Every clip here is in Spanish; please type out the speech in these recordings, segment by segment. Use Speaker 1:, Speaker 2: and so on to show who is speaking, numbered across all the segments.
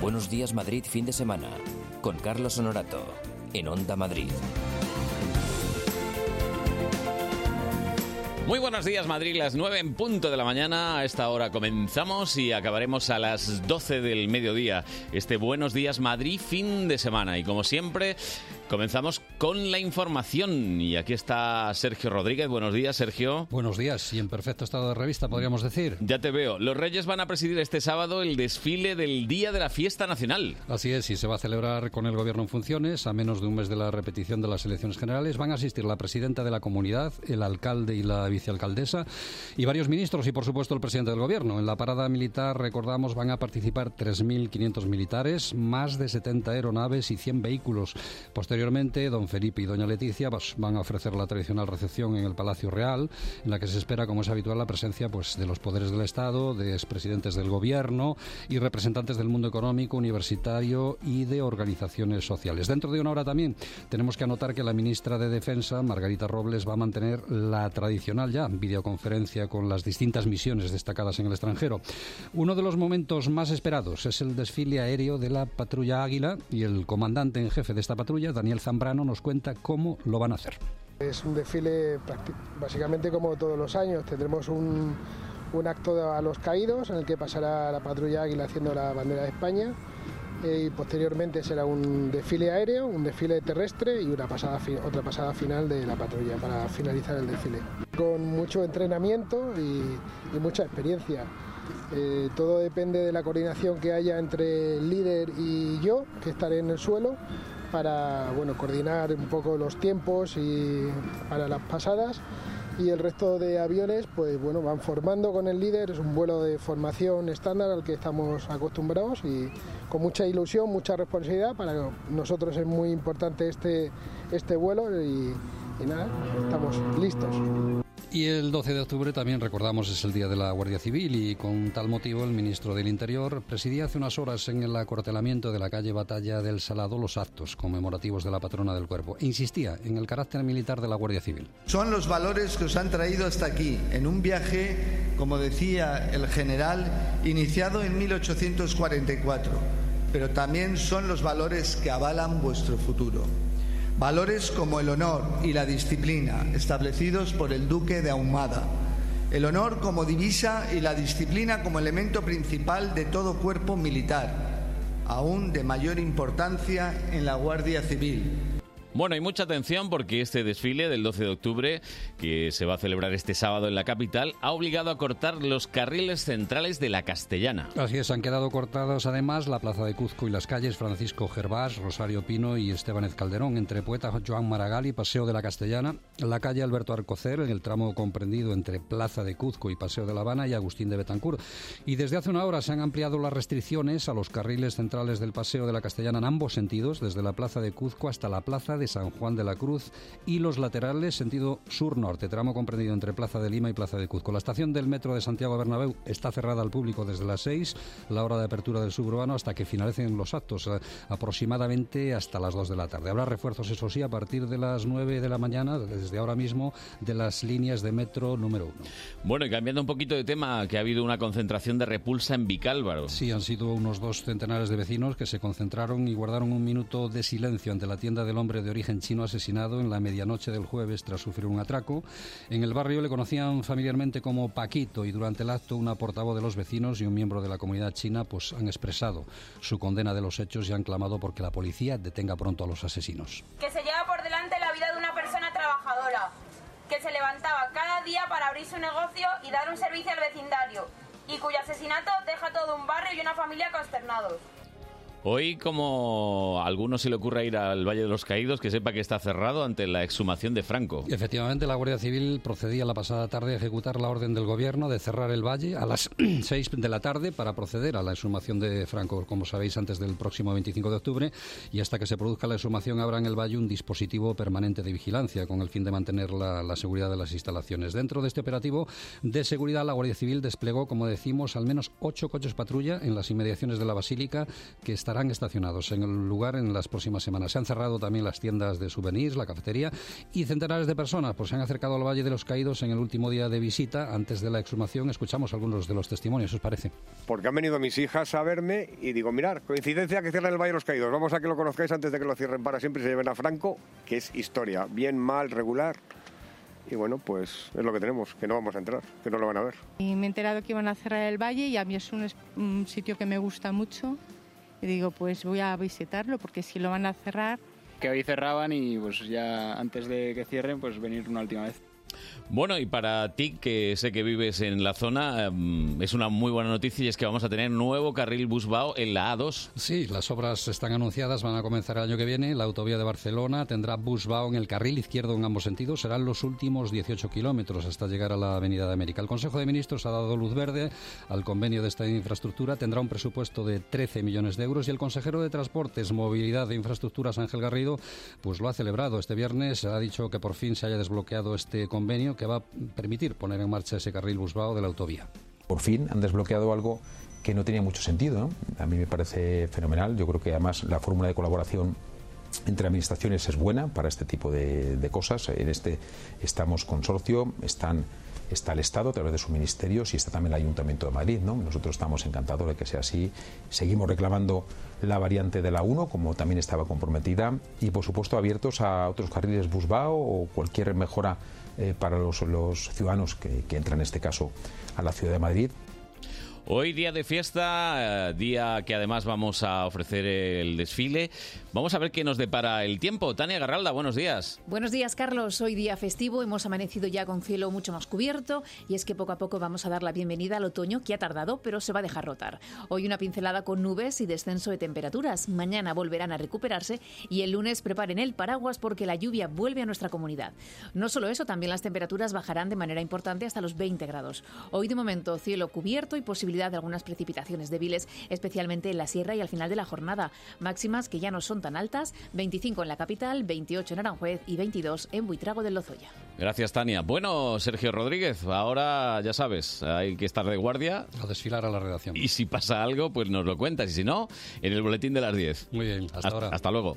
Speaker 1: Buenos días Madrid fin de semana con Carlos Honorato en Onda Madrid.
Speaker 2: Muy buenos días Madrid, las 9 en punto de la mañana. A esta hora comenzamos y acabaremos a las 12 del mediodía. Este Buenos días Madrid fin de semana. Y como siempre, comenzamos con la información. Y aquí está Sergio Rodríguez. Buenos días, Sergio.
Speaker 3: Buenos días y en perfecto estado de revista, podríamos decir.
Speaker 2: Ya te veo. Los Reyes van a presidir este sábado el desfile del Día de la Fiesta Nacional.
Speaker 3: Así es, y se va a celebrar con el Gobierno en funciones. A menos de un mes de la repetición de las elecciones generales, van a asistir la presidenta de la comunidad, el alcalde y la vicealcaldesa, y varios ministros y, por supuesto, el presidente del Gobierno. En la parada militar, recordamos, van a participar 3.500 militares, más de 70 aeronaves y 100 vehículos. Posteriormente, don Felipe y doña Leticia pues, van a ofrecer la tradicional recepción en el Palacio Real, en la que se espera, como es habitual, la presencia pues, de los poderes del Estado, de expresidentes del Gobierno y representantes del mundo económico, universitario y de organizaciones sociales. Dentro de una hora también tenemos que anotar que la ministra de Defensa, Margarita Robles, va a mantener la tradicional ya videoconferencia con las distintas misiones destacadas en el extranjero. Uno de los momentos más esperados es el desfile aéreo de la patrulla Águila y el comandante en jefe de esta patrulla, Daniel Zambrano, nos cuenta cómo lo van a hacer.
Speaker 4: Es un desfile prácti- básicamente como todos los años. Tendremos un, un acto de- a los caídos en el que pasará la patrulla águila haciendo la bandera de España eh, y posteriormente será un desfile aéreo, un desfile terrestre y una pasada fi- otra pasada final de la patrulla para finalizar el desfile. Con mucho entrenamiento y, y mucha experiencia. Eh, todo depende de la coordinación que haya entre el líder y yo, que estaré en el suelo, para bueno, coordinar un poco los tiempos y para las pasadas. Y el resto de aviones pues bueno, van formando con el líder, es un vuelo de formación estándar al que estamos acostumbrados y con mucha ilusión, mucha responsabilidad. Para nosotros es muy importante este, este vuelo y, y nada, estamos listos.
Speaker 3: Y el 12 de octubre también recordamos es el Día de la Guardia Civil y con tal motivo el ministro del Interior presidía hace unas horas en el acuartelamiento de la calle Batalla del Salado los actos conmemorativos de la patrona del cuerpo. E insistía en el carácter militar de la Guardia Civil.
Speaker 5: Son los valores que os han traído hasta aquí, en un viaje, como decía el general, iniciado en 1844, pero también son los valores que avalan vuestro futuro. Valores como el honor y la disciplina, establecidos por el duque de Ahumada. El honor como divisa y la disciplina como elemento principal de todo cuerpo militar, aún de mayor importancia en la Guardia Civil,
Speaker 2: Bueno, hay mucha atención porque este desfile del 12 de octubre, que se va a celebrar este sábado en la capital, ha obligado a cortar los carriles centrales de la Castellana.
Speaker 3: Así es, han quedado cortadas además la plaza de Cuzco y las calles Francisco Gervás, Rosario Pino y Estebanez Calderón, entre Poeta Joan Maragall y Paseo de la Castellana, la calle Alberto Arcocer, en el tramo comprendido entre Plaza de Cuzco y Paseo de la Habana y Agustín de Betancourt. Y desde hace una hora se han ampliado las restricciones a los carriles centrales del Paseo de la Castellana en ambos sentidos, desde la Plaza de Cuzco hasta la Plaza de San Juan de la Cruz y los laterales sentido sur-norte, tramo comprendido entre Plaza de Lima y Plaza de Cuzco. La estación del metro de Santiago Bernabéu está cerrada al público desde las 6, la hora de apertura del suburbano, hasta que finalicen los actos, eh, aproximadamente hasta las 2 de la tarde. Habrá refuerzos, eso sí, a partir de las 9 de la mañana, desde ahora mismo, de las líneas de metro número 1.
Speaker 2: Bueno, y cambiando un poquito de tema, que ha habido una concentración de repulsa en Vicálvaro.
Speaker 3: Sí, han sido unos dos centenares de vecinos que se concentraron y guardaron un minuto de silencio ante la tienda del hombre de origen chino asesinado en la medianoche del jueves tras sufrir un atraco. En el barrio le conocían familiarmente como Paquito y durante el acto una portavoz de los vecinos y un miembro de la comunidad china pues han expresado su condena de los hechos y han clamado porque la policía detenga pronto a los asesinos.
Speaker 6: que se lleva por delante la vida de una persona trabajadora, que se levantaba cada día para abrir su negocio y dar un servicio al vecindario, y cuyo asesinato deja todo un barrio y una familia consternados.
Speaker 2: Hoy, como a alguno se le ocurra ir al Valle de los Caídos, que sepa que está cerrado ante la exhumación de Franco.
Speaker 3: Efectivamente, la Guardia Civil procedía la pasada tarde a ejecutar la orden del Gobierno de cerrar el valle a las 6 de la tarde para proceder a la exhumación de Franco, como sabéis, antes del próximo 25 de octubre. Y hasta que se produzca la exhumación, habrá en el valle un dispositivo permanente de vigilancia con el fin de mantener la, la seguridad de las instalaciones. Dentro de este operativo de seguridad, la Guardia Civil desplegó, como decimos, al menos ocho coches patrulla en las inmediaciones de la Basílica, que está estarán estacionados en el lugar en las próximas semanas. Se han cerrado también las tiendas de souvenirs, la cafetería y centenares de personas pues, se han acercado al Valle de los Caídos en el último día de visita. Antes de la exhumación escuchamos algunos de los testimonios, ¿os parece?
Speaker 7: Porque han venido mis hijas a verme y digo, mirar, coincidencia que cierran el Valle de los Caídos. Vamos a que lo conozcáis antes de que lo cierren para siempre y se lleven a Franco, que es historia, bien, mal, regular. Y bueno, pues es lo que tenemos, que no vamos a entrar, que no lo van a ver.
Speaker 8: Y me he enterado que iban a cerrar el valle y a mí es un, es- un sitio que me gusta mucho. Y digo, pues voy a visitarlo porque si lo van a cerrar...
Speaker 9: que hoy cerraban y pues ya antes de que cierren pues venir una última vez.
Speaker 2: Bueno, y para ti, que sé que vives en la zona, em, es una muy buena noticia y es que vamos a tener nuevo carril Busbao en la A2.
Speaker 3: Sí, las obras están anunciadas, van a comenzar el año que viene. La autovía de Barcelona tendrá Busbao en el carril izquierdo en ambos sentidos. Serán los últimos 18 kilómetros hasta llegar a la Avenida de América. El Consejo de Ministros ha dado luz verde al convenio de esta infraestructura. Tendrá un presupuesto de 13 millones de euros y el consejero de Transportes, Movilidad e Infraestructuras, Ángel Garrido, pues lo ha celebrado este viernes. Ha dicho que por fin se haya desbloqueado este convenio que va a permitir poner en marcha ese carril Busbao de la autovía.
Speaker 10: por fin han desbloqueado algo que no tenía mucho sentido. ¿no? A mí me parece fenomenal. Yo creo que además la fórmula de colaboración entre administraciones es buena para este tipo de, de cosas. En este estamos consorcio, están, está el Estado a través de sus ministerios y está también el Ayuntamiento de Madrid. ¿no? Nosotros estamos encantados de que sea así. Seguimos reclamando la variante de la 1, como también estaba comprometida, y por supuesto abiertos a otros carriles Busbao o cualquier mejora eh, para los, los ciudadanos que, que entran en este caso a la ciudad de Madrid.
Speaker 2: Hoy día de fiesta, eh, día que además vamos a ofrecer el desfile. Vamos a ver qué nos depara el tiempo. Tania Garralda, buenos días.
Speaker 11: Buenos días, Carlos. Hoy día festivo, hemos amanecido ya con cielo mucho más cubierto y es que poco a poco vamos a dar la bienvenida al otoño que ha tardado, pero se va a dejar rotar. Hoy una pincelada con nubes y descenso de temperaturas. Mañana volverán a recuperarse y el lunes preparen el paraguas porque la lluvia vuelve a nuestra comunidad. No solo eso, también las temperaturas bajarán de manera importante hasta los 20 grados. Hoy de momento cielo cubierto y posibilidad de algunas precipitaciones débiles, especialmente en la sierra y al final de la jornada. Máximas que ya no son tan altas, 25 en la capital, 28 en Aranjuez y 22 en Buitrago del Lozoya.
Speaker 2: Gracias, Tania. Bueno, Sergio Rodríguez, ahora ya sabes, hay que estar de guardia.
Speaker 3: A desfilar a la redacción.
Speaker 2: Y si pasa algo, pues nos lo cuentas. Y si no, en el boletín de las 10.
Speaker 3: Muy bien, hasta ahora.
Speaker 2: Hasta luego.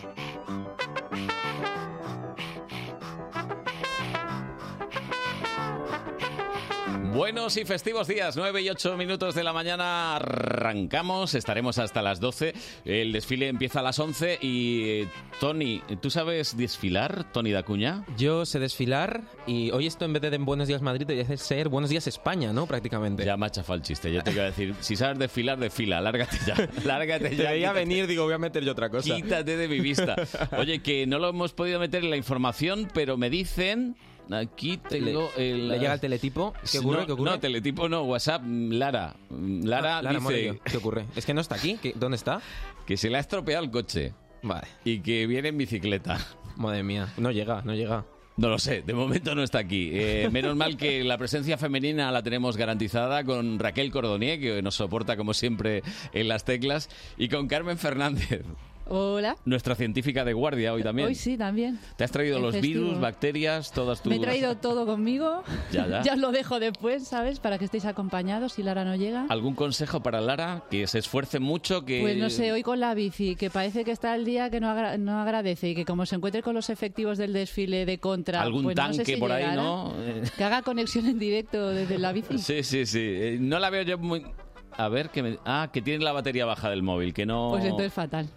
Speaker 2: Buenos y festivos días, 9 y 8 minutos de la mañana arrancamos, estaremos hasta las 12, el desfile empieza a las 11 y eh, Tony, ¿tú sabes desfilar, Tony Dacuña?
Speaker 12: Yo sé desfilar y hoy esto en vez de en Buenos Días Madrid debería ser Buenos Días España, ¿no? Prácticamente.
Speaker 2: Ya me ha chafado el chiste, yo te iba a decir, si sabes desfilar, desfila, lárgate ya, lárgate
Speaker 12: Te
Speaker 2: ya.
Speaker 12: veía
Speaker 2: quítate.
Speaker 12: venir, digo, voy a meter yo otra cosa.
Speaker 2: Quítate de mi vista. Oye, que no lo hemos podido meter en la información, pero me dicen... Aquí tengo el... ah,
Speaker 12: le llega el teletipo. ¿Qué ocurre?
Speaker 2: No,
Speaker 12: ¿Qué ocurre?
Speaker 2: No, teletipo no, WhatsApp, Lara. Lara,
Speaker 12: Ah, Lara
Speaker 2: dice...
Speaker 12: Morillo, ¿Qué ocurre? Es que no está aquí. ¿Qué- ¿Dónde está?
Speaker 2: Que se le ha estropeado el coche.
Speaker 12: Vale.
Speaker 2: Y que viene en bicicleta.
Speaker 12: Madre mía, no llega, no llega.
Speaker 2: No lo sé, de momento no está aquí. Eh, menos mal que la presencia femenina la tenemos garantizada con Raquel Cordonier, que nos soporta como siempre en las teclas, y con Carmen Fernández,
Speaker 13: Hola.
Speaker 2: nuestra científica de guardia hoy también.
Speaker 13: Hoy sí, también.
Speaker 2: Te has traído
Speaker 13: El
Speaker 2: los
Speaker 13: festivo.
Speaker 2: virus, bacterias, todas tus...
Speaker 13: Me he traído todo conmigo.
Speaker 2: Ya, ya.
Speaker 13: os lo dejo después, ¿sabes? Para que estéis acompañados si Lara no llega.
Speaker 2: ¿Algún consejo para Lara? Que se esfuerce mucho, que...
Speaker 13: Pues no sé, hoy con la bici, que parece que está el día que no, agra- no agradece y que como se encuentre con los efectivos del desfile de contra,
Speaker 2: Algún
Speaker 13: pues no
Speaker 2: tanque
Speaker 13: sé si
Speaker 2: por ahí,
Speaker 13: llegará.
Speaker 2: ¿no? Eh,
Speaker 13: Que haga conexión en directo desde la bici. Pues
Speaker 2: Sí, sí, sí. Eh, no la veo yo muy... A ver, que me... Ah, que tiene la batería baja del móvil, que no...
Speaker 13: Pues entonces fatal.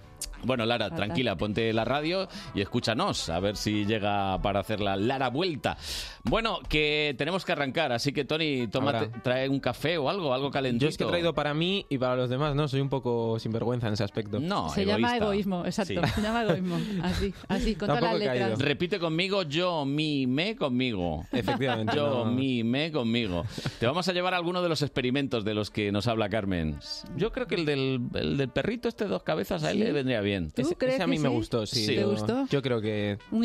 Speaker 2: Bueno, Lara,
Speaker 13: Fatal.
Speaker 2: tranquila, ponte la radio y escúchanos, a ver si llega para hacer la Lara vuelta. Bueno, que tenemos que arrancar, así que Tony, tómate,
Speaker 12: Habrá.
Speaker 2: trae un café o algo, algo calentito.
Speaker 12: Yo es que he traído para mí y para los demás, ¿no? Soy un poco sinvergüenza en ese aspecto.
Speaker 2: No,
Speaker 13: se llama egoísmo, exacto.
Speaker 2: Sí.
Speaker 13: Se llama egoísmo. Así, así, con todas las letras.
Speaker 2: Repite conmigo, yo, mi, me, conmigo.
Speaker 12: Efectivamente, no.
Speaker 2: Yo, mi, me, conmigo. Te vamos a llevar a alguno de los experimentos de los que nos habla Carmen. Yo creo que el del, el del perrito este dos cabezas a él le vendría bien. bien.
Speaker 13: ¿Tú Ese- crees
Speaker 12: ese a mí
Speaker 13: que
Speaker 12: me
Speaker 13: sí?
Speaker 12: gustó, sí.
Speaker 13: ¿Te
Speaker 12: yo-
Speaker 13: gustó?
Speaker 12: Yo creo que...
Speaker 13: Un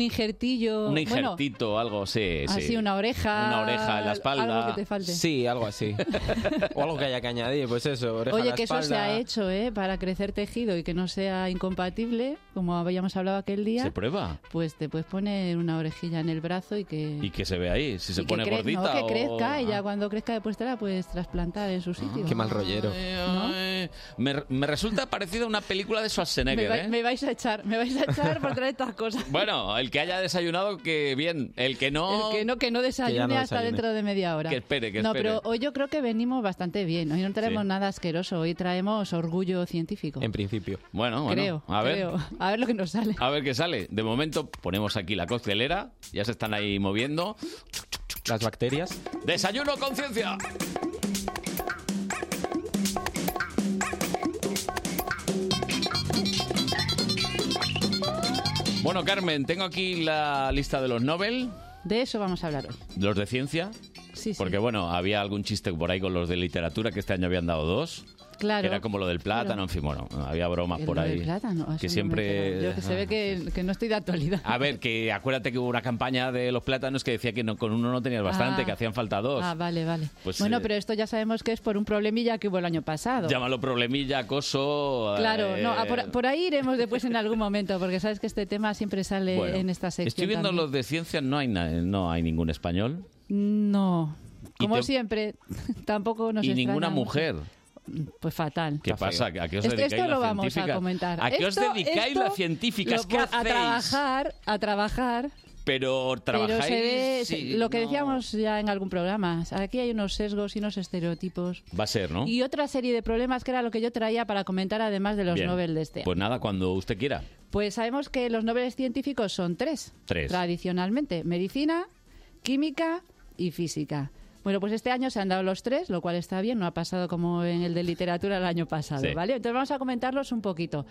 Speaker 13: injertillo.
Speaker 2: Un
Speaker 13: bueno,
Speaker 2: injertito, algo, sí, sí.
Speaker 13: así una oreja.
Speaker 2: Una oreja en la espalda.
Speaker 13: Algo que te falte.
Speaker 12: Sí, algo así. o algo que haya que añadir, pues eso, oreja a
Speaker 13: Oye,
Speaker 12: la
Speaker 13: que eso se
Speaker 12: espalda.
Speaker 13: ha hecho, ¿eh? Para crecer tejido y que no sea incompatible, como habíamos hablado aquel día.
Speaker 2: Se prueba.
Speaker 13: Pues te puedes poner una orejilla en el brazo y que.
Speaker 2: Y que se ve ahí, si se
Speaker 13: y que
Speaker 2: pone
Speaker 13: cre-
Speaker 2: gordita
Speaker 13: no, que
Speaker 2: o... Ah.
Speaker 13: crezca y ya cuando crezca después te la puedes trasplantar en su sitio.
Speaker 2: Qué mal rollero. Ay, Me, me resulta parecida a una película de
Speaker 13: Me,
Speaker 2: Schwarzenegger,
Speaker 13: vai-
Speaker 2: ¿eh?
Speaker 13: me vais a echar, me vais a echar por traer estas cosas.
Speaker 2: Bueno, el que haya desayunado, que bien. El que no...
Speaker 13: El que no, que no desayune hasta
Speaker 2: desayune.
Speaker 13: dentro de media hora.
Speaker 2: Que espere, que
Speaker 13: no,
Speaker 2: espere.
Speaker 13: pero hoy yo creo que venimos bastante bien. Hoy no traemos
Speaker 2: Sí.
Speaker 13: nada asqueroso, hoy traemos orgullo científico.
Speaker 2: En principio. Bueno, bueno.
Speaker 13: creo,
Speaker 2: a ver.
Speaker 13: creo. A ver lo que nos sale.
Speaker 2: A ver qué sale. De momento ponemos aquí la coctelera. Ya se están ahí moviendo. Las bacterias. Desayuno con ciencia. Bueno, Carmen, tengo aquí la lista de los Nobel,
Speaker 13: De eso vamos a hablar hoy.
Speaker 2: los de ciencia.
Speaker 13: Sí, sí.
Speaker 2: Porque bueno, había algún chiste por ahí con los de literatura que este año habían dado dos.
Speaker 13: Claro.
Speaker 2: Que era como lo del plátano,
Speaker 13: claro.
Speaker 2: en fin, bueno, había bromas
Speaker 13: El
Speaker 2: por
Speaker 13: lo del
Speaker 2: ahí.
Speaker 13: plátano, eso no me
Speaker 2: que siempre. ah,
Speaker 13: entero. Yo que se ve que, que no estoy de actualidad.
Speaker 2: A ver, que acuérdate que hubo una campaña de los plátanos que decía que no, con uno no tenías bastante,
Speaker 13: Ah.
Speaker 2: que hacían falta dos.
Speaker 13: Ah, vale, vale.
Speaker 2: Pues,
Speaker 13: bueno,
Speaker 2: eh,
Speaker 13: pero esto ya sabemos que es por un problemilla que hubo el año pasado.
Speaker 2: Llámalo problemilla, acoso.
Speaker 13: Claro, no, ah,
Speaker 2: eh,
Speaker 13: por, por ahí iremos después en algún momento, porque sabes que este tema siempre sale
Speaker 2: bueno.
Speaker 13: en esta sección.
Speaker 2: Estoy viendo
Speaker 13: también.
Speaker 2: los de ciencia, no hay, na- no hay ningún español.
Speaker 13: No,
Speaker 2: Y
Speaker 13: como
Speaker 2: te-
Speaker 13: siempre, tampoco nos
Speaker 2: y ninguna
Speaker 13: extraña mucho.
Speaker 2: mujer.
Speaker 13: Pues fatal.
Speaker 2: ¿Qué pasa? ¿A qué os
Speaker 13: Esto-
Speaker 2: dedicáis
Speaker 13: esto
Speaker 2: las
Speaker 13: lo vamos a
Speaker 2: científicas?
Speaker 13: comentar.
Speaker 2: ¿A qué os
Speaker 13: Esto-
Speaker 2: dedicáis
Speaker 13: esto
Speaker 2: las científicas?
Speaker 13: lo-
Speaker 2: ¿Qué
Speaker 13: A
Speaker 2: hacéis?
Speaker 13: trabajar, a trabajar.
Speaker 2: Pero trabajáis...
Speaker 13: Pero se ve
Speaker 2: sí,
Speaker 13: lo que
Speaker 2: no.
Speaker 13: decíamos ya en algún programa. Aquí hay unos sesgos y unos estereotipos.
Speaker 2: Va a ser, ¿no?
Speaker 13: Y otra serie de problemas que era lo que yo traía para comentar además de los
Speaker 2: Bien.
Speaker 13: Nobel de este año.
Speaker 2: Pues nada, cuando usted quiera.
Speaker 13: Pues sabemos que los Nobel científicos son tres,
Speaker 2: Tres.
Speaker 13: tradicionalmente, medicina, química y física. Bueno, pues este año se han dado los tres, lo cual está bien, no ha pasado como en el de literatura el año pasado,
Speaker 14: Sí.
Speaker 13: ¿vale? Entonces vamos a comentarlos un poquito.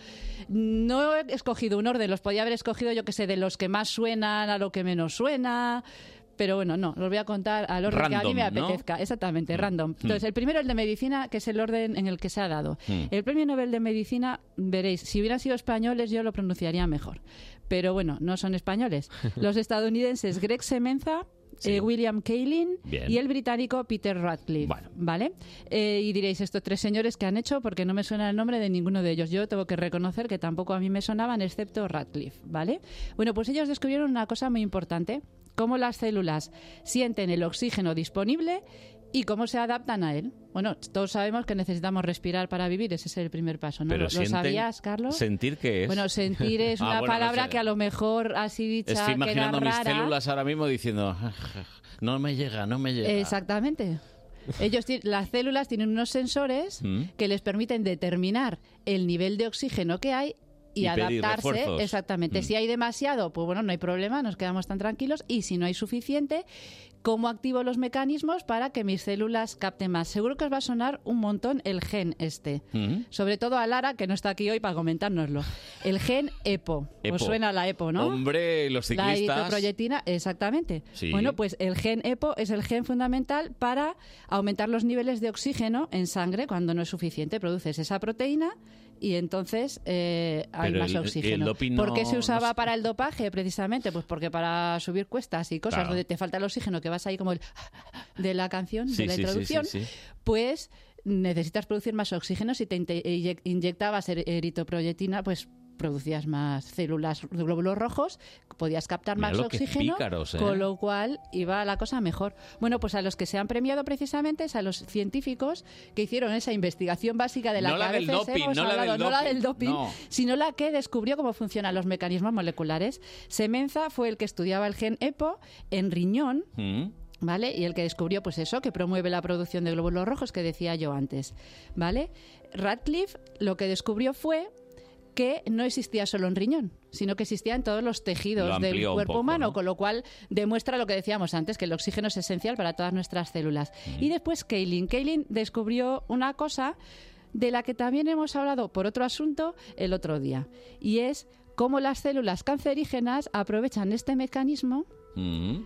Speaker 13: No he escogido un orden, los podía haber escogido, yo que sé, de los que más suenan a lo que menos suena, pero bueno, no, los voy a contar al orden que a mí
Speaker 14: Random,
Speaker 13: me
Speaker 14: ¿no?
Speaker 13: apetezca. Exactamente, random. Entonces,
Speaker 14: Mm.
Speaker 13: el primero, el de medicina, que es el orden en el que se ha dado.
Speaker 14: Mm.
Speaker 13: El premio Nobel de Medicina, veréis, si hubieran sido españoles yo lo pronunciaría mejor. Pero bueno, no son españoles. Los estadounidenses Greg Semenza, eh, William Kaelin
Speaker 14: Bien.
Speaker 13: y el británico Peter Radcliffe. ¿Vale? Eh, y diréis, estos tres señores que han hecho, porque no me suena el nombre de ninguno de ellos. Yo tengo que reconocer que tampoco a mí me sonaban, excepto Radcliffe. ¿Vale? Bueno, pues ellos descubrieron una cosa muy importante, cómo las células sienten el oxígeno disponible y cómo se adaptan a él. Bueno, todos sabemos que necesitamos respirar para vivir, ese es el primer paso, ¿no?
Speaker 2: Pero
Speaker 13: ¿Lo, lo
Speaker 2: sienten-
Speaker 13: sabías, Carlos?
Speaker 2: ¿Sentir qué es?
Speaker 13: Bueno, sentir es
Speaker 2: Ah,
Speaker 13: una
Speaker 2: bueno, no
Speaker 13: palabra
Speaker 2: sé.
Speaker 13: que a lo mejor así dicha
Speaker 2: Estoy
Speaker 13: queda
Speaker 2: imaginando mis
Speaker 13: rara.
Speaker 2: células ahora mismo diciendo, "Ah, no me llega, no me llega.
Speaker 13: Exactamente. Ellos ti- las células tienen unos sensores
Speaker 2: Mm.
Speaker 13: que les permiten determinar el nivel de oxígeno que hay y,
Speaker 14: Y pedir
Speaker 13: adaptarse
Speaker 14: refuerzos.
Speaker 13: exactamente.
Speaker 14: Mm.
Speaker 13: Si hay demasiado, pues bueno, no hay problema, nos quedamos tan tranquilos y si no hay suficiente, cómo activo los mecanismos para que mis células capten más. Seguro que os va a sonar un montón el gen este. Sobre todo a Lara, que no está aquí hoy para comentárnoslo. El gen EPO.
Speaker 2: Epo.
Speaker 13: Os suena la EPO, ¿no?
Speaker 2: Hombre, los
Speaker 13: La
Speaker 2: ciclistas.
Speaker 13: eritropoyetina, exactamente.
Speaker 2: Sí.
Speaker 13: Bueno, pues el gen EPO es el gen fundamental para aumentar los niveles de oxígeno en sangre cuando no es suficiente. Produces esa proteína y entonces eh, hay
Speaker 2: Pero
Speaker 13: más
Speaker 2: el- el
Speaker 13: oxígeno.
Speaker 2: doping
Speaker 13: ¿Por qué
Speaker 2: no-
Speaker 13: se
Speaker 2: no
Speaker 13: usaba
Speaker 2: se-
Speaker 13: para el dopaje precisamente? Pues porque para subir cuestas y cosas
Speaker 2: Claro.
Speaker 13: donde te falta el oxígeno, que vas ahí como el de la canción,
Speaker 14: Sí,
Speaker 13: de la
Speaker 14: sí, sí,
Speaker 13: introducción,
Speaker 14: sí, sí.
Speaker 13: pues necesitas producir más oxígeno. Si te inte- inye- inyectabas er- eritropoyetina, pues producías más células, glóbulos rojos, podías captar
Speaker 2: Mira
Speaker 13: más
Speaker 2: lo que
Speaker 13: oxígeno,
Speaker 2: pícaros, ¿eh?
Speaker 13: con lo cual iba la cosa mejor. Bueno, pues a los que se han premiado precisamente es a los científicos que hicieron esa investigación básica de la
Speaker 2: No
Speaker 13: que
Speaker 2: la
Speaker 13: a
Speaker 2: del
Speaker 13: veces
Speaker 2: doping,
Speaker 13: hemos
Speaker 2: no la del
Speaker 13: hablado, no la
Speaker 2: doping,
Speaker 13: del doping,
Speaker 2: no.
Speaker 13: sino la que descubrió cómo funcionan los mecanismos moleculares. Semenza fue el que estudiaba el gen EPO en riñón
Speaker 2: Mm.
Speaker 13: ¿Vale? Y el que descubrió, pues eso, que promueve la producción de glóbulos rojos que decía yo antes. ¿Vale? Radcliffe lo que descubrió fue que no existía solo en riñón, sino que existía en todos los
Speaker 14: Lo
Speaker 13: tejidos
Speaker 14: amplió
Speaker 13: del
Speaker 14: un
Speaker 13: cuerpo
Speaker 14: poco,
Speaker 13: humano, con lo cual demuestra lo que decíamos antes, que el oxígeno es esencial para todas nuestras células. Y después Kaelin. Kaelin descubrió una cosa de la que también hemos hablado por otro asunto el otro día, y es cómo las células cancerígenas aprovechan este mecanismo
Speaker 2: Mm.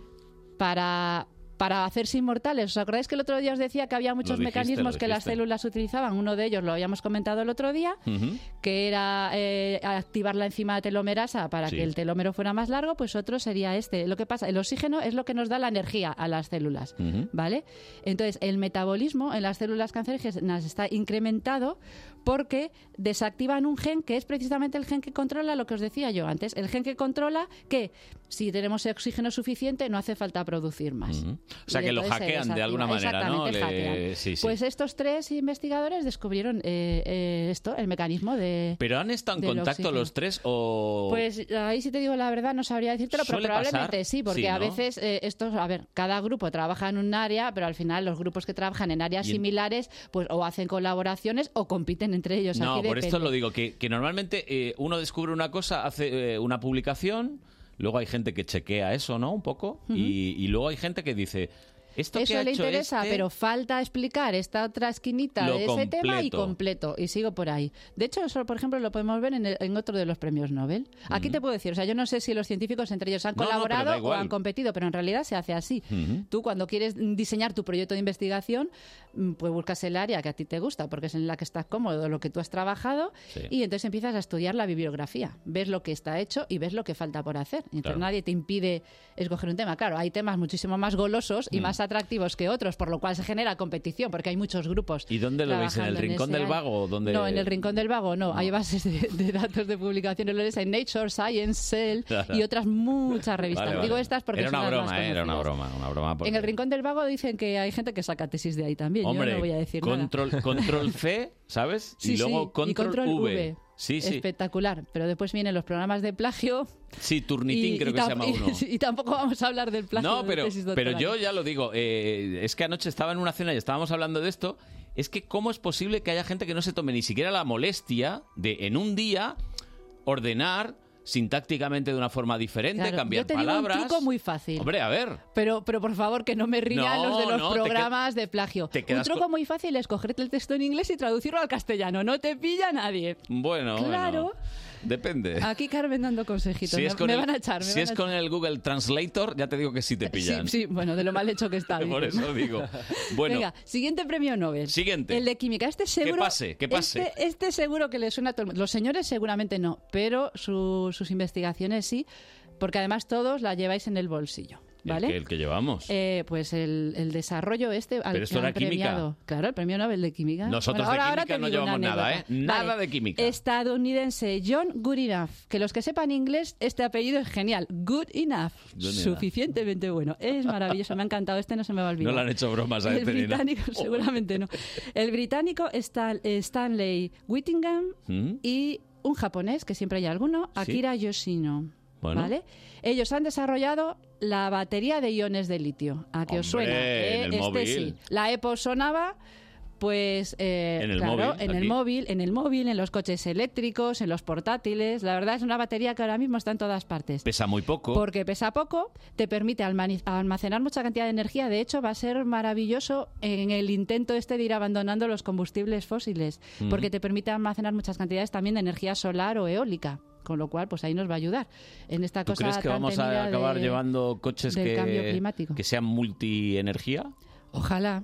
Speaker 13: para para hacerse inmortales. ¿Os acordáis que el otro día os decía que había muchos
Speaker 14: dijiste,
Speaker 13: mecanismos
Speaker 14: lo
Speaker 13: que las
Speaker 14: dijiste.
Speaker 13: células utilizaban? Uno de ellos lo habíamos comentado el otro día,
Speaker 2: mm,
Speaker 14: Ujú.
Speaker 13: que era eh, activar la enzima telomerasa para
Speaker 14: Sí.
Speaker 13: que el telómero fuera más largo, pues otro sería este. Lo que pasa, el oxígeno es lo que nos da la energía a las células,
Speaker 14: Ujú.
Speaker 13: ¿vale? Entonces, el metabolismo en las células cancerígenas está incrementado porque desactivan un gen que es precisamente el gen que controla lo que os decía yo antes, el gen que controla que si tenemos oxígeno suficiente no hace falta producir más.
Speaker 2: O sea,
Speaker 13: Y
Speaker 2: que lo
Speaker 13: entonces se
Speaker 2: hackean de
Speaker 13: desactiva.
Speaker 2: alguna manera, ¿no?
Speaker 13: Exactamente,
Speaker 2: Le-
Speaker 13: hackean.
Speaker 2: sí, sí.
Speaker 13: Pues estos tres investigadores descubrieron eh, eh, esto, el mecanismo de...
Speaker 2: ¿Pero han estado en
Speaker 13: del
Speaker 2: contacto
Speaker 13: oxígeno.
Speaker 2: los tres o...?
Speaker 13: Pues ahí sí te digo la verdad, no sabría decírtelo, pero
Speaker 2: ¿Suele
Speaker 13: probablemente
Speaker 2: pasar?
Speaker 13: sí, porque
Speaker 2: Sí,
Speaker 13: a
Speaker 2: ¿no?
Speaker 13: veces eh, estos, a ver, cada grupo trabaja en un área, pero al final los grupos que trabajan en áreas
Speaker 2: Y en-
Speaker 13: similares, pues o hacen colaboraciones o compiten entre ellos.
Speaker 2: no,
Speaker 13: aquí
Speaker 2: por esto
Speaker 13: depende.
Speaker 2: lo digo, que, que normalmente eh, uno descubre una cosa, hace eh, una publicación, luego hay gente que chequea eso, ¿no? Un poco, y, y luego hay gente que dice, esto que
Speaker 13: Eso
Speaker 2: ha
Speaker 13: le
Speaker 2: hecho
Speaker 13: interesa,
Speaker 2: este,
Speaker 13: pero falta explicar esta otra esquinita
Speaker 2: Lo
Speaker 13: de ese tema y
Speaker 2: completo.
Speaker 13: completo. Y sigo por ahí. De hecho, eso, por ejemplo, lo podemos ver en, el- en otro de los premios Nobel. Aquí te puedo decir, o sea, yo no sé si los científicos entre ellos han
Speaker 14: No, no, pero da
Speaker 13: colaborado o
Speaker 14: igual.
Speaker 13: han competido, pero en realidad se hace así.
Speaker 14: Ujú.
Speaker 13: Tú cuando quieres diseñar tu proyecto de investigación, mm, pues buscas el área que a ti te gusta, porque es en la que estás cómodo, lo que tú has trabajado,
Speaker 14: Sí.
Speaker 13: y entonces empiezas a estudiar la bibliografía. Ves lo que está hecho y ves lo que falta por hacer. Y Entonces
Speaker 14: Claro.
Speaker 13: nadie te impide escoger un tema. Claro, hay temas muchísimo más golosos y
Speaker 2: Mm.
Speaker 13: más atractivos que otros, por lo cual se genera competición, porque hay muchos grupos.
Speaker 2: ¿Y dónde lo veis? ¿En el
Speaker 13: trabajando
Speaker 2: rincón
Speaker 13: ese
Speaker 2: del
Speaker 13: área.
Speaker 2: vago? ¿Dónde...
Speaker 13: No, en el rincón del vago no. Hay bases de, de datos de publicaciones, lo lees en Nature, Science, Cell
Speaker 2: Claro.
Speaker 13: y otras muchas revistas.
Speaker 2: Vale, vale.
Speaker 13: Digo estas porque
Speaker 2: Era
Speaker 13: son
Speaker 2: una
Speaker 13: las
Speaker 2: broma,
Speaker 13: más
Speaker 2: ¿eh? era una
Speaker 13: conocidas.
Speaker 2: broma, una broma. porque-
Speaker 13: En el rincón del vago dicen que hay gente que saca tesis de ahí también.
Speaker 2: Hombre,
Speaker 13: Yo no voy a decir
Speaker 2: control,
Speaker 13: nada.
Speaker 2: control C, ¿sabes?
Speaker 13: Sí,
Speaker 2: y luego
Speaker 13: sí,
Speaker 2: control,
Speaker 13: y control
Speaker 2: v.
Speaker 13: V.
Speaker 2: Sí, sí.
Speaker 13: Espectacular. Pero después vienen los programas de plagio.
Speaker 2: Sí, Turnitin creo que se
Speaker 13: tam-
Speaker 2: llama
Speaker 13: y-
Speaker 2: uno.
Speaker 13: y tampoco vamos a hablar del plagio.
Speaker 2: No,
Speaker 13: de
Speaker 2: pero,
Speaker 13: tesis
Speaker 2: pero
Speaker 13: doctorales.
Speaker 2: yo ya lo digo. eh, es que anoche estaba en una cena y estábamos hablando de esto. Es que cómo es posible que haya gente que no se tome ni siquiera la molestia de en un día ordenar sintácticamente de una forma diferente,
Speaker 13: Claro,
Speaker 2: cambiar
Speaker 13: yo te
Speaker 2: palabras.
Speaker 13: digo un truco muy fácil.
Speaker 2: Hombre, a ver.
Speaker 13: Pero, pero por favor, que no me ría
Speaker 2: No,
Speaker 13: los de los
Speaker 2: no, te
Speaker 13: programas de plagio.
Speaker 2: te
Speaker 13: Un
Speaker 2: quedas
Speaker 13: truco
Speaker 2: con-
Speaker 13: muy fácil es cogerte el texto en inglés y traducirlo al castellano. No te pilla nadie.
Speaker 2: Bueno,
Speaker 13: Claro.
Speaker 2: bueno. Depende.
Speaker 13: Aquí Carmen dando consejitos.
Speaker 2: Si
Speaker 13: me
Speaker 2: es con
Speaker 13: me
Speaker 2: el-
Speaker 13: van a echar. me
Speaker 2: si
Speaker 13: van
Speaker 2: es
Speaker 13: a
Speaker 2: con el Google Translator, ya te digo que sí te
Speaker 13: echar.
Speaker 2: pillan.
Speaker 13: Sí, sí, bueno, de lo mal hecho que está.
Speaker 2: Por
Speaker 13: dices.
Speaker 2: eso digo. Bueno,
Speaker 13: Venga, siguiente premio Nobel.
Speaker 2: Siguiente.
Speaker 13: El de química. Este seguro.
Speaker 2: pase, que pase.
Speaker 13: Este, este seguro que le suena a todo el mundo. Los señores seguramente no, pero su- sus investigaciones sí, porque además todos la lleváis en el bolsillo. ¿Vale?
Speaker 2: el, que, el que llevamos.
Speaker 13: Eh, pues el, el desarrollo este al
Speaker 2: Pero esto
Speaker 13: que han
Speaker 2: era química.
Speaker 13: premiado. Claro, el premio Nobel de Química.
Speaker 2: Nosotros
Speaker 13: Bueno,
Speaker 2: de
Speaker 13: ahora- ahora
Speaker 2: química
Speaker 13: te
Speaker 2: no
Speaker 13: digo una
Speaker 2: llevamos nada, ¿eh?
Speaker 13: anécdota.
Speaker 2: Nada
Speaker 13: Vale.
Speaker 2: de química.
Speaker 13: Estadounidense John Good Enough. Que los que sepan inglés, este apellido es genial. Good Enough.
Speaker 2: Good enough.
Speaker 13: Suficientemente bueno. Es maravilloso, me ha encantado. Este no se me va a
Speaker 2: No
Speaker 13: olvidar.
Speaker 2: le han hecho bromas a
Speaker 13: El
Speaker 2: este ni nada.
Speaker 13: británico, seguramente no. El británico Stan- eh, Stanley Whittingham
Speaker 2: ¿Mm?
Speaker 13: y un japonés, que siempre hay alguno, Akira Yoshino.
Speaker 2: Bueno.
Speaker 13: ¿Vale? Ellos han desarrollado la batería de iones de litio. ¿A qué os
Speaker 2: Hombre,
Speaker 13: suena?
Speaker 2: en el
Speaker 13: este
Speaker 2: móvil.
Speaker 13: sí. La EPO sonaba. Pues eh,
Speaker 2: En el
Speaker 13: claro,
Speaker 2: móvil,
Speaker 13: en el
Speaker 2: aquí.
Speaker 13: móvil, en el móvil, en los coches eléctricos, en los portátiles. La verdad es una batería que ahora mismo está en todas partes.
Speaker 2: Pesa muy poco.
Speaker 13: Porque pesa poco, te permite almani- almacenar mucha cantidad de energía. De hecho, va a ser maravilloso en el intento este de ir abandonando los combustibles fósiles,
Speaker 2: Mm.
Speaker 14: Ujú.
Speaker 13: porque te permite almacenar muchas cantidades también de energía solar o eólica. Con lo cual, pues ahí nos va a ayudar en esta
Speaker 2: ¿Tú
Speaker 13: cosa
Speaker 2: crees que
Speaker 13: tan
Speaker 2: vamos a
Speaker 13: temida
Speaker 2: acabar
Speaker 13: de-
Speaker 2: llevando coches
Speaker 13: del cambio
Speaker 2: que,
Speaker 13: climático.
Speaker 2: que sean multienergía?
Speaker 13: Ojalá,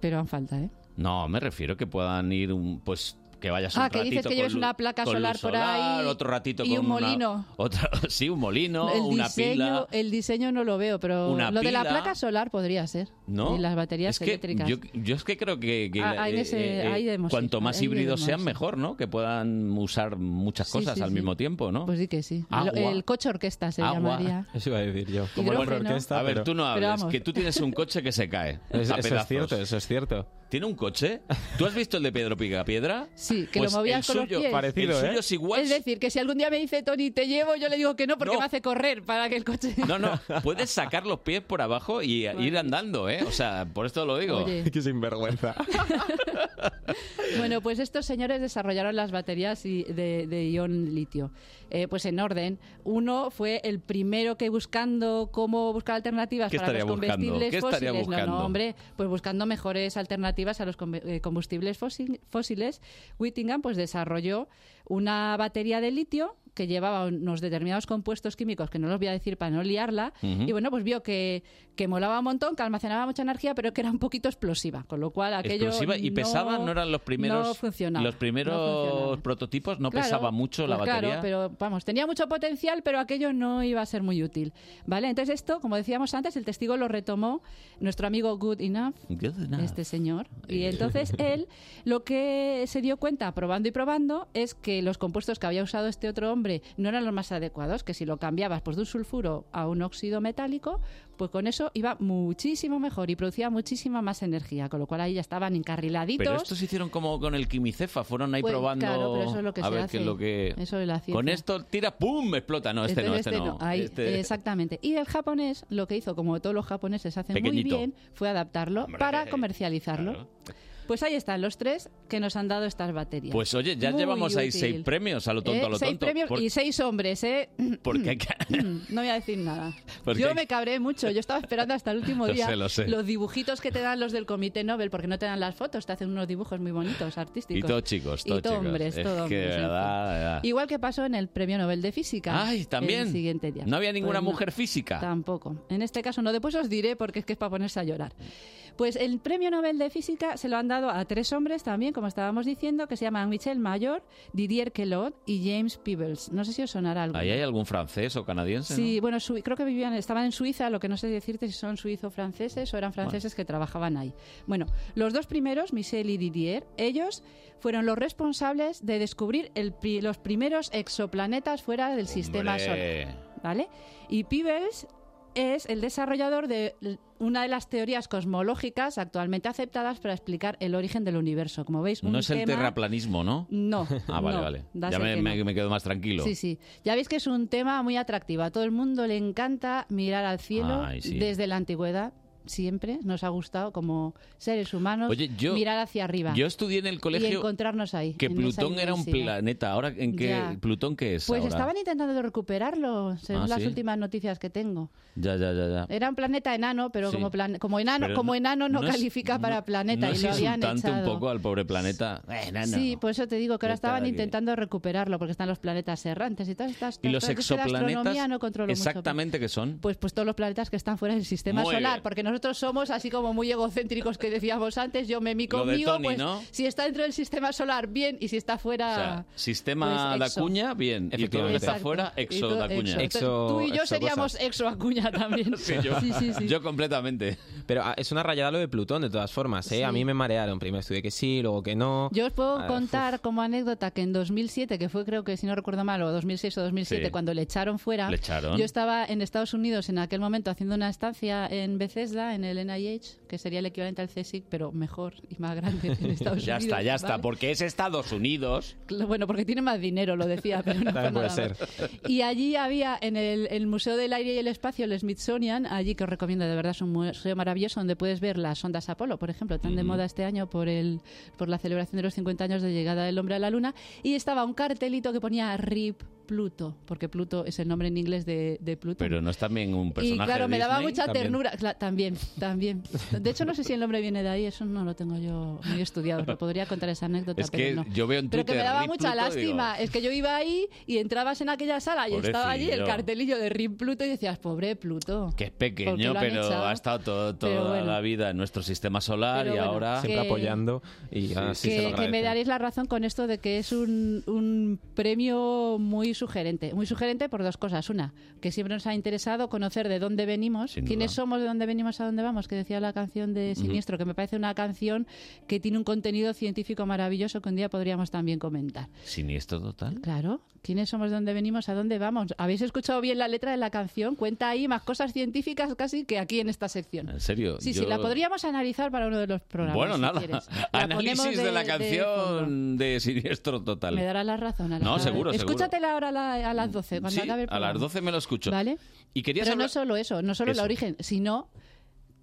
Speaker 13: pero han falta, ¿eh?
Speaker 2: No, me refiero que puedan ir un pues que vayas un
Speaker 13: Ah, que dices
Speaker 2: ratito
Speaker 13: que lleves
Speaker 2: con lu-
Speaker 13: una placa
Speaker 2: con luz
Speaker 13: solar por ahí
Speaker 2: otro ratito
Speaker 13: y
Speaker 2: con
Speaker 13: un
Speaker 2: una-
Speaker 13: molino.
Speaker 2: otra- sí, un molino,
Speaker 13: el
Speaker 2: una
Speaker 13: diseño,
Speaker 2: pila.
Speaker 13: el diseño no lo veo, pero
Speaker 2: Una
Speaker 13: lo de la
Speaker 2: pila.
Speaker 13: placa solar podría ser.
Speaker 2: ¿No?
Speaker 13: Y las baterías
Speaker 2: es que
Speaker 13: eléctricas.
Speaker 2: Yo, yo es que creo que, que
Speaker 13: Ah,
Speaker 2: la-
Speaker 13: ahí en ese- ahí hemos-
Speaker 2: cuanto más
Speaker 13: ahí
Speaker 2: híbridos
Speaker 13: hemos-
Speaker 2: sean, mejor, ¿no? Que puedan usar muchas
Speaker 13: Sí,
Speaker 2: cosas
Speaker 13: sí,
Speaker 2: al
Speaker 13: sí.
Speaker 2: mismo tiempo, ¿no? Ah,
Speaker 13: Pues sí que sí.
Speaker 2: Agua.
Speaker 13: El, el coche orquesta se
Speaker 2: Agua.
Speaker 13: llamaría.
Speaker 12: Eso iba a decir yo. Como
Speaker 13: Hidrógeno.
Speaker 12: nombre de orquesta,
Speaker 2: a ver,
Speaker 12: pero-
Speaker 2: tú no hables,
Speaker 13: vamos.
Speaker 2: que tú tienes un coche que se cae.
Speaker 12: Es-
Speaker 2: a
Speaker 12: eso es
Speaker 2: pedazos.
Speaker 12: cierto, eso es cierto.
Speaker 2: ¿Tiene un coche? ¿Tú has visto el de Pedro Pica Piedra?
Speaker 13: Sí, que lo
Speaker 2: Pues
Speaker 13: movías
Speaker 2: el
Speaker 13: con los
Speaker 2: suyo- ¿eh?
Speaker 13: pies.
Speaker 2: el
Speaker 12: ¿eh?
Speaker 2: suyo es igual.
Speaker 13: Es decir, que si algún día me dice Tony, te llevo, yo le digo que no porque me hace correr para que el coche.
Speaker 2: No, no, puedes sacar los pies por abajo y ir andando, ¿eh? O sea, por esto lo digo.
Speaker 13: Oye.
Speaker 2: Qué sinvergüenza.
Speaker 13: Bueno, pues estos señores desarrollaron las baterías y- de, de ion litio, eh, pues en orden. Uno fue el primero que buscando cómo buscar alternativas
Speaker 2: ¿Qué
Speaker 13: para los
Speaker 2: estaría buscando?
Speaker 13: combustibles
Speaker 2: ¿Qué estaría
Speaker 13: fósiles. No,
Speaker 2: buscando?
Speaker 13: no, hombre, pues buscando mejores alternativas a los com- eh, combustibles fósil- fósiles. Whittingham pues desarrolló una batería de litio que llevaba unos determinados compuestos químicos que no los voy a decir para no liarla.
Speaker 14: Ujú.
Speaker 13: Y bueno, pues vio que, que molaba un montón, que almacenaba mucha energía, pero que era un poquito explosiva. Con lo cual aquello.
Speaker 2: Explosiva y
Speaker 13: no-
Speaker 2: pesaba, no eran los primeros,
Speaker 13: no funcionaba,
Speaker 2: los primeros
Speaker 13: no funcionaba.
Speaker 2: prototipos, no
Speaker 13: Claro,
Speaker 2: pesaba mucho la
Speaker 13: pues
Speaker 2: batería.
Speaker 13: Claro, pero vamos, tenía mucho potencial, pero aquello no iba a ser muy útil. ¿Vale? Entonces, esto, como decíamos antes, el testigo lo retomó nuestro amigo Good Enough,
Speaker 2: Good enough.
Speaker 13: este señor. Y entonces él lo que se dio cuenta probando y probando es que los compuestos que había usado este otro hombre no eran los más adecuados, que si lo cambiabas pues, de un sulfuro a un óxido metálico, pues con eso iba muchísimo mejor y producía muchísima más energía, con lo cual ahí ya estaban encarriladitos.
Speaker 2: Pero estos se hicieron como con el quimicefa, fueron ahí
Speaker 13: Pues,
Speaker 2: probando
Speaker 13: claro, pero eso es lo que
Speaker 2: a
Speaker 13: se
Speaker 2: ver
Speaker 13: hace.
Speaker 2: qué es lo que...
Speaker 13: Eso es la ciencia.
Speaker 2: Con esto tira, ¡pum! explota. No, este
Speaker 13: Entonces,
Speaker 2: no, este, no.
Speaker 13: Ahí, eh,
Speaker 2: Este-
Speaker 13: Exactamente. Y el japonés lo que hizo, como todos los japoneses hacen
Speaker 2: Pequeñito. eh,
Speaker 13: muy bien, fue adaptarlo para comercializarlo. Pues ahí están los tres que nos han dado estas baterías.
Speaker 2: Pues oye, ya
Speaker 13: Muy
Speaker 2: llevamos ahí
Speaker 13: útil.
Speaker 2: seis premios, a lo tonto,
Speaker 13: Eh,
Speaker 2: a lo
Speaker 13: seis
Speaker 2: tonto.
Speaker 13: premios
Speaker 2: Por-
Speaker 13: y seis hombres, ¿eh?
Speaker 2: Porque hay que-
Speaker 13: No voy a decir nada.
Speaker 2: Porque
Speaker 13: Yo
Speaker 2: hay-
Speaker 13: me cabré mucho. Yo estaba esperando hasta el último
Speaker 2: Lo
Speaker 13: día
Speaker 2: sé, lo sé.
Speaker 13: los dibujitos que te dan los del Comité Nobel, porque no te dan las fotos, te hacen unos dibujos muy bonitos, artísticos.
Speaker 2: Y todos chicos,
Speaker 13: Y
Speaker 2: todos
Speaker 13: todo
Speaker 2: chicos.
Speaker 13: hombres,
Speaker 2: es
Speaker 13: todo
Speaker 2: que
Speaker 13: hombres, en fin.
Speaker 2: verdad, verdad.
Speaker 13: Igual que pasó en el Premio Nobel de Física.
Speaker 2: Ay, también.
Speaker 13: El siguiente día.
Speaker 2: No había ninguna
Speaker 13: Pues no,
Speaker 2: mujer física.
Speaker 13: Tampoco. En este caso no. Después os diré porque es que es para ponerse a llorar. Pues el Premio Nobel de Física se lo han dado a tres hombres también, como estábamos diciendo, que se llaman Michel Mayor, Didier Queloz y James Peebles. No sé si os sonará algo.
Speaker 2: Ahí hay algún francés o canadiense,
Speaker 13: Sí, bueno, su- creo que vivían, estaban en Suiza, lo que no sé decirte si son suizo-franceses o eran franceses que trabajaban ahí. Bueno, los dos primeros, Michel y Didier, ellos fueron los responsables de descubrir el pri- los primeros exoplanetas fuera del sistema solar. ¿vale? Y Peebles es el desarrollador de l- una de las teorías cosmológicas actualmente aceptadas para explicar el origen del universo. Como veis, un
Speaker 2: No es el
Speaker 13: tema-
Speaker 2: terraplanismo, ¿no?
Speaker 13: No,
Speaker 2: Ah, vale,
Speaker 13: no,
Speaker 2: vale.
Speaker 13: da
Speaker 2: Ya
Speaker 13: ser
Speaker 2: me,
Speaker 13: que no.
Speaker 2: me- me quedo más tranquilo.
Speaker 13: Sí, sí. Ya veis que es un tema muy atractivo. A todo el mundo le encanta mirar al cielo
Speaker 2: Ay, sí.
Speaker 13: desde la antigüedad. Siempre nos ha gustado como seres humanos
Speaker 2: Oye, yo-
Speaker 13: mirar hacia arriba
Speaker 2: Yo estudié en el
Speaker 13: y
Speaker 2: colegio
Speaker 13: encontrarnos ahí.
Speaker 2: que
Speaker 13: en
Speaker 2: Plutón
Speaker 13: esa
Speaker 2: era un
Speaker 13: inmensidad.
Speaker 2: planeta. Ahora, ¿en qué
Speaker 13: Ya.
Speaker 2: Plutón qué es?
Speaker 13: Pues
Speaker 2: ahora?
Speaker 13: estaban intentando recuperarlo, según
Speaker 2: Ah,
Speaker 13: las
Speaker 2: ¿sí?
Speaker 13: últimas noticias que tengo.
Speaker 2: Ya, ya, ya, ya.
Speaker 13: Era un planeta enano, pero
Speaker 2: Sí.
Speaker 13: como, plan- como enano,
Speaker 2: Pero
Speaker 13: como
Speaker 2: no-
Speaker 13: enano no,
Speaker 2: no es-
Speaker 13: califica para planeta
Speaker 2: ¿No
Speaker 13: y
Speaker 2: es
Speaker 13: lo habían
Speaker 2: insultante
Speaker 13: echado.
Speaker 2: un poco al pobre planeta? Eh, nano.
Speaker 13: Sí, por eso te digo que ahora
Speaker 2: Vete de
Speaker 13: estaban
Speaker 2: aquí.
Speaker 13: intentando recuperarlo porque están los planetas errantes y todas estas
Speaker 2: ¿Y los
Speaker 13: cosas. Yo es que de astronomía
Speaker 2: exoplanetas?
Speaker 13: no controlo mucho, pero-
Speaker 2: ¿Exactamente qué son?
Speaker 13: pues, pues todos los planetas que están fuera del sistema
Speaker 2: Muy
Speaker 13: solar,
Speaker 2: bien.
Speaker 13: porque nosotros somos así como muy egocéntricos que decíamos antes, yo me mi
Speaker 2: Lo de
Speaker 13: conmigo,
Speaker 2: Tony,
Speaker 13: pues
Speaker 2: ¿no?
Speaker 13: si está dentro del sistema solar, bien, y si está
Speaker 2: O
Speaker 13: fuera...
Speaker 2: sea, sistema
Speaker 13: pues, exo.
Speaker 2: Dacuña, bien. Y todo lo que está
Speaker 13: Exacto.
Speaker 2: fuera,
Speaker 13: Y
Speaker 2: exo
Speaker 13: todo
Speaker 2: Dacuña.
Speaker 13: exo. Entonces, Tú y yo seríamos exo Acuña también.
Speaker 2: yo.
Speaker 13: Sí, sí, sí.
Speaker 2: Yo completamente.
Speaker 12: Pero ah, es una rayada lo de Plutón, de todas formas. ¿eh? A mí me marearon. Primero estudié que sí, luego que no.
Speaker 13: Yo os puedo
Speaker 12: Ah,
Speaker 13: contar como anécdota que en 2007, que fue creo que si no recuerdo mal, o 2006 o 2007,
Speaker 12: Sí.
Speaker 13: cuando le echaron fuera,
Speaker 12: Le echaron.
Speaker 13: yo estaba en Estados Unidos en aquel momento haciendo una estancia en Bethesda, en el NIH, que sería el equivalente al CSIC, pero mejor y más grande en Estados
Speaker 2: ya
Speaker 13: Unidos.
Speaker 2: está, ya está.
Speaker 13: ¿vale?
Speaker 2: Porque es Estados Unidos.
Speaker 13: Cl- Bueno, porque tiene más dinero, lo decía, pero no fue nada más. Y allí había en el, el Museo del Aire y el Espacio, el Smithsonian, allí que os recomiendo, de verdad es un museo maravilloso donde puedes ver las ondas Apolo, por ejemplo, tan de
Speaker 15: Ujú.
Speaker 13: moda este año por, el, por la celebración de los 50 años de llegada del hombre a la Luna. Y estaba un cartelito que ponía RIP Pluto, porque Pluto es el nombre en inglés de, de Pluto.
Speaker 2: Pero no es también un
Speaker 13: y
Speaker 2: personaje.
Speaker 13: claro,
Speaker 2: de
Speaker 13: me daba
Speaker 2: Disney?
Speaker 13: mucha
Speaker 2: También.
Speaker 13: ternura. Cla- También, también. De hecho, no sé si el nombre viene de ahí, eso no lo tengo yo muy estudiado. Os lo podría contar esa anécdota,
Speaker 2: Es que
Speaker 13: pero no.
Speaker 2: yo veo en
Speaker 13: Pero que me
Speaker 2: Twitter,
Speaker 13: daba
Speaker 2: "Rip
Speaker 13: mucha
Speaker 2: Pluto", digo,
Speaker 13: lástima. Es que yo iba ahí y entrabas en aquella sala y estaba allí el
Speaker 2: Pobrecillo.
Speaker 13: cartelillo de RIP Pluto y decías, pobre Pluto.
Speaker 2: Que es
Speaker 13: ¿Por qué
Speaker 2: pequeño,
Speaker 13: lo han
Speaker 2: pero
Speaker 13: echado?
Speaker 2: ha estado todo-
Speaker 13: Pero
Speaker 2: toda
Speaker 13: bueno.
Speaker 2: la vida en nuestro sistema solar
Speaker 13: Pero
Speaker 2: y
Speaker 13: bueno,
Speaker 2: ahora.
Speaker 13: Siempre que- apoyando
Speaker 12: y
Speaker 13: que, que me daréis la razón con esto de que es un, un premio muy sugerente. Muy sugerente por dos cosas. Una, que siempre nos ha interesado conocer de dónde venimos,
Speaker 16: Sin
Speaker 13: quiénes
Speaker 16: duda.
Speaker 13: somos, de dónde venimos, a dónde vamos, que decía la canción de
Speaker 16: Ujú.
Speaker 13: Siniestro, que me parece una canción que tiene un contenido científico maravilloso que un día podríamos también comentar.
Speaker 2: Siniestro total.
Speaker 13: Claro, ¿quiénes somos, de dónde venimos, a dónde vamos? ¿Habéis escuchado bien la letra de la canción? Cuenta ahí más cosas científicas casi que aquí en esta sección.
Speaker 2: En serio.
Speaker 13: Sí,
Speaker 2: yo-
Speaker 13: sí, la podríamos analizar para uno de los programas.
Speaker 2: Bueno,
Speaker 13: si
Speaker 2: nada.
Speaker 13: quieres. La ponemos
Speaker 2: Análisis de, la canción de, Siniestro Total.
Speaker 13: Me dará la razón. a la-
Speaker 2: No, seguro, seguro.
Speaker 13: Escúchatela ahora a, la- a las 12, cuando
Speaker 2: Sí,
Speaker 13: acabe el
Speaker 2: a las
Speaker 13: programa.
Speaker 2: 12 me lo escucho.
Speaker 13: Vale.
Speaker 2: Y querías
Speaker 13: Pero no
Speaker 2: hablar-
Speaker 13: solo eso, no solo el
Speaker 2: Eso.
Speaker 13: origen, sino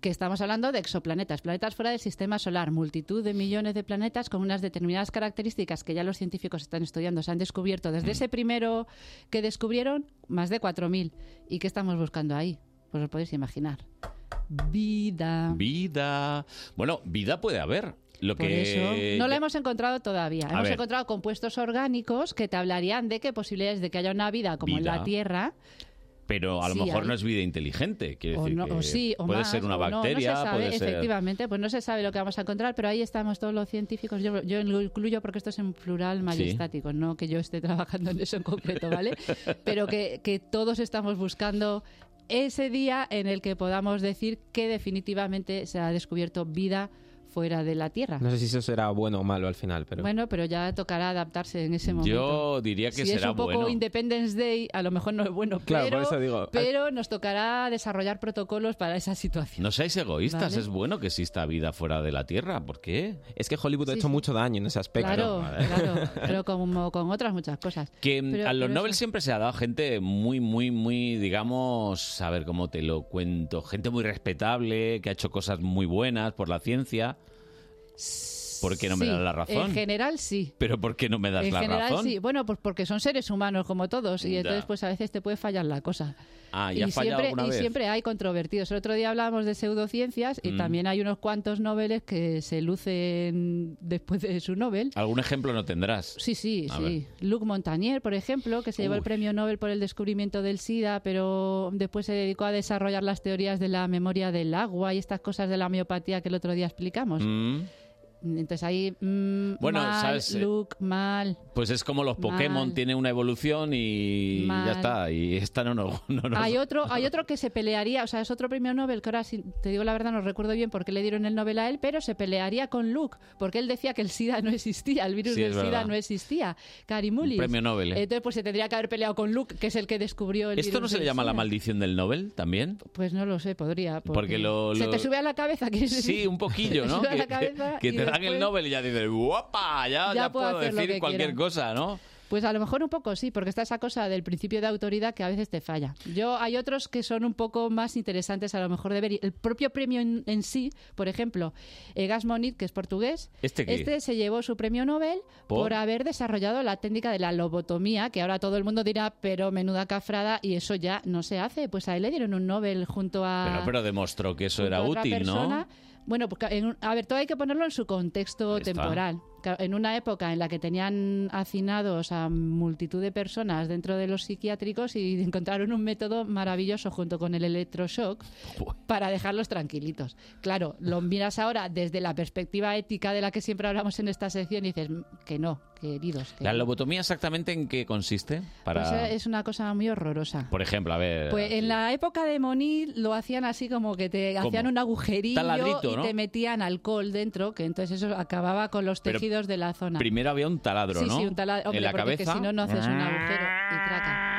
Speaker 13: que estamos hablando de exoplanetas, planetas fuera del sistema solar, multitud de millones de planetas con unas determinadas características que ya los científicos están estudiando, se han descubierto
Speaker 2: Mm.
Speaker 13: desde ese primero que descubrieron, más de 4.000. ¿Y qué estamos buscando ahí? Pues os podéis imaginar. Vida.
Speaker 2: Vida. Bueno, vida puede haber. Lo
Speaker 13: Por
Speaker 2: que
Speaker 13: eso no la hemos encontrado todavía.
Speaker 2: Eh, A
Speaker 13: hemos
Speaker 2: ver.
Speaker 13: encontrado compuestos orgánicos que te hablarían de que posibilidades de que haya una vida como en
Speaker 2: Vida.
Speaker 13: la Tierra.
Speaker 2: Pero a lo
Speaker 13: Sí,
Speaker 2: mejor
Speaker 13: hay.
Speaker 2: no es vida inteligente. Quiero
Speaker 13: O,
Speaker 2: decir
Speaker 13: no-
Speaker 2: que
Speaker 13: o sí, o
Speaker 2: puede
Speaker 13: más,
Speaker 2: ser una
Speaker 13: o no, no se
Speaker 2: bacteria,
Speaker 13: sabe,
Speaker 2: puede ser.
Speaker 13: Efectivamente, pues no se sabe lo que vamos a encontrar, pero ahí estamos todos los científicos. Yo, yo lo incluyo porque esto es en plural majestático, no que yo esté trabajando en eso en concreto, ¿vale? Pero que, que todos estamos buscando ese día en el que podamos decir que definitivamente se ha descubierto vida fuera de la Tierra.
Speaker 12: No sé si eso será bueno o malo al final, pero...
Speaker 13: Bueno, pero ya tocará adaptarse en ese momento.
Speaker 12: Yo diría que
Speaker 13: si es
Speaker 12: será
Speaker 13: un poco
Speaker 12: bueno.
Speaker 13: Independence Day, a lo mejor no es bueno,
Speaker 2: Claro,
Speaker 13: pero,
Speaker 2: por eso digo,
Speaker 13: pero nos tocará desarrollar protocolos para esa situación.
Speaker 2: No seáis egoístas,
Speaker 13: Vale.
Speaker 2: es bueno que exista vida fuera de la Tierra. ¿Por qué?
Speaker 12: Es que Hollywood
Speaker 13: ha Sí, hecho sí.
Speaker 12: mucho daño en ese aspecto.
Speaker 13: Claro, claro, pero como con otras muchas cosas.
Speaker 2: Que mm,
Speaker 13: Pero-
Speaker 2: a los
Speaker 13: pero
Speaker 2: Nobel
Speaker 13: eso-
Speaker 2: siempre se ha dado gente muy, muy, muy, digamos, a ver cómo te lo cuento, gente muy respetable, que ha hecho cosas muy buenas por la ciencia. ¿Por qué no me
Speaker 13: Sí,
Speaker 2: das la
Speaker 13: En
Speaker 2: razón?
Speaker 13: general sí.
Speaker 2: ¿Pero por qué no me das
Speaker 13: En
Speaker 2: la
Speaker 13: general
Speaker 2: razón?
Speaker 13: sí. Bueno, pues porque son seres humanos como todos y
Speaker 2: Ya.
Speaker 13: entonces pues a veces te puede fallar la cosa.
Speaker 2: Ah, ¿y ha fallado
Speaker 13: siempre,
Speaker 2: alguna
Speaker 13: y
Speaker 2: vez?
Speaker 13: siempre hay controvertidos. El otro día hablábamos de pseudociencias y
Speaker 2: Mm.
Speaker 13: también hay unos cuantos noveles que se lucen después de su Nobel.
Speaker 2: ¿Algún ejemplo no tendrás?
Speaker 13: Sí, sí,
Speaker 2: A
Speaker 13: sí. Luc Montagnier, por ejemplo, que se llevó el
Speaker 2: Uy.
Speaker 13: premio Nobel por el descubrimiento del SIDA, pero después se dedicó a desarrollar las teorías de la memoria del agua y estas cosas de la homeopatía que el otro día explicamos.
Speaker 2: Mm.
Speaker 13: Entonces ahí, mm,
Speaker 2: Bueno,
Speaker 13: mal,
Speaker 2: sabes, eh,
Speaker 13: Luc, mal.
Speaker 2: Pues es como los Pokémon,
Speaker 13: Mal.
Speaker 2: tiene una evolución y
Speaker 13: Mal.
Speaker 2: ya está. Y esta no nos. No nos-
Speaker 13: Hay otro, hay otro que se pelearía, o sea, es otro premio Nobel que ahora, si te digo la verdad, no recuerdo bien por qué le dieron el Nobel a él, pero se pelearía con Luke, porque él decía que el SIDA no existía, el virus
Speaker 2: Sí, es
Speaker 13: del SIDA
Speaker 2: verdad.
Speaker 13: no existía. Karimullis.
Speaker 2: Un premio Nobel, ¿eh?
Speaker 13: Entonces, pues se tendría que haber peleado con Luke, que es el que descubrió el
Speaker 2: ¿Esto
Speaker 13: virus
Speaker 2: no se le
Speaker 13: del
Speaker 2: llama la
Speaker 13: SIDA.
Speaker 2: maldición del Nobel también?
Speaker 13: Pues no lo sé, podría. Porque,
Speaker 2: Porque lo-
Speaker 13: Se
Speaker 2: lo-
Speaker 13: te sube a la cabeza, ¿quieres decir?
Speaker 2: Sí, un poquillo,
Speaker 13: Se
Speaker 2: ¿no?
Speaker 13: sube a
Speaker 2: Que,
Speaker 13: la cabeza
Speaker 2: que
Speaker 13: y
Speaker 2: te dan el
Speaker 13: después-
Speaker 2: Nobel y ya dices, ¡guapa! Ya,
Speaker 13: Ya
Speaker 2: ya
Speaker 13: puedo
Speaker 2: puedo,
Speaker 13: hacer lo
Speaker 2: decir
Speaker 13: que
Speaker 2: cualquier
Speaker 13: quiera".
Speaker 2: cosa, ¿no?
Speaker 13: Pues a lo mejor un poco sí, porque está esa cosa del principio de autoridad que a veces te falla. Yo hay otros que son un poco más interesantes a lo mejor de ver. Y El propio premio en, en sí, por ejemplo, Egas Monit, que es portugués,
Speaker 2: ¿Este qué?
Speaker 13: se llevó su premio Nobel
Speaker 2: ¿Por?
Speaker 13: ¿Por? haber desarrollado la técnica de la lobotomía, que ahora todo el mundo dirá, pero menuda cafrada, y eso ya no se hace. Pues a él le dieron un Nobel junto a...
Speaker 2: Pero, pero demostró que eso
Speaker 13: junto
Speaker 2: era
Speaker 13: a Ah. otra
Speaker 2: útil,
Speaker 13: persona. Bueno, pues, en un- a ver, todo hay que ponerlo en su contexto
Speaker 2: está.
Speaker 13: temporal. Claro, En una época en la que tenían hacinados a multitud de personas dentro de los psiquiátricos y encontraron un método maravilloso junto con el electroshock para dejarlos tranquilitos. Claro, lo miras ahora desde la perspectiva ética de la que siempre hablamos en esta sección y dices "Mm, que no, queridos.
Speaker 2: ¿no? ¿La lobotomía exactamente en qué consiste? Para,
Speaker 13: Pues, eh, es una cosa muy horrorosa.
Speaker 2: Por ejemplo, a ver.
Speaker 13: Pues en la época de Moni lo hacían así como que te
Speaker 2: ¿Cómo?
Speaker 13: hacían un agujerillo
Speaker 2: Taladrito,
Speaker 13: y
Speaker 2: ¿no?
Speaker 13: te metían alcohol dentro, que entonces eso acababa con los
Speaker 2: Pero
Speaker 13: tejidos de la zona.
Speaker 2: Primero había un taladro,
Speaker 13: sí,
Speaker 2: ¿no?
Speaker 13: sí, un taladro.
Speaker 2: en la
Speaker 13: porque
Speaker 2: cabeza. Ah,
Speaker 13: si no, no haces un agujero y traca.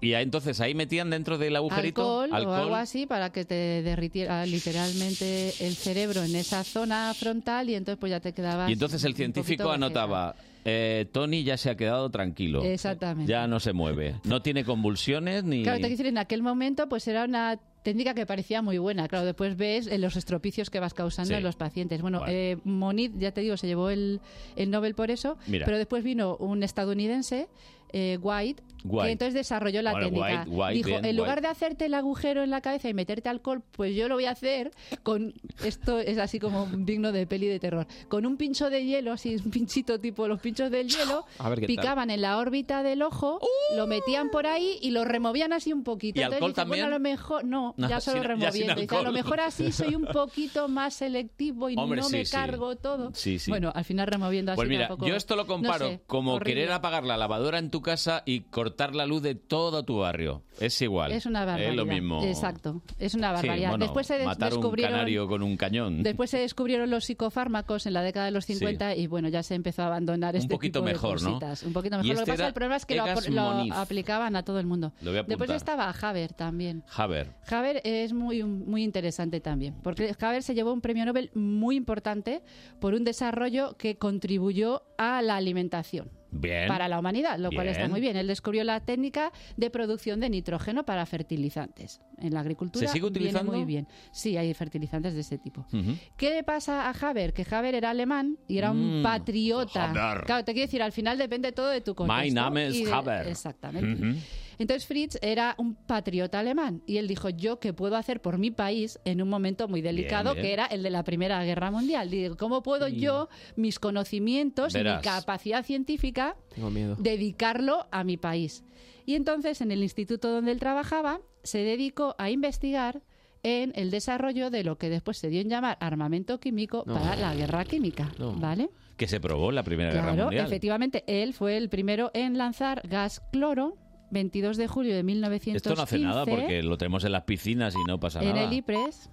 Speaker 2: Y ahí, entonces ahí metían dentro del agujerito
Speaker 13: Alcohol, o algo así para que te derritiera literalmente el cerebro en esa zona frontal y entonces pues ya te quedabas...
Speaker 2: Y entonces el científico
Speaker 13: poquito
Speaker 2: anotaba, eh, Tony ya se ha quedado tranquilo.
Speaker 13: Exactamente.
Speaker 2: Ya no se mueve. No tiene convulsiones ni...
Speaker 13: Claro, te quiero decir, en aquel momento pues era una técnica que parecía muy buena. Claro, después ves eh, los estropicios que vas causando
Speaker 2: Sí.
Speaker 13: en los pacientes. Bueno,
Speaker 2: Vale.
Speaker 13: eh, Moniz, ya te digo, se llevó el, el Nobel por eso,
Speaker 2: Mira.
Speaker 13: pero después vino un estadounidense, eh, White,
Speaker 2: White.
Speaker 13: que entonces desarrolló la
Speaker 2: Bueno,
Speaker 13: técnica.
Speaker 2: White, White,
Speaker 13: Dijo,
Speaker 2: bien,
Speaker 13: en lugar
Speaker 2: White.
Speaker 13: de hacerte el agujero en la cabeza y meterte alcohol, pues yo lo voy a hacer con... Esto es así como digno de peli de terror. Con un pincho de hielo, así un pinchito tipo los pinchos del hielo,
Speaker 12: A ver qué tal.
Speaker 13: picaban en la órbita del ojo, lo metían por ahí y lo removían así un poquito.
Speaker 2: ¿Y
Speaker 13: Entonces
Speaker 2: alcohol
Speaker 13: dice,
Speaker 2: también?
Speaker 13: Bueno, a lo mejor no,
Speaker 2: No,
Speaker 13: ya solo
Speaker 2: sin- ya sin
Speaker 13: removiendo. Dice, a lo
Speaker 2: alcohol.
Speaker 13: mejor así soy un poquito más selectivo y
Speaker 2: Hombre,
Speaker 13: no
Speaker 2: sí,
Speaker 13: me
Speaker 2: sí.
Speaker 13: cargo todo.
Speaker 2: Sí, sí.
Speaker 13: Bueno, al final removiendo así
Speaker 2: Pues mira,
Speaker 13: tampoco-
Speaker 2: yo esto lo
Speaker 13: no
Speaker 2: comparo
Speaker 13: sé,
Speaker 2: como
Speaker 13: horrible.
Speaker 2: querer apagar la lavadora en tu casa y cortar la luz de todo tu barrio. Es igual.
Speaker 13: Es una barbaridad.
Speaker 2: Es lo mismo.
Speaker 13: Exacto, es una
Speaker 2: Sí,
Speaker 13: barbaridad.
Speaker 2: bueno,
Speaker 13: después se des-
Speaker 2: matar un
Speaker 13: descubrieron
Speaker 2: canario con un cañón.
Speaker 13: Después se descubrieron los psicofármacos en la década de los 50 y bueno, ya se empezó a abandonar
Speaker 2: Un
Speaker 13: este
Speaker 2: poquito
Speaker 13: tipo de
Speaker 2: mejor, ¿no?
Speaker 13: cositas. Un poquito
Speaker 2: Y
Speaker 13: mejor. Lo
Speaker 2: este
Speaker 13: que pasa,
Speaker 2: era
Speaker 13: el problema es que lo,
Speaker 2: Egas
Speaker 13: apro- lo
Speaker 2: Moniz.
Speaker 13: aplicaban a todo el mundo.
Speaker 2: Lo voy a apuntar.
Speaker 13: Después estaba Haber también.
Speaker 2: Javer.
Speaker 13: Haber es muy, muy interesante también, porque Haber se llevó un premio Nobel muy importante por un desarrollo que contribuyó a la alimentación
Speaker 2: Bien.
Speaker 13: para la humanidad, lo cual está
Speaker 2: Bien.
Speaker 13: muy bien. Él descubrió la técnica de producción de nitrógeno para fertilizantes en la agricultura.
Speaker 2: ¿Se sigue
Speaker 13: viene
Speaker 2: utilizando?
Speaker 13: muy bien. Sí, hay fertilizantes de ese tipo.
Speaker 2: Ujú.
Speaker 13: ¿Qué le pasa a Haber? Que Haber era alemán y era un
Speaker 2: Mm,
Speaker 13: patriota.
Speaker 2: Haber.
Speaker 13: Claro, te quiero decir, al final depende todo de tu contexto.
Speaker 2: My name is Mm-hmm.
Speaker 13: y de-
Speaker 2: Haber. Mm.
Speaker 13: Exactamente.
Speaker 2: Ujú.
Speaker 13: Entonces Fritz era un patriota alemán y él dijo, yo qué puedo hacer por mi país en un momento muy delicado
Speaker 2: bien. Mm.
Speaker 13: que era el de la Primera Guerra Mundial. Digo, ¿cómo puedo yo, mis conocimientos y
Speaker 12: Verás.
Speaker 13: mi capacidad científica,
Speaker 12: Tengo miedo.
Speaker 13: dedicarlo a mi país. Y entonces en el instituto donde él trabajaba se dedicó a investigar en el desarrollo de lo que después se dio en llamar armamento químico
Speaker 2: No.
Speaker 13: para la guerra química,
Speaker 2: No.
Speaker 13: ¿vale?
Speaker 2: Que se probó en la Primera Guerra
Speaker 13: Claro,
Speaker 2: Mundial.
Speaker 13: efectivamente, él fue el primero en lanzar gas cloro 22 de julio de 1915
Speaker 2: Esto no hace nada porque lo tenemos en las piscinas y no pasa
Speaker 13: en
Speaker 2: nada.
Speaker 13: el IPRES.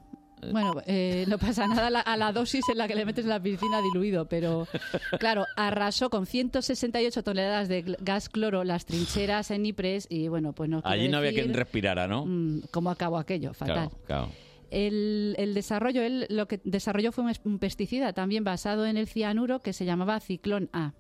Speaker 13: Bueno, eh, no pasa nada a la, a la dosis en la que le metes en la piscina diluido, pero claro, arrasó con 168 toneladas de gl- gas cloro las trincheras en Ypres y bueno, pues no. quiero
Speaker 2: Allí no había
Speaker 13: decir,
Speaker 2: quien respirara, ¿no?
Speaker 13: mm, ¿Cómo acabó aquello? Fatal.
Speaker 2: Claro, claro.
Speaker 13: El, el desarrollo, él lo que desarrolló fue un, es- un pesticida también basado en el cianuro que se llamaba ciclón A.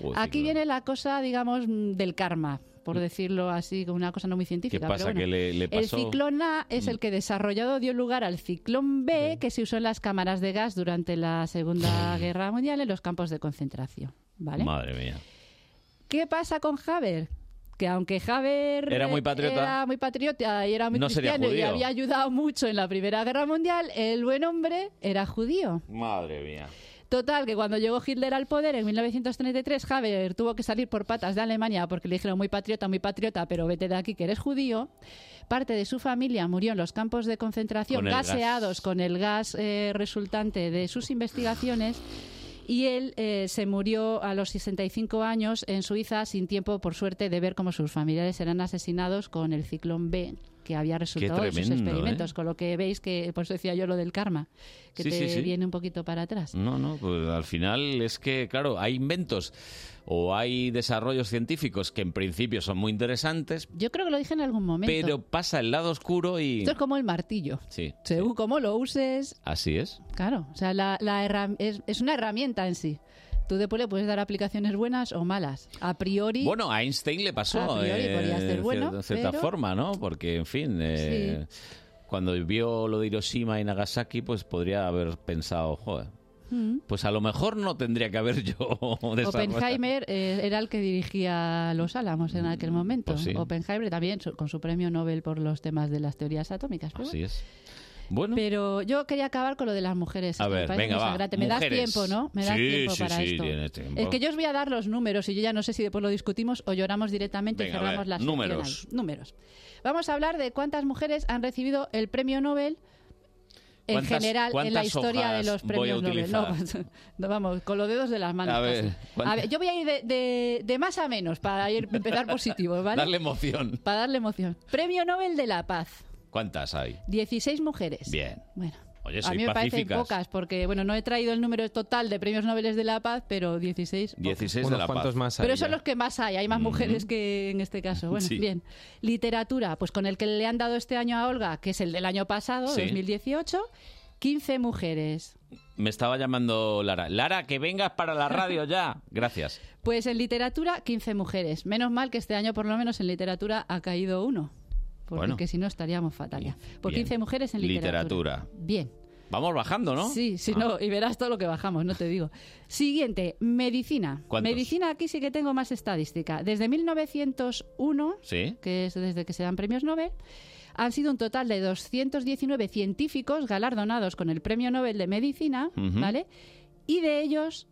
Speaker 2: Uy,
Speaker 13: Aquí viene la cosa, digamos, mm, del karma, por
Speaker 2: Mm.
Speaker 13: decirlo así, con una cosa no muy científica. pero
Speaker 2: pasa?
Speaker 13: bueno.
Speaker 2: ¿Que le- le pasó?
Speaker 13: El ciclón A es
Speaker 2: Mm.
Speaker 13: el que desarrollado dio lugar al ciclón B, que se usó en las cámaras de gas durante la Segunda Guerra Mundial en los campos de concentración. ¿Vale?
Speaker 2: Madre mía.
Speaker 13: ¿Qué pasa con Haber? Que aunque Haber
Speaker 2: Era muy patriota.
Speaker 13: era muy patriota y era muy
Speaker 2: No sería
Speaker 13: cristiano y
Speaker 2: judío.
Speaker 13: había ayudado mucho en la Primera Guerra Mundial, el buen hombre era judío.
Speaker 2: Madre mía.
Speaker 13: Total, que cuando llegó Hitler al poder en 1933, Haber tuvo que salir por patas de Alemania porque le dijeron muy patriota, muy patriota, pero vete de aquí que eres judío. Parte de su familia murió en los campos de concentración
Speaker 14: Con el gas.
Speaker 13: gaseados con el gas eh, resultante de sus investigaciones. Y él eh, se murió a los 65 años en Suiza sin tiempo, por suerte, de ver cómo sus familiares eran asesinados con el ciclón B que había resultado de sus
Speaker 2: tremendo,
Speaker 13: experimentos.
Speaker 2: ¿eh?
Speaker 13: Con lo que veis que, por eso decía yo lo del karma, que
Speaker 2: Sí,
Speaker 13: te
Speaker 2: sí, sí.
Speaker 13: viene un poquito para atrás.
Speaker 2: No, no, pues al final es que, claro, hay inventos o hay desarrollos científicos que en principio son muy interesantes,
Speaker 13: Yo creo que lo dije en algún momento.
Speaker 2: pero pasa el lado oscuro y...
Speaker 13: Esto es como el martillo.
Speaker 2: Sí,
Speaker 13: Según cómo lo uses,
Speaker 2: así es.
Speaker 13: claro. O sea, la, la herra- es, es una herramienta en sí. Tú después le puedes dar aplicaciones buenas o malas. A priori,
Speaker 2: Bueno, a Einstein le pasó,
Speaker 13: A priori
Speaker 2: eh,
Speaker 13: podría ser
Speaker 2: en
Speaker 13: bueno,
Speaker 2: cier- en cierta
Speaker 13: pero-
Speaker 2: forma, ¿no? Porque, en fin, eh, cuando vio lo de Hiroshima y Nagasaki, pues podría haber pensado, joder,
Speaker 13: mm.
Speaker 2: pues a lo mejor no tendría que haber yo desarrollado.
Speaker 13: Oppenheimer eh, era el que dirigía Los Álamos en aquel momento.
Speaker 2: pues sí.
Speaker 13: Oppenheimer también su- con su premio Nobel por los temas de las teorías atómicas. Pero,
Speaker 2: Así
Speaker 13: bueno.
Speaker 2: es. Bueno,
Speaker 13: Pero yo quería acabar con lo de las mujeres.
Speaker 2: a
Speaker 13: que me
Speaker 2: ver,
Speaker 13: parece
Speaker 2: venga,
Speaker 13: muy
Speaker 2: va.
Speaker 13: sangrante. Me das
Speaker 2: Mujeres.
Speaker 13: tiempo, ¿no? Me das
Speaker 2: Sí,
Speaker 13: tiempo
Speaker 2: sí,
Speaker 13: para
Speaker 2: sí,
Speaker 13: esto.
Speaker 2: tienes tiempo.
Speaker 13: Es que yo os voy a dar los números y yo ya no sé si después lo discutimos o lloramos directamente
Speaker 2: Venga,
Speaker 13: y
Speaker 2: a
Speaker 13: cerramos
Speaker 2: ver,
Speaker 13: la sección
Speaker 2: números.
Speaker 13: ahí. Números. Vamos a hablar de cuántas mujeres han recibido el premio Nobel en
Speaker 2: ¿Cuántas-
Speaker 13: general en la
Speaker 2: cuántas
Speaker 13: historia de
Speaker 2: hojas
Speaker 13: los
Speaker 2: voy
Speaker 13: premios
Speaker 2: a
Speaker 13: Nobel. No, pues,
Speaker 2: utilizar?
Speaker 13: no, vamos, con los dedos de las manos.
Speaker 2: A ver,
Speaker 13: casi.
Speaker 2: ¿cuántas?
Speaker 13: A ver, yo voy a ir de, de- de más a menos para ir empezar positivo, ¿vale?
Speaker 2: darle emoción.
Speaker 13: Para darle emoción. Premio Nobel de la Paz.
Speaker 2: ¿Cuántas hay?
Speaker 13: 16 mujeres.
Speaker 2: Bien.
Speaker 13: Bueno.
Speaker 2: Oye,
Speaker 13: a
Speaker 2: sois
Speaker 13: mí me parecen
Speaker 2: pacíficas.
Speaker 13: pocas, porque bueno, no he traído el número total de premios Nobel de la Paz, pero 16.
Speaker 2: 16 de
Speaker 12: Unos
Speaker 2: la
Speaker 12: cuantos
Speaker 2: paz.
Speaker 12: más
Speaker 13: Pero son los que más hay, hay más
Speaker 2: Ujú.
Speaker 13: mujeres que en este caso. Bueno,
Speaker 2: Sí.
Speaker 13: bien. Literatura, pues con el que le han dado este año a Olga, que es el del año pasado,
Speaker 2: Sí.
Speaker 13: 2018, 15 mujeres.
Speaker 2: Me estaba llamando Lara. Lara, que vengas para la radio ya. Gracias.
Speaker 13: Pues en literatura, 15 mujeres. Menos mal que este año, por lo menos, en literatura ha caído uno. Porque
Speaker 2: Bueno.
Speaker 13: que si no estaríamos fatal ya. Pues
Speaker 2: Bien.
Speaker 13: 15 mujeres en
Speaker 2: Literatura.
Speaker 13: Bien.
Speaker 2: Vamos bajando, ¿no?
Speaker 13: Sí, sí,
Speaker 2: Ah.
Speaker 13: no, y verás todo lo que bajamos, no te digo. Siguiente, medicina.
Speaker 2: ¿Cuántos?
Speaker 13: Medicina, aquí sí que tengo más estadística. Desde 1901,
Speaker 2: Sí.
Speaker 13: que es desde que se dan premios Nobel, han sido un total de 219 científicos galardonados con el Premio Nobel de Medicina,
Speaker 2: Ujú.
Speaker 13: ¿vale? Y de ellos,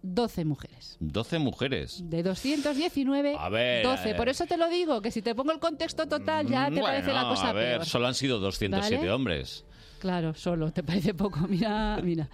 Speaker 13: 12 mujeres.
Speaker 2: 12 mujeres.
Speaker 13: De 219,
Speaker 2: A ver, a
Speaker 13: 12.
Speaker 2: ver. Mm,
Speaker 13: Por eso te lo digo, que si te pongo el contexto total ya Ah, te
Speaker 2: Bueno,
Speaker 13: parece la cosa
Speaker 2: a ver,
Speaker 13: peor.
Speaker 2: solo han sido 207
Speaker 13: ¿Vale?
Speaker 2: hombres.
Speaker 13: Claro, solo, te parece poco. Mira, mira.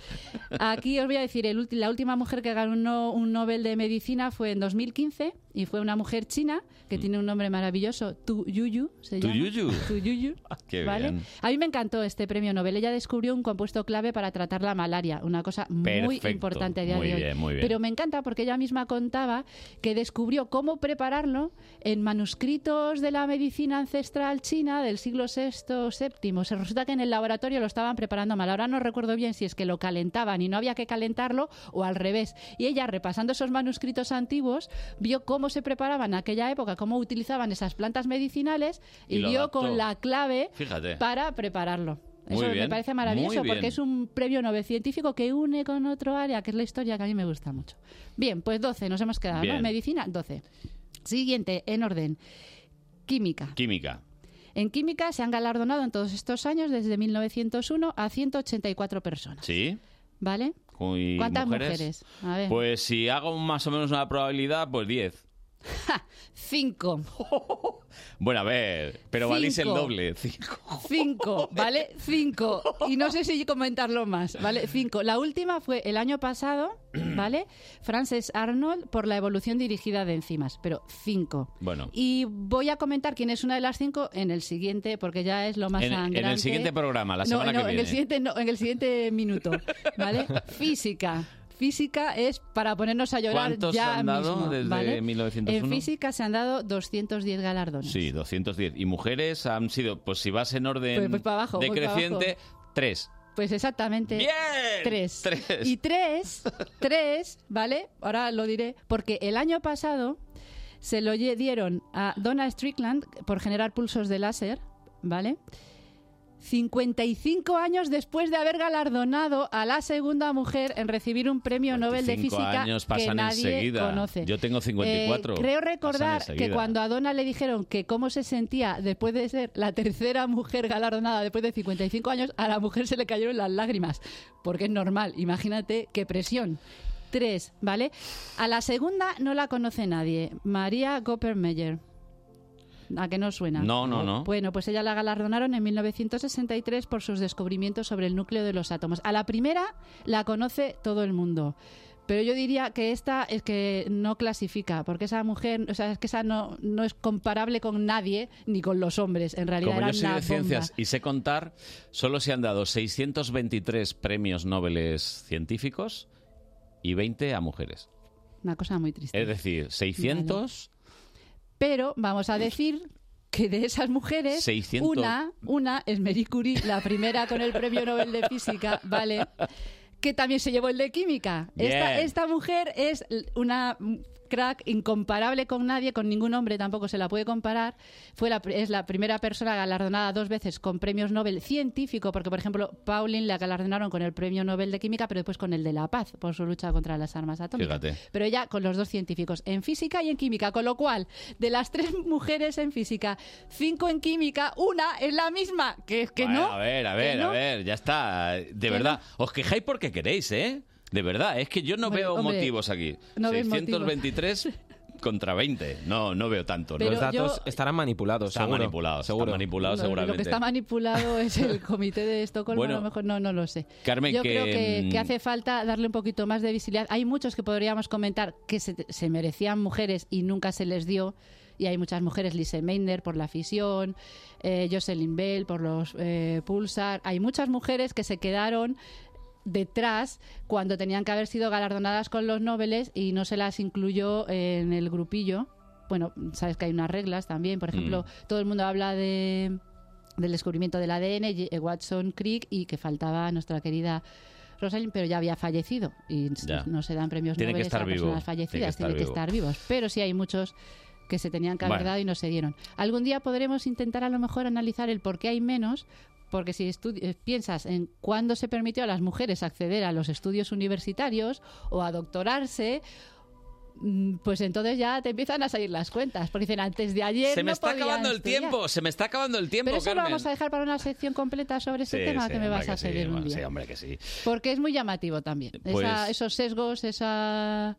Speaker 13: Aquí os voy a decir, el ulti- la última mujer que ganó un, no- un Nobel de Medicina fue en 2015 y fue una mujer china que tiene un nombre maravilloso, Tu Yuyu. se
Speaker 2: Mm. Tu
Speaker 13: llama.
Speaker 2: Yuyu.
Speaker 13: Tu Yuyu.
Speaker 2: Ah, Qué
Speaker 13: ¿vale?
Speaker 2: bien.
Speaker 13: A mí me encantó este premio Nobel. Ella descubrió un compuesto clave para tratar la malaria, una cosa muy
Speaker 2: Perfecto.
Speaker 13: importante a día
Speaker 2: Muy
Speaker 13: de hoy.
Speaker 2: bien, muy bien.
Speaker 13: Pero me encanta porque ella misma contaba que descubrió cómo prepararlo en manuscritos de la medicina ancestral china del siglo VI VII. Se resulta que en el laboratorio lo estaban preparando mal. Ahora no recuerdo bien si es que lo calentaban y no había que calentarlo o al revés. Y ella, repasando esos manuscritos antiguos, vio cómo se preparaban en aquella época, cómo utilizaban esas plantas medicinales
Speaker 2: Y
Speaker 13: y,
Speaker 2: lo
Speaker 13: dio
Speaker 2: adaptó.
Speaker 13: con la clave
Speaker 2: Fíjate.
Speaker 13: para prepararlo.
Speaker 2: Muy
Speaker 13: Eso me
Speaker 2: bien,
Speaker 13: parece maravilloso
Speaker 2: muy bien.
Speaker 13: porque es un premio Nobel científico que une con otro área, que es la historia, que a mí me gusta mucho. Bien, pues 12, nos hemos quedado, ¿no?
Speaker 14: Bien.
Speaker 13: Medicina, 12. Siguiente, en orden. Química.
Speaker 2: Química.
Speaker 13: En química se han galardonado en todos estos años, desde 1901, a 184 personas.
Speaker 2: ¿Sí?
Speaker 13: ¿Vale?
Speaker 2: Uy,
Speaker 13: ¿Cuántas mujeres? A ver.
Speaker 2: Pues si hago más o menos una probabilidad, pues 10.
Speaker 13: Cinco.
Speaker 2: Bueno, a ver, pero valís el
Speaker 13: Cinco.
Speaker 2: doble. Cinco.
Speaker 13: Cinco, ¿vale? Cinco. Y no sé si comentarlo más, ¿vale? Cinco. La última fue el año pasado, ¿vale? Frances Arnold por la evolución dirigida de enzimas, pero cinco.
Speaker 2: Bueno,
Speaker 13: Y voy a comentar quién es una de las cinco en el siguiente, porque ya es lo más
Speaker 2: en, en
Speaker 13: sangrante.
Speaker 2: el siguiente programa, la
Speaker 13: No,
Speaker 2: semana
Speaker 13: no,
Speaker 2: que
Speaker 13: En el
Speaker 2: viene.
Speaker 13: siguiente, no, en el siguiente minuto, ¿vale? Física. Física es para ponernos a llorar
Speaker 2: ¿Cuántos
Speaker 13: ya
Speaker 2: han dado
Speaker 13: mismo,
Speaker 2: desde
Speaker 13: ¿vale?
Speaker 2: 1901?
Speaker 13: En física se han dado 210 galardones.
Speaker 2: Sí, 210. Y mujeres han sido, pues si vas en orden
Speaker 13: Pues- pues para abajo, pues para
Speaker 2: decreciente, 3.
Speaker 13: Pues exactamente. Tres.
Speaker 2: Tres.
Speaker 13: Y tres, tres, ¿vale? Ahora lo diré, porque el año pasado se lo lle- dieron a Donna Strickland por generar pulsos de láser, ¿vale? 55 años después de haber galardonado a la segunda mujer en recibir un premio Nobel de
Speaker 2: 5
Speaker 13: Física
Speaker 2: años
Speaker 13: que
Speaker 2: pasan
Speaker 13: nadie
Speaker 2: enseguida.
Speaker 13: conoce.
Speaker 2: Yo tengo 54.
Speaker 13: Eh, creo
Speaker 2: pasan
Speaker 13: recordar que
Speaker 2: enseguida.
Speaker 13: cuando a Donna le dijeron que cómo se sentía después de ser la tercera mujer galardonada después de 55 años, a la mujer se le cayeron las lágrimas, porque es normal, imagínate qué presión. Tres, ¿vale? A la segunda no la conoce nadie, María Meyer ¿A que no os suena?
Speaker 2: No, no, no.
Speaker 13: Bueno, pues ella la galardonaron en 1963 por sus descubrimientos sobre el núcleo de los átomos. A la primera la conoce todo el mundo. Pero yo diría que esta es que no clasifica, porque esa mujer, o sea, es que esa no, no es comparable con nadie ni con los hombres. En realidad
Speaker 2: Como
Speaker 13: era
Speaker 2: yo soy
Speaker 13: una
Speaker 2: de ciencias
Speaker 13: bomba.
Speaker 2: y sé contar, solo se han dado 623 premios Nobel científicos y 20 a mujeres.
Speaker 13: Una cosa muy triste.
Speaker 2: Es decir, 600,
Speaker 13: Pero vamos a decir que de esas mujeres,
Speaker 2: 600.
Speaker 13: una, una es Marie Curie, la primera con el premio Nobel de Física, ¿vale? Que también se llevó el de Química. Esta,
Speaker 14: Bien.
Speaker 13: esta mujer es l- una crack incomparable con nadie, con ningún hombre tampoco se la puede comparar. Fue la, pr- es la primera persona galardonada dos veces con premios Nobel científico, porque por ejemplo Pauling la galardonaron con el premio Nobel de Química, pero después con el de la paz por su lucha contra las armas atómicas
Speaker 2: fíjate.
Speaker 13: pero ella con los dos científicos, en física y en química, con lo cual, de las tres mujeres en física, cinco en química, una es la misma, que es que
Speaker 2: Bueno,
Speaker 13: no.
Speaker 2: a ver, a ver,
Speaker 13: no.
Speaker 2: a ver, ya está. De verdad, os quejáis porque queréis, ¿eh? De verdad, es que yo no
Speaker 13: Hombre,
Speaker 2: veo
Speaker 13: hombre,
Speaker 2: motivos aquí.
Speaker 13: no veo
Speaker 2: 623 contra 20. No, no veo tanto.
Speaker 13: Pero Los datos yo-
Speaker 2: estarán manipulados, están
Speaker 12: seguro,
Speaker 2: manipulados,
Speaker 12: seguro.
Speaker 2: están manipulados
Speaker 13: Lo- Lo que
Speaker 2: seguramente.
Speaker 13: está manipulado es el comité de Estocolmo,
Speaker 2: Bueno,
Speaker 13: a lo mejor no, no lo sé.
Speaker 2: Carmen,
Speaker 13: Yo
Speaker 2: que,
Speaker 13: creo que,
Speaker 2: mm,
Speaker 13: que hace falta darle un poquito más de visibilidad. Hay muchos que podríamos comentar que se, se merecían mujeres y nunca se les dio. Y hay muchas mujeres, Lise Meiner por la fisión, eh, Jocelyn Bell por los eh, Pulsar. Hay muchas mujeres que se quedaron detrás cuando tenían que haber sido galardonadas con los nobeles y no se las incluyó en el grupillo. Bueno, sabes que hay unas reglas también. Por ejemplo, todo el mundo habla de del descubrimiento del ADN, Ye- eh, Watson Crick, y que faltaba nuestra querida Rosalind, pero ya había fallecido y s-
Speaker 2: Ya.
Speaker 13: no se dan premios
Speaker 2: Tiene que
Speaker 13: Nobel a
Speaker 2: estar vivo,
Speaker 13: personas
Speaker 2: tiene que
Speaker 13: fallecidas,
Speaker 2: estar
Speaker 13: tienen que
Speaker 2: vivo.
Speaker 13: estar vivos. Pero sí hay muchos que se tenían que haber
Speaker 2: Bueno.
Speaker 13: dado y no se dieron. Algún día podremos intentar a lo mejor analizar el por qué hay menos, porque si estu- eh, piensas en cuándo se permitió a las mujeres acceder a los estudios universitarios o a doctorarse, mm, pues entonces ya te empiezan a salir las cuentas, porque dicen antes de ayer
Speaker 2: se me
Speaker 13: no
Speaker 2: está
Speaker 13: podía
Speaker 2: acabando el
Speaker 13: estudiar".
Speaker 2: tiempo, se me está acabando el tiempo,
Speaker 13: Pero eso
Speaker 2: Carmen.
Speaker 13: lo vamos a dejar para una sección completa sobre ese
Speaker 2: Sí,
Speaker 13: tema
Speaker 2: sí,
Speaker 13: que me
Speaker 2: hombre
Speaker 13: vas
Speaker 2: que
Speaker 13: a hacer
Speaker 2: sí,
Speaker 13: en un
Speaker 2: bueno,
Speaker 13: día.
Speaker 2: Sí, hombre que sí.
Speaker 13: Porque es muy llamativo también.
Speaker 2: Pues-
Speaker 13: Esa- esos sesgos, esa-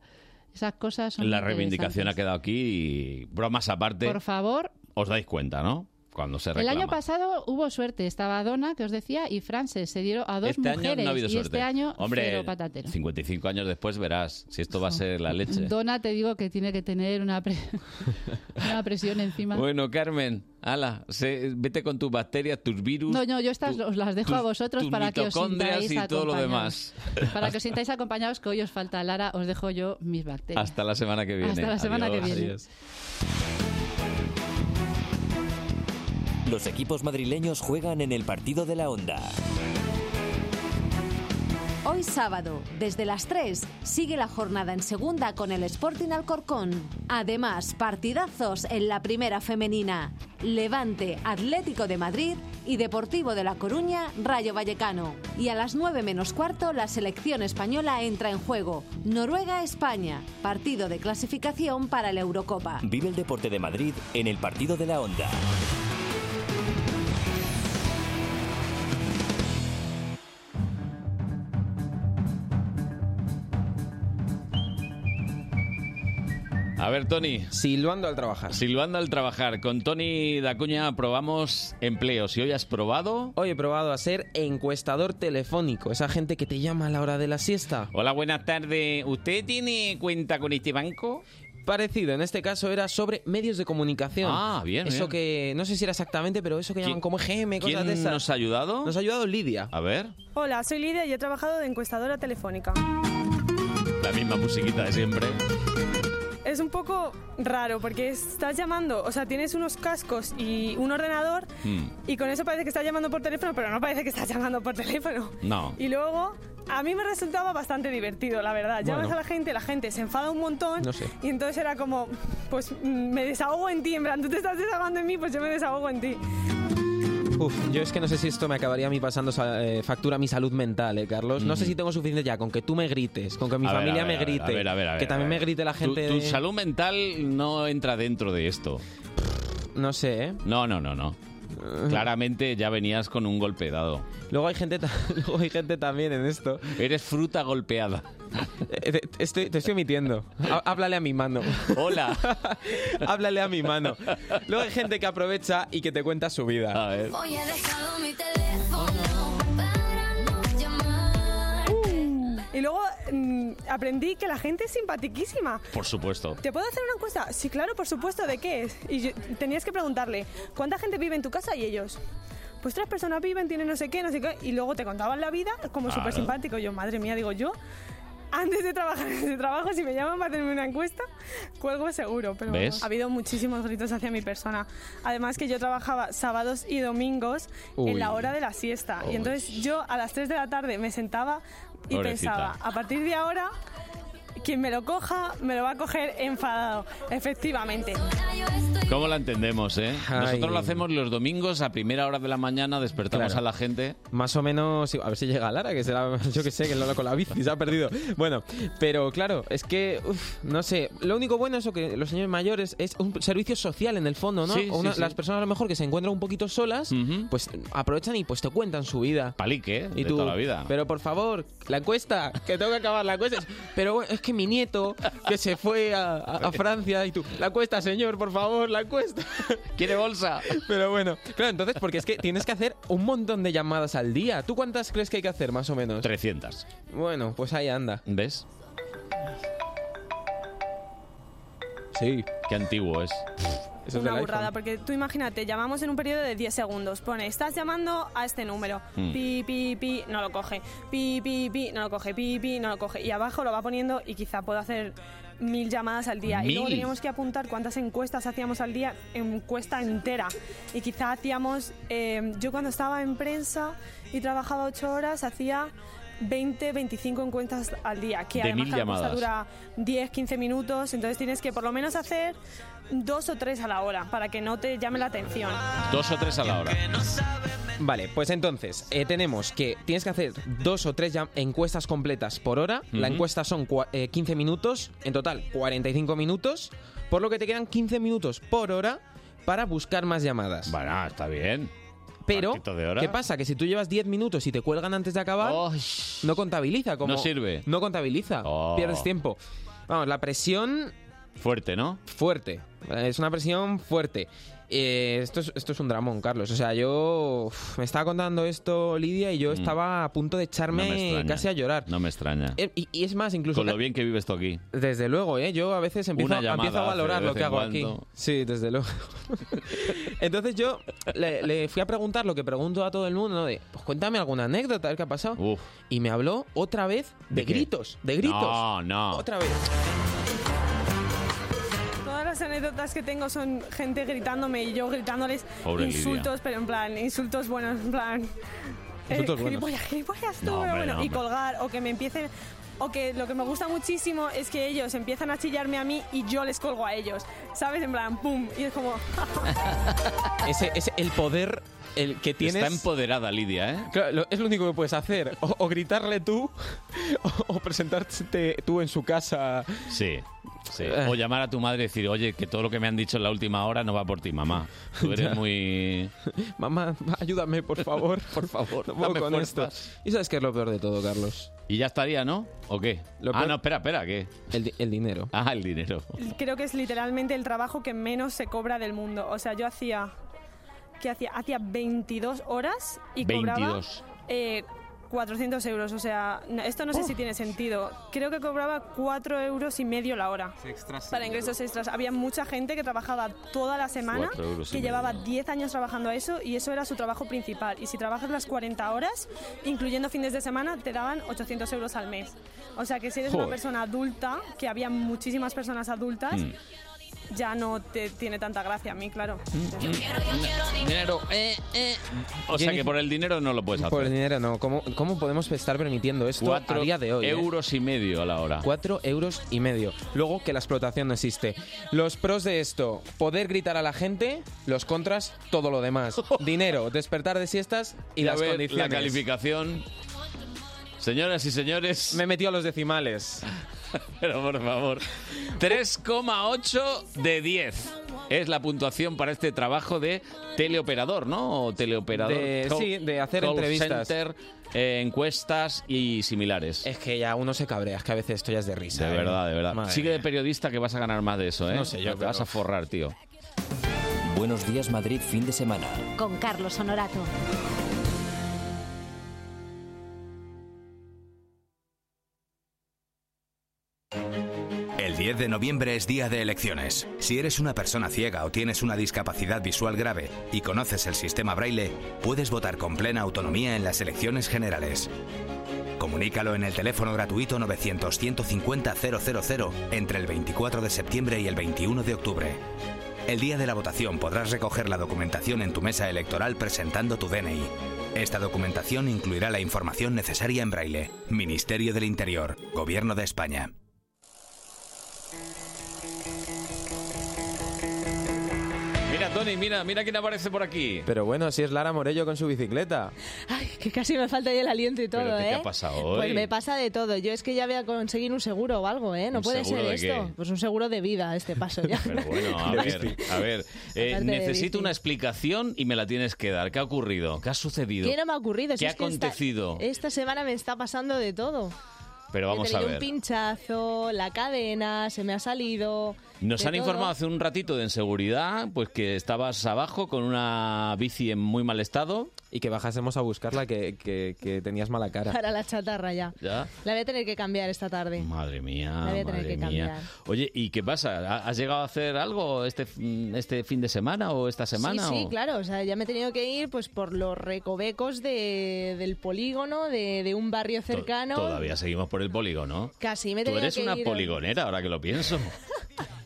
Speaker 13: esas cosas son
Speaker 2: La
Speaker 13: muy
Speaker 2: reivindicación ha
Speaker 13: interesantes.
Speaker 2: quedado aquí y bromas aparte.
Speaker 13: Por favor,
Speaker 2: Os dais cuenta, ¿no? Cuando se reclama.
Speaker 13: el año pasado hubo suerte. Estaba Donna, que os decía, y Frances. Se dieron a dos
Speaker 2: este
Speaker 13: mujeres.
Speaker 2: año no ha habido
Speaker 13: y
Speaker 2: suerte.
Speaker 13: este año,
Speaker 2: Hombre,
Speaker 13: cero patatero.
Speaker 2: 55 años después verás si esto va a ser la leche.
Speaker 13: Donna, te digo que tiene que tener una, pre- una presión encima.
Speaker 2: Bueno, Carmen, ala, se- vete con tus bacterias, tus virus.
Speaker 13: No, no, yo estas os las dejo a vosotros
Speaker 2: tus
Speaker 13: para que os
Speaker 2: mitocondrias
Speaker 13: sintáis
Speaker 2: y todo lo
Speaker 13: acompañados.
Speaker 2: demás.
Speaker 13: Para que os sintáis acompañados, que hoy os falta Lara, os dejo yo mis bacterias.
Speaker 2: Hasta la semana que viene.
Speaker 13: Hasta la semana que
Speaker 2: Adiós.
Speaker 13: viene.
Speaker 1: Los equipos madrileños juegan en el partido de la onda.
Speaker 14: Hoy sábado, desde las 3, sigue la jornada en segunda con el Sporting Alcorcón. Además, partidazos en la primera femenina. Levante, Atlético de Madrid y Deportivo de La Coruña, Rayo Vallecano. Y a las 9 menos cuarto, la selección española entra en juego. Noruega-España, partido de clasificación para la Eurocopa.
Speaker 1: Vive el deporte de Madrid en el partido de la onda.
Speaker 2: A ver, Tony.
Speaker 12: Silbando al trabajar.
Speaker 2: Silbando al trabajar. Con Tony Dacuña probamos empleos. ¿Y hoy has probado?
Speaker 12: Hoy he probado a ser encuestador telefónico, esa gente que te llama a la hora de la siesta.
Speaker 2: Hola, buenas tardes. ¿Usted tiene cuenta con este banco?
Speaker 12: Parecido, en este caso era sobre medios de comunicación.
Speaker 2: Ah, bien,
Speaker 12: Eso
Speaker 2: bien.
Speaker 12: que, no sé si era exactamente, pero eso que
Speaker 2: ¿Quién-
Speaker 12: llaman como GM, cosas
Speaker 2: ¿Quién
Speaker 12: de esas.
Speaker 2: nos ha ayudado?
Speaker 12: Nos ha ayudado Lidia.
Speaker 2: A ver,
Speaker 15: Hola, soy Lidia y he trabajado de encuestadora telefónica.
Speaker 2: la misma musiquita de siempre.
Speaker 15: Es un poco raro porque estás llamando, o sea, tienes unos cascos y un ordenador
Speaker 2: Hmm,
Speaker 15: y con eso parece que estás llamando por teléfono, pero no parece que estás llamando por teléfono.
Speaker 2: No.
Speaker 15: Y luego, a mí me resultaba bastante divertido, la verdad. Llamas
Speaker 2: Bueno.
Speaker 15: a la gente, la gente se enfada un montón
Speaker 2: No sé.
Speaker 15: y entonces era como, pues mm, me desahogo en ti, en plan, tú te estás desahogando en mí, pues yo me desahogo en ti.
Speaker 12: Uf, yo es que no sé si esto me acabaría a mí pasando sa- eh, factura a mi salud mental, eh, Carlos. No sé si tengo suficiente ya con que tú me grites, con que mi
Speaker 2: A ver,
Speaker 12: familia
Speaker 2: a ver,
Speaker 12: me
Speaker 2: a ver,
Speaker 12: grite,
Speaker 2: a ver, a ver, a
Speaker 12: que
Speaker 2: ver,
Speaker 12: también
Speaker 2: a
Speaker 12: me
Speaker 2: ver.
Speaker 12: grite la
Speaker 2: Tu-
Speaker 12: gente.
Speaker 2: Tu, salud mental no entra dentro de esto.
Speaker 12: No sé, ¿eh?
Speaker 2: No, no, no, no. Claramente ya venías con un golpe dado.
Speaker 12: Luego hay gente, ta- luego hay gente también en esto.
Speaker 2: Eres fruta golpeada.
Speaker 12: Eh, Te estoy, te estoy omitiendo. Há- Háblale a mi mano.
Speaker 2: Hola.
Speaker 12: Háblale a mi mano. Luego hay gente que aprovecha y que te cuenta su vida.
Speaker 16: Hoy he dejado mi teléfono para no llamar.
Speaker 15: Y luego mm, aprendí que la gente es simpatiquísima.
Speaker 2: Por supuesto.
Speaker 15: ¿Te puedo hacer una encuesta? Sí, claro, por supuesto, ¿de qué es? Y yo- tenías que preguntarle, ¿cuánta gente vive en tu casa? Y ellos, pues tres personas viven, tienen no sé qué, no sé qué. Y luego te contaban la vida como
Speaker 2: Claro.
Speaker 15: súper simpático. Yo, madre mía, digo yo, antes de trabajar en ese trabajo, si me llaman para hacerme una encuesta, cuelgo seguro. Pero
Speaker 2: ¿Ves?
Speaker 15: ha habido muchísimos gritos hacia mi persona. Además que yo trabajaba sábados y domingos en la
Speaker 2: Uy.
Speaker 15: hora de la siesta.
Speaker 2: Uy.
Speaker 15: Y entonces yo a las 3 de la tarde me sentaba y
Speaker 2: Pobrecita.
Speaker 15: pensaba, a partir de ahora quien me lo coja me lo va a coger enfadado, efectivamente.
Speaker 2: ¿Cómo la entendemos, eh? Nosotros
Speaker 12: Ay.
Speaker 2: lo hacemos los domingos a primera hora de la mañana, despertamos
Speaker 12: Claro.
Speaker 2: a la gente.
Speaker 12: Más o menos, a ver si llega Lara, que será, yo que sé, que Lola con la bici se ha perdido. Bueno, pero claro, es que, uf, no sé, lo único bueno es eso, que los señores mayores es un servicio social en el fondo, ¿no?
Speaker 2: Sí,
Speaker 12: O una-
Speaker 2: sí, sí.
Speaker 12: Las personas a lo mejor que se encuentran un poquito solas, pues aprovechan y pues te cuentan su vida.
Speaker 2: Palique,
Speaker 12: y
Speaker 2: de toda la vida.
Speaker 12: Pero por favor, la encuesta, que tengo que acabar la encuesta. Pero bueno, es que mi nieto, que se fue a, a- a Francia y tú, la encuesta, señor, por favor, la encuesta.
Speaker 2: ¿Quiere bolsa?
Speaker 12: Pero bueno, claro, entonces, porque es que tienes que hacer un montón de llamadas al día. ¿Tú cuántas crees que hay que hacer, más o menos?
Speaker 2: 300.
Speaker 12: Bueno, pues ahí anda.
Speaker 2: ¿Ves?
Speaker 12: Sí.
Speaker 2: Qué antiguo es.
Speaker 12: Eso
Speaker 15: Una burrada, porque tú imagínate, llamamos en un periodo de 10 segundos. Pone, estás llamando a este número.
Speaker 2: Mm.
Speaker 15: Pi, pi, pi, no lo coge. Pi, pi, pi, no lo coge. Pi, pi, no lo coge. Y abajo lo va poniendo y quizá puedo hacer mil llamadas al día. Y luego
Speaker 17: ¿Mil?
Speaker 15: teníamos que apuntar cuántas encuestas hacíamos al día, encuesta entera. Y quizá hacíamos, eh, yo cuando estaba en prensa y trabajaba 8 horas, hacía... 20, 25 encuestas al día, que
Speaker 2: De
Speaker 15: además
Speaker 2: mil
Speaker 15: cada encuesta
Speaker 2: llamadas.
Speaker 15: dura 10, 15 minutos, entonces tienes que por lo menos hacer dos o tres a la hora para que no te llame la atención.
Speaker 2: Dos o tres a la hora.
Speaker 12: Vale, pues entonces, eh, tenemos que tienes que hacer dos o tres ya- encuestas completas por hora. La
Speaker 2: Ujú.
Speaker 12: encuesta son cua- eh, 15 minutos, en total 45 minutos, por lo que te quedan 15 minutos por hora para buscar más llamadas.
Speaker 2: Bueno, está bien.
Speaker 12: Pero,
Speaker 2: Partito de hora.
Speaker 12: ¿qué pasa? Que si tú llevas 10 minutos y te cuelgan antes de acabar, no contabiliza. Como,
Speaker 2: No sirve.
Speaker 12: No contabiliza.
Speaker 2: Oh.
Speaker 12: Pierdes tiempo. Vamos, la presión
Speaker 2: Fuerte, ¿no?
Speaker 12: fuerte. Eh, Es una presión fuerte. Eh, esto, es, esto es un dramón, Carlos. O sea, yo uf, me estaba contando esto, Lidia, y yo estaba a punto de
Speaker 2: Mm. No me
Speaker 12: echarme
Speaker 2: extraña.
Speaker 12: casi a llorar.
Speaker 2: No me extraña.
Speaker 12: Eh, Y, y es más, incluso...
Speaker 2: Con lo bien que vives tú aquí.
Speaker 12: Desde luego, ¿eh? yo a veces empiezo,
Speaker 2: Una llamada
Speaker 12: empiezo a
Speaker 2: hace de
Speaker 12: valorar lo
Speaker 2: vez
Speaker 12: que
Speaker 2: en
Speaker 12: hago aquí.
Speaker 2: cuando.
Speaker 12: Sí, desde luego. Entonces yo le, le fui a preguntar lo que pregunto a todo el mundo, ¿no? de, pues cuéntame alguna anécdota, a ver qué ha pasado. Y me habló otra vez de,
Speaker 2: qué?
Speaker 12: gritos, de gritos.
Speaker 2: No, no.
Speaker 12: Otra vez.
Speaker 15: Todas las anécdotas que tengo son gente gritándome y yo gritándoles
Speaker 2: Pobre Lidia.
Speaker 15: insultos, pero en plan, insultos buenos, en plan...
Speaker 12: Insultos buenos.
Speaker 15: gilipollas, gilipollas tú,
Speaker 12: No,
Speaker 15: pero
Speaker 12: hombre,
Speaker 15: bueno,
Speaker 12: no,
Speaker 15: y
Speaker 12: hombre.
Speaker 15: colgar, o que me empiecen... O que lo que me gusta muchísimo es que ellos empiezan a chillarme a mí y yo les colgo a ellos, ¿sabes? En plan, pum, y es como...
Speaker 12: Ese es el poder el que tienes.
Speaker 2: Está empoderada Lidia, ¿eh?
Speaker 12: Claro, lo- es lo único que puedes hacer. O, o gritarle tú, o, o presentarte tú en su casa.
Speaker 2: Sí. sí.
Speaker 12: Eh.
Speaker 2: O llamar a tu madre y decir, oye, que todo lo que me han dicho en la última hora no va por ti, mamá. Tú
Speaker 12: Ya.
Speaker 2: eres muy...
Speaker 12: Mamá, ayúdame, por favor. por favor, no puedo
Speaker 2: dame
Speaker 12: con
Speaker 2: fuerzas.
Speaker 12: esto. ¿Y sabes qué es lo peor de todo, Carlos?
Speaker 2: Y ya estaría, ¿no? ¿O qué? Ah, no, espera, espera, ¿qué?
Speaker 12: El, dinero.
Speaker 2: Ah, el dinero.
Speaker 15: creo que es literalmente el trabajo que menos se cobra del mundo. O sea, yo hacía que hacía hacía 22 horas y cobraba
Speaker 2: 22.
Speaker 15: eh, 400 euros. O sea, no- esto no sé si tiene sentido. Creo que cobraba 4 euros y medio la hora.
Speaker 12: Ah,
Speaker 15: Para ingresos extras. Había mucha gente que trabajaba toda la semana,
Speaker 16: Cuatro euros y
Speaker 15: que
Speaker 16: medio.
Speaker 15: llevaba 10 años trabajando a eso y eso era su trabajo principal. Y si trabajas las 40 horas, incluyendo fines de semana, te daban 800 euros al mes. O sea que si eres una
Speaker 2: Joder.
Speaker 15: persona adulta, que había muchísimas personas adultas,
Speaker 2: Mm. mm.
Speaker 15: ya no te tiene tanta gracia a mí, claro.
Speaker 2: Dinero, O sea que por el dinero no lo puedes hacer.
Speaker 12: Por el dinero no. ¿Cómo, cómo podemos estar permitiendo esto
Speaker 2: ¿eh? Cuatro
Speaker 12: a día de hoy? eh?
Speaker 2: euros y medio a la hora.
Speaker 12: 4 euros y medio. Luego que la explotación no existe. Los pros de esto, poder gritar a la gente, los contras, todo lo demás. Dinero, despertar de siestas y
Speaker 2: Ya
Speaker 12: las
Speaker 2: ves,
Speaker 12: condiciones.
Speaker 2: La calificación. Señoras y señores. Me
Speaker 12: metí a los decimales.
Speaker 2: Pero por favor. 3,8 de 10. Es la puntuación para este trabajo de teleoperador, ¿no? O teleoperador.
Speaker 12: De-
Speaker 2: call-
Speaker 12: sí, de hacer
Speaker 2: call
Speaker 12: entrevistas.
Speaker 2: center, eh, encuestas y similares.
Speaker 12: Es que ya uno se cabrea, es que a veces esto ya es de risa.
Speaker 2: De
Speaker 12: ¿eh?
Speaker 2: verdad, de verdad.
Speaker 12: Madre
Speaker 2: Sigue de periodista que vas a ganar más de eso, ¿eh?
Speaker 12: No sé yo,
Speaker 2: Te vas
Speaker 12: pero-
Speaker 2: a forrar, tío.
Speaker 1: Buenos días Madrid fin de semana.
Speaker 14: Con Carlos Honorato.
Speaker 17: El 10 de noviembre es día de elecciones. Si eres una persona ciega o tienes una discapacidad visual grave y conoces el sistema braille, puedes votar con plena autonomía en las elecciones generales. Comunícalo en el teléfono gratuito 900-150-000 entre el 24 de septiembre y el 21 de octubre. El día de la votación podrás recoger la documentación en tu mesa electoral presentando tu DNI. Esta documentación incluirá la información necesaria en braille. Ministerio del Interior, Gobierno de España.
Speaker 2: Mira, Tony, mira, mira quién aparece por aquí.
Speaker 12: Pero bueno, si es Lara Morello con su bicicleta.
Speaker 18: Que casi me falta ya el aliento y todo,
Speaker 12: ¿Pero qué te
Speaker 18: ¿eh?
Speaker 12: ha pasado hoy?
Speaker 18: Pues me pasa de todo. Yo es que ya voy a conseguir un seguro o algo, ¿eh? No
Speaker 2: ¿Un
Speaker 18: puede ser
Speaker 2: seguro de
Speaker 18: esto.
Speaker 2: qué?
Speaker 18: Pues un seguro de vida a este paso ya.
Speaker 2: Pero bueno, a
Speaker 12: De
Speaker 2: ver, a ver. Eh,
Speaker 18: Aparte de bici.
Speaker 2: necesito una explicación y me la tienes que dar. ¿Qué ha ocurrido? ¿Qué ha sucedido?
Speaker 18: ¿Qué no me ha ocurrido? Si
Speaker 2: ¿Qué ha
Speaker 18: es que esta-
Speaker 2: acontecido?
Speaker 18: Esta, semana me está pasando de todo.
Speaker 2: Pero
Speaker 18: He
Speaker 2: vamos a
Speaker 18: tenido un
Speaker 2: ver.
Speaker 18: pinchazo, la cadena, se me ha salido...
Speaker 2: Nos
Speaker 18: de
Speaker 2: han
Speaker 18: todo.
Speaker 2: informado hace un ratito de en seguridad, pues que estabas abajo con una bici en muy mal estado.
Speaker 12: Y que bajásemos a buscarla, que, que- que tenías mala cara.
Speaker 18: Para la chatarra ya.
Speaker 2: ¿Ya?
Speaker 18: La voy a tener que cambiar esta tarde.
Speaker 2: Madre mía,
Speaker 18: La voy a tener
Speaker 2: madre
Speaker 18: que
Speaker 2: mía.
Speaker 18: cambiar.
Speaker 2: Oye, ¿y qué pasa? ¿Ha- ¿Has llegado a hacer algo este, fin- este fin de semana o esta semana?
Speaker 18: Sí, sí,
Speaker 2: o-
Speaker 18: claro. O sea, ya me he tenido que ir pues por los recovecos de- del polígono, de, de un barrio cercano.
Speaker 2: Todavía seguimos por el polígono.
Speaker 18: Casi me he
Speaker 2: Tú
Speaker 18: tenido
Speaker 2: eres
Speaker 18: que
Speaker 2: una
Speaker 18: ir-
Speaker 2: poligonera, ahora que lo pienso.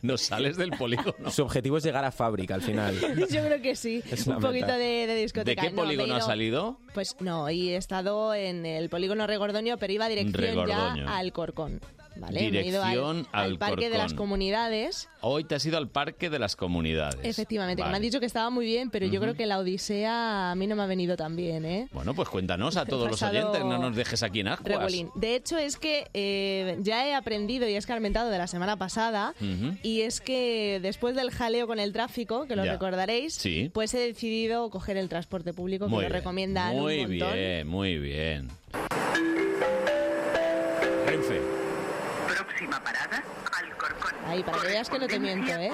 Speaker 2: No sales del polígono.
Speaker 12: Su objetivo es llegar a fábrica al final.
Speaker 18: Yo creo que sí.
Speaker 12: Es la
Speaker 18: un poquito
Speaker 12: meta.
Speaker 18: de, de discoteca.
Speaker 2: ¿De qué
Speaker 18: No, me he
Speaker 2: polígono has
Speaker 18: ido-
Speaker 2: salido?
Speaker 18: Pues no, he estado en el polígono Regordonio, pero iba dirección
Speaker 2: Regordonio.
Speaker 18: ya al Corcón. ¿vale? Me he ido al-
Speaker 2: Dirección
Speaker 18: al,
Speaker 2: al
Speaker 18: Parque de las
Speaker 2: Corcón.
Speaker 18: Comunidades.
Speaker 2: Hoy te has ido al Parque de las Comunidades.
Speaker 18: Efectivamente, que me
Speaker 2: Pues, Vale.
Speaker 18: han dicho que estaba muy bien, pero yo
Speaker 2: Ujú.
Speaker 18: creo que la Odisea a mí no me ha venido tan bien, ¿eh?
Speaker 2: Bueno, pues cuéntanos a
Speaker 18: He
Speaker 2: todos los
Speaker 18: pasado
Speaker 2: oyentes, no nos dejes aquí en ascuas.
Speaker 18: Regulín. De hecho, es que eh, ya he aprendido y he escarmentado de la semana pasada.
Speaker 2: Ujú.
Speaker 18: Y es que después del jaleo con el tráfico, que lo
Speaker 2: Ya.
Speaker 18: recordaréis,
Speaker 2: Sí.
Speaker 18: pues he decidido coger el transporte público que
Speaker 2: Muy
Speaker 18: lo
Speaker 2: bien,
Speaker 18: recomiendan
Speaker 2: Muy
Speaker 18: un montón.
Speaker 2: bien, muy bien. Renfe.
Speaker 18: Ahí, para que veas que no te miento, ¿eh?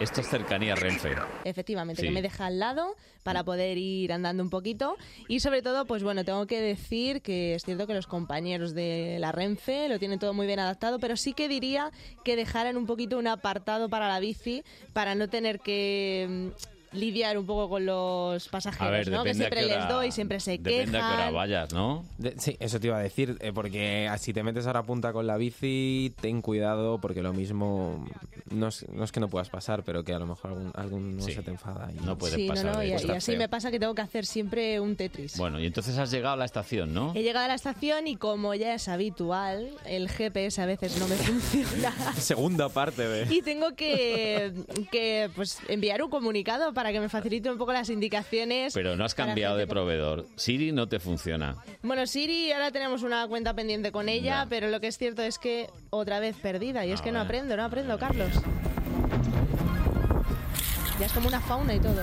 Speaker 2: Esto es cercanía Renfe.
Speaker 18: Efectivamente,
Speaker 2: Sí.
Speaker 18: que me deja al lado para poder ir andando un poquito. Y sobre todo, pues bueno, tengo que decir que es cierto que los compañeros de la Renfe lo tienen todo muy bien adaptado, pero sí que diría que dejaran un poquito un apartado para la bici para no tener que mm, lidiar un poco con los pasajeros,
Speaker 2: A ver,
Speaker 18: ¿no? Que
Speaker 2: depende a qué
Speaker 18: siempre les
Speaker 2: hora-
Speaker 18: doy, siempre se
Speaker 2: Depende a qué hora
Speaker 18: quejan.
Speaker 2: vayas, ¿no?
Speaker 12: De- sí, eso te iba a decir, eh, porque si te metes ahora a punta con la bici, ten cuidado, porque lo mismo no es, no es que no puedas pasar, pero que a lo mejor algún, alguno se te enfada. Y no
Speaker 18: sí, no, no, y, y así me pasa que tengo que hacer siempre un Tetris.
Speaker 2: Bueno, y entonces has llegado a la estación, ¿no?
Speaker 18: He llegado a la estación y como ya es habitual, el GPS a veces no me funciona.
Speaker 12: Segunda parte de...
Speaker 18: Y tengo que, que, pues, enviar un comunicado para que me facilite un poco las indicaciones.
Speaker 2: Pero no has
Speaker 18: para
Speaker 2: cambiado de
Speaker 18: gente con-
Speaker 2: proveedor. Siri no te funciona.
Speaker 18: Bueno, Siri, ahora tenemos una cuenta pendiente con ella, pero lo que es cierto es que otra vez perdida.
Speaker 2: Ah,
Speaker 18: Y es que no aprendo, no aprendo, Carlos. Ya es como una fauna y todo.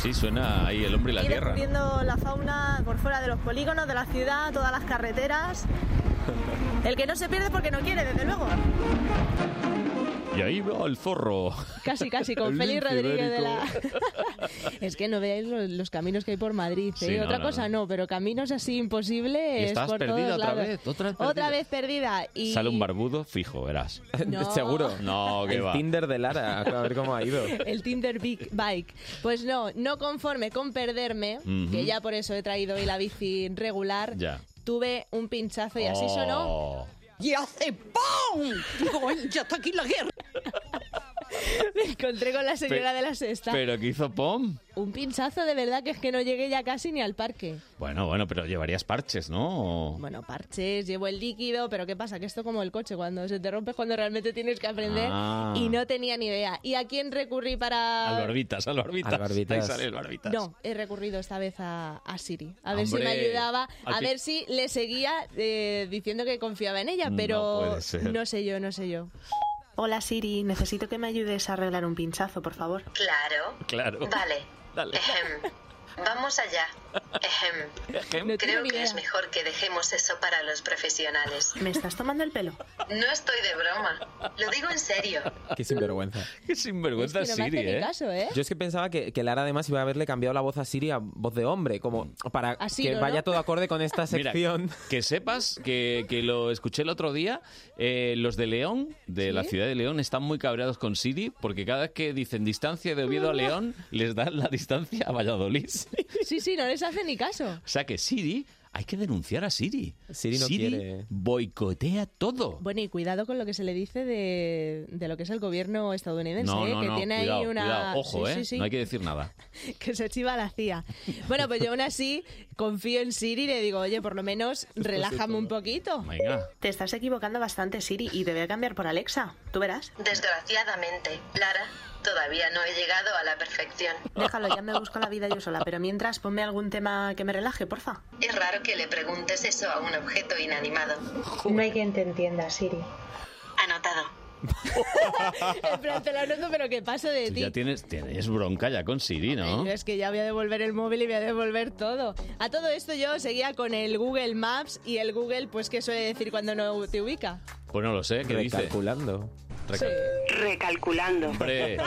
Speaker 2: Sí, suena ahí el hombre y la
Speaker 7: Ir
Speaker 2: tierra.
Speaker 7: descubriendo la fauna por fuera de los polígonos, de la ciudad, todas las carreteras. El que no se pierde porque no quiere, desde luego.
Speaker 2: Y ahí va el zorro.
Speaker 18: Casi, casi, con
Speaker 2: El
Speaker 18: Félix
Speaker 2: lince
Speaker 18: Rodríguez de la...
Speaker 2: ibérico.
Speaker 18: es que no veáis lo- los, caminos que hay por Madrid. ¿eh?
Speaker 2: Sí, no,
Speaker 18: otra
Speaker 2: no,
Speaker 18: cosa no. pero caminos así imposibles
Speaker 2: Y estás
Speaker 18: por
Speaker 2: perdida
Speaker 18: todos
Speaker 2: otra
Speaker 18: lados.
Speaker 2: vez, otra vez
Speaker 18: Otra vez perdida. Y...
Speaker 2: Sale un barbudo fijo, verás.
Speaker 18: No.
Speaker 12: Seguro.
Speaker 2: No, que
Speaker 12: El
Speaker 2: va.
Speaker 12: Tinder de Lara, a ver cómo ha ido.
Speaker 18: El Tinder Big Bike. Pues no, no conforme con perderme,
Speaker 12: Ujú.
Speaker 18: que ya por eso he traído hoy la bici regular,
Speaker 2: Ya.
Speaker 18: tuve un pinchazo y así sonó.
Speaker 2: Oh.
Speaker 18: ¡Y hace ¡pum! Digo, ya está aquí la guerra. Me encontré con la señora
Speaker 2: Pe-
Speaker 18: de la sexta.
Speaker 2: Pero que hizo pom.
Speaker 18: Un pinchazo de verdad que es que no llegué ya casi ni al parque.
Speaker 2: Bueno, bueno, pero llevarías parches, ¿no? O-
Speaker 18: Bueno, parches, llevo el líquido, pero ¿qué pasa? Que esto como el coche, cuando se te rompe es cuando realmente tienes que aprender
Speaker 2: Ah.
Speaker 18: y no tenía ni idea. ¿Y a quién recurrí para...?
Speaker 2: Al barbitas, al barbitas.
Speaker 12: Al barbitas.
Speaker 2: Ahí sale el barbitas.
Speaker 18: Ah. No, he recurrido esta vez a, a Siri. A ver si me
Speaker 2: Hombre,
Speaker 18: ayudaba,
Speaker 2: al
Speaker 18: a
Speaker 2: fin.
Speaker 18: ver si le seguía eh, diciendo que confiaba en ella,
Speaker 2: No
Speaker 18: pero
Speaker 2: puede ser.
Speaker 18: no sé yo, no sé yo.
Speaker 7: Hola Siri, necesito que me ayudes a arreglar un pinchazo, por favor.
Speaker 19: Claro.
Speaker 2: Claro.
Speaker 19: Vale.
Speaker 2: Dale.
Speaker 19: Ejem. Vamos allá. Ejem. Creo que es mejor que dejemos eso para los profesionales.
Speaker 7: ¿Me estás tomando el pelo?
Speaker 19: No estoy de broma. Lo digo en serio.
Speaker 12: Qué sinvergüenza.
Speaker 2: Qué sinvergüenza
Speaker 18: Es que no me hace Siri, ni ¿eh? caso, ¿eh?
Speaker 12: Yo es que pensaba que, que Lara además iba a haberle cambiado la voz a Siri a voz de hombre, como para
Speaker 18: Así,
Speaker 12: que
Speaker 18: ¿Ah, ¿no?
Speaker 12: vaya todo acorde con esta
Speaker 2: Mm. Mira,
Speaker 12: sección.
Speaker 2: que sepas que, que lo escuché el otro día, eh, los de León, de la ciudad de León, están muy cabreados con Siri porque cada vez que dicen distancia de Oviedo a León, les dan la distancia a Valladolid.
Speaker 18: Sí, sí, no les hace ni caso.
Speaker 2: O sea que Siri, hay que denunciar a Siri.
Speaker 12: Siri no quiere.
Speaker 2: boicotea todo.
Speaker 18: Bueno, y cuidado con lo que se le dice de, de lo que es el gobierno estadounidense,
Speaker 2: No,
Speaker 18: ¿eh?
Speaker 2: no,
Speaker 18: que
Speaker 2: no,
Speaker 18: tiene
Speaker 2: cuidado,
Speaker 18: ahí una...
Speaker 2: cuidado. Ojo,
Speaker 18: Sí,
Speaker 2: ¿eh?
Speaker 18: sí, sí.
Speaker 2: No hay que decir nada.
Speaker 18: que se chiva la CIA. Bueno, pues yo aún así confío en Siri y le digo, oye, por lo menos relájame un poquito.
Speaker 2: Venga.
Speaker 7: Te estás equivocando bastante, Siri, y te voy a cambiar por Alexa. Tú verás.
Speaker 19: Desgraciadamente, Lara, todavía no he llegado a la perfección.
Speaker 7: Déjalo, ya me busco la vida yo sola, pero mientras ponme algún tema que me relaje, porfa.
Speaker 19: Es raro que le preguntes eso a un objeto inanimado. No hay quien te entienda, Siri. Anotado.
Speaker 18: en plan, te lo anoto, pero que paso de ti.
Speaker 2: Ya tienes, tienes bronca ya con Siri, ¿no?
Speaker 18: Yo Es que ya voy a devolver el móvil y voy a devolver todo. A todo esto yo seguía con el Google Maps y el Google, pues, ¿qué suele decir cuando no te ubica?
Speaker 2: Pues no lo sé, ¿qué dice?
Speaker 12: Recalculando.
Speaker 19: Recalculando.
Speaker 2: Hombre.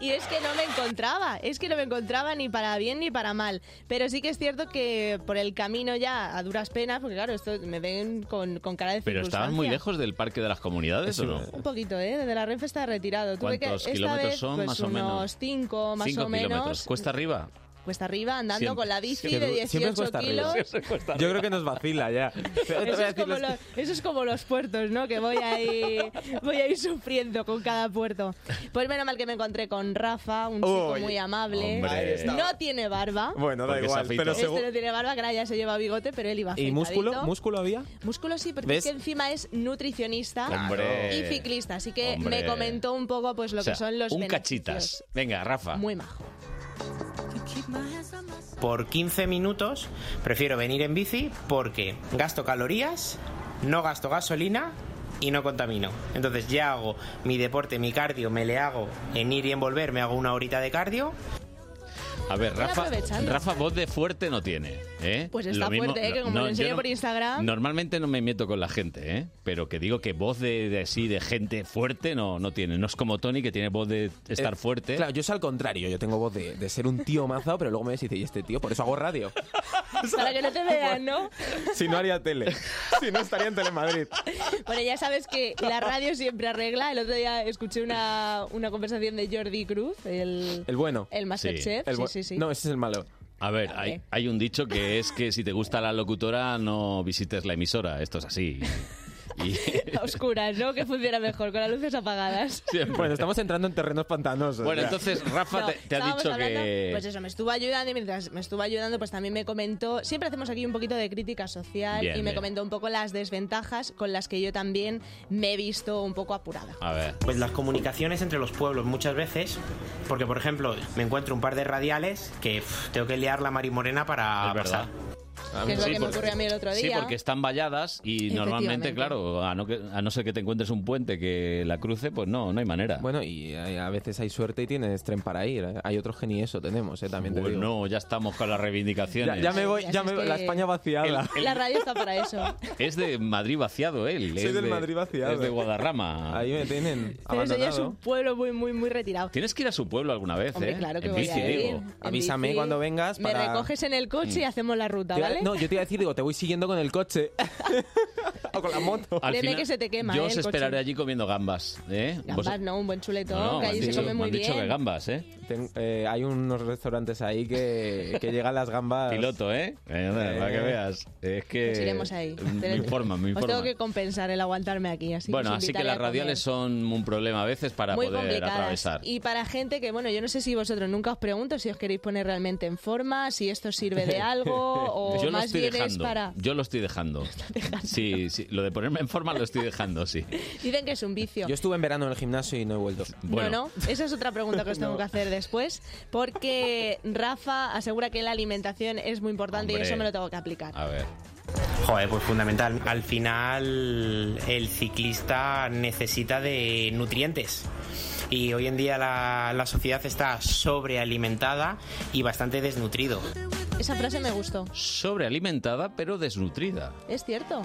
Speaker 18: Y es que no me encontraba, es que no me encontraba ni para bien ni para mal. Pero sí que es cierto que por el camino ya, a duras penas, porque claro, esto me ven con, con cara de
Speaker 2: Pero estabas muy
Speaker 18: circunstancia.
Speaker 2: lejos del Parque de las Comunidades, ¿o no?
Speaker 18: Un poquito, ¿eh? Desde la Renfe está retirado. Tuve que,
Speaker 2: ¿Cuántos
Speaker 18: esta
Speaker 2: kilómetros
Speaker 18: vez,
Speaker 2: son,
Speaker 18: pues,
Speaker 2: más o menos?
Speaker 18: Unos 5, más
Speaker 2: Cinco
Speaker 18: o menos.
Speaker 2: kilómetros. ¿Cuesta arriba?
Speaker 18: Cuesta arriba, andando
Speaker 2: Siempre-
Speaker 18: con la bici
Speaker 2: siempre-
Speaker 18: de
Speaker 2: siempre
Speaker 18: 18
Speaker 2: cuesta arriba.
Speaker 18: kilos.
Speaker 2: Siempre cuesta
Speaker 12: Yo creo que nos vacila ya. Te voy a
Speaker 18: Eso es,
Speaker 12: decir
Speaker 18: como
Speaker 12: los-
Speaker 18: los, eso es como los puertos, ¿no? Que voy a ir, voy a ir sufriendo con cada puerto. Pues menos mal que me encontré con Rafa, un chico
Speaker 12: Uy,
Speaker 18: muy amable.
Speaker 12: hombre. Ahí está.
Speaker 18: No tiene barba.
Speaker 12: Bueno, da
Speaker 2: Porque se
Speaker 12: igual,
Speaker 2: afeitó.
Speaker 12: pero
Speaker 18: este
Speaker 12: segu-
Speaker 18: no tiene barba, que ahora ya se lleva bigote, pero él iba
Speaker 12: ¿Y
Speaker 18: afeitadito.
Speaker 12: músculo? ¿Músculo había?
Speaker 18: Músculo sí, porque
Speaker 12: ¿Ves?
Speaker 18: es que encima es nutricionista
Speaker 2: Hombre.
Speaker 18: y ciclista, así que
Speaker 2: Hombre.
Speaker 18: me comentó un poco pues lo
Speaker 2: O sea,
Speaker 18: que son los
Speaker 2: un
Speaker 18: beneficios.
Speaker 2: cachitas. Venga, Rafa.
Speaker 18: Muy majo.
Speaker 20: Por 15 minutos prefiero venir en bici porque gasto calorías, no gasto gasolina y no contamino. Entonces ya hago mi deporte, mi cardio, me le hago en ir y en volver, me hago una horita de cardio
Speaker 2: A ver,
Speaker 18: Voy
Speaker 2: Rafa,
Speaker 18: aprovechando.
Speaker 2: Rafa voz de fuerte no tiene. ¿eh?
Speaker 18: Pues está
Speaker 2: Lo mismo-
Speaker 18: fuerte, ¿eh? que como
Speaker 2: no,
Speaker 18: lo
Speaker 2: yo
Speaker 18: enseño
Speaker 2: no-
Speaker 18: por Instagram.
Speaker 2: Normalmente no me meto con la gente, ¿eh? pero que digo que voz de, de así, de gente fuerte, no, no tiene. No es como Tony, que tiene voz de estar
Speaker 12: Eh,
Speaker 2: fuerte.
Speaker 12: Claro, yo es al contrario. Yo tengo voz de, de ser un tío mazado, pero luego me ves y dices, "¿Y este tío? Por eso hago radio.
Speaker 18: Para que no te vean, ¿no?
Speaker 12: Si no haría tele. Si no estaría en Telemadrid.
Speaker 18: Bueno, ya sabes que la radio siempre arregla. El otro día escuché una, una conversación de Jordi Cruz, el,
Speaker 12: El bueno.
Speaker 18: el Masterchef.
Speaker 12: El
Speaker 18: Sí,
Speaker 12: bu-
Speaker 18: sí, sí.
Speaker 12: No, ese es el malo.
Speaker 2: A ver, hay, hay un dicho que es que si te gusta la locutora, no visites la emisora. Esto es así. Y-
Speaker 18: A Oscuras, ¿no? Que funciona mejor, con las luces apagadas.
Speaker 12: Bueno, estamos entrando en terrenos pantanosos.
Speaker 2: Bueno,
Speaker 12: ya.
Speaker 2: entonces, Rafa
Speaker 18: No,
Speaker 2: te, te ha
Speaker 18: estábamos
Speaker 2: dicho
Speaker 18: hablando-
Speaker 2: que...
Speaker 18: Pues eso, me estuvo ayudando y mientras me estuvo ayudando, pues también me comentó. Siempre hacemos aquí un poquito de crítica social
Speaker 2: Bien,
Speaker 18: y me
Speaker 2: bien.
Speaker 18: comentó un poco las desventajas con las que yo también me he visto un poco apurada.
Speaker 2: A ver.
Speaker 20: Pues las comunicaciones entre los pueblos muchas veces, porque por ejemplo me encuentro un par de radiales que pf, tengo que liar la marimorena para
Speaker 2: Es verdad. Ah,
Speaker 20: pasar.
Speaker 18: Que es lo que me ocurrió a mí el otro
Speaker 2: Sí,
Speaker 18: día.
Speaker 2: porque están valladas y normalmente,
Speaker 18: Efectivamente.
Speaker 2: claro, a no, que- a no ser que te encuentres un puente que la cruce, pues no, no hay manera.
Speaker 12: Bueno, y hay- a veces hay suerte y tienes tren para ir. ¿eh? Hay otros que ni eso tenemos, ¿eh? también te
Speaker 2: Bueno,
Speaker 12: digo.
Speaker 2: ya estamos con las reivindicaciones.
Speaker 12: Ya, ya me voy, ya me voy, la España vaciada.
Speaker 2: El-
Speaker 18: La radio está para eso.
Speaker 2: Es de Madrid vaciado él.
Speaker 12: Soy
Speaker 2: es
Speaker 12: del
Speaker 2: de-
Speaker 12: Madrid vaciado. eh.
Speaker 2: Es de Guadarrama.
Speaker 12: Ahí me tienen
Speaker 18: Pero eso ya es un pueblo muy, muy, muy retirado.
Speaker 2: Tienes que ir a su pueblo alguna vez,
Speaker 18: Hombre,
Speaker 2: ¿eh?
Speaker 18: claro que
Speaker 2: en
Speaker 18: voy
Speaker 2: bici,
Speaker 18: a ir.
Speaker 2: digo.
Speaker 18: En Avísame bici. cuando
Speaker 12: vengas
Speaker 18: Me recoges en el coche y hacemos la ruta,
Speaker 12: Te iba-
Speaker 18: ¿vale?
Speaker 12: No, yo te iba a decir, digo, te voy siguiendo con el coche. o con la moto.
Speaker 18: Al Créeme final, que se te quema,
Speaker 2: Yo
Speaker 18: ¿eh?
Speaker 2: os
Speaker 18: el coche.
Speaker 2: esperaré allí comiendo gambas. ¿eh? Vos-
Speaker 18: Gambas, no, un buen chuletón,
Speaker 2: No, no,
Speaker 18: que
Speaker 2: me
Speaker 18: allí
Speaker 2: han
Speaker 18: se
Speaker 2: dicho-
Speaker 18: come
Speaker 2: me
Speaker 18: muy
Speaker 2: han dicho
Speaker 18: bien.
Speaker 2: que gambas, ¿eh?
Speaker 12: Ten- eh, hay unos restaurantes ahí que, que llegan las gambas.
Speaker 2: Piloto, ¿eh? Eh, nada, Para que veas. Es que.
Speaker 18: Nos iremos ahí.
Speaker 2: Me informan, me
Speaker 18: Os
Speaker 2: informan.
Speaker 18: tengo que compensar el aguantarme aquí. Así
Speaker 2: bueno,
Speaker 18: os
Speaker 2: así que
Speaker 18: pues invitaré
Speaker 2: las
Speaker 18: a comer.
Speaker 2: radiales son un problema a veces para
Speaker 18: Muy
Speaker 2: poder
Speaker 18: complicadas.
Speaker 2: atravesar.
Speaker 18: Y para gente que, bueno, yo no sé si vosotros nunca os pregunto si os queréis poner realmente en forma, si esto sirve de algo o
Speaker 2: yo lo
Speaker 18: más
Speaker 2: estoy
Speaker 18: bien es
Speaker 2: dejando.
Speaker 18: para...
Speaker 2: Yo lo estoy dejando. Sí, sí, lo de ponerme en forma lo estoy dejando, sí.
Speaker 18: Dicen que es un vicio.
Speaker 12: Yo estuve en verano en el gimnasio y no he vuelto.
Speaker 18: No, no, esa es otra pregunta que os tengo
Speaker 12: No.
Speaker 18: que hacer después, porque Rafa asegura que la alimentación es muy importante y
Speaker 20: Hombre.
Speaker 18: eso me lo tengo que aplicar.
Speaker 2: A ver.
Speaker 20: Joder, pues fundamental. Al final el ciclista necesita de nutrientes. Y hoy en día la, la sociedad está sobrealimentada y bastante desnutrido.
Speaker 18: Esa frase me gustó,
Speaker 2: Sobrealimentada, pero desnutrida.
Speaker 18: es cierto.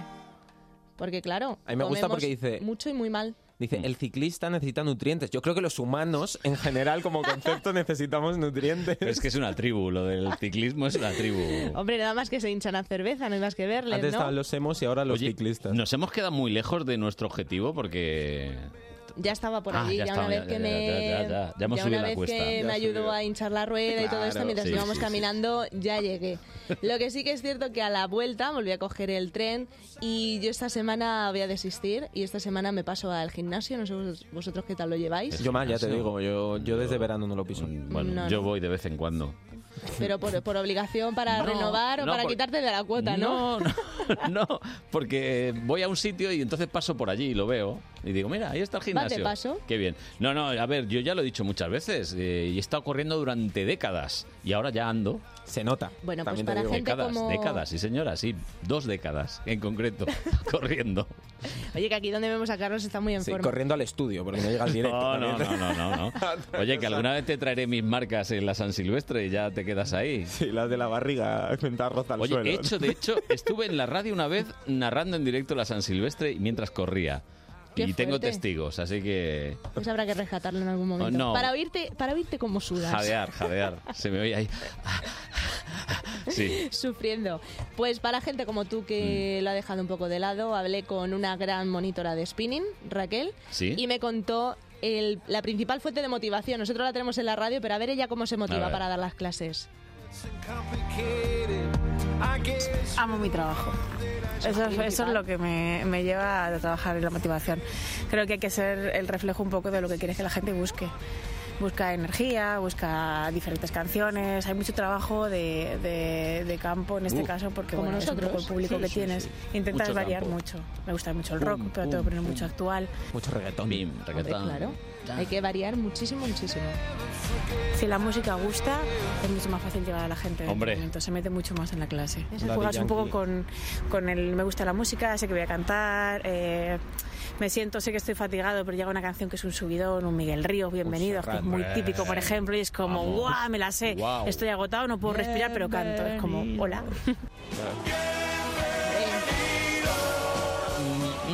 Speaker 18: Porque claro,
Speaker 12: A mí me gusta
Speaker 18: comemos
Speaker 12: porque dice-
Speaker 18: mucho y muy mal.
Speaker 12: Dice, el ciclista necesita nutrientes. Yo creo que los humanos, en general, como concepto, necesitamos nutrientes.
Speaker 2: Es que es una tribu, lo del ciclismo es una tribu.
Speaker 18: Hombre, nada más que se hinchan a cerveza, no hay más que verles,
Speaker 12: Antes
Speaker 18: ¿no?
Speaker 12: estaban los hemos y ahora los ciclistas.
Speaker 2: Nos hemos quedado muy lejos de nuestro objetivo porque...
Speaker 18: Ya estaba por
Speaker 2: Ah,
Speaker 18: allí,
Speaker 2: ya
Speaker 18: ya,
Speaker 2: estaba,
Speaker 18: una vez
Speaker 2: ya,
Speaker 18: que
Speaker 2: ya,
Speaker 18: me...
Speaker 2: ya, ya, ya. Ya hemos
Speaker 18: una
Speaker 2: subido la
Speaker 18: vez
Speaker 2: cuesta.
Speaker 18: que
Speaker 2: Ya
Speaker 18: me ayudó
Speaker 2: subido.
Speaker 18: a hinchar la rueda y todo esto
Speaker 2: Claro,
Speaker 18: mientras
Speaker 2: sí,
Speaker 18: íbamos
Speaker 2: sí, sí.
Speaker 18: caminando, ya llegué. Lo que sí que es cierto que a la vuelta volví a coger el tren y yo esta semana voy a desistir y esta semana me paso al gimnasio, no sé vos- vosotros qué tal lo lleváis,
Speaker 12: Yo más, ya te
Speaker 2: gimnasio.
Speaker 12: digo, yo, yo desde verano no lo piso.
Speaker 2: Bueno,
Speaker 18: No,
Speaker 2: yo
Speaker 18: no.
Speaker 2: voy de vez en cuando.
Speaker 18: pero por, por obligación para
Speaker 2: No,
Speaker 18: renovar o
Speaker 2: no,
Speaker 18: para
Speaker 2: por-
Speaker 18: quitarte de la cuota, ¿no?
Speaker 2: No, no, no, porque voy a un sitio y entonces paso por allí y lo veo. Y digo, mira, ahí está el
Speaker 18: Vas
Speaker 2: gimnasio.
Speaker 18: de paso.
Speaker 2: Qué bien. No, no, a ver, yo ya lo he dicho muchas veces eh, y he estado corriendo durante décadas y ahora ya ando.
Speaker 12: Se nota.
Speaker 18: Bueno, pues para gente
Speaker 2: décadas,
Speaker 18: como-
Speaker 2: décadas, sí señora, sí, dos décadas en concreto, corriendo.
Speaker 18: Oye, que aquí donde vemos a Carlos está muy en forma.
Speaker 12: corriendo al estudio, porque no llega al directo.
Speaker 2: No, no,
Speaker 12: también.
Speaker 2: no, no, no, no. Oye, que alguna vez te traeré mis marcas en la San Silvestre y ya te quedas ahí.
Speaker 12: Sí, las de la barriga, sentar roza al
Speaker 2: Oye,
Speaker 12: suelo.
Speaker 2: he hecho, de hecho, estuve en la radio una vez narrando en directo la San Silvestre mientras corría.
Speaker 18: Qué
Speaker 2: y tengo
Speaker 18: fuerte.
Speaker 2: testigos, así que...
Speaker 18: Pues habrá que rescatarlo en algún momento.
Speaker 2: Oh, no.
Speaker 18: Para oírte, para oírte como sudas.
Speaker 2: Jadear, jadear. Se me oye ahí. Sí. Mm.
Speaker 18: sufriendo. Pues para gente como tú que lo ha dejado un poco de lado, hablé con una gran monitora de spinning, Raquel,
Speaker 2: Sí.
Speaker 18: y me contó el- la principal fuente de motivación. Nosotros la tenemos en la radio, pero a ver ella cómo se
Speaker 2: A
Speaker 18: motiva
Speaker 2: ver.
Speaker 18: para dar las clases.
Speaker 21: Amo mi trabajo. Eso, es- eso es lo que me, me lleva a trabajar y la motivación. Creo que hay que ser el reflejo un poco de lo que quieres que la gente busque. Busca energía, busca diferentes canciones, hay mucho trabajo de, de- de campo en este
Speaker 18: Uh,
Speaker 21: caso porque
Speaker 18: como
Speaker 21: bueno, es un
Speaker 18: nosotros.
Speaker 21: poco el público
Speaker 18: Sí,
Speaker 21: que
Speaker 18: sí,
Speaker 21: tienes.
Speaker 18: sí.
Speaker 21: Intentas
Speaker 18: Mucho
Speaker 21: variar
Speaker 18: campo.
Speaker 21: mucho. Me gusta mucho el rock, pero tengo que poner mucho actual.
Speaker 12: Mucho reggaetón.
Speaker 18: Hombre, claro. Hay que variar muchísimo, muchísimo.
Speaker 21: Si la música gusta, es mucho más fácil llegar a la gente. dentro
Speaker 18: Hombre.
Speaker 21: del momento, se mete mucho más en la clase.
Speaker 18: Eso es.
Speaker 21: Juegas un
Speaker 18: Daddy
Speaker 21: poco
Speaker 18: Yankee.
Speaker 21: con, con el me gusta la música, sé que voy a cantar, eh,
Speaker 6: me siento, sé que estoy fatigado, pero llega una canción que es un subidón, un Miguel Ríos, bienvenidos, que es muy
Speaker 22: hombre.
Speaker 6: típico, por ejemplo, y es como,
Speaker 22: Vamos.
Speaker 6: guau, me la sé,
Speaker 22: Guau.
Speaker 6: estoy agotado, no puedo respirar, pero canto, es como, hola.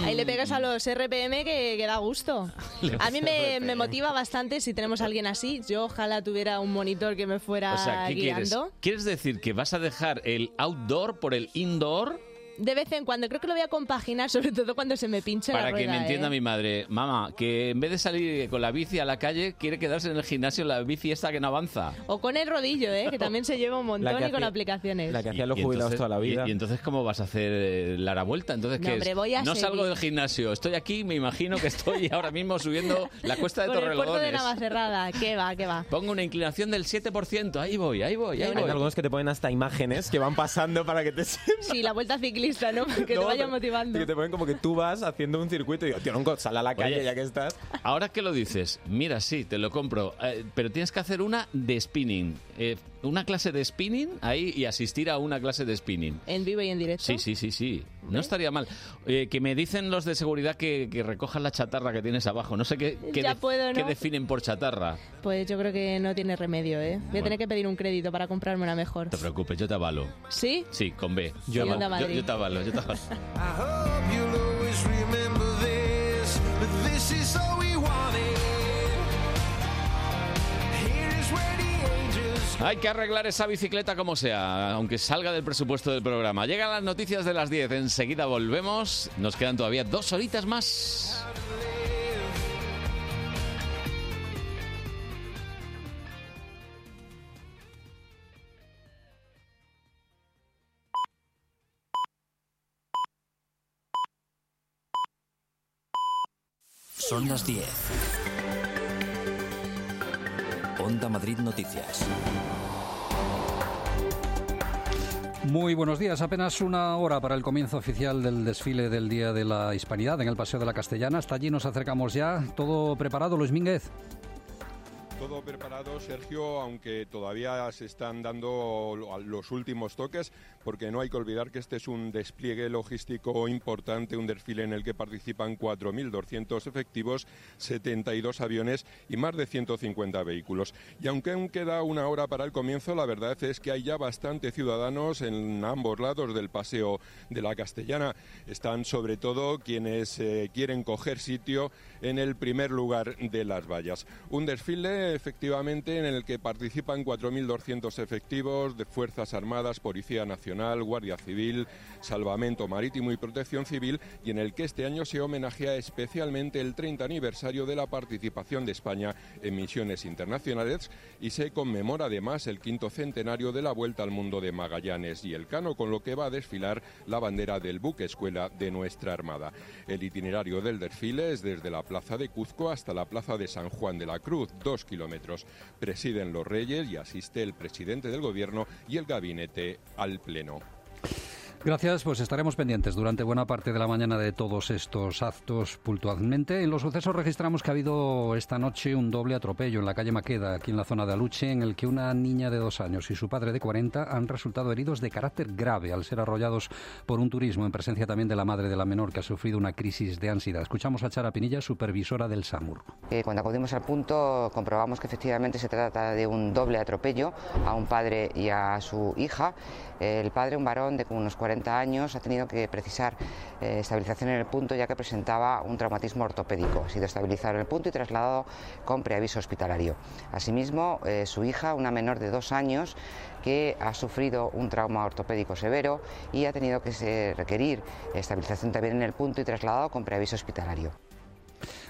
Speaker 18: Ahí le pegas a los RPM que, que da gusto.
Speaker 2: Mm. Le
Speaker 18: A mí me,
Speaker 2: RPM.
Speaker 18: me motiva bastante si tenemos a alguien así. Yo ojalá tuviera un monitor que me fuera
Speaker 2: O sea, ¿qué quieres?
Speaker 18: guiando.
Speaker 2: ¿Quieres decir que vas a dejar el outdoor por el indoor?
Speaker 18: De vez en cuando, creo que lo voy a compaginar, sobre todo cuando se me pinche la
Speaker 2: Para
Speaker 18: rueda.
Speaker 2: que me entienda
Speaker 18: ¿eh?
Speaker 2: mi madre, mamá, que en vez de salir con la bici a la calle, quiere quedarse en el gimnasio en la bici esta que no avanza.
Speaker 18: O con el rodillo, ¿eh? que también se lleva un montón
Speaker 2: que
Speaker 18: y con
Speaker 2: hacía-
Speaker 18: aplicaciones.
Speaker 2: Y- y entonces- Y, y entonces, ¿cómo vas a hacer eh, la vuelta? Entonces,
Speaker 18: No,
Speaker 2: ¿qué es?
Speaker 18: hombre, voy a
Speaker 2: no
Speaker 18: seguir.
Speaker 2: salgo del gimnasio, estoy aquí, me imagino que estoy ahora mismo subiendo la cuesta de
Speaker 18: Por el puerto
Speaker 2: Torrelodones.
Speaker 18: de Navacerrada, que va, que va.
Speaker 2: Pongo una inclinación del 7%, ahí voy, ahí voy, ahí
Speaker 12: Hay
Speaker 2: voy.
Speaker 12: algunos que te ponen hasta imágenes que van pasando para que te
Speaker 18: Sí, la vuelta ciclista, ¿no? Que te
Speaker 12: No,
Speaker 18: vaya
Speaker 12: pero-
Speaker 18: motivando.
Speaker 12: que te ponen como que tú vas haciendo un circuito y digo, tío, no, sal a la calle
Speaker 2: Oye,
Speaker 12: ya que estás.
Speaker 2: Ahora que lo dices, mira, sí, te lo compro, eh, pero tienes que hacer una de spinning. eh, una clase de spinning ahí y asistir a una clase de spinning.
Speaker 18: En vivo y en directo.
Speaker 2: Sí, sí, sí, sí. No estaría mal. Eh, que me dicen los de seguridad que, que recojan la chatarra que tienes abajo. No sé qué, qué de-
Speaker 18: Ya puedo, ¿no?
Speaker 2: qué definen por chatarra.
Speaker 18: Pues yo creo que no tiene remedio, ¿eh? Voy a
Speaker 2: Bueno.
Speaker 18: tener que pedir un crédito para comprarme una mejor.
Speaker 2: No te preocupes, yo te avalo.
Speaker 18: ¿Sí?
Speaker 2: Sí, con B.
Speaker 18: Yo Sí, avalo. onda
Speaker 2: yo,
Speaker 18: Madrid.
Speaker 2: yo te avalo, yo te avalo.
Speaker 23: I hope you'll always remember this, but this is all we wanted. Here is where the angels
Speaker 2: Hay que arreglar esa bicicleta como sea, aunque salga del presupuesto del programa. Llegan las noticias de las 10, enseguida volvemos. Nos quedan todavía dos horitas más.
Speaker 1: Son las 10. Onda Madrid Noticias.
Speaker 3: Muy buenos días. Apenas una hora para el comienzo oficial del desfile del Día de la Hispanidad en el Paseo de la Castellana. Hasta allí nos acercamos ya. Todo preparado, Luis Mínguez.
Speaker 24: Todo preparado, Sergio, aunque todavía se están dando lo- a los últimos toques, porque no hay que olvidar que este es un despliegue logístico importante, un desfile en el que participan 4.200 efectivos, 72 aviones y más de 150 vehículos. Y aunque aún queda una hora para el comienzo, la verdad es que hay ya bastante ciudadanos en ambos lados del paseo de la Castellana. Están sobre todo quienes eh, quieren coger sitio en el primer lugar de las vallas. Un desfile efectivamente en el que participan 4.200 efectivos de Fuerzas Armadas, Policía Nacional, Guardia Civil, Salvamento Marítimo y Protección Civil y en el que este año se homenajea especialmente el 30 aniversario de la participación de España en misiones internacionales y se conmemora además el quinto centenario de la Vuelta al Mundo de Magallanes y el Cano, con lo que va a desfilar la bandera del buque escuela de nuestra Armada. El itinerario del desfile es desde la Plaza de Cuzco hasta la Plaza de San Juan de la Cruz, dos kilómetros. Presiden los reyes y asiste el presidente del gobierno y el gabinete al pleno.
Speaker 3: Gracias, pues estaremos pendientes durante buena parte de la mañana de todos estos actos puntualmente. En los sucesos registramos que ha habido esta noche un doble atropello en la calle Maqueda, aquí en la zona de Aluche, en el que una niña de dos años y su padre de 40 han resultado heridos de carácter grave al ser arrollados por un turismo en presencia también de la madre de la menor que ha sufrido una crisis de ansiedad. Escuchamos a Chara Pinilla, supervisora del SAMUR.
Speaker 25: Eh, cuando acudimos al punto comprobamos que efectivamente se trata de un doble atropello a un padre y a su hija. Eh, el padre, un varón de unos 40 años, ha tenido que precisar eh, estabilización en el punto ya que presentaba un traumatismo ortopédico. Ha sido estabilizado en el punto y trasladado con preaviso hospitalario. Asimismo, eh, su hija, una menor de dos años, que ha sufrido un trauma ortopédico severo y ha tenido que se- requerir estabilización también en el punto y trasladado con preaviso hospitalario.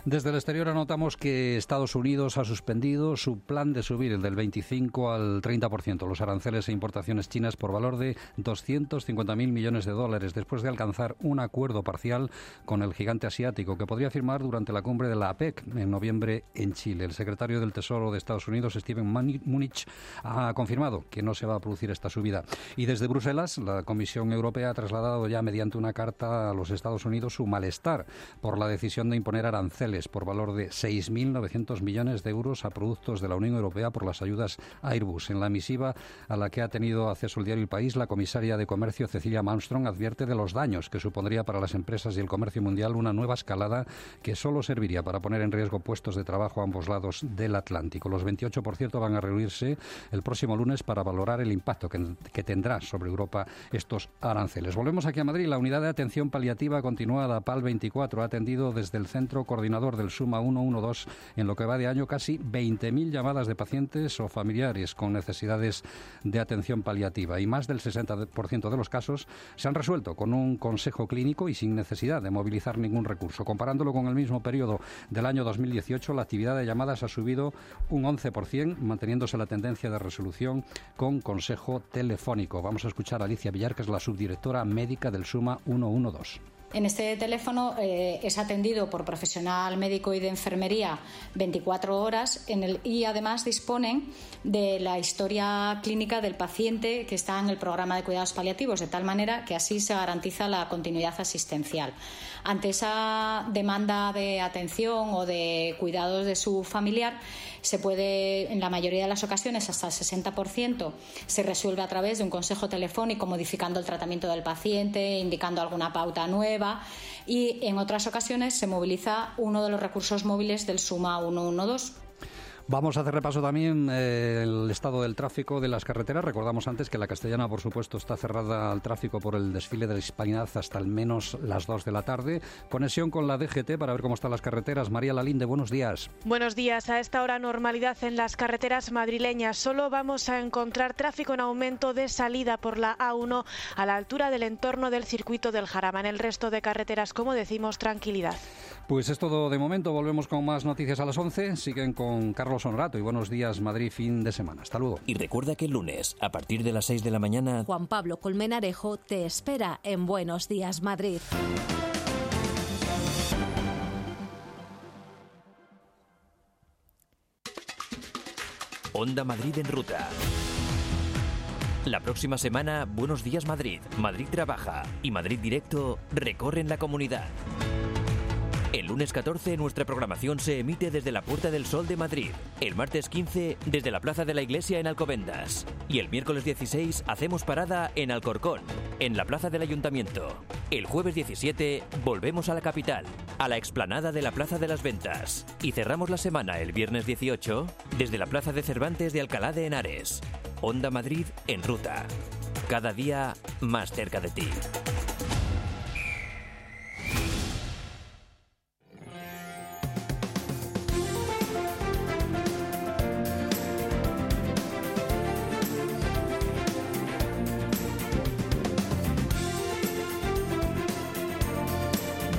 Speaker 3: Desde el exterior anotamos que Estados Unidos ha suspendido su plan de subir el del 25 al 30% los aranceles e importaciones chinas por valor de 250.000 millones de dólares después de alcanzar un acuerdo parcial con el gigante asiático que podría firmar durante la cumbre de la APEC en noviembre en Chile. El secretario del Tesoro de Estados Unidos, Steven Mani- Munich, ha confirmado que no se va a producir esta subida. Y desde Bruselas, la Comisión Europea ha trasladado ya mediante una carta a los Estados Unidos su malestar por la decisión de imponer aranceles adicionales por valor de 6.900 millones de euros a productos de la Unión Europea por las ayudas Airbus. En la misiva a la que ha tenido acceso el diario El País, la comisaria de Comercio Cecilia Malmström advierte de los daños que supondría para las empresas y el comercio mundial una nueva escalada que solo serviría para poner en riesgo puestos de trabajo a ambos lados del Atlántico. Los 28, por cierto, van a reunirse el próximo lunes para valorar el impacto que, que tendrá sobre Europa estos aranceles. Volvemos aquí a Madrid. La unidad de atención paliativa continuada PAL 24 ha atendido desde el centro coordinador del SUMA 112 en lo que va de año casi 20.000 llamadas de pacientes o familiares con necesidades de atención paliativa y más del 60% de los casos se han resuelto con un consejo clínico y sin necesidad de movilizar ningún recurso. Comparándolo con el mismo periodo del año 2018, la actividad de llamadas ha subido un 11%, manteniéndose la tendencia de resolución con consejo telefónico. Vamos a escuchar a Alicia Villar, que es la subdirectora médica del SUMA 112.
Speaker 26: En este teléfono eh, es atendido por profesional médico y de enfermería 24 horas en el, y además disponen de la historia clínica del paciente que está en el programa de cuidados paliativos, de tal manera que así se garantiza la continuidad asistencial. Ante esa demanda de atención o de cuidados de su familiar, se puede, en la mayoría de las ocasiones, hasta el 60%, se resuelve a través de un consejo telefónico modificando el tratamiento del paciente, indicando alguna pauta nueva y en otras ocasiones se moviliza uno de los recursos móviles del Suma 112.
Speaker 3: Vamos a hacer repaso también eh, el estado del tráfico de las carreteras. Recordamos antes que la castellana, por supuesto, está cerrada al tráfico por el desfile de la Hispanidad hasta al menos las 2 de la tarde. Conexión con la DGT para ver cómo están las carreteras. María Lalinde, buenos días.
Speaker 27: Buenos días. A esta hora normalidad en las carreteras madrileñas. Solo vamos a encontrar tráfico en aumento de salida por la A1 a la altura del entorno del circuito del Jarama. En el resto de carreteras, como decimos, tranquilidad.
Speaker 3: Pues es todo de momento. Volvemos con más noticias a las 11. Siguen con Carlos Honorato y buenos días Madrid fin de semana. Hasta luego.
Speaker 1: Y recuerda que el lunes, a partir de las 6 de la mañana,
Speaker 14: Juan Pablo Colmenarejo te espera en Buenos Días Madrid.
Speaker 1: Onda Madrid en ruta. La próxima semana, Buenos Días Madrid, Madrid Trabaja y Madrid Directo recorren la comunidad. El lunes 14 nuestra programación se emite desde la Puerta del Sol de Madrid. El martes 15 desde la Plaza de la Iglesia en Alcobendas. Y el miércoles 16 hacemos parada en Alcorcón, en la Plaza del Ayuntamiento. El jueves 17 volvemos a la capital, a la explanada de la Plaza de las Ventas. Y cerramos la semana el viernes 18 desde la Plaza de Cervantes de Alcalá de Henares. Onda Madrid en ruta. Cada día más cerca de ti.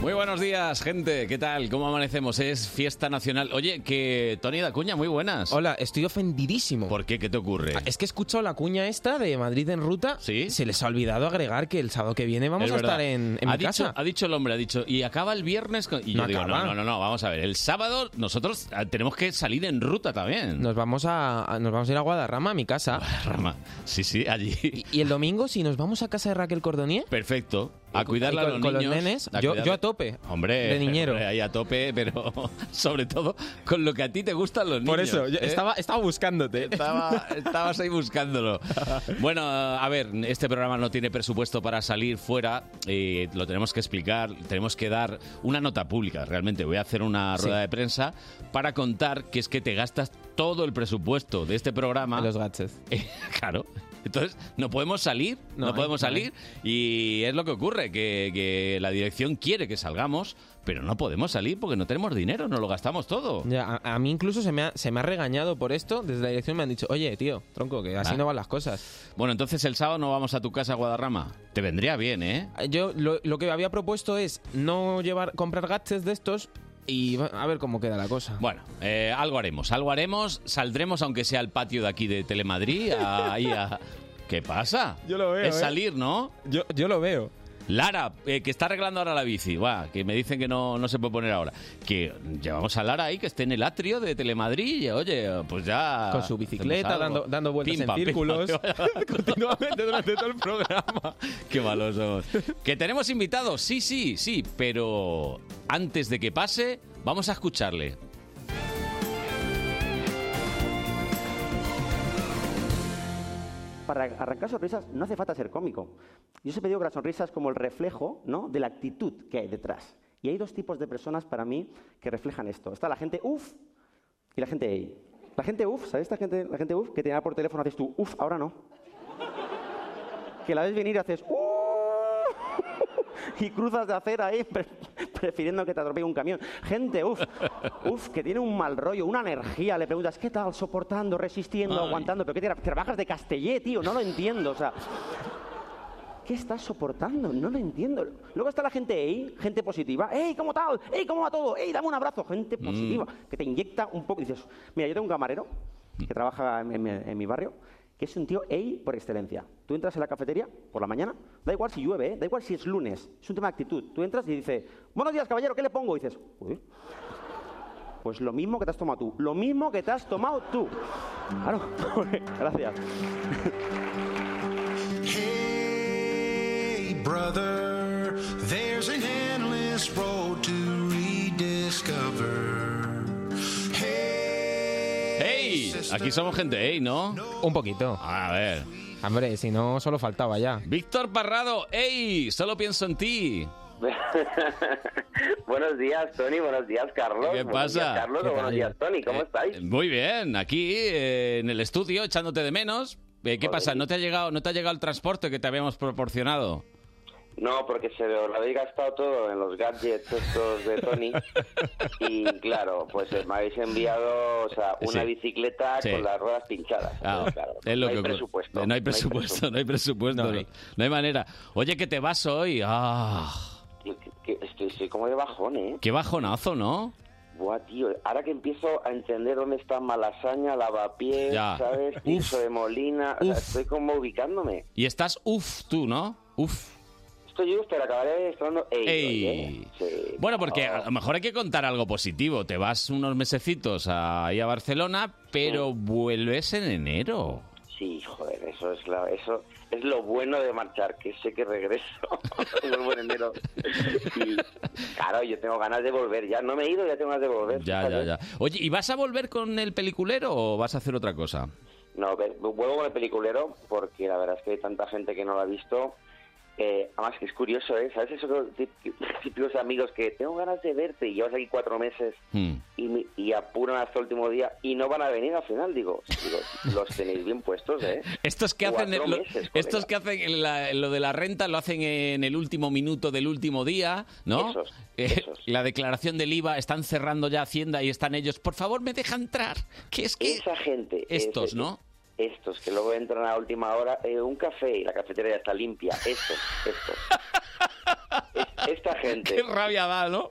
Speaker 2: Muy buenos días, gente. ¿Qué tal? ¿Cómo amanecemos? Es fiesta nacional. Oye, que Tony da cuña, muy buenas.
Speaker 12: Hola, estoy ofendidísimo.
Speaker 2: ¿Por qué? ¿Qué te ocurre?
Speaker 12: Ah, Es que he escuchado la cuña esta de Madrid en ruta. Sí. Se les ha olvidado agregar que el sábado que viene vamos
Speaker 2: Es
Speaker 12: a
Speaker 2: verdad.
Speaker 12: estar en, en
Speaker 2: ha
Speaker 12: mi
Speaker 2: dicho,
Speaker 12: casa.
Speaker 2: Ha dicho el hombre, ha dicho, y acaba el viernes. con-". Y yo
Speaker 12: No
Speaker 2: digo,
Speaker 12: acaba.
Speaker 2: no, no, no, no, vamos a ver. El sábado nosotros ah, tenemos que salir en ruta también.
Speaker 12: Nos vamos a, a- nos vamos a ir a Guadarrama, a mi casa.
Speaker 2: Guadarrama. Sí, sí, allí.
Speaker 12: Y, y el domingo, si nos vamos a casa de Raquel Cordonier,
Speaker 2: Perfecto. A
Speaker 12: con-
Speaker 2: cuidarla
Speaker 12: y
Speaker 2: a
Speaker 12: con-
Speaker 2: los
Speaker 12: con los
Speaker 2: niños,
Speaker 12: nenes, yo-
Speaker 2: cuidar-
Speaker 12: yo a tope.
Speaker 2: Hombre,
Speaker 12: De niñero.
Speaker 2: hombre, ahí a tope, pero sobre todo con lo que a ti te gustan los niños.
Speaker 12: Por eso, yo
Speaker 2: ¿eh?
Speaker 12: estaba, estaba buscándote.
Speaker 2: Estaba- estabas ahí buscándolo. Bueno, a ver, este programa no tiene presupuesto para salir fuera. eh, lo tenemos que explicar. Tenemos que dar una nota pública, realmente. Voy a hacer una
Speaker 12: Sí.
Speaker 2: rueda de prensa para contar que es que te gastas todo el presupuesto de este programa. los
Speaker 12: gaches.
Speaker 2: claro. Entonces, no podemos salir, no,
Speaker 12: No,
Speaker 2: podemos
Speaker 12: no hay.
Speaker 2: salir. Y es lo que ocurre, que, que la dirección quiere que salgamos, pero no podemos salir porque no tenemos dinero, no lo gastamos todo.
Speaker 12: Ya, a, a mí incluso se me, ha, se me ha regañado por esto. Desde la dirección me han dicho, oye, tío, tronco, que así
Speaker 2: Ah.
Speaker 12: no van las cosas.
Speaker 2: Bueno, entonces el sábado no vamos a tu casa, Guadarrama. Te vendría bien, ¿eh?
Speaker 12: Ah, Yo lo, lo que había propuesto es no llevar comprar gadgets de estos y va- a ver cómo queda la cosa.
Speaker 2: Bueno, eh, algo haremos, algo haremos. Saldremos, aunque sea al patio de aquí de Telemadrid, a- ahí a- ¿Qué pasa?
Speaker 12: Yo lo veo,
Speaker 2: Es
Speaker 12: ¿eh?
Speaker 2: salir, ¿no?
Speaker 12: Yo, yo lo veo.
Speaker 2: Lara, eh, que está arreglando ahora la bici, va, que me dicen que no, no se puede poner ahora. Que llevamos a Lara ahí, que esté en el atrio de Telemadrid, y, oye, pues ya...
Speaker 12: Con su bicicleta,
Speaker 2: hacemos algo.
Speaker 12: dando, dando vueltas
Speaker 2: Pim,
Speaker 12: en
Speaker 2: pam, pim, pam,
Speaker 12: círculos.
Speaker 2: continuamente durante todo el programa. Qué malos somos. Que tenemos invitados, sí, sí, sí, pero antes de que pase, vamos a escucharle.
Speaker 28: Para arrancar sonrisas no hace falta ser cómico. Yo siempre digo que la sonrisa es como el reflejo ¿no? de la actitud que hay detrás. Y hay dos tipos de personas para mí que reflejan esto. Está la gente uff y la gente ey. La gente uff, ¿sabes esta gente, la gente uff que te llama por teléfono haces tú uff, ahora no? Que la ves venir y haces "Uh", y cruzas de acera ahí pre- prefiriendo que te atropelle un camión. Gente uff, uff que tiene un mal rollo, una energía, le preguntas ¿qué tal? soportando, resistiendo,
Speaker 29: Ay.
Speaker 28: aguantando, pero qué te trabajas de castellé, tío, no lo entiendo, o sea, ¿Qué estás soportando? No lo entiendo. Luego está la gente ahí, gente positiva. ¡Ey, cómo tal! ¡Ey, cómo va todo! ¡Ey, dame un abrazo! Gente positiva, que te inyecta un poco. Dices, mira, yo tengo un camarero que trabaja en, en mi- en mi barrio, que es un tío ey por excelencia. Tú entras en la cafetería por la mañana, da igual si llueve, ¿eh? da igual si es lunes, es un tema de actitud. Tú entras y dices, buenos días, caballero, ¿qué le pongo? Y dices, uy, pues lo mismo que te has tomado tú, lo mismo que te has tomado tú. Claro, gracias.
Speaker 30: Hey, brother, there's an endless road to rediscover.
Speaker 2: ¡Hey! Aquí somos gente, ¡hey! ¿No? Ah,
Speaker 12: Un poquito.
Speaker 2: A ver.
Speaker 12: Hombre, si no, solo faltaba ya.
Speaker 2: Víctor Parrado, ¡hey! Solo pienso en ti.
Speaker 31: buenos días, Tony. Buenos días, Carlos.
Speaker 2: ¿Qué
Speaker 31: Buenos días,
Speaker 2: pasa?
Speaker 31: Carlos.
Speaker 2: ¿Qué
Speaker 31: o buenos
Speaker 2: tal? Eh,
Speaker 31: días, Tony. ¿Cómo estáis?
Speaker 2: Muy bien, aquí eh, en el estudio, echándote de menos. Eh, ¿Qué pasa? ¿No te, ha llegado, ¿No te ha llegado el transporte que te habíamos proporcionado?
Speaker 31: No, porque se lo habéis gastado todo en los gadgets estos de Tony. y claro, pues eh, me habéis enviado o sea, una
Speaker 2: Sí.
Speaker 31: bicicleta
Speaker 2: Sí.
Speaker 31: con las ruedas pinchadas.
Speaker 2: Ah,
Speaker 31: Pero, claro,
Speaker 2: es
Speaker 31: no
Speaker 2: lo que
Speaker 31: hay
Speaker 2: ocurre.
Speaker 31: presupuesto.
Speaker 2: No hay presupuesto, no hay presupuesto. No no hay, manera. Oye, que te vas hoy. Ah,
Speaker 31: Que Estoy, estoy como de bajón, ¿eh?
Speaker 2: qué bajonazo, ¿no?
Speaker 31: Buah, tío, ahora que empiezo a entender dónde está Malasaña, Lavapiés,
Speaker 2: Ya.
Speaker 31: ¿sabes?
Speaker 2: Uf.
Speaker 31: Piso de Molina, o sea,
Speaker 2: Uf.
Speaker 31: estoy como ubicándome.
Speaker 2: Y estás uff tú, ¿no? Uff.
Speaker 31: Estoy yo, pero acabaré ¿eh? estando... Ey, oye,
Speaker 2: Ey.
Speaker 31: sí. Ah.
Speaker 2: Bueno, porque a lo mejor hay que contar algo positivo. Te vas unos mesecitos ahí a Barcelona, pero vuelves en enero.
Speaker 31: Sí, joder, eso es, la, eso es lo bueno de marchar, que sé que regreso. Vuelvo en enero. Y, claro, yo tengo ganas de volver. Ya no me he ido, ya tengo ganas de volver.
Speaker 2: Ya, ya, ya. Oye, ¿y vas a volver con el peliculero o vas a hacer otra cosa?
Speaker 31: No, ve- vuelvo con el peliculero porque la verdad es que hay tanta gente que no lo ha visto. Eh, además que es curioso, ¿eh? ¿Sabes esos tí- tí- típicos amigos que tengo ganas de verte y llevas aquí cuatro meses y, me- y apuran hasta el último día y no van a venir al final? Digo, digo, los tenéis bien puestos, ¿eh?
Speaker 2: Estos que hacen,
Speaker 31: Cuatro
Speaker 2: lo,
Speaker 31: meses,
Speaker 2: estos que hacen en la- lo de la renta lo hacen en el último minuto del último día, ¿no?
Speaker 31: Esos,
Speaker 2: Eh, La declaración del IVA, están cerrando ya Hacienda y están ellos, por favor, me deja entrar. Que es que
Speaker 31: Esa gente.
Speaker 2: estos,
Speaker 31: ese-
Speaker 2: ¿no?
Speaker 31: Estos que luego entran a última hora, eh, un café y la cafetería ya está limpia. Estos, estos. Es- Esta gente.
Speaker 2: Qué rabia da, ¿no?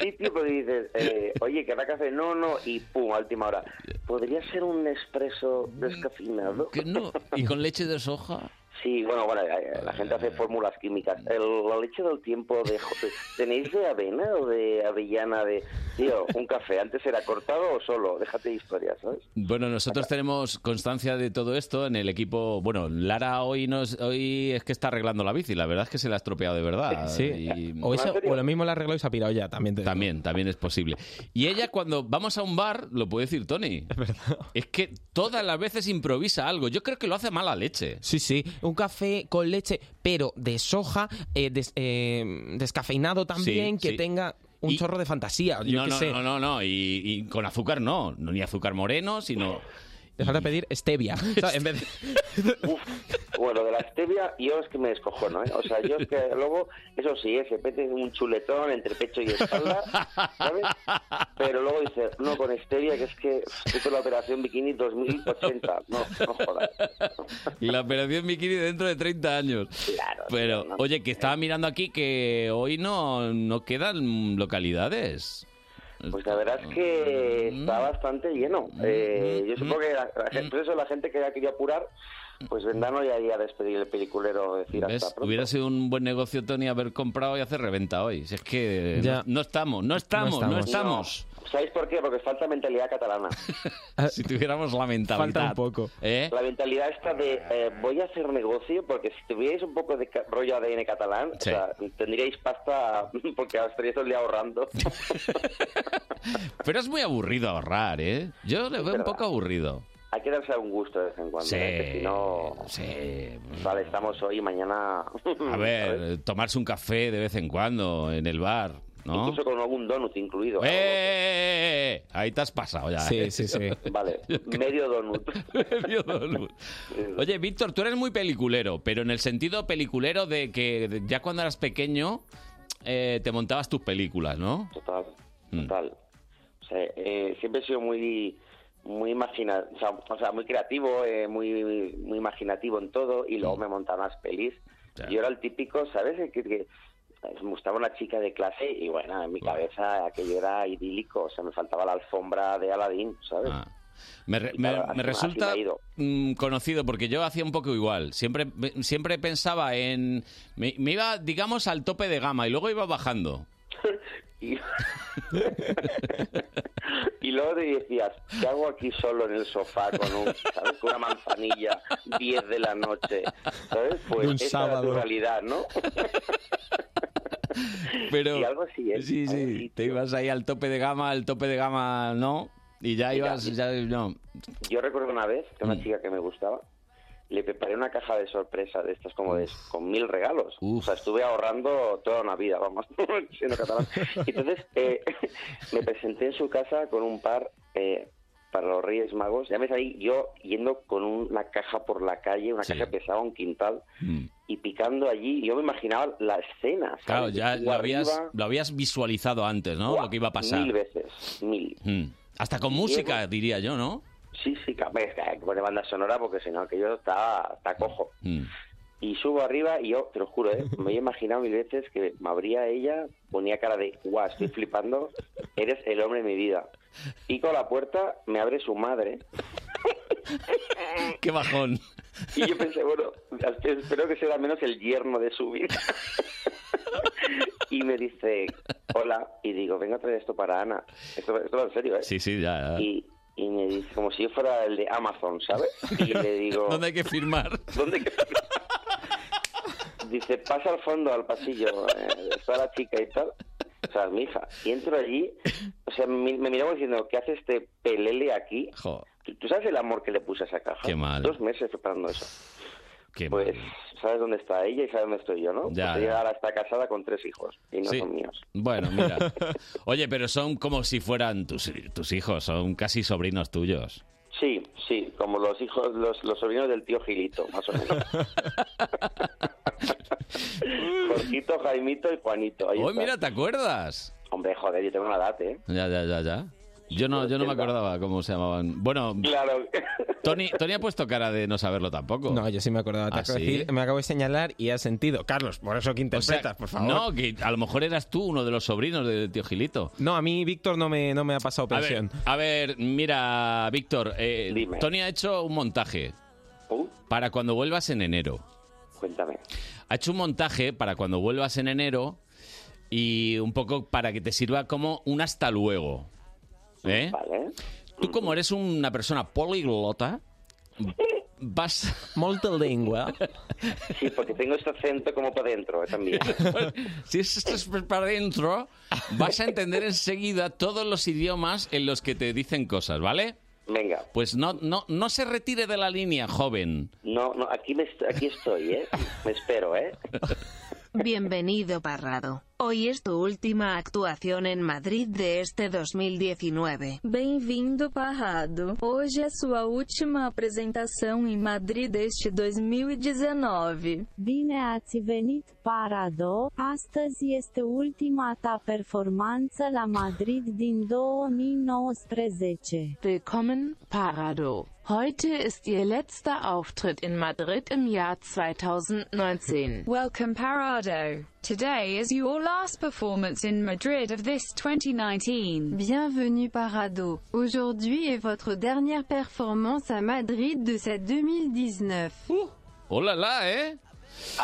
Speaker 31: Sí, tío, pero dices, eh, oye, ¿querrá café? No, no, y pum, a última hora. ¿Podría ser un expreso descafeinado?
Speaker 2: Que no, y con leche de soja.
Speaker 31: Sí, bueno, bueno, eh, la gente hace fórmulas químicas. El- la leche del tiempo de... eh, ¿Tenéis de avena o de avellana? de Tío, un café, antes era cortado o solo, déjate de historias, ¿sabes?
Speaker 2: Bueno, nosotros tenemos constancia de todo esto en el equipo. Bueno, Lara hoy nos, hoy es que está arreglando la bici. La verdad es que se la ha estropeado de verdad.
Speaker 12: Eh, Sí.
Speaker 2: Y-
Speaker 12: O, eso- o lo mismo la arregló y se ha pirado ya, también. Te
Speaker 2: También, también es posible. Y ella cuando vamos a un bar, lo puede decir Tony. Es que todas las veces improvisa algo. Yo creo que lo hace a mala leche.
Speaker 12: Sí, sí. Un café con leche, pero de soja, eh, des- eh, descafeinado también, que
Speaker 2: sí.
Speaker 12: tenga un chorro de fantasía. Yo
Speaker 2: No,
Speaker 12: qué
Speaker 2: no,
Speaker 12: sé.
Speaker 2: no, no, no. Y, y con azúcar no. No, Ni azúcar moreno, sino...
Speaker 12: Te falta pedir stevia. ¿sabes? En vez de-
Speaker 31: Bueno, de la stevia yo es que me descojono, ¿eh? O sea, yo es que luego, eso sí, ¿eh? se mete un chuletón entre pecho y espalda, ¿sabes? Pero luego dice, no, con stevia, que es que hizo la operación bikini 2080. No, no jodas.
Speaker 2: La operación bikini dentro de 30 años. Pero, oye, que estaba mirando aquí que hoy no, no quedan localidades.
Speaker 31: Pues la verdad es pues que está bastante lleno. Eh, yo supongo que la, la gente, por eso la gente que ya quería apurar, Pues Vendano ya iría a despedir el peliculero, decir
Speaker 2: ¿Ves?
Speaker 31: hasta pronto.
Speaker 2: Hubiera sido un buen negocio, Tony, haber comprado y hacer reventa hoy. Si es que eh,
Speaker 31: Ya.
Speaker 2: no, no estamos, no estamos, no estamos.
Speaker 31: No. ¿Sabéis por qué? Porque falta mentalidad catalana.
Speaker 2: Si tuviéramos la mentalidad.
Speaker 12: Falta un poco.
Speaker 2: ¿Eh? Ah.
Speaker 31: La mentalidad esta de eh, voy a hacer negocio porque si tuvierais un poco de ca- rollo ADN catalán, o
Speaker 2: Sí.
Speaker 31: sea, tendríais pasta porque estaríais todo el día ahorrando.
Speaker 2: Pero es muy aburrido ahorrar, ¿eh? Yo le
Speaker 31: Es
Speaker 2: veo un
Speaker 31: verdad.
Speaker 2: poco aburrido.
Speaker 31: Hay que darse algún gusto de vez en cuando.
Speaker 2: Sí,
Speaker 31: ¿eh? Que si no, vale, estamos hoy y mañana.
Speaker 2: A ver, eh, tomarse un café de vez en cuando en el bar, ¿no?
Speaker 31: Incluso con algún donut incluido.
Speaker 2: ¡Eh, eh, eh, eh! Ahí te has pasado ya.
Speaker 12: Sí,
Speaker 2: ¿eh?
Speaker 12: sí, sí.
Speaker 31: Vale, medio donut.
Speaker 2: Medio donut. Oye, Víctor, tú eres muy peliculero, pero en el sentido peliculero de que de- ya cuando eras pequeño eh, te montabas tus películas, ¿no?
Speaker 31: Total,
Speaker 2: Mm.
Speaker 31: total. O sea, eh, siempre he sido muy muy imagina o sea, o sea, muy creativo, eh, muy muy imaginativo en todo y
Speaker 2: Mm.
Speaker 31: luego me montaba más pelis. Yo era el típico, ¿sabes? El Que, que- me gustaba una chica de clase y bueno, en mi cabeza aquello era idílico, o sea, me faltaba la alfombra de Aladdin, ¿sabes?
Speaker 2: Ah. Me, re-
Speaker 31: Y
Speaker 2: me-
Speaker 31: claro,
Speaker 2: me
Speaker 31: así me-
Speaker 2: resulta
Speaker 31: así me ha ido.
Speaker 2: mm, conocido porque yo hacía un poco igual. Siempre, me- siempre pensaba en... Me, me iba, digamos, al tope de gama y luego iba bajando.
Speaker 31: Y, y luego te decías, ¿qué hago aquí solo en el sofá con, un, ¿sabes? con una manzanilla, 10 de la noche? ¿Sabes? Pues
Speaker 2: De un
Speaker 31: esa era
Speaker 2: sábado.
Speaker 31: tu realidad, ¿no?
Speaker 2: Pero,
Speaker 31: Y algo así, ¿eh?
Speaker 2: Sí, sí, te ibas ahí al tope de gama, al tope de gama, ¿no? Y ya
Speaker 31: Mira,
Speaker 2: ibas, ya, no.
Speaker 31: Yo recuerdo una vez que a
Speaker 2: Mm.
Speaker 31: una chica que me gustaba le preparé una caja de sorpresa de estas como de con mil regalos. O sea, estuve ahorrando toda una vida, vamos, siendo catalán. Entonces eh, me presenté en su casa con un par eh, para los Reyes Magos. Ya me salí yo yendo con una caja por la calle, una caja que pesaba un quintal
Speaker 2: Mm.
Speaker 31: y picando allí. Yo me imaginaba la escena. ¿sabes?
Speaker 2: Claro, ya
Speaker 31: Tú
Speaker 2: lo habías,
Speaker 31: arriba,
Speaker 2: lo habías visualizado antes, ¿no?
Speaker 31: ¡guau!
Speaker 2: Lo que iba a pasar.
Speaker 31: Mil veces, mil.
Speaker 2: Mm. Hasta con
Speaker 31: Y
Speaker 2: música, diría yo, ¿no?
Speaker 31: Sí, sí, que hombre, que hay que poner banda sonora porque si no, que yo está, está cojo.
Speaker 20: Mm.
Speaker 31: Y subo arriba y yo, te lo juro, ¿eh? me he imaginado mil veces que me abría ella, ponía cara de, guau, estoy flipando, eres el hombre de mi vida. Pico a la puerta, me abre su madre
Speaker 2: Qué bajón.
Speaker 31: y yo pensé, bueno, espero que sea al menos el yerno de su vida. Y me dice, hola, y digo, venga a traer esto para Ana. Esto, esto va en serio, ¿eh?
Speaker 2: Sí, sí, ya. ya.
Speaker 31: Y, y me dice, como si yo fuera el de Amazon, ¿sabes? Y le digo...
Speaker 2: ¿Dónde hay que firmar?
Speaker 31: Dice, pasa al fondo, al pasillo, eh, está la chica y tal. O sea, mi hija. Y entro allí, o sea, mi- me miraba diciendo, ¿qué hace este pelele aquí? ¿Tú, tú sabes el amor que le puse a esa caja?
Speaker 2: Qué mal.
Speaker 31: Dos meses preparando eso.
Speaker 2: Qué
Speaker 31: pues, sabes dónde está ella y sabes dónde estoy yo, ¿no?
Speaker 2: Ya,
Speaker 31: Porque ella
Speaker 2: ya.
Speaker 31: ahora está casada con tres hijos y no
Speaker 2: Sí.
Speaker 31: son míos.
Speaker 2: Bueno, mira. Oye, pero son como si fueran tus, tus hijos, son casi sobrinos tuyos.
Speaker 31: Sí, sí, como los hijos, los, los sobrinos del tío Gilito, más o menos. Jorgito, Jaimito y Juanito. Ahí
Speaker 2: Hoy,
Speaker 31: está.
Speaker 2: mira, ¿te acuerdas?
Speaker 31: Hombre, joder, yo tengo una edad, ¿eh?
Speaker 2: Ya, ya, ya, ya. Yo no, yo no me acordaba cómo se llamaban. Bueno,
Speaker 31: Claro.
Speaker 2: Tony, Tony ha puesto cara de no saberlo tampoco.
Speaker 12: No, yo sí me acordaba. Te
Speaker 2: ¿Ah,
Speaker 12: acabo de
Speaker 2: sí?
Speaker 12: decir- me acabo de señalar y has sentido. Carlos, por eso que
Speaker 2: O sea,
Speaker 12: interpretas, por favor.
Speaker 2: No, que a lo mejor eras tú uno de los sobrinos del tío Gilito.
Speaker 12: No, a mí Víctor no me, no me ha pasado
Speaker 2: A ver,
Speaker 12: pensión.
Speaker 2: a ver, mira, Víctor, eh, Tony ha hecho un montaje para cuando vuelvas en enero.
Speaker 31: Cuéntame.
Speaker 2: Ha hecho un montaje para cuando vuelvas en enero y un poco para que te sirva como un hasta luego. ¿Eh?
Speaker 31: Vale.
Speaker 2: Tú como eres una persona poliglota, vas...
Speaker 12: lengua.
Speaker 31: Sí, porque tengo este acento como para adentro, también.
Speaker 2: si es- esto es para adentro, vas a entender enseguida todos los idiomas en los que te dicen cosas, ¿vale?
Speaker 31: Venga.
Speaker 2: Pues no, no, no se retire de la línea, joven.
Speaker 31: No, no, aquí, me est- aquí estoy, ¿eh? Me espero, ¿eh?
Speaker 14: Bienvenido Parrado. Hoy es tu última actuación en Madrid de este 2019.
Speaker 9: Bem-vindo, Parrado. Hoje é sua última apresentação em Madrid deste e 2019.
Speaker 32: Bine ați venit, Parado! Astăzi este ultima ta performanță la Madrid din 2019.
Speaker 14: Willkommen, Parado.
Speaker 33: Heute ist ihr letzter Auftritt in Madrid im Jahr 2019.
Speaker 13: Welcome, Parado. Today is your last performance in Madrid of this 2019.
Speaker 17: Bienvenue Parado. Aujourd'hui est votre dernière performance à Madrid de cette 2019.
Speaker 2: Hola, la, ¿eh?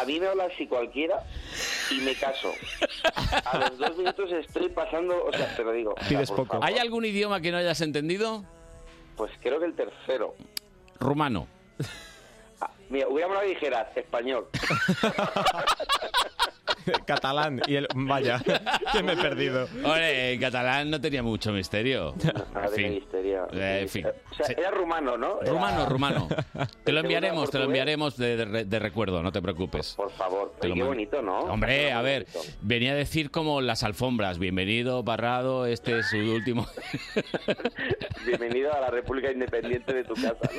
Speaker 31: A mí me habla si cualquiera y me caso. A los dos minutos estoy pasando, o sea, te lo digo. o sea, por favor.
Speaker 2: ¿Hay algún idioma que no hayas entendido?
Speaker 31: Pues creo que el tercero.
Speaker 2: Rumano.
Speaker 31: Mira, hubiera hablado y dijera español.
Speaker 12: Catalán. Y el. Vaya, que me he perdido.
Speaker 2: Hombre, en catalán no tenía mucho misterio. En
Speaker 31: Madre, qué
Speaker 2: fin.
Speaker 31: misterio.
Speaker 2: Eh, en fin.
Speaker 31: O sea, era rumano, ¿no? Era-
Speaker 2: Rumano, rumano. Te lo enviaremos, te lo
Speaker 31: portugués.
Speaker 2: enviaremos de, de- de recuerdo, no te preocupes.
Speaker 31: Por favor,
Speaker 2: Te lo
Speaker 31: qué
Speaker 2: mando.
Speaker 31: bonito, ¿no?
Speaker 2: Hombre,
Speaker 31: Era
Speaker 2: a
Speaker 31: muy
Speaker 2: ver,
Speaker 31: bonito.
Speaker 2: venía a decir como las alfombras. Bienvenido, Parrado, este es su último.
Speaker 31: Bienvenido a la República Independiente de tu casa,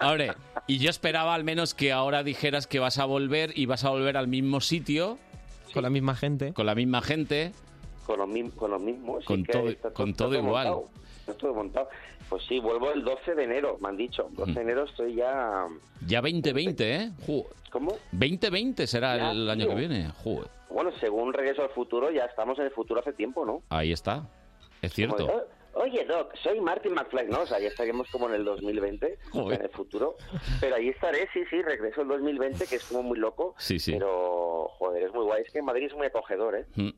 Speaker 31: ¿no?
Speaker 2: Hombre, y yo esperaba al menos que ahora dijeras que vas a volver y vas a volver al mismo sitio.
Speaker 12: Con la misma gente.
Speaker 2: Con la misma gente.
Speaker 31: Con los, mim- con los mismos.
Speaker 2: Con
Speaker 31: sí que
Speaker 2: todo-
Speaker 31: está
Speaker 2: con
Speaker 31: está
Speaker 2: todo igual.
Speaker 31: montado, está todo montado. Pues sí, vuelvo el 12 de enero, me han dicho. 12 de enero estoy ya...
Speaker 2: Ya 2020, ¿eh? Ju-
Speaker 31: ¿Cómo?
Speaker 2: 2020 será
Speaker 31: Ya,
Speaker 2: el año
Speaker 31: tío.
Speaker 2: que viene. Ju-
Speaker 31: Bueno, según Regreso al Futuro, ya estamos en el futuro hace tiempo, ¿no?
Speaker 2: Ahí está. Es cierto.
Speaker 31: Como de, "Oh, Oye, Doc, soy Martin McFly. No, o sea, ya estaríamos como en el 2020,
Speaker 2: Joder.
Speaker 31: en el futuro. Pero ahí estaré, sí, sí, regreso el 2020, que es como muy loco.
Speaker 2: Sí, sí.
Speaker 31: Pero, joder, es muy guay. Es que Madrid es muy acogedor, ¿eh?
Speaker 2: Mm.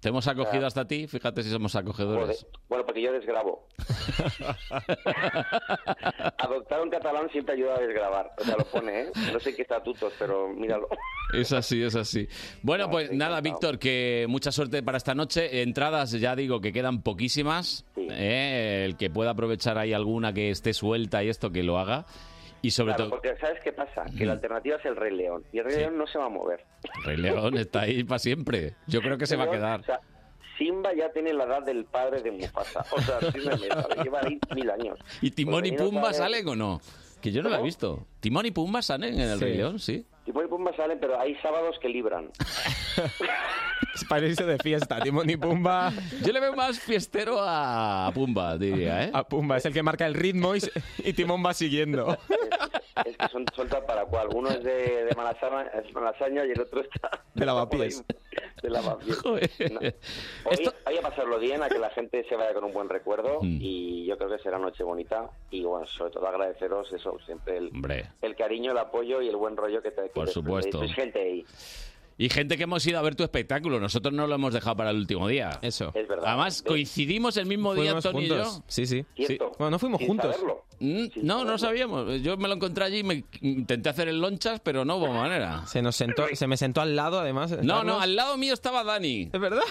Speaker 2: Te hemos acogido
Speaker 31: Ah.
Speaker 2: hasta ti, fíjate si somos
Speaker 31: Joder.
Speaker 2: acogedores.
Speaker 31: Bueno, porque yo desgrabo. Adoptar un catalán siempre ayuda a desgrabar. O sea, lo pone, ¿eh? No sé en qué estatutos, pero míralo.
Speaker 2: Es así, es así. Bueno, pues nada, Víctor, que mucha suerte para esta noche. Entradas, ya digo que quedan poquísimas. ¿eh? El que pueda aprovechar ahí alguna que esté suelta y esto, que lo haga. Y sobre
Speaker 31: Claro,
Speaker 2: todo,
Speaker 31: porque ¿sabes qué pasa? Que
Speaker 2: Mm.
Speaker 31: la alternativa es el Rey León. Y el Rey León no se va a mover.
Speaker 2: Rey León está ahí para siempre. Yo creo que se va a
Speaker 31: León,
Speaker 2: quedar.
Speaker 31: o sea, Simba ya tiene la edad del padre de Mufasa. O sea, entiéndeme, ¿sabes? lleva ahí mil años.
Speaker 2: ¿Y Timón y
Speaker 31: Porque
Speaker 2: Pumba
Speaker 31: ellos saben-
Speaker 2: salen o no? Que yo no lo he visto. ¿Timón y Pumba salen en el
Speaker 12: Sí.
Speaker 2: Rey León? Sí.
Speaker 31: Timón y Pumba salen, pero hay sábados que libran.
Speaker 12: Es para irse de fiesta, Timón y Pumba.
Speaker 2: Yo le veo más fiestero a Pumba, diría, ¿eh?
Speaker 12: A Pumba, es el que marca el ritmo y, se- y Timón va siguiendo.
Speaker 31: Es que son, son tal para cual. Uno es de, de Malasaña, es Malasaña y el otro está
Speaker 12: De lavapiés.
Speaker 31: de la mafia. No. Hoy hay que pasarlo bien, a que la gente se vaya con un buen recuerdo
Speaker 2: Mm.
Speaker 31: y yo creo que será noche bonita y bueno, sobre todo agradeceros eso, siempre el,
Speaker 2: Hombre.
Speaker 31: el cariño, el apoyo y el buen rollo que te que
Speaker 2: Por
Speaker 31: te-
Speaker 2: supuesto.
Speaker 31: sois gente ahí.
Speaker 2: Y gente que hemos ido a ver tu espectáculo. Nosotros no lo hemos dejado para el último día. Eso.
Speaker 31: Es verdad.
Speaker 2: Además, coincidimos el mismo día,
Speaker 12: Fuimos
Speaker 2: Tony
Speaker 12: juntos.
Speaker 2: y yo. Sí, sí.
Speaker 12: Cierto. Bueno, no fuimos Sin juntos. saberlo.
Speaker 2: Mm, No, no sabíamos. Yo me lo encontré allí, me intenté hacer el lonchas, pero no hubo manera.
Speaker 12: Se nos sentó, se me sentó al lado, además.
Speaker 2: No,
Speaker 12: Carlos.
Speaker 2: no, al lado mío estaba Dani. ¿Es verdad?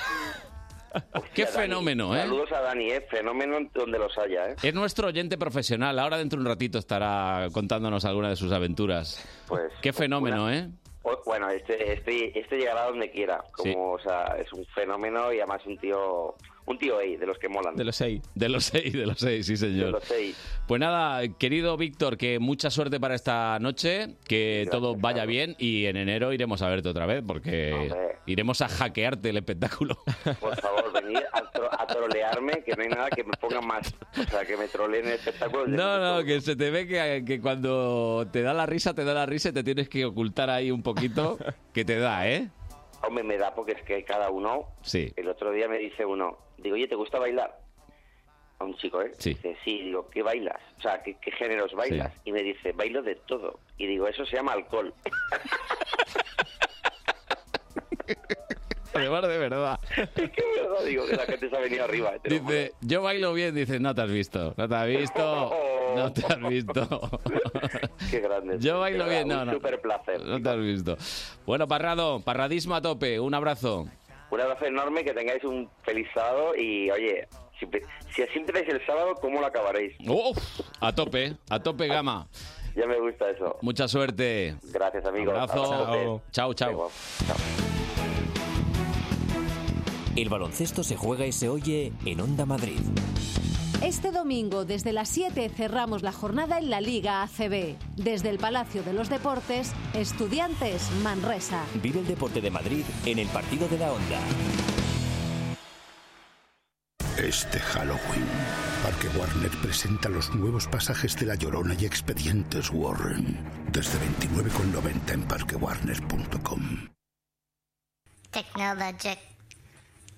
Speaker 31: Hostia,
Speaker 2: Qué
Speaker 31: Dani,
Speaker 2: fenómeno, ¿eh?
Speaker 31: Saludos a Dani, ¿eh? fenómeno donde los haya, ¿eh?
Speaker 2: Es nuestro oyente profesional. Ahora dentro de un ratito estará contándonos alguna de sus aventuras.
Speaker 31: Pues,
Speaker 2: Qué fenómeno, ¿eh?
Speaker 31: O- Bueno, este, este, este llegará donde quiera. Como,
Speaker 2: Sí.
Speaker 31: o sea, es un fenómeno y además un tío, un tío ey, de los que molan.
Speaker 2: los seis. De los seis, de los seis, sí, señor.
Speaker 31: De los seis.
Speaker 2: Pues nada, querido Víctor, que mucha suerte para esta noche, que todo vaya bien y en enero iremos a verte otra vez porque iremos a hackearte el espectáculo.
Speaker 31: Por favor, venid a, tro- a trolearme, que no hay nada que me ponga más. O sea, que me troleen el espectáculo.
Speaker 2: No, no, que se te ve que, que cuando te da la risa, te da la risa y te tienes que ocultar ahí un poquito, que te da, ¿eh?
Speaker 31: Hombre, me da porque es que cada uno.
Speaker 2: Sí.
Speaker 31: El otro día me dice uno, digo, oye, ¿te gusta bailar? A un chico, ¿eh?
Speaker 2: Sí.
Speaker 31: Dice, sí, digo, ¿qué bailas? O sea, ¿qué, qué géneros bailas? Y me dice, bailo de todo. Y digo, eso se llama alcohol.
Speaker 2: Además, de verdad.
Speaker 31: es que es verdad, digo, que la gente se ha venido arriba. ¿eh? Te lo juro.
Speaker 2: Dice, yo bailo bien, dice, no te has visto, no te has visto, no te has visto.
Speaker 31: Qué grande.
Speaker 2: Yo bailo
Speaker 31: De
Speaker 2: bien,
Speaker 31: verdad,
Speaker 2: no,
Speaker 31: un
Speaker 2: no.
Speaker 31: súper placer.
Speaker 2: No te has visto. Bueno, Parrado, parradismo a tope, un abrazo.
Speaker 31: Un abrazo enorme, que tengáis un feliz sábado y, oye, si, si así empezáis el sábado, ¿cómo lo acabaréis?
Speaker 2: Uf, a tope, a tope gama.
Speaker 31: Ya me gusta eso.
Speaker 2: Mucha suerte.
Speaker 31: Gracias, amigos.
Speaker 2: Abrazo.
Speaker 31: Abrazote.
Speaker 2: Chao, chao.
Speaker 1: El baloncesto se juega y se oye en Onda Madrid.
Speaker 14: Este domingo, desde las 7, cerramos la jornada en la Liga ACB. Desde el Palacio de los Deportes, Estudiantes Manresa.
Speaker 1: Vive el deporte de Madrid en el partido de la Onda.
Speaker 7: Este Halloween, Parque Warner presenta los nuevos pasajes de La Llorona y Expedientes Warren. Desde 29,90 en parquewarner.com.
Speaker 19: Technologic.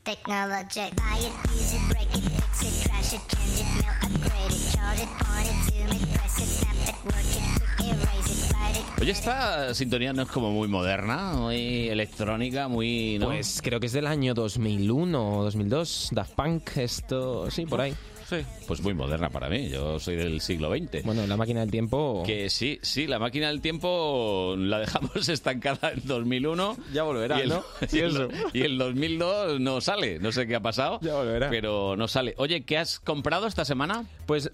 Speaker 19: Technologic. Buy it, use it, break it, fix it, trash it, change it, melt, upgrade it, charge it, point it, zoom it, press it, snap it, work it, quick, erase it, fight it.
Speaker 2: Oye, esta sintonía no es como muy moderna, muy electrónica, muy... ¿no?
Speaker 12: Pues creo que es del año 2001 o 2002. Daft Punk, esto... Sí, por ahí.
Speaker 2: Sí. Pues muy moderna para mí, yo soy del siglo XX.
Speaker 12: Bueno, la máquina del tiempo...
Speaker 2: Que sí, sí, la máquina del tiempo la dejamos estancada en 2001.
Speaker 12: Ya volverá,
Speaker 2: y el,
Speaker 12: ¿no?
Speaker 2: y, el, y el 2002 no sale, no sé qué ha pasado.
Speaker 12: Ya volverá.
Speaker 2: Pero no sale. Oye, ¿qué has comprado esta semana?
Speaker 12: Pues,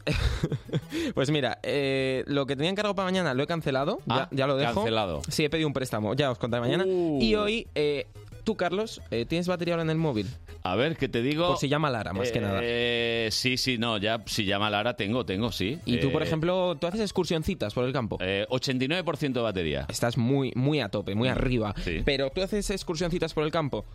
Speaker 12: pues mira, eh, lo que tenía encargado para mañana lo he cancelado.
Speaker 2: Ah,
Speaker 12: ya, ya lo dejo.
Speaker 2: cancelado.
Speaker 12: Sí, he pedido un préstamo. Ya os contaré mañana.
Speaker 2: Uh.
Speaker 12: Y hoy, eh, tú, Carlos, eh, ¿tienes batería ahora en el móvil?
Speaker 2: A ver, que te digo...
Speaker 12: Por si llama Lara, más que nada.
Speaker 2: Eh, Sí, sí, no, ya si llama Lara tengo, tengo, sí.
Speaker 12: Y tú, por
Speaker 2: Eh,
Speaker 12: ejemplo, tú haces excursioncitas por el campo.
Speaker 2: eh, 89% de batería. Mm,
Speaker 12: Estás muy, muy a tope, muy arriba.
Speaker 2: Sí.
Speaker 12: Pero tú haces excursioncitas por el campo.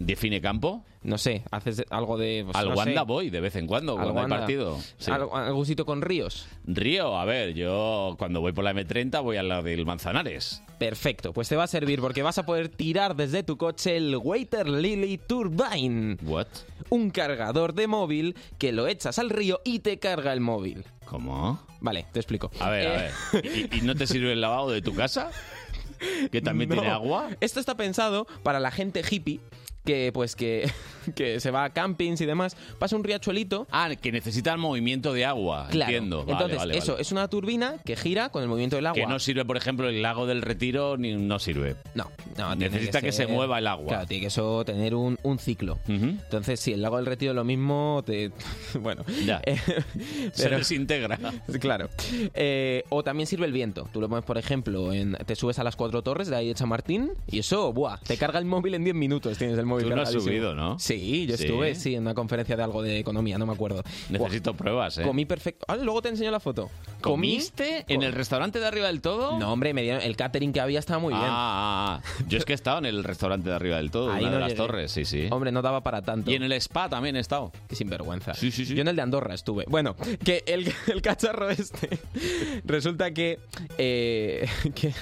Speaker 2: ¿Define campo?
Speaker 12: No sé, haces algo de... pues,
Speaker 2: Al
Speaker 12: no
Speaker 2: Wanda
Speaker 12: sé,
Speaker 2: voy de vez en cuando,
Speaker 12: algo
Speaker 2: cuando hay
Speaker 12: anda.
Speaker 2: partido. Sí.
Speaker 12: Algo- algún sitio con ríos.
Speaker 2: Río, a ver, yo cuando voy por la M30 voy al lado del Manzanares.
Speaker 12: Perfecto, pues te va a servir porque vas a poder tirar desde tu coche el Waiter Lily Turbine.
Speaker 2: What?
Speaker 12: Un cargador de móvil que lo echas al río y te carga el móvil.
Speaker 2: ¿Cómo?
Speaker 12: Vale, te explico.
Speaker 2: A ver,
Speaker 12: Eh,
Speaker 2: a ver. ¿Y, y no te sirve el lavado de tu casa? Que también
Speaker 12: No.
Speaker 2: tiene agua.
Speaker 12: Esto está pensado para la gente hippie que pues que, que se va a campings y demás, pasa un riachuelito.
Speaker 2: Ah, que necesita el movimiento de agua.
Speaker 12: Claro.
Speaker 2: Entiendo. Vale,
Speaker 12: Entonces,
Speaker 2: vale,
Speaker 12: eso
Speaker 2: vale.
Speaker 12: es una turbina que gira con el movimiento del agua.
Speaker 2: Que no sirve, por ejemplo, el lago del retiro, ni, no sirve.
Speaker 12: No, no, tiene
Speaker 2: Necesita que, se
Speaker 12: ser-
Speaker 2: mueva el agua.
Speaker 12: Claro, tiene que eso tener un, un ciclo. Entonces, sí, el lago del retiro lo mismo, te- bueno,
Speaker 2: Ya.
Speaker 12: Eh,
Speaker 2: Se
Speaker 12: pero-
Speaker 2: desintegra.
Speaker 12: Claro. Eh, o también sirve el viento. Tú lo pones, por ejemplo, en, te subes a las cuatro torres de ahí de Chamartín y eso, buah, te carga el móvil en 10 minutos. Tienes el móvil
Speaker 2: Tú no has
Speaker 12: cargadísimo.
Speaker 2: subido, ¿no?
Speaker 12: Sí, yo
Speaker 2: Sí.
Speaker 12: estuve, sí, en una conferencia de algo de economía, no me acuerdo.
Speaker 2: Necesito pruebas, ¿eh?
Speaker 12: Comí perfecto. Ah, luego te enseño la foto. Comí-
Speaker 2: ¿Comiste en el restaurante de arriba del todo?
Speaker 12: No, hombre, me dieron- el catering que había estaba muy bien.
Speaker 2: Ah, ah, ah. yo es que he estado en el restaurante de arriba del todo,
Speaker 12: Ahí
Speaker 2: una
Speaker 12: no
Speaker 2: de las
Speaker 12: llegué.
Speaker 2: torres, sí, sí.
Speaker 12: Hombre, no daba para tanto.
Speaker 2: Y en el spa también he estado.
Speaker 12: Qué sinvergüenza.
Speaker 2: Sí, sí, sí.
Speaker 12: Yo en el de Andorra estuve. Bueno, que el, el cacharro este. Resulta que. eh, que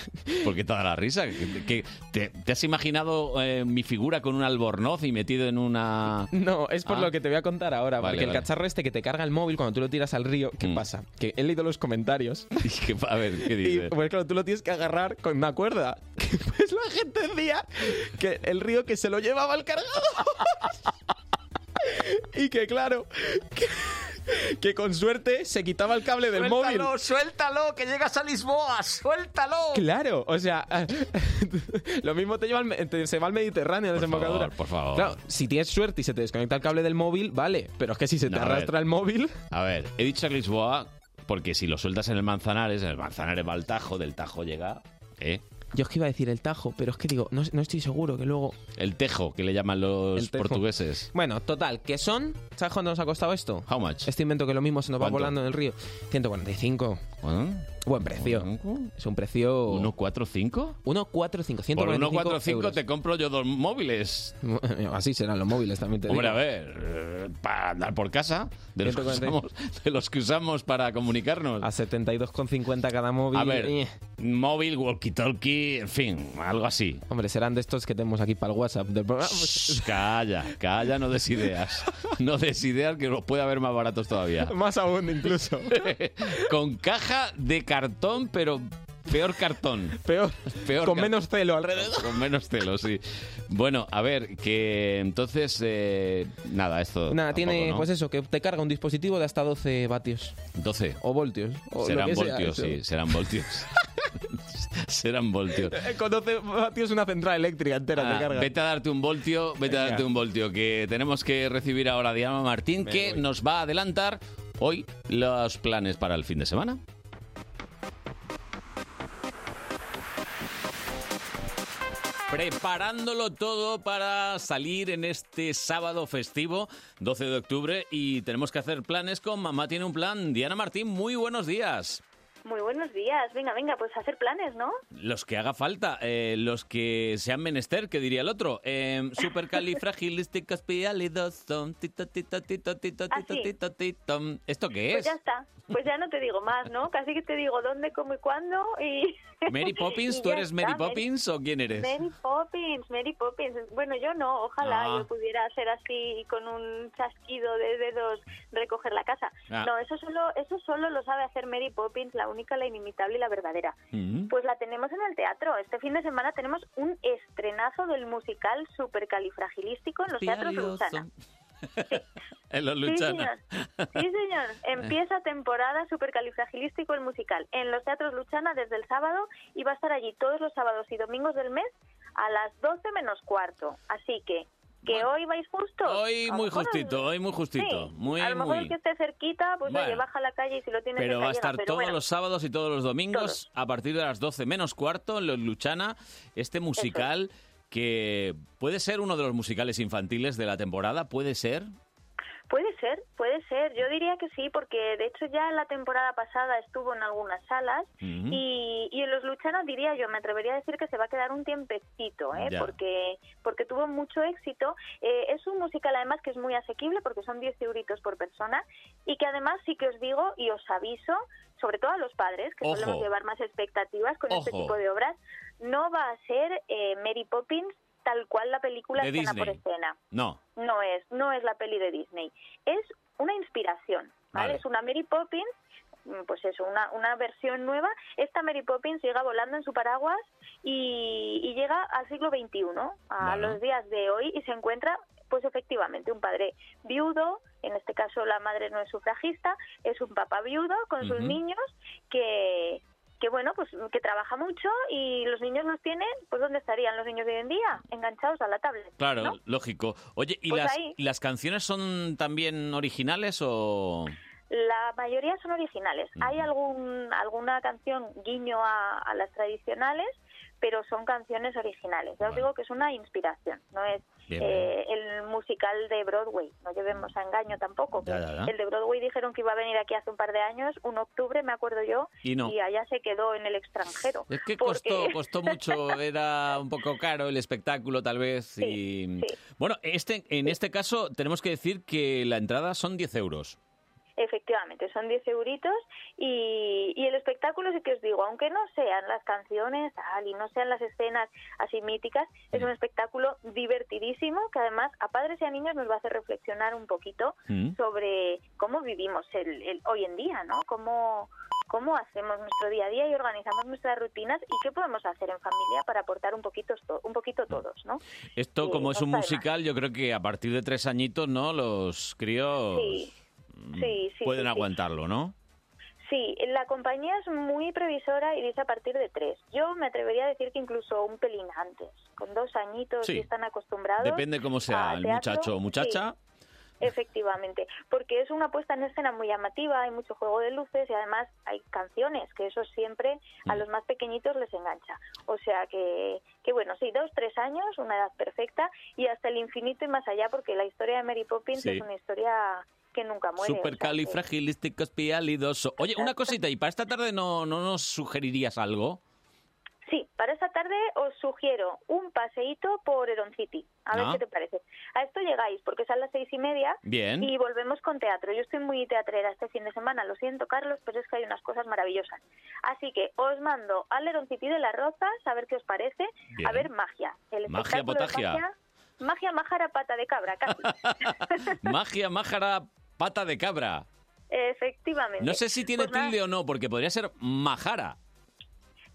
Speaker 2: ¿Por qué te da la risa? ¿Que, que te, te has imaginado eh, mi figura con un albornoz y metido en una...
Speaker 12: no, es por
Speaker 2: Ah.
Speaker 12: lo que te voy a contar ahora.
Speaker 2: Vale,
Speaker 12: porque el
Speaker 2: vale. Mm.
Speaker 12: cacharro este que te carga el móvil cuando tú lo tiras al río, ¿qué pasa? Que he leído los comentarios.
Speaker 2: A ver, ¿qué
Speaker 12: Y
Speaker 2: dices?
Speaker 12: pues claro, tú lo tienes que agarrar con una cuerda. Que, Pues la gente decía que el río que se lo llevaba el cargado. Y que claro, que, que con suerte se quitaba el cable del móvil.
Speaker 2: suéltalo, que llegas a Lisboa, suéltalo.
Speaker 12: Claro, o sea, lo mismo te lleva al me- te- se va al Mediterráneo la desembocadura.
Speaker 2: favor, por favor.
Speaker 12: Claro, si tienes suerte y se te desconecta el cable del móvil, vale, pero es que si se te
Speaker 2: No, a ver.
Speaker 12: arrastra el móvil,
Speaker 2: A ver, he dicho Lisboa porque si lo sueltas en el Manzanares, en el Manzanares va al Tajo, del Tajo llega... ¿Eh?
Speaker 12: yo es que iba a decir el Tajo, pero es que digo, no, no estoy seguro que luego
Speaker 2: El Tejo, que le llaman los
Speaker 12: El Tejo.
Speaker 2: portugueses.
Speaker 12: Bueno, total, que son, ¿sabes cuánto nos ha costado esto?
Speaker 2: How much?
Speaker 12: Este invento que lo mismo se nos va
Speaker 2: ¿Cuánto?
Speaker 12: volando en el río. 145. Buen precio. Es un precio
Speaker 2: 145?
Speaker 12: 145,
Speaker 2: Por
Speaker 12: 145
Speaker 2: 145
Speaker 12: euros.
Speaker 2: te compro yo dos móviles.
Speaker 12: Así serán los móviles también te
Speaker 2: Hombre, a
Speaker 12: digo.
Speaker 2: ver, eh, para andar por casa, de los, que
Speaker 12: 145.
Speaker 2: usamos, de los que usamos para comunicarnos.
Speaker 12: A 72,50 cada móvil.
Speaker 2: A ver,
Speaker 12: eh.
Speaker 2: móvil, walkie-talkie, en fin, algo así.
Speaker 12: Hombre, serán de estos que tenemos aquí para el WhatsApp del programa.
Speaker 2: Shh, Calla, calla, no des ideas. No des ideas que los puede haber más baratos todavía.
Speaker 12: Más aún incluso.
Speaker 2: Con caja de cartón, pero peor cartón.
Speaker 12: Peor.
Speaker 2: Peor
Speaker 12: Con
Speaker 2: car-
Speaker 12: menos celo alrededor.
Speaker 2: Con menos celo, sí. Bueno, a ver, que entonces, eh, nada, esto...
Speaker 12: Nada,
Speaker 2: tampoco,
Speaker 12: tiene
Speaker 2: ¿no?
Speaker 12: pues eso, que te carga un dispositivo de hasta 12 vatios
Speaker 2: 12.
Speaker 12: o voltios. o lo
Speaker 2: serán
Speaker 12: que sea,
Speaker 2: voltios,
Speaker 12: eso.
Speaker 2: sí, serán voltios. serán voltios.
Speaker 12: Eh, Con 12 vatios una central eléctrica entera
Speaker 2: Ah,
Speaker 12: te carga.
Speaker 2: vete a darte un voltio, vete a
Speaker 12: Venga.
Speaker 2: darte un voltio, que tenemos que recibir ahora a Diana Martín,
Speaker 12: Me
Speaker 2: que
Speaker 12: voy.
Speaker 2: nos va a adelantar hoy los planes para el fin de semana. Preparándolo todo para salir en este sábado festivo, 12 de octubre, y tenemos que hacer planes con Mamá Tiene un Plan. Diana Martín, muy buenos días.
Speaker 21: Muy buenos días. Venga, venga, pues a hacer planes, ¿no?
Speaker 2: Los que haga falta, eh, los que sean menester, que diría el otro. Eh, Supercalifragilisticexpialidocious, tito, tito, tito, tito,
Speaker 21: Ah,
Speaker 2: tito,
Speaker 21: sí.
Speaker 2: tito, tito. ¿Esto qué
Speaker 21: Pues
Speaker 2: es?
Speaker 21: ya está. Pues ya no te digo más, ¿no? Casi que te digo dónde, cómo y cuándo y...
Speaker 2: ¿Mary Poppins?
Speaker 21: y
Speaker 2: ¿Tú
Speaker 21: ya
Speaker 2: eres
Speaker 21: está.
Speaker 2: Mary Poppins o quién eres?
Speaker 21: Mary Poppins, Mary Poppins. Bueno, yo no, ojalá
Speaker 2: Ah.
Speaker 21: yo pudiera ser así y con un chasquido de dedos recoger la casa.
Speaker 18: Ah.
Speaker 21: No, eso solo, eso solo lo sabe hacer Mary Poppins, la única, la inimitable y la verdadera.
Speaker 2: ¿Mm?
Speaker 21: Pues la tenemos en el teatro. Este fin de semana tenemos un estrenazo del musical supercalifragilístico en los teatros de Lusana.
Speaker 2: En los
Speaker 21: Sí,
Speaker 2: Luchana.
Speaker 21: señor. Sí, señor. Empieza temporada supercalifragilístico el musical en los teatros Luchana desde el sábado y va a estar allí todos los sábados y domingos del mes a las 12 menos cuarto. Así que, que hoy vais justo.
Speaker 2: Hoy muy justito, hoy muy justito.
Speaker 21: Sí,
Speaker 2: Muy,
Speaker 21: a lo mejor el
Speaker 2: muy.
Speaker 21: que esté cerquita, pues oye,
Speaker 2: Bueno.
Speaker 21: baja a la calle y si lo tienes
Speaker 2: Pero
Speaker 21: cerca
Speaker 2: va a
Speaker 21: llega,
Speaker 2: estar
Speaker 21: pero
Speaker 2: todos
Speaker 21: bueno.
Speaker 2: los sábados y todos los domingos a partir de las 12 menos cuarto en Los Luchana, este musical que puede ser uno de los musicales infantiles de la temporada, puede ser.
Speaker 21: Puede ser, puede ser. Yo diría que sí, porque de hecho ya en la temporada pasada estuvo en algunas salas
Speaker 2: Ujú.
Speaker 21: y, y en los luchanos diría yo, me atrevería a decir que se va a quedar un tiempecito, ¿eh?
Speaker 2: Ya.
Speaker 21: porque porque tuvo mucho éxito. Eh, es un musical además que es muy asequible porque son 10 euritos por persona y que además sí que os digo y os aviso, sobre todo a los padres que
Speaker 20: Ojo.
Speaker 21: solemos llevar más expectativas con este
Speaker 20: Ojo.
Speaker 21: tipo de obras, no va a ser eh, Mary Poppins tal cual la película
Speaker 2: De
Speaker 21: escena por
Speaker 2: Disney.
Speaker 21: escena.
Speaker 2: No.
Speaker 21: No es, no es la peli de Disney. Es una inspiración, ¿vale?
Speaker 2: Vale.
Speaker 21: Es una Mary Poppins, mm, pues eso, una, una versión nueva. Esta Mary Poppins llega volando en su paraguas y, y llega al siglo XXI, a
Speaker 20: Bueno.
Speaker 21: los días de hoy, y se encuentra, pues efectivamente, un padre viudo, en este caso la madre no es sufragista, es un papá viudo con sus
Speaker 20: Ujú.
Speaker 21: niños que que bueno, pues que trabaja mucho y los niños los tienen, pues ¿dónde estarían los niños de hoy en día? Enganchados a la tablet.
Speaker 2: Claro,
Speaker 21: ¿no?
Speaker 2: lógico. Oye, ¿y
Speaker 21: Pues
Speaker 2: las,
Speaker 21: ahí.
Speaker 2: y las canciones son también originales o...?
Speaker 21: La mayoría son originales. Hay algún, alguna canción guiño a, a las tradicionales, pero son canciones originales. Ya os digo que es una inspiración, no es
Speaker 20: Bien,
Speaker 21: eh, el musical de Broadway. No llevemos a engaño tampoco.
Speaker 20: Ya, ya, ya.
Speaker 21: El de Broadway dijeron que iba a venir aquí hace un par de años, un octubre, me acuerdo yo,
Speaker 2: Y no.
Speaker 21: allá se quedó en el extranjero.
Speaker 2: Es que
Speaker 21: porque-
Speaker 2: costó, costó mucho, era un poco caro el espectáculo tal vez. y... Bueno, este, en este caso tenemos que decir que la entrada son 10 euros.
Speaker 21: Efectivamente, son 10 euritos y, y el espectáculo sí que os digo, aunque no sean las canciones tal, y no sean las escenas así míticas, es un espectáculo divertidísimo que además a padres y a niños nos va a hacer reflexionar un poquito
Speaker 20: Mm.
Speaker 21: sobre cómo vivimos el, el- hoy en día, ¿no? Cómo, cómo hacemos nuestro día a día y organizamos nuestras rutinas y qué podemos hacer en familia para aportar un poquito, esto- un poquito todos, ¿no?
Speaker 2: Esto
Speaker 21: Sí,
Speaker 2: como es
Speaker 21: no está de
Speaker 2: un
Speaker 21: más.
Speaker 2: musical, yo creo que a partir de tres añitos, ¿no? Los críos
Speaker 21: Sí, sí, sí.
Speaker 2: pueden
Speaker 21: sí, sí.
Speaker 2: aguantarlo, ¿no?
Speaker 21: Sí, la compañía es muy previsora y dice a partir de tres. Yo me atrevería a decir que incluso un pelín antes, con dos añitos
Speaker 2: Sí.
Speaker 21: si están acostumbrados.
Speaker 2: Depende cómo sea
Speaker 21: al
Speaker 2: el
Speaker 21: Ah, teatro,
Speaker 2: muchacho o muchacha.
Speaker 21: sí. Efectivamente, porque es una puesta en escena muy llamativa, hay mucho juego de luces y además hay canciones, que eso siempre a
Speaker 2: Mm.
Speaker 21: los más pequeñitos les engancha. O sea que, que bueno, sí, dos, tres años, una edad perfecta y hasta el infinito y más allá, porque la historia de Mary Poppins
Speaker 2: Sí.
Speaker 21: es una historia que nunca muere. o sea que-
Speaker 2: Supercalifragilisticoespialidoso. Oye, una cosita, ¿y para esta tarde no, no nos sugerirías algo?
Speaker 21: Sí, para esta tarde os sugiero un paseíto por Heron City. A ver
Speaker 2: Ah.
Speaker 21: qué te parece. A esto llegáis, porque es a las seis y media.
Speaker 2: Bien.
Speaker 21: Y volvemos con teatro. Yo estoy muy teatrera este fin de semana, lo siento, Carlos, pero es que hay unas cosas maravillosas. Así que os mando al Heron City de las Rozas, a ver qué os parece.
Speaker 2: Bien.
Speaker 21: A ver magia. El
Speaker 2: Magia
Speaker 21: espectáculo de
Speaker 2: potagia.
Speaker 21: Magia, magia majara pata de cabra, casi.
Speaker 2: Magia, májara, pata de cabra.
Speaker 21: Efectivamente.
Speaker 2: No sé si tiene
Speaker 21: Pues nada,
Speaker 2: tilde o no, porque podría ser majara.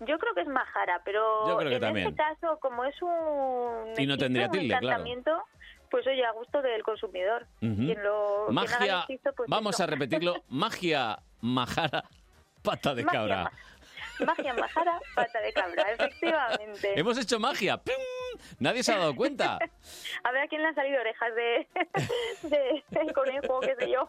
Speaker 21: Yo creo que es Majara, pero
Speaker 2: Yo creo que
Speaker 21: en
Speaker 2: también.
Speaker 21: este caso, como es un
Speaker 2: Y no tendría
Speaker 21: un
Speaker 2: tilde, claro.
Speaker 21: encantamiento, pues oye, a gusto del consumidor.
Speaker 2: Ujú.
Speaker 21: Quien lo- quien haga el
Speaker 2: Magia,
Speaker 21: hechizo, pues
Speaker 2: vamos
Speaker 21: eso.
Speaker 2: a repetirlo, magia, majara, pata de
Speaker 21: Magia,
Speaker 2: cabra.
Speaker 21: Magia Majara, pata de cabra, efectivamente.
Speaker 2: Hemos hecho magia. ¡Pim! Nadie se ha dado cuenta.
Speaker 21: A ver a quién le han salido orejas de, de, de conejo, qué sé yo.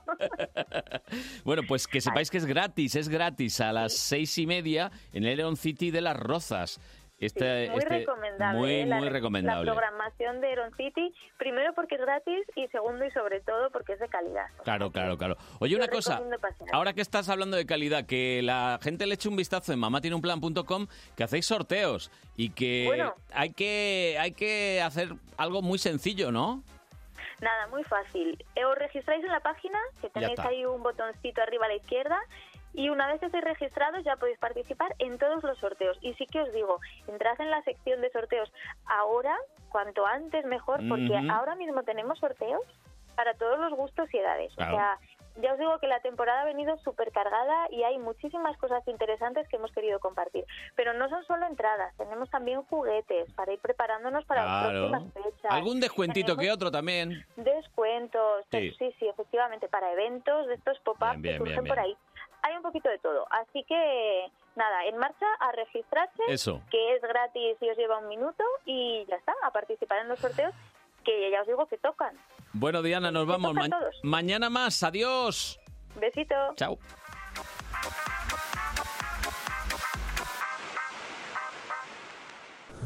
Speaker 2: Bueno, pues que sepáis que es gratis, es gratis a las seis y media en el Leon City de las Rozas. Este,
Speaker 21: muy
Speaker 2: este-
Speaker 21: recomendable.
Speaker 2: muy,
Speaker 21: ¿eh? La-
Speaker 2: muy recomendable.
Speaker 21: La programación de Eron City, primero porque es gratis y segundo y sobre todo porque es de calidad.
Speaker 2: Claro, claro, claro. Oye, una
Speaker 21: Yo
Speaker 2: cosa.
Speaker 21: recomiendo pasear.
Speaker 2: Ahora que estás hablando de calidad, que la gente le eche un vistazo en mamatieneunplan.com, que hacéis sorteos y que
Speaker 21: Bueno.
Speaker 2: hay que hay que hacer algo muy sencillo, ¿no?
Speaker 21: Nada, muy fácil. Eh, Os registráis en la página, que tenéis
Speaker 2: está.
Speaker 21: ahí un botoncito arriba a la izquierda. Y una vez que estéis registrados ya podéis participar en todos los sorteos. Y sí que os digo, entrad en la sección de sorteos ahora, cuanto antes mejor, porque
Speaker 18: Ujú.
Speaker 21: ahora mismo tenemos sorteos para todos los gustos y edades.
Speaker 18: Claro.
Speaker 21: O sea, ya os digo que la temporada ha venido súper cargada y hay muchísimas cosas interesantes que hemos querido compartir. Pero no son solo entradas, tenemos también juguetes para ir preparándonos para
Speaker 2: Claro.
Speaker 21: las próximas fechas.
Speaker 2: Algún descuentito
Speaker 21: Tenemos
Speaker 2: que otro también.
Speaker 21: Descuentos,
Speaker 2: Sí.
Speaker 21: sí, sí, efectivamente, para eventos de estos pop-up
Speaker 2: Bien, bien,
Speaker 21: que surgen
Speaker 2: bien,
Speaker 21: por ahí.
Speaker 2: bien.
Speaker 21: Hay un poquito de todo, así que nada, en marcha a registrarse,
Speaker 2: Eso.
Speaker 21: que es gratis y os lleva un minuto, y ya está, a participar en los sorteos, que ya os digo que tocan.
Speaker 2: Bueno, Diana, nos vamos.
Speaker 21: toca a
Speaker 2: Ma-
Speaker 21: todos.
Speaker 2: mañana más. Adiós.
Speaker 21: Besito.
Speaker 2: Chao.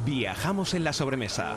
Speaker 20: Viajamos en la sobremesa.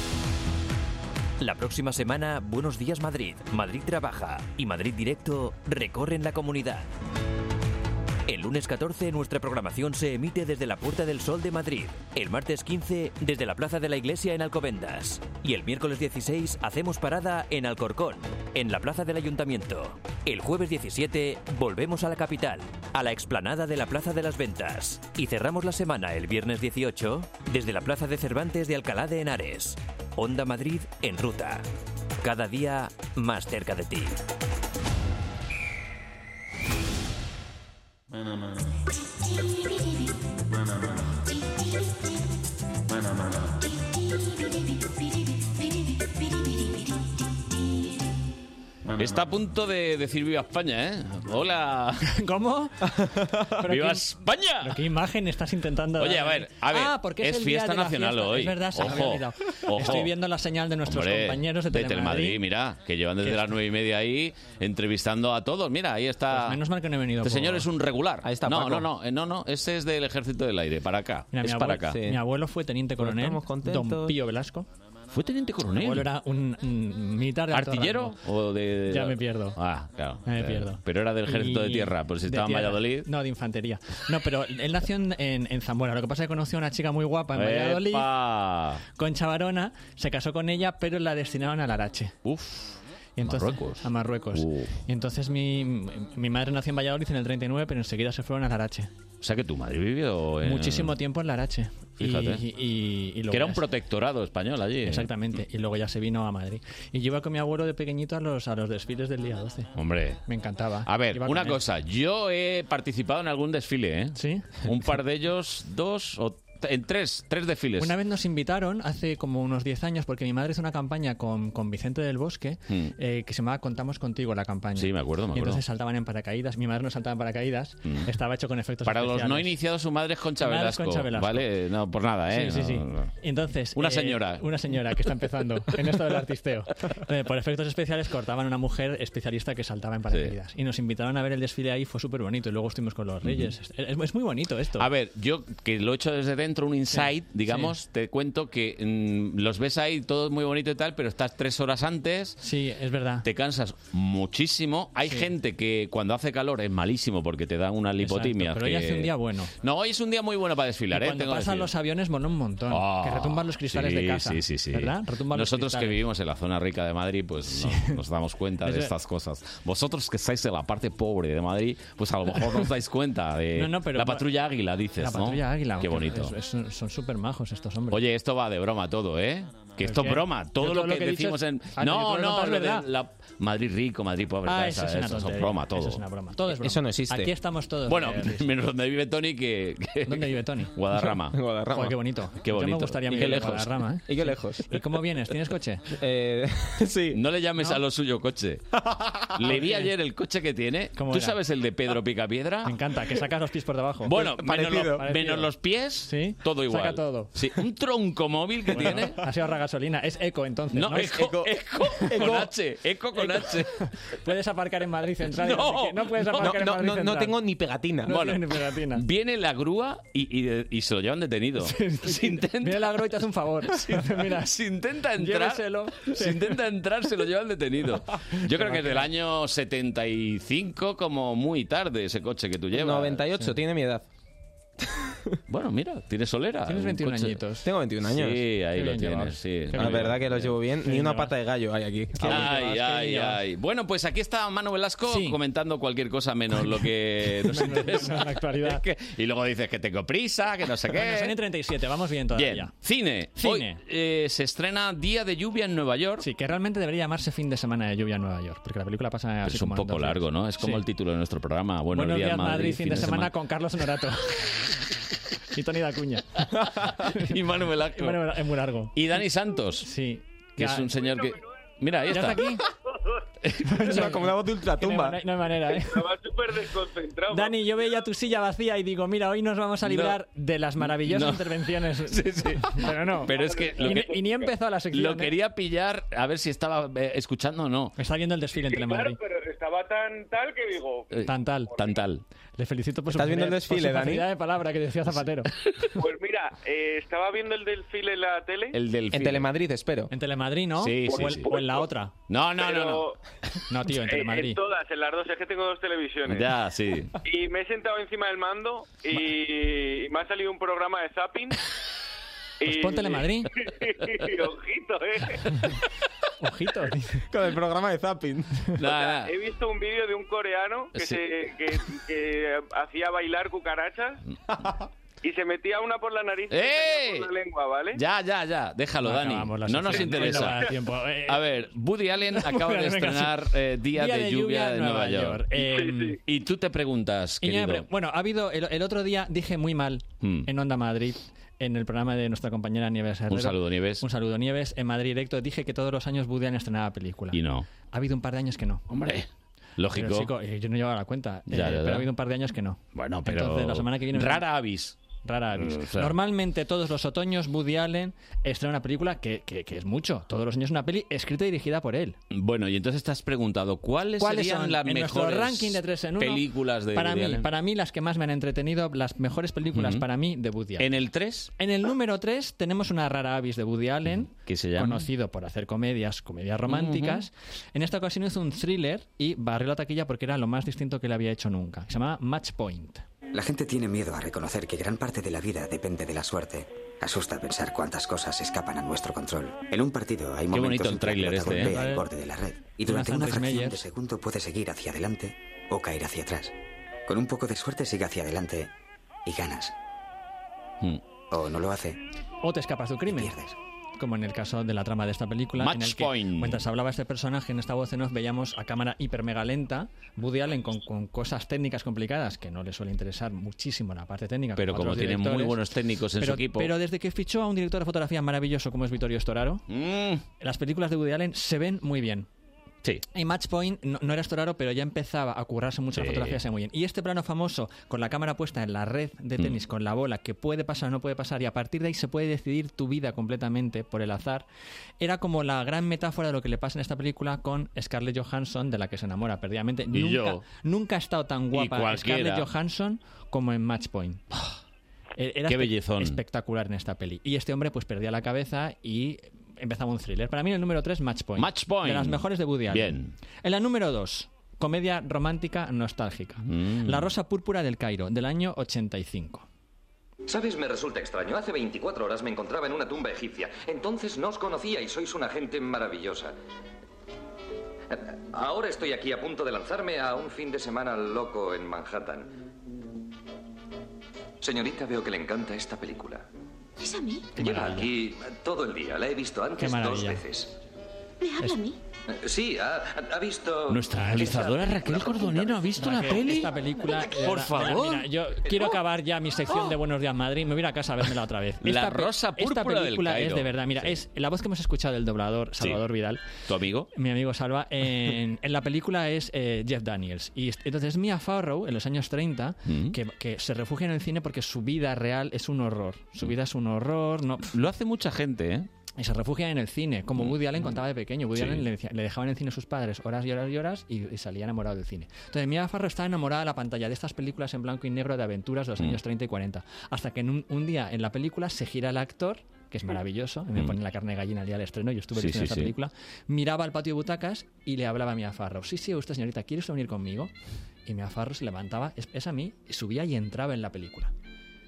Speaker 1: La próxima semana, Buenos Días Madrid, Madrid Trabaja y Madrid Directo recorren la comunidad. El lunes 14 nuestra programación se emite desde la Puerta del Sol de Madrid, el martes 15 desde la Plaza de la Iglesia en Alcobendas y el miércoles 16 hacemos parada en Alcorcón, en la Plaza del Ayuntamiento. El jueves 17 volvemos a la capital, a la explanada de la Plaza de las Ventas y cerramos la semana el viernes 18 desde la Plaza de Cervantes de Alcalá de Henares. Onda Madrid en ruta. Cada día más cerca de ti.
Speaker 2: Está a punto de decir viva España, ¿eh? Hola. ¿Cómo? viva
Speaker 34: qué-
Speaker 2: España.
Speaker 34: ¿Pero qué imagen estás intentando
Speaker 2: Oye,
Speaker 34: dar?
Speaker 2: a ver, a ver,
Speaker 34: Ah, porque es,
Speaker 2: es
Speaker 34: el día
Speaker 2: fiesta
Speaker 34: de la
Speaker 2: nacional
Speaker 34: fiesta.
Speaker 2: hoy.
Speaker 34: Es verdad, se me había
Speaker 2: Ojo,
Speaker 34: olvidado.
Speaker 2: ojo.
Speaker 34: Estoy viendo la señal de nuestros
Speaker 2: Hombre,
Speaker 34: compañeros de Telemadrid.
Speaker 2: mira, que llevan desde
Speaker 34: Que
Speaker 2: las nueve y media ahí entrevistando a todos. Mira, ahí está.
Speaker 34: Ah. Menos mal que no he venido.
Speaker 2: este
Speaker 34: por-
Speaker 2: señor es un regular.
Speaker 34: está,
Speaker 2: no,
Speaker 34: Paco.
Speaker 2: no, no, eh, no, no, ese es del Ejército del Aire, para acá.
Speaker 34: Mira,
Speaker 2: es
Speaker 34: mi,
Speaker 2: para
Speaker 34: abuelo,
Speaker 2: acá.
Speaker 34: mi abuelo fue teniente
Speaker 2: Pues
Speaker 34: coronel,
Speaker 2: estamos contentos.
Speaker 34: don Pío Velasco.
Speaker 2: ¿Fue teniente coronel?
Speaker 34: Mi abuelo era un, un militar de alto
Speaker 2: ¿Artillero
Speaker 34: rango.
Speaker 2: o de...?
Speaker 34: Ya me pierdo.
Speaker 2: Ah, claro.
Speaker 34: Ya me
Speaker 2: claro.
Speaker 34: pierdo.
Speaker 2: Pero era del Ejército de
Speaker 34: Y-
Speaker 2: Tierra, por si
Speaker 34: de
Speaker 2: estaba en
Speaker 34: tierra.
Speaker 2: Valladolid.
Speaker 34: No, de infantería. No, pero él nació en, en- en Zamora. Lo que pasa es que conoció a una chica muy guapa Pues en Valladolid.
Speaker 2: ¡Epa!
Speaker 34: Concha Varona se casó con ella, pero la destinaron al Arache.
Speaker 2: Uf.
Speaker 34: Marruecos. A Marruecos.
Speaker 2: Uh.
Speaker 34: Y entonces mi, mi madre nació en Valladolid en el 39, pero enseguida se fueron al Arache.
Speaker 2: O sea que tu madre vivió en...
Speaker 34: Muchísimo tiempo en la Arache. Y-
Speaker 2: Fíjate.
Speaker 34: Y, y- y luego
Speaker 2: que era
Speaker 34: ya
Speaker 2: un
Speaker 34: se-
Speaker 2: protectorado español allí. ¿eh?
Speaker 34: Exactamente. Y luego ya se vino a Madrid. Y yo iba con mi abuelo de pequeñito a los, a los desfiles del día 12.
Speaker 2: Hombre.
Speaker 34: Me encantaba.
Speaker 2: A ver,
Speaker 34: Iba con
Speaker 2: una
Speaker 34: él.
Speaker 2: cosa. Yo he participado en algún desfile, ¿eh?
Speaker 34: Sí.
Speaker 2: Un par de ellos, dos o... t- En tres, tres desfiles.
Speaker 34: Una vez nos invitaron, hace como unos 10 años, porque mi madre hizo una campaña con, con Vicente del Bosque,
Speaker 2: Hmm.
Speaker 34: eh, que se llamaba Contamos Contigo la campaña.
Speaker 2: Sí, me acuerdo, me
Speaker 34: Y
Speaker 2: acuerdo.
Speaker 34: entonces saltaban en paracaídas. Mi madre no saltaba en paracaídas,
Speaker 2: Mm.
Speaker 34: estaba hecho con efectos
Speaker 2: Para los
Speaker 34: especiales.
Speaker 2: no iniciados, su madre es Concha
Speaker 34: Su madre es
Speaker 2: Velasco.
Speaker 34: Concha Velasco.
Speaker 2: ¿Vale? No, por nada, ¿eh?
Speaker 34: Sí, sí, sí.
Speaker 2: No, no.
Speaker 34: Entonces,
Speaker 2: Una
Speaker 34: eh,
Speaker 2: señora.
Speaker 34: Una señora que está empezando en esto del artisteo. Entonces, por efectos especiales cortaban a una mujer especialista que saltaba en paracaídas. Y nos invitaron a ver el desfile ahí, fue súper bonito. Y luego estuvimos con los reyes. es, es muy bonito esto.
Speaker 2: A ver, yo que lo he hecho desde dentro, un insight, digamos, te cuento que mm, los ves ahí, todo muy bonito y tal, pero estás tres horas antes.
Speaker 34: Sí, es verdad.
Speaker 2: Te cansas muchísimo. Hay
Speaker 34: Sí.
Speaker 2: gente que cuando hace calor es malísimo porque te dan una lipotimia.
Speaker 34: Exacto, pero hoy hace un día bueno.
Speaker 2: No, hoy es un día muy bueno para
Speaker 34: Y
Speaker 2: desfilar, ¿eh?
Speaker 34: cuando
Speaker 2: Tengo que
Speaker 34: pasan
Speaker 2: decir.
Speaker 34: los aviones mola un montón.
Speaker 2: Ah,
Speaker 34: que retumban los cristales
Speaker 2: sí,
Speaker 34: de casa.
Speaker 2: Sí, sí, sí.
Speaker 34: ¿Verdad? Retumban los
Speaker 2: Nosotros que
Speaker 34: cristales.
Speaker 2: vivimos en la zona rica de Madrid, pues nos, nos damos cuenta
Speaker 34: Es
Speaker 2: de
Speaker 34: ver-
Speaker 2: estas cosas. Vosotros que estáis en la parte pobre de Madrid, pues a lo mejor no os dais cuenta de
Speaker 34: No, no, pero-
Speaker 2: la patrulla águila, dices,
Speaker 34: La
Speaker 2: ¿no?
Speaker 34: patrulla águila.
Speaker 2: Qué
Speaker 34: hombre,
Speaker 2: bonito.
Speaker 34: es- es- son súper majos estos hombres.
Speaker 2: Oye, esto va de broma todo, ¿eh? Que esto
Speaker 34: ¿Qué?
Speaker 2: es broma.
Speaker 34: Yo
Speaker 2: Todo, lo, que,
Speaker 34: he dicho
Speaker 2: decimos
Speaker 34: es-
Speaker 2: en.
Speaker 34: Ah,
Speaker 2: no,
Speaker 34: no, yo creo que no,
Speaker 2: no,
Speaker 34: es
Speaker 2: lo de
Speaker 34: verdad.
Speaker 2: la- Madrid rico, Madrid pobre.
Speaker 34: Ah,
Speaker 2: tal,
Speaker 34: eso
Speaker 2: tal,
Speaker 34: es una
Speaker 2: eso
Speaker 34: tontería.
Speaker 2: broma, todo.
Speaker 34: Eso es una broma. Todo es
Speaker 2: eh,
Speaker 34: broma.
Speaker 2: Eso no existe.
Speaker 34: Aquí estamos todos. eh,
Speaker 2: Bueno,
Speaker 34: reales.
Speaker 2: menos donde vive Tony que. ¿Dónde vive Tony? Guadarrama.
Speaker 34: Guadarrama. Joder, qué bonito.
Speaker 2: Qué
Speaker 34: Yo me
Speaker 2: bonito.
Speaker 34: gustaría
Speaker 2: y
Speaker 34: vivir
Speaker 2: qué
Speaker 34: en
Speaker 2: lejos.
Speaker 34: Guadarrama, ¿eh?
Speaker 2: Y qué lejos.
Speaker 34: ¿Y cómo vienes? ¿Tienes coche? Eh,
Speaker 2: sí. No le llames a lo suyo coche. Le vi
Speaker 34: qué?
Speaker 2: ayer el coche que tiene. ¿Tú
Speaker 34: era?
Speaker 2: sabes el de Pedro Picapiedra?
Speaker 34: Me encanta, que sacas los pies por debajo.
Speaker 2: Bueno, menos, los- menos los pies, todo igual.
Speaker 34: Saca todo.
Speaker 2: Sí, un tronco móvil que tiene.
Speaker 34: Ha sido ahorra gasolina. Es eco, entonces.
Speaker 2: No,
Speaker 34: No,
Speaker 2: eco, eco,
Speaker 34: Eco.
Speaker 2: con H, eco con H.
Speaker 34: Puedes aparcar en Madrid Central. y
Speaker 2: No,
Speaker 34: sé qué. no puedes aparcar en Madrid Central.
Speaker 2: ni pegatina.
Speaker 34: No
Speaker 2: bueno,
Speaker 34: tienes ni pegatina.
Speaker 2: viene la grúa y, y de- y se lo llevan detenido. Si intenta,
Speaker 34: Mira la grúa y te hace un favor. Mira,
Speaker 2: si intenta entrar,
Speaker 34: Lléveselo.
Speaker 2: si intenta entrar, se lo llevan detenido. Yo creo que es
Speaker 12: máquina.
Speaker 2: del año 75, como muy tarde, ese coche que tú llevas.
Speaker 12: 98, tiene mi edad.
Speaker 2: Bueno, mira, tiene solera.
Speaker 12: Tienes
Speaker 2: un
Speaker 12: 21
Speaker 2: coche.
Speaker 12: añitos. Tengo 21 años.
Speaker 2: Sí,
Speaker 12: Qué
Speaker 2: ahí lo
Speaker 12: bien
Speaker 2: tienes.
Speaker 12: llevas.
Speaker 2: Sí.
Speaker 12: La verdad que lo llevo bien. Ni una pata de gallo hay aquí.
Speaker 2: Ay, ay, ay. Bueno, pues aquí está Manu Velasco comentando cualquier cosa menos lo que nos interesa.
Speaker 34: la actualidad.
Speaker 2: Es que- y luego dices que tengo prisa, que no sé
Speaker 34: Bueno, son
Speaker 2: qué.
Speaker 34: en 37, vamos bien todavía.
Speaker 2: Bien, cine.
Speaker 34: Cine.
Speaker 2: Hoy, eh, se estrena Día de Lluvia en Nueva York.
Speaker 34: Sí, que realmente debería llamarse fin de semana de lluvia en Nueva York, porque la película pasa así
Speaker 2: Es un
Speaker 34: como en
Speaker 2: poco
Speaker 34: dos
Speaker 2: largo,
Speaker 34: días.
Speaker 2: ¿no? Es como
Speaker 34: Sí.
Speaker 2: el título de nuestro programa. Buenos,
Speaker 34: Buenos días, Madrid,
Speaker 2: Madrid,
Speaker 34: fin de semana, con Carlos Honorato. y Tony Dacuña.
Speaker 2: y Manu Velasco.
Speaker 34: Y Manu Velasco, es muy largo.
Speaker 2: Y Dani Santos.
Speaker 34: Sí.
Speaker 2: Que es un señor que... Mira, ahí
Speaker 34: ¿Ya está
Speaker 2: está.
Speaker 34: aquí? como una voz de ultratumba. No hay, no hay manera, ¿eh?
Speaker 9: súper desconcentrado.
Speaker 34: Dani, yo veía tu silla vacía y digo, mira, hoy nos vamos a librar de las maravillosas
Speaker 2: No.
Speaker 34: intervenciones. Pero no.
Speaker 2: Pero es que...
Speaker 34: Y, ni- y ni empezó la sección.
Speaker 2: Lo
Speaker 34: ¿eh?
Speaker 2: quería pillar a ver si estaba eh, escuchando o no.
Speaker 34: Está viendo el desfile en Telemadrid.
Speaker 9: Pero estaba tan tal que digo,
Speaker 2: Eh,
Speaker 34: Tan tal.
Speaker 2: Tan tal.
Speaker 34: Le felicito por
Speaker 2: ¿Estás
Speaker 34: su
Speaker 2: viendo el
Speaker 34: Pues por su
Speaker 2: desfile, Dani?
Speaker 34: facilidad de palabra que decía Zapatero.
Speaker 9: pues mira, eh, estaba viendo el desfile en la tele.
Speaker 34: En Telemadrid, espero. En Telemadrid, ¿no?
Speaker 2: Sí, sí,
Speaker 34: o, el-
Speaker 2: sí.
Speaker 34: o en la otra.
Speaker 2: Ah, No, no,
Speaker 9: Pero-
Speaker 2: no, no.
Speaker 34: No, tío, en
Speaker 9: Eh, en
Speaker 34: Telemadrid.
Speaker 9: todas, en las dos, es que tengo dos televisiones.
Speaker 2: Ya, sí.
Speaker 9: Y me he sentado encima del mando y me ha salido un programa de zapping. Pues
Speaker 34: pon Telemadrid.
Speaker 9: Ojito, eh.
Speaker 34: Ojito.
Speaker 12: Con el programa de Zapping.
Speaker 9: He visto un vídeo de un coreano que,
Speaker 12: Sí.
Speaker 9: se, que, que hacía bailar cucarachas y se metía una por la nariz y otra por la lengua, ¿vale?
Speaker 2: Ya, ya, ya. Déjalo,
Speaker 9: No
Speaker 2: Dani.
Speaker 9: acabamos la
Speaker 2: No nos
Speaker 9: sección. No va a
Speaker 2: interesa.
Speaker 9: dar tiempo. Eh,
Speaker 2: A ver, Woody Allen acaba de
Speaker 34: Venga, sí.
Speaker 2: estrenar eh, Día, de, Lluvia de Nueva York.
Speaker 34: York. Eh,
Speaker 2: y tú te preguntas,
Speaker 34: Y ya me
Speaker 2: querido.
Speaker 34: pre- bueno, ha habido el, el otro día dije muy mal
Speaker 2: Mm.
Speaker 34: en Onda Madrid en el programa de nuestra compañera Nieves Herrero.
Speaker 2: Un saludo, Nieves.
Speaker 34: Un saludo Nieves en Madrid Directo dije que todos los años Woody Allen estrenaba película.
Speaker 2: Y no.
Speaker 34: Ha habido un par de años que no.
Speaker 2: Hombre,
Speaker 34: Pero,
Speaker 2: lógico.
Speaker 34: chico, eh, yo no llevaba la cuenta,
Speaker 2: Ya,
Speaker 34: eh,
Speaker 2: ya, ya.
Speaker 34: pero ha habido un par de años que no.
Speaker 2: Bueno, pero
Speaker 34: Entonces, la semana que viene
Speaker 2: rara avis.
Speaker 34: Rara avis.
Speaker 2: Mm, claro.
Speaker 34: Normalmente todos los otoños Woody Allen estrena una película que, que- que es mucho. Todos los años una peli escrita y dirigida por él.
Speaker 2: Bueno, y entonces te has preguntado, ¿cuáles,
Speaker 34: ¿Cuáles
Speaker 2: serían
Speaker 34: son
Speaker 2: las
Speaker 34: en nuestro
Speaker 2: mejores
Speaker 34: ranking de tres en uno,
Speaker 2: películas de
Speaker 34: para
Speaker 2: Woody
Speaker 34: mí,
Speaker 2: Allen?
Speaker 34: para mí las que más me han entretenido, las mejores películas
Speaker 2: Ujú.
Speaker 34: para mí de Woody Allen.
Speaker 2: ¿En el 3?
Speaker 34: En el número 3 tenemos una rara avis de Woody Allen,
Speaker 2: ¿Qué se llama?
Speaker 34: conocido por hacer comedias, comedias románticas. En esta ocasión hizo un thriller y barrió la taquilla porque era lo más distinto que le había hecho nunca. Se llamaba Match Point.
Speaker 35: La gente tiene miedo a reconocer que gran parte de la vida depende de la suerte. Asusta pensar cuántas cosas escapan a nuestro control. En un partido hay
Speaker 2: Qué bonito
Speaker 35: momentos
Speaker 2: el
Speaker 35: en que la
Speaker 2: tráiler
Speaker 35: pelota
Speaker 2: este, ¿eh?
Speaker 35: golpea
Speaker 2: Vale.
Speaker 35: el borde de la red y
Speaker 34: Jonathan
Speaker 35: durante una fracción
Speaker 34: Rhys-Meyers.
Speaker 35: de segundo puede seguir hacia adelante o caer hacia atrás. Con un poco de suerte sigue hacia adelante y ganas.
Speaker 2: Hmm.
Speaker 35: O no lo hace.
Speaker 34: O te escapas de un crimen. Como en el caso de la trama de esta película.
Speaker 2: Match
Speaker 34: en el que,
Speaker 2: point.
Speaker 34: Mientras hablaba este personaje en esta voz en off, veíamos a cámara hiper mega lenta Woody Allen con, con cosas técnicas complicadas que no le suele interesar muchísimo la parte técnica.
Speaker 2: Pero
Speaker 34: otros
Speaker 2: como tiene muy
Speaker 34: directores.
Speaker 2: buenos técnicos en su
Speaker 34: Pero-
Speaker 2: equipo.
Speaker 34: Pero desde que fichó a un director de fotografía maravilloso como es Vittorio Storaro, las películas de Woody Allen se ven muy bien.
Speaker 2: Mm. Sí.
Speaker 34: Y Matchpoint no, no era Storaro, pero ya empezaba a currarse mucho la
Speaker 2: Sí.
Speaker 34: fotografía, se ve muy bien. Y este plano famoso, con la cámara puesta en la red de
Speaker 2: Mm.
Speaker 34: tenis, con la bola, que puede pasar o no puede pasar, y a partir de ahí se puede decidir tu vida completamente por el azar, era como la gran metáfora de lo que le pasa en esta película con Scarlett Johansson, de la que se enamora perdidamente.
Speaker 2: Y
Speaker 34: nunca,
Speaker 2: yo.
Speaker 34: nunca ha estado tan guapa
Speaker 2: cualquiera.
Speaker 34: Scarlett Johansson como en Matchpoint. Era
Speaker 2: Qué
Speaker 34: espe-
Speaker 2: bellezón.
Speaker 34: espectacular en esta peli. Y este hombre pues perdía la cabeza y empezaba un thriller. Para mí el número 3, Match Point.
Speaker 2: Match Point.
Speaker 34: De las mejores de Woody Allen.
Speaker 2: Bien.
Speaker 34: En la número 2, comedia romántica nostálgica.
Speaker 2: Mm.
Speaker 34: La Rosa Púrpura del Cairo, del año 85.
Speaker 3: ¿Sabes? Me resulta extraño. Hace 24 horas me encontraba en una tumba egipcia. Entonces no os conocía y sois una gente maravillosa. Ahora estoy aquí a punto de lanzarme a un fin de semana loco en Manhattan. Señorita, veo que le encanta esta película. ¿Es a mí?
Speaker 25: Lleva aquí todo el día. La he visto
Speaker 34: Qué
Speaker 25: antes dos
Speaker 34: maravilla.
Speaker 25: veces.
Speaker 3: ¿Me habla a mí?
Speaker 25: Eh, Sí, ha, ha visto.
Speaker 2: Nuestra realizadora Raquel Cordonero ha visto la
Speaker 34: Raquel,
Speaker 2: peli.
Speaker 34: Esta película. eh,
Speaker 2: Por
Speaker 34: mira,
Speaker 2: favor.
Speaker 34: mira, yo quiero acabar ya mi sección de Buenos Días Madrid. Me voy a ir a casa a vérmela otra vez.
Speaker 2: La
Speaker 34: pe-
Speaker 2: rosa
Speaker 34: Esta
Speaker 2: púrpura del
Speaker 34: película es
Speaker 2: Cairo.
Speaker 34: de verdad. Mira, es la voz que hemos escuchado del doblador Salvador Vidal.
Speaker 2: ¿Tu amigo?
Speaker 34: Mi amigo Salva. En, en la película es eh, Jeff Daniels. Y est- entonces Mia Farrow, en los años 30,
Speaker 2: Mm.
Speaker 34: que, que se refugia en el cine porque su vida real es un horror. Su vida es un horror. No,
Speaker 2: Mm. Lo hace mucha gente, ¿eh?
Speaker 34: y se refugian en el cine, como Woody Allen contaba de pequeño.
Speaker 2: Mm,
Speaker 34: Woody
Speaker 2: Sí.
Speaker 34: Allen le, decía- le dejaban en el cine sus padres horas y horas y horas y, y salía enamorado del cine. Entonces Mia Farrow estaba enamorada de la pantalla de estas películas en blanco y negro de aventuras de los
Speaker 2: Mm.
Speaker 34: años 30 y 40. Hasta que en un, un día en la película se gira el actor, que es maravilloso, me
Speaker 2: Mm.
Speaker 34: pone la carne de gallina el día del estreno, yo estuve
Speaker 2: Sí,
Speaker 34: viendo
Speaker 2: sí,
Speaker 34: esta
Speaker 2: sí.
Speaker 34: película, miraba al patio de butacas y le hablaba a Mia Farrow. Sí, sí, usted señorita, ¿quiere usted venir conmigo? Y Mia Farrow se levantaba, es, es a mí, y subía y entraba en la película.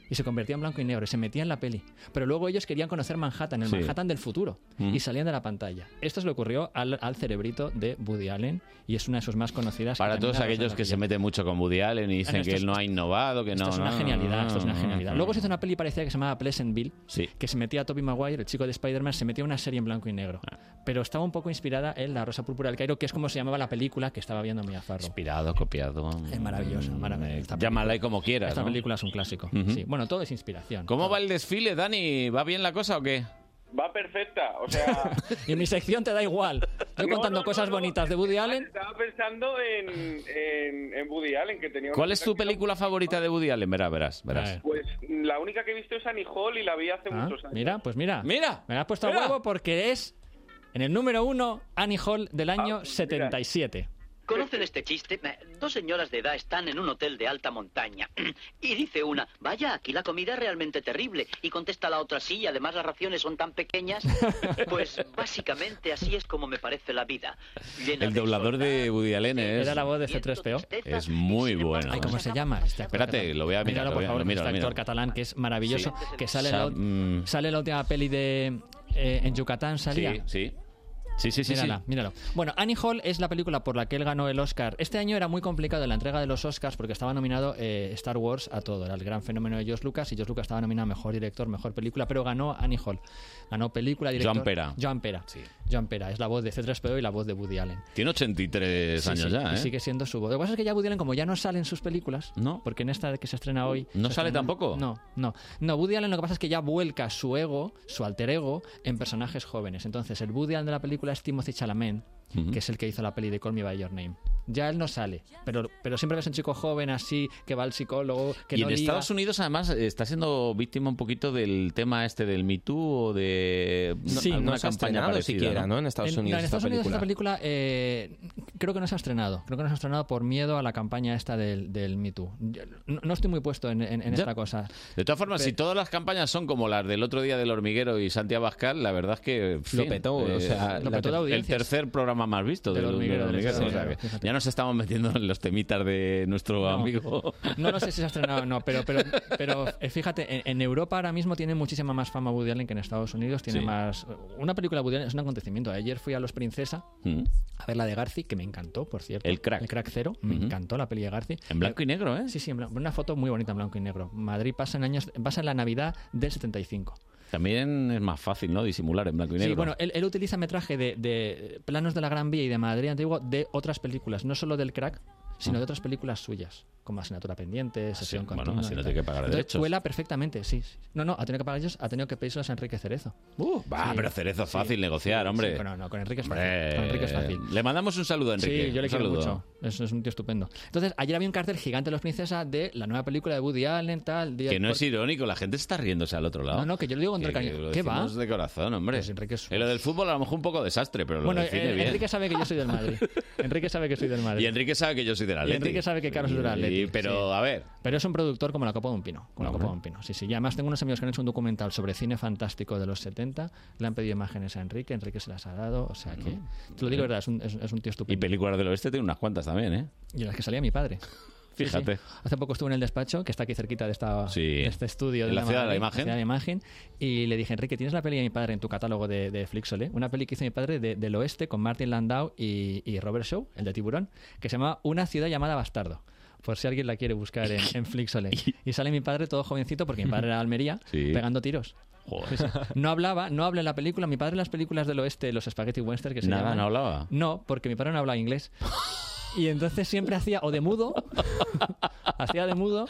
Speaker 34: Y se convertía en blanco y negro, y se metía en la peli. Pero luego ellos querían conocer Manhattan, el
Speaker 2: Sí.
Speaker 34: Manhattan del futuro,
Speaker 2: Mm.
Speaker 34: y salían de la pantalla. Esto se le ocurrió al, al cerebrito de Woody Allen, y es una de sus más conocidas.
Speaker 2: Para todos aquellos que se meten mucho con Woody Allen y dicen
Speaker 34: esto
Speaker 2: que
Speaker 34: es-
Speaker 2: él no ha innovado, que no.
Speaker 34: Esto es una
Speaker 2: no,
Speaker 34: genialidad,
Speaker 2: no,
Speaker 34: esto es una
Speaker 2: no,
Speaker 34: genialidad.
Speaker 2: no.
Speaker 34: Luego se hizo una peli parecida que se llamaba Pleasantville,
Speaker 2: Sí.
Speaker 34: que se metía a Tobey Maguire, el chico de Spider-Man, se metía a una serie en blanco y negro.
Speaker 2: Ah.
Speaker 34: Pero estaba un poco inspirada en La Rosa Púrpura del Cairo, que es como se llamaba la película que estaba viendo Mia Farrow.
Speaker 2: Inspirado, copiado. Mm,
Speaker 34: Es maravillosa, maravillosa. Esta
Speaker 2: Llámala y como quieras.
Speaker 34: Esta
Speaker 2: ¿no?
Speaker 34: película es un clásico.
Speaker 2: Ujú.
Speaker 34: sí. Bueno, todo es inspiración.
Speaker 2: ¿Cómo va el desfile, Dani? ¿Va bien la cosa o qué?
Speaker 26: Va perfecta, o sea,
Speaker 34: Y mi sección te da igual. Yo contando cosas bonitas de Woody Allen.
Speaker 26: estaba pensando en, en, en Woody Allen, que tenía una
Speaker 2: ¿Cuál es Ah.
Speaker 26: cosa
Speaker 2: tu película favorita de Woody Allen? Verás, verás, verás.
Speaker 26: Pues la única que he visto es Annie Hall y la vi hace
Speaker 34: Ah,
Speaker 26: muchos años.
Speaker 34: mira, pues mira.
Speaker 2: Mira.
Speaker 34: Me la has puesto
Speaker 26: Mira.
Speaker 34: a huevo porque es en el número uno Annie Hall del año 77.
Speaker 27: ¿Conocen este chiste? Eh, Dos señoras de edad están en un hotel de alta montaña. Y dice una, vaya, aquí la comida es realmente terrible. Y contesta la otra, sí, y además las raciones son tan pequeñas. Pues básicamente así es como me parece la vida. Llena
Speaker 2: El
Speaker 27: de
Speaker 2: doblador de Woody Allen es.
Speaker 34: Era la voz de C3PO.
Speaker 2: Es muy bueno.
Speaker 34: Ay, ¿cómo se llama? Este actor
Speaker 2: Espérate,
Speaker 34: catalán?
Speaker 2: lo voy a mirar,
Speaker 34: Míralo,
Speaker 2: lo
Speaker 34: por
Speaker 2: voy a-
Speaker 34: favor,
Speaker 2: lo miro,
Speaker 34: este
Speaker 2: lo
Speaker 34: actor
Speaker 2: miro.
Speaker 34: catalán que es maravilloso,
Speaker 2: Sí.
Speaker 34: que sale, en la,
Speaker 2: Sa- mm.
Speaker 34: sale en la última peli de... eh, en Yucatán salía.
Speaker 2: Sí, sí. Sí, sí, sí. sí.
Speaker 34: Mírala, míralo. Bueno, Annie Hall es la película por la que él ganó el Oscar. Este año era muy complicado la entrega de los Oscars porque estaba nominado eh, Star Wars a todo. Era el gran fenómeno de George Lucas y George Lucas estaba nominado a Mejor Director, Mejor Película, pero ganó Annie Hall. Ganó película, director...
Speaker 2: Joan Pera.
Speaker 34: Joan Pera. Joan Pera. Es la voz de C-3PO y la voz de Woody Allen.
Speaker 2: Tiene 83
Speaker 34: Sí,
Speaker 2: años
Speaker 34: sí,
Speaker 2: ya,
Speaker 34: y
Speaker 2: ¿eh?
Speaker 34: sigue siendo su voz. Lo que pasa es que ya Woody Allen, como ya no sale en sus películas,
Speaker 2: ¿No?
Speaker 34: porque en esta que se estrena hoy...
Speaker 2: ¿No
Speaker 34: se
Speaker 2: sale
Speaker 34: estrena-
Speaker 2: tampoco?
Speaker 34: No, no. No, Woody Allen lo que pasa es que ya vuelca su ego, su alter ego, en personajes jóvenes. Entonces, el Woody Allen de la película es Timothy Chalamet, que es el que hizo la peli de Call Me By Your Name. Ya él no sale, pero, pero siempre ves a un chico joven así, que va al psicólogo, que
Speaker 2: y
Speaker 34: no
Speaker 2: en
Speaker 34: liga.
Speaker 2: Estados Unidos, además, está siendo víctima un poquito del tema este del Me Too o de no,
Speaker 12: Sí,
Speaker 2: alguna
Speaker 12: no se ha
Speaker 2: campaña
Speaker 12: estrenado
Speaker 2: parecida,
Speaker 12: siquiera,
Speaker 2: ¿no?
Speaker 12: ¿no? En Estados
Speaker 34: En- no, en Estados Unidos esta película eh, creo que no se ha estrenado. Creo que no se ha estrenado por miedo a la campaña esta del, del Me Too. Yo no, no estoy muy puesto en, en- en
Speaker 2: Ya.
Speaker 34: esta cosa.
Speaker 2: De todas formas,
Speaker 34: Pe-
Speaker 2: si todas las campañas son como las del otro día del hormiguero y Santiago Abascal, la verdad es que en eh,
Speaker 12: Lo petó, o sea,
Speaker 2: la
Speaker 12: lo petó de
Speaker 2: ter- el
Speaker 12: audiencias.
Speaker 2: tercer programa más visto
Speaker 12: Del
Speaker 2: del, del
Speaker 12: hormiguero,
Speaker 2: hormiguero.
Speaker 12: del
Speaker 2: o sea
Speaker 12: hormiguero,
Speaker 2: que ya nos estamos metiendo en los temitas de nuestro amigo.
Speaker 34: No lo sé si se ha estrenado o no, pero, pero, pero eh, fíjate, en, en Europa ahora mismo tiene muchísima más fama Woody Allen que en Estados Unidos. Tiene
Speaker 2: Sí.
Speaker 34: más. Una película de Woody Allen es un acontecimiento. Ayer fui a Los Princesa
Speaker 2: Mm.
Speaker 34: a ver la de Garci, que me encantó, por cierto.
Speaker 2: El crack.
Speaker 34: El crack cero. Me
Speaker 2: Ujú.
Speaker 34: encantó la peli de Garci.
Speaker 2: En blanco y negro, ¿eh?
Speaker 34: Sí, sí, en blan- una foto muy bonita en blanco y negro. Madrid pasa en años, pasa en la Navidad del 75.
Speaker 2: También es más fácil, ¿no? Disimular en blanco y negro.
Speaker 34: Sí, bueno, eh, él, él utiliza metraje de, de planos de la Gran Vía y de Madrid antiguo de otras películas, no solo del crack, sino de otras películas suyas, como Asignatura Pendiente, Sesión
Speaker 2: Ah, sí, bueno,
Speaker 34: Continua
Speaker 2: así no
Speaker 34: y tal.
Speaker 2: tiene que pagar
Speaker 34: Entonces,
Speaker 2: derechos.
Speaker 34: Cuela perfectamente, sí, sí. No, no, ha tenido que pagar ellos, ha tenido que pedírselos a Enrique Cerezo.
Speaker 2: Uh, Va,
Speaker 34: Sí.
Speaker 2: Ah, pero Cerezo es fácil negociar, hombre.
Speaker 34: Sí, pero no, no, con Enrique es fácil.
Speaker 2: Hombre,
Speaker 34: Con Enrique es fácil.
Speaker 2: Le mandamos un saludo a Enrique.
Speaker 34: Sí, yo le
Speaker 2: un
Speaker 34: quiero
Speaker 2: saludo.
Speaker 34: mucho. Es, es un tío estupendo. Entonces, ayer había un cartel gigante de los princesas de la nueva película de Woody Allen, tal. día-
Speaker 2: Que no
Speaker 34: por-
Speaker 2: es irónico, la gente está riéndose al otro lado.
Speaker 34: pues- No, no, que yo lo digo con todo el
Speaker 2: Que- que
Speaker 34: cariño.
Speaker 2: lo
Speaker 34: ¿Qué va? Pues
Speaker 2: decimos de corazón, hombre. Eh, lo del fútbol a lo mejor un poco desastre, pero lo
Speaker 34: Bueno,
Speaker 2: define
Speaker 34: eh,
Speaker 2: bien.
Speaker 34: Enrique sabe que yo soy del Madrid. Enrique sabe que soy del Madrid.
Speaker 2: Y Enrique sabe que yo soy del
Speaker 34: Y
Speaker 2: Atleti.
Speaker 34: Enrique sabe que Carlos es del
Speaker 2: Y-
Speaker 34: Atleti.
Speaker 2: Pero,
Speaker 34: sí.
Speaker 2: a ver,
Speaker 34: Pero es un productor como la copa de un pino. Como
Speaker 2: Ah,
Speaker 34: la copa de un pino. Sí, sí. Y además tengo unos amigos que han hecho un documental sobre cine fantástico de los 70. Le han pedido imágenes a Enrique. Enrique se las ha dado. O sea que.
Speaker 2: Ah,
Speaker 34: Te lo digo de verdad, es un, es- es un tío
Speaker 2: y
Speaker 34: estupendo.
Speaker 2: películas del oeste tiene unas cuantas también, ¿eh?
Speaker 34: Y en las que salía mi padre. Sí,
Speaker 2: Fíjate.
Speaker 34: sí. Hace poco estuve en el despacho, que está aquí cerquita de, esta, de este estudio.
Speaker 2: En la Ciudad de la
Speaker 34: Madrid,
Speaker 2: Imagen.
Speaker 34: Ciudad de la Imagen. Y le dije, Enrique, ¿tienes la peli de mi padre en tu catálogo de, de Flixol? eh? Una peli que hizo mi padre de- del oeste con Martin Landau y, y Robert Shaw, el de Tiburón, que se llama Una ciudad llamada Bastardo. Por si alguien la quiere buscar en, en Flixole. Y sale mi padre todo jovencito, porque mi padre era de Almería,
Speaker 2: Sí.
Speaker 34: pegando tiros.
Speaker 2: Joder.
Speaker 34: Sí, sí. No hablaba, no habla en la película. Mi padre en las películas del oeste, los Spaghetti Western, que se
Speaker 2: Nada,
Speaker 34: llaman,
Speaker 2: no hablaba.
Speaker 34: No, porque mi padre no hablaba inglés. Y entonces siempre hacía o de mudo, hacía de mudo,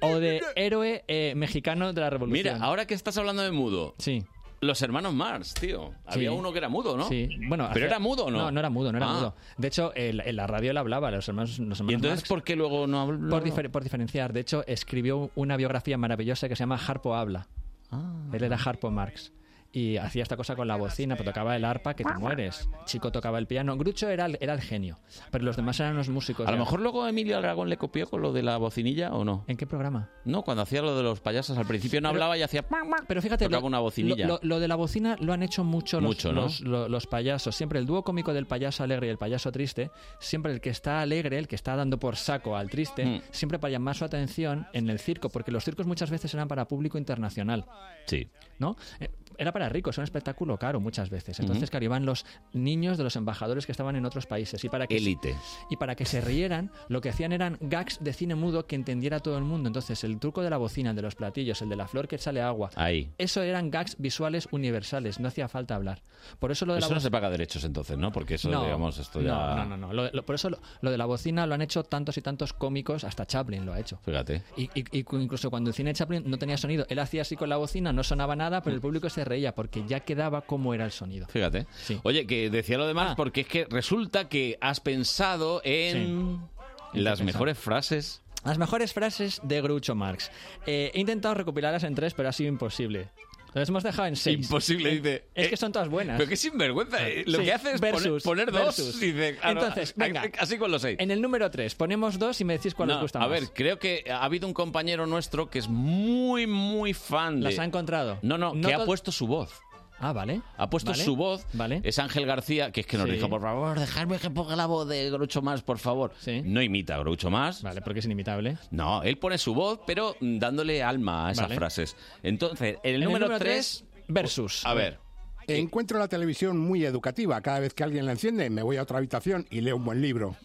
Speaker 34: o de héroe eh, mexicano de la revolución.
Speaker 2: Mira, ahora que estás hablando de mudo.
Speaker 34: Sí.
Speaker 2: Los hermanos Mars, tío. Había
Speaker 34: Sí.
Speaker 2: uno que era mudo, ¿no?
Speaker 34: Sí. Bueno,
Speaker 2: Pero
Speaker 34: hacía-
Speaker 2: era mudo, ¿o ¿no?
Speaker 34: No, no era mudo, no era
Speaker 2: Ah.
Speaker 34: mudo. De hecho, el- en la radio él hablaba, los hermanos, los hermanos
Speaker 2: ¿Y entonces
Speaker 34: Marx.
Speaker 2: por qué luego no habló?
Speaker 34: Por, difer- por diferenciar. De hecho, escribió una biografía maravillosa que se llama Harpo habla.
Speaker 36: Ah.
Speaker 34: Él era Harpo Marx. Y hacía esta cosa con la bocina, pero tocaba el arpa que te mueres. Chico tocaba el piano. Grucho era el, era el genio, pero los demás eran los músicos.
Speaker 2: A lo mejor luego Emilio Aragón le copió con lo de la bocinilla o no.
Speaker 34: ¿En qué programa?
Speaker 2: No, cuando hacía lo de los payasos. Al principio no
Speaker 34: Pero-
Speaker 2: hablaba y hacía.
Speaker 34: Pero fíjate,
Speaker 2: Tocaba
Speaker 34: lo-
Speaker 2: una bocinilla.
Speaker 34: Lo, lo- lo de la bocina lo han hecho mucho, los,
Speaker 2: Mucho, ¿no?
Speaker 34: los- lo- los payasos. Siempre el dúo cómico del payaso alegre y el payaso triste, siempre el que está alegre, el que está dando por saco al triste,
Speaker 2: Mm.
Speaker 34: siempre para llamar su atención en el circo, porque los circos muchas veces eran para público internacional.
Speaker 2: Sí.
Speaker 34: ¿No? Eh, Era para ricos, era un espectáculo caro muchas veces.
Speaker 2: Ujú.
Speaker 34: Entonces, claro, iban los niños de los embajadores que estaban en otros países. Y para que
Speaker 2: Élite.
Speaker 34: y para que se rieran, lo que hacían eran gags de cine mudo que entendiera todo el mundo. Entonces, el truco de la bocina, el de los platillos, el de la flor que sale agua.
Speaker 2: Ahí.
Speaker 34: Eso eran gags visuales universales, no hacía falta hablar. Por eso lo de la
Speaker 2: Eso no
Speaker 34: bocina.
Speaker 2: se paga derechos entonces, ¿no? Porque eso, digamos, esto ya.
Speaker 34: no, no, no, no. Lo- lo- por eso lo, lo de la bocina lo han hecho tantos y tantos cómicos, hasta Chaplin lo ha hecho.
Speaker 2: Fíjate.
Speaker 34: Y, y- y cu- incluso cuando el cine de Chaplin no tenía sonido, él hacía así con la bocina, no sonaba nada,
Speaker 2: Mm.
Speaker 34: pero el público se reía porque ya quedaba cómo era el sonido.
Speaker 2: Fíjate. Oye, que decía lo
Speaker 34: Ah.
Speaker 2: demás porque es que resulta que has pensado en
Speaker 34: Sí.
Speaker 2: las
Speaker 34: He pensado.
Speaker 2: mejores frases.
Speaker 34: Las mejores frases de Groucho Marx. Eh, he intentado recopilarlas en tres, pero ha sido imposible. Las hemos dejado en seis.
Speaker 2: Imposible,
Speaker 34: Eh,
Speaker 2: dice.
Speaker 34: Es que son todas buenas.
Speaker 2: Pero qué sinvergüenza. eh. Lo
Speaker 34: Sí,
Speaker 2: que hace es
Speaker 34: versus,
Speaker 2: poner, poner dos
Speaker 34: versus.
Speaker 2: y dice, ah, no,
Speaker 34: Entonces, venga.
Speaker 2: así con los seis.
Speaker 34: En el número tres, ponemos dos y me decís cuál
Speaker 2: No,
Speaker 34: os gusta
Speaker 2: a
Speaker 34: más.
Speaker 2: ver, creo que ha habido un compañero nuestro que es muy, muy fan de...
Speaker 34: ¿Las ha encontrado?
Speaker 2: No, no,
Speaker 34: No
Speaker 2: que ha
Speaker 34: to-
Speaker 2: puesto su voz.
Speaker 34: Ah, vale.
Speaker 2: Ha puesto
Speaker 34: Vale.
Speaker 2: su voz. Es Ángel García, que es que nos
Speaker 34: Sí.
Speaker 2: dijo, por favor, dejadme que ponga la voz de Groucho Marx, por favor. No imita a Groucho Marx.
Speaker 34: Vale, porque es inimitable.
Speaker 2: No, él pone su voz, pero mm, dándole alma a esas
Speaker 34: Vale.
Speaker 2: frases. Entonces, en el
Speaker 34: En
Speaker 2: número
Speaker 34: tres,
Speaker 2: 3...
Speaker 34: versus.
Speaker 2: A ver.
Speaker 3: Eh, Encuentro la televisión muy educativa. Cada vez que alguien la enciende, me voy a otra habitación y leo un buen libro.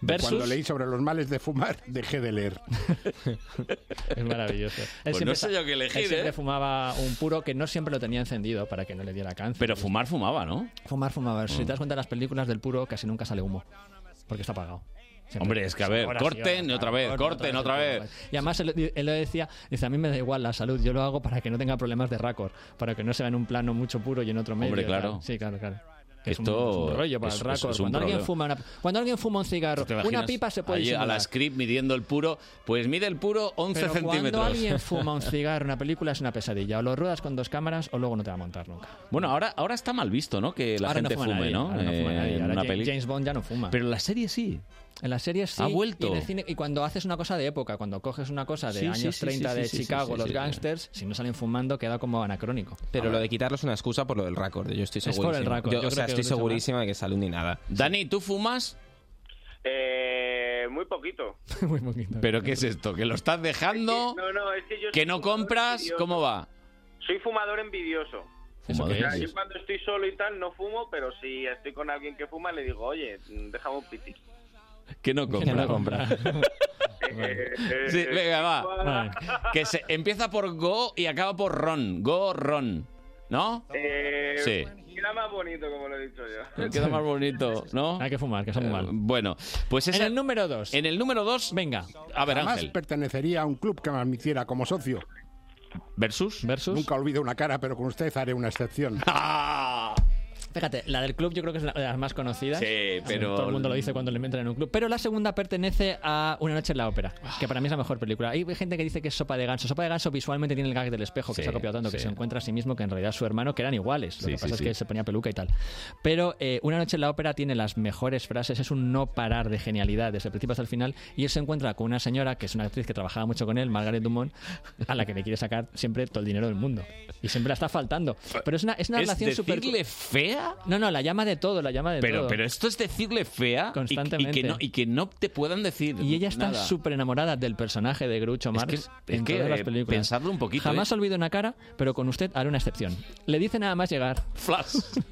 Speaker 3: De
Speaker 34: Versus.
Speaker 3: Cuando leí sobre los males de fumar, dejé de leer.
Speaker 34: Es maravilloso. Él
Speaker 2: Pues no sé yo qué elegir,
Speaker 34: él siempre
Speaker 2: ¿eh?
Speaker 34: fumaba un puro que no siempre lo tenía encendido para que no le diera cáncer.
Speaker 2: Pero fumar fumaba, ¿no? Mm.
Speaker 34: Fumar, fumaba. Si te das cuenta, en las películas del puro casi nunca sale humo. Porque está apagado. Siempre-
Speaker 2: Hombre, es que a ver,
Speaker 34: Horas y horas,
Speaker 2: corten y otra vez,
Speaker 34: corten,
Speaker 2: corten otra
Speaker 34: corten,
Speaker 2: vez.
Speaker 34: Y además él, él lo decía, dice, a mí me da igual la salud, yo lo hago para que no tenga problemas de récord, para que no sea en un plano mucho puro y en otro medio.
Speaker 2: Hombre,
Speaker 34: tal".
Speaker 2: claro.
Speaker 34: Sí, claro, claro. Que es un-
Speaker 2: Esto
Speaker 34: es un, rollo para
Speaker 2: es-
Speaker 34: el
Speaker 2: es-
Speaker 34: récord.
Speaker 2: es un
Speaker 34: Cuando, alguien
Speaker 2: problema.
Speaker 34: fuma una- cuando alguien fuma un cigarro,
Speaker 2: ¿Te
Speaker 34: una
Speaker 2: imaginas
Speaker 34: pipa se puede
Speaker 2: allí a
Speaker 34: disimular.
Speaker 2: la script midiendo el puro, pues mide el puro 11
Speaker 34: Pero
Speaker 2: centímetros.
Speaker 34: cuando alguien fuma un cigarro, una película es una pesadilla. O lo ruedas con dos cámaras o luego no te va a montar nunca.
Speaker 2: Bueno, ahora, ahora está mal visto, ¿no? Que la
Speaker 34: Ahora
Speaker 2: gente
Speaker 34: no fuma
Speaker 2: fume,
Speaker 34: nadie,
Speaker 2: ¿no?
Speaker 34: ahora no fuma
Speaker 2: Eh,
Speaker 34: nadie.
Speaker 2: en
Speaker 34: Ahora
Speaker 2: una
Speaker 34: Ja-
Speaker 2: peli.
Speaker 34: James Bond ya no fuma.
Speaker 2: Pero la serie sí.
Speaker 34: En las series sí.
Speaker 2: Ha vuelto.
Speaker 34: Y, en el cine- y cuando haces una cosa de época, cuando coges una cosa
Speaker 2: Sí,
Speaker 34: de
Speaker 2: sí,
Speaker 34: años
Speaker 2: sí,
Speaker 34: 30
Speaker 2: sí,
Speaker 34: de
Speaker 2: sí, sí,
Speaker 34: Chicago,
Speaker 2: sí, sí,
Speaker 34: los
Speaker 2: sí.
Speaker 34: gangsters, si no salen fumando, queda como anacrónico.
Speaker 12: Pero lo de quitarlo es una excusa por lo del récord. Yo estoy
Speaker 34: por el
Speaker 12: segurísimo.
Speaker 34: récord, yo
Speaker 12: o
Speaker 34: creo
Speaker 12: sea,
Speaker 34: que
Speaker 12: estoy
Speaker 34: Groucho Marx-
Speaker 12: segurísima de que salud ni nada.
Speaker 2: Dani, ¿tú fumas?
Speaker 26: Eh, muy poquito.
Speaker 34: Muy poquito.
Speaker 2: ¿Pero qué es esto? ¿Que lo estás dejando?
Speaker 26: No, no, es que yo
Speaker 2: ¿Que
Speaker 26: soy
Speaker 2: no
Speaker 26: fumador
Speaker 2: compras?
Speaker 26: envidioso.
Speaker 2: ¿Cómo va?
Speaker 26: Soy fumador envidioso.
Speaker 2: Fumador
Speaker 26: O sea,
Speaker 2: envidioso.
Speaker 26: yo cuando estoy solo y tal no fumo, pero si estoy con alguien que fuma le digo, oye, mm, déjame un piti.
Speaker 2: Que no compra.
Speaker 12: no
Speaker 34: Eh,
Speaker 12: compra.
Speaker 26: Eh,
Speaker 2: Sí, venga, va. Que se empieza por go y acaba por ron. Go, ron. ¿No?
Speaker 26: Eh,
Speaker 2: Sí.
Speaker 26: Queda más bonito, como lo he dicho yo.
Speaker 2: Queda más bonito, ¿no? Hay
Speaker 34: Eh, que fumar, que está
Speaker 2: muy mal. Bueno, pues esa... En el
Speaker 34: número dos.
Speaker 2: En el número dos...
Speaker 34: Venga.
Speaker 2: A ver,
Speaker 3: Además,
Speaker 2: Ángel.
Speaker 3: pertenecería a un club que me admitiera como socio.
Speaker 2: ¿Versus? Ah,
Speaker 34: ¿Versus?
Speaker 3: Nunca olvido una cara, pero con usted haré una excepción.
Speaker 34: Fíjate, la del club yo creo que es la- de las más conocidas.
Speaker 2: Sí, pero-
Speaker 34: Todo el mundo lo dice cuando le meten en un club. Pero la segunda pertenece a Una noche en la ópera, que para mí es la mejor película. Hay gente que dice que es Sopa de Ganso. Sopa de Ganso visualmente tiene el gag del espejo
Speaker 2: Sí,
Speaker 34: que se ha copiado tanto, que
Speaker 2: sí.
Speaker 34: se encuentra a sí mismo, que en realidad es su hermano, que eran iguales. Lo
Speaker 2: Sí,
Speaker 34: que
Speaker 2: sí,
Speaker 34: pasa es
Speaker 2: sí.
Speaker 34: que se ponía peluca y tal. Pero eh, Una noche en la ópera tiene las mejores frases, es un no parar de genialidad desde el principio hasta el final. Y él se encuentra con una señora, que es una actriz que trabajaba mucho con él, Margaret Dumont, a la que le quiere sacar siempre todo el dinero del mundo. Y siempre la está faltando. Pero es una, es una
Speaker 2: ¿Es
Speaker 34: relación súper...
Speaker 2: decirle fea?
Speaker 34: No, no, la llama de todo, la llama de
Speaker 2: Pero,
Speaker 34: todo.
Speaker 2: pero esto es decirle fea y-
Speaker 34: Constantemente.
Speaker 2: Y, que no, y que no te puedan decir
Speaker 34: y ella está
Speaker 2: nada.
Speaker 34: súper enamorada del personaje de Groucho Marx
Speaker 2: que- es
Speaker 34: en
Speaker 2: que,
Speaker 34: todas las
Speaker 2: eh,
Speaker 34: películas.
Speaker 2: pensadlo un poquito,
Speaker 34: Jamás
Speaker 2: ¿eh?
Speaker 34: olvido una cara, pero con usted haré una excepción. Le dice nada más llegar.
Speaker 2: Flash.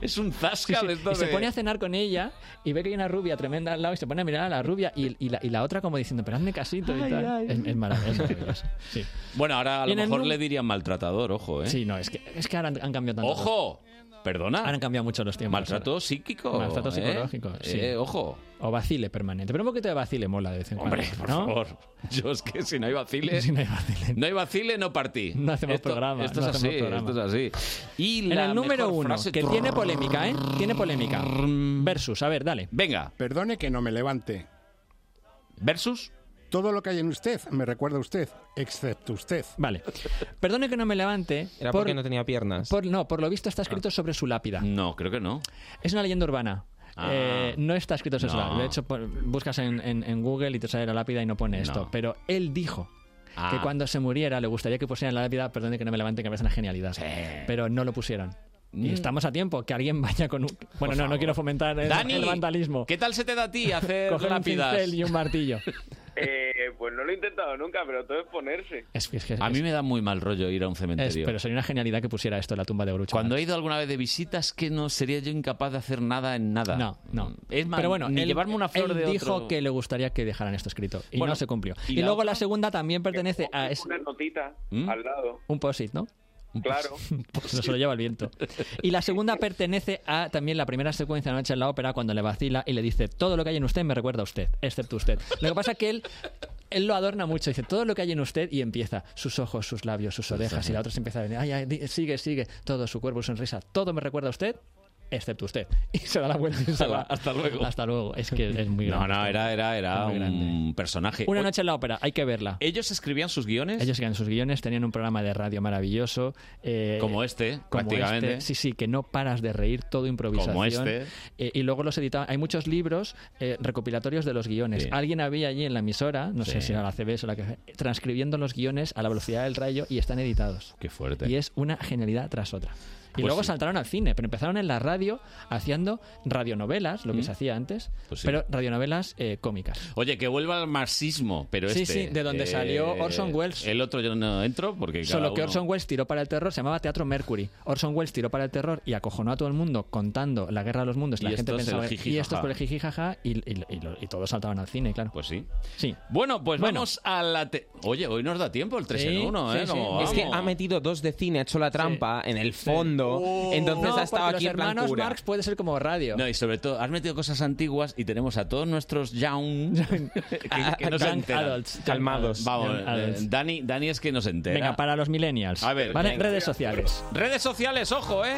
Speaker 2: Es un zasca de esto
Speaker 34: Y se
Speaker 2: de-
Speaker 34: pone a cenar con ella y ve que hay una rubia tremenda al lado y se pone a mirar a la rubia y, y la, y la otra como diciendo, pero hazme casito y Ay, tal. ay. Es, es maravilloso. es maravilloso. Sí.
Speaker 2: Bueno, ahora a
Speaker 34: Y
Speaker 2: lo
Speaker 34: en el
Speaker 2: mejor
Speaker 34: nu-
Speaker 2: le dirían maltratador, ojo, ¿eh?
Speaker 34: Sí, no, es que, es que ahora han, han cambiado tanto.
Speaker 2: ¡Ojo! Perdona.
Speaker 34: Han cambiado mucho los tiempos.
Speaker 2: Maltrato psíquico.
Speaker 34: Maltrato
Speaker 2: ¿eh?
Speaker 34: psicológico. sí.
Speaker 2: Eh, ojo.
Speaker 34: O vacile permanente. Pero un poquito de vacile mola de vez en cuando.
Speaker 2: Hombre, por
Speaker 34: ¿no?
Speaker 2: favor. Yo es que si no hay vacile.
Speaker 34: Si no hay
Speaker 2: vacile. No partí.
Speaker 34: No hacemos
Speaker 2: Esto-
Speaker 34: programa,
Speaker 2: Esto
Speaker 34: no
Speaker 2: es
Speaker 34: hacemos
Speaker 2: así.
Speaker 34: programa.
Speaker 2: Esto es así. Y
Speaker 34: En
Speaker 2: la
Speaker 34: el número
Speaker 2: mejor
Speaker 34: uno,
Speaker 2: frase-
Speaker 34: que tiene polémica, ¿eh? Tiene polémica. Versus, a ver, dale.
Speaker 2: Venga.
Speaker 3: Perdone que no me levante.
Speaker 2: Versus.
Speaker 3: Todo lo que hay en usted me recuerda a usted, excepto usted.
Speaker 34: Vale. Perdone que no me levante. Era porque no Ah.
Speaker 12: tenía piernas.
Speaker 34: Por, no, por lo visto está escrito sobre su lápida.
Speaker 2: No, creo que no.
Speaker 34: Es una leyenda urbana.
Speaker 2: Ah.
Speaker 34: Eh, no está escrito sobre su
Speaker 2: No.
Speaker 34: lápida. De hecho, por- buscas en, en- en Google y te sale la lápida y no pone esto.
Speaker 2: No.
Speaker 34: Pero él dijo
Speaker 2: Ah.
Speaker 34: que cuando se muriera le gustaría que pusieran la lápida, perdone que no me levante, que me parece una genialidad. Pero no lo pusieron. Y
Speaker 2: Mm.
Speaker 34: estamos a tiempo, que alguien vaya con un... Bueno, no, no
Speaker 2: favor.
Speaker 34: quiero fomentar el,
Speaker 2: Dani,
Speaker 34: el vandalismo.
Speaker 2: ¿Qué tal se te da a ti hacer
Speaker 34: Coger un
Speaker 2: lápidas?
Speaker 34: pincel y un martillo.
Speaker 26: Eh, pues no lo he intentado nunca, pero todo es ponerse.
Speaker 34: Es que- es que-
Speaker 2: A mí me da muy mal rollo ir a un
Speaker 34: es-
Speaker 2: cementerio.
Speaker 34: pero sería una genialidad que pusiera esto en la tumba de Grucho.
Speaker 2: Cuando he ido alguna vez de visitas, que no sería yo incapaz de hacer nada en nada.
Speaker 34: No, no.
Speaker 2: Es más,
Speaker 34: Pero bueno,
Speaker 2: ni
Speaker 34: él,
Speaker 2: llevarme una flor
Speaker 34: él
Speaker 2: de
Speaker 34: dijo
Speaker 2: otro.
Speaker 34: que le gustaría que dejaran esto escrito. Y
Speaker 2: Bueno,
Speaker 34: no se cumplió.
Speaker 2: y
Speaker 34: Y,
Speaker 2: la
Speaker 34: luego la segunda también pertenece a... es-
Speaker 26: Una notita
Speaker 34: ¿Mm?
Speaker 26: al lado.
Speaker 34: un post-it, ¿no?
Speaker 26: Claro.
Speaker 34: Pues no se lo lleva el viento. Y la segunda pertenece a también la primera secuencia de Noche en la Ópera, cuando le vacila y le dice, todo lo que hay en usted me recuerda a usted, excepto usted. Lo que pasa es que él, él lo adorna mucho, dice, todo lo que hay en usted y empieza, sus ojos, sus labios, sus orejas, y la otra se empieza a venir, ay, ay, di- sigue, sigue, todo, su cuerpo, su sonrisa, todo me recuerda a usted, excepto usted. Y se da la vuelta y se va.
Speaker 2: Hasta luego.
Speaker 34: Hasta luego. Es que es muy
Speaker 2: No,
Speaker 34: grande.
Speaker 2: no, era, era, era
Speaker 34: Muy
Speaker 2: un personaje.
Speaker 34: Una
Speaker 2: Oye,
Speaker 34: Noche en la Ópera, hay que verla.
Speaker 2: ¿Ellos escribían sus guiones?
Speaker 34: Ellos eran sus guiones, tenían un programa de radio maravilloso. eh,
Speaker 2: Como este,
Speaker 34: como
Speaker 2: prácticamente.
Speaker 34: este. Sí, sí, que no paras de reír, todo improvisación.
Speaker 2: Como este.
Speaker 34: Eh, y luego los editaban. Hay muchos libros eh, recopilatorios de los guiones.
Speaker 2: Sí.
Speaker 34: Alguien había allí en la emisora, no sé
Speaker 2: Sí.
Speaker 34: si era la CBS o la que transcribiendo los guiones a la velocidad del rayo y están editados.
Speaker 2: Qué fuerte.
Speaker 34: Y es una genialidad tras otra. Y
Speaker 2: Pues
Speaker 34: luego
Speaker 2: sí.
Speaker 34: saltaron al cine, pero empezaron en la radio haciendo radionovelas, lo que
Speaker 2: ¿Mm?
Speaker 34: se hacía antes,
Speaker 2: Pues sí.
Speaker 34: pero radionovelas eh, cómicas.
Speaker 2: Oye, que vuelva al marxismo, pero
Speaker 34: Sí,
Speaker 2: este,
Speaker 34: sí, de donde salió Orson Welles.
Speaker 2: El otro yo no entro porque. cada
Speaker 34: Solo que
Speaker 2: uno-
Speaker 34: Orson Welles tiró para el terror, se llamaba Teatro Mercury. Orson Welles tiró para el terror y acojonó a todo el mundo contando la guerra de los mundos.
Speaker 2: Y
Speaker 34: La gente
Speaker 2: esto es el
Speaker 34: pensaba,
Speaker 2: jiji,
Speaker 34: y esto es
Speaker 2: jaja".
Speaker 34: por el jijijaja, y, y, y lo- y todos saltaban al cine, claro.
Speaker 2: Pues sí.
Speaker 12: Oh,
Speaker 34: Sí.
Speaker 2: Bueno, pues
Speaker 34: Bueno.
Speaker 2: vamos a la. te- Oye, hoy nos da tiempo el 3 en 1, ¿eh? Como
Speaker 12: Es que
Speaker 2: vamos.
Speaker 12: ha metido dos de cine, ha hecho la trampa en el fondo, Eh, entonces
Speaker 34: No,
Speaker 12: ha estado
Speaker 34: porque
Speaker 12: aquí
Speaker 34: los
Speaker 12: en plan
Speaker 34: hermanos
Speaker 12: cura.
Speaker 34: Marx puede ser como radio.
Speaker 2: No, y sobre todo, has metido cosas antiguas y tenemos a todos nuestros young que, que no se
Speaker 34: Young
Speaker 2: enteran.
Speaker 34: adults, young adults,
Speaker 2: Vamos,
Speaker 34: young adults.
Speaker 2: eh, Dani, Dani es que no se entera.
Speaker 34: Venga, para los millennials.
Speaker 2: A ver,
Speaker 34: ¿vale?
Speaker 2: venga.
Speaker 34: Redes sociales.
Speaker 2: Redes sociales, ojo, ¿eh?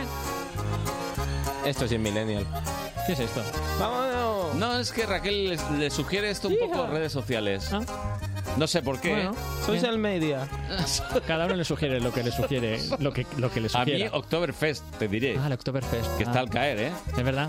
Speaker 12: Esto sí es millennial.
Speaker 34: ¿Qué es esto?
Speaker 12: Vámonos.
Speaker 2: No, es que Raquel les- le sugiere esto un poco redes sociales. No sé por qué.
Speaker 34: Ah.
Speaker 2: ¿eh?
Speaker 34: Bueno, bien.
Speaker 12: Social media.
Speaker 34: Cada uno le sugiere lo que le sugiere, lo que, lo que le
Speaker 2: A mí
Speaker 34: sugiere.
Speaker 2: Oktoberfest, te diré.
Speaker 34: Ah, el Oktoberfest.
Speaker 2: que está
Speaker 34: Ah,
Speaker 2: al caer, ¿eh?
Speaker 34: Es verdad.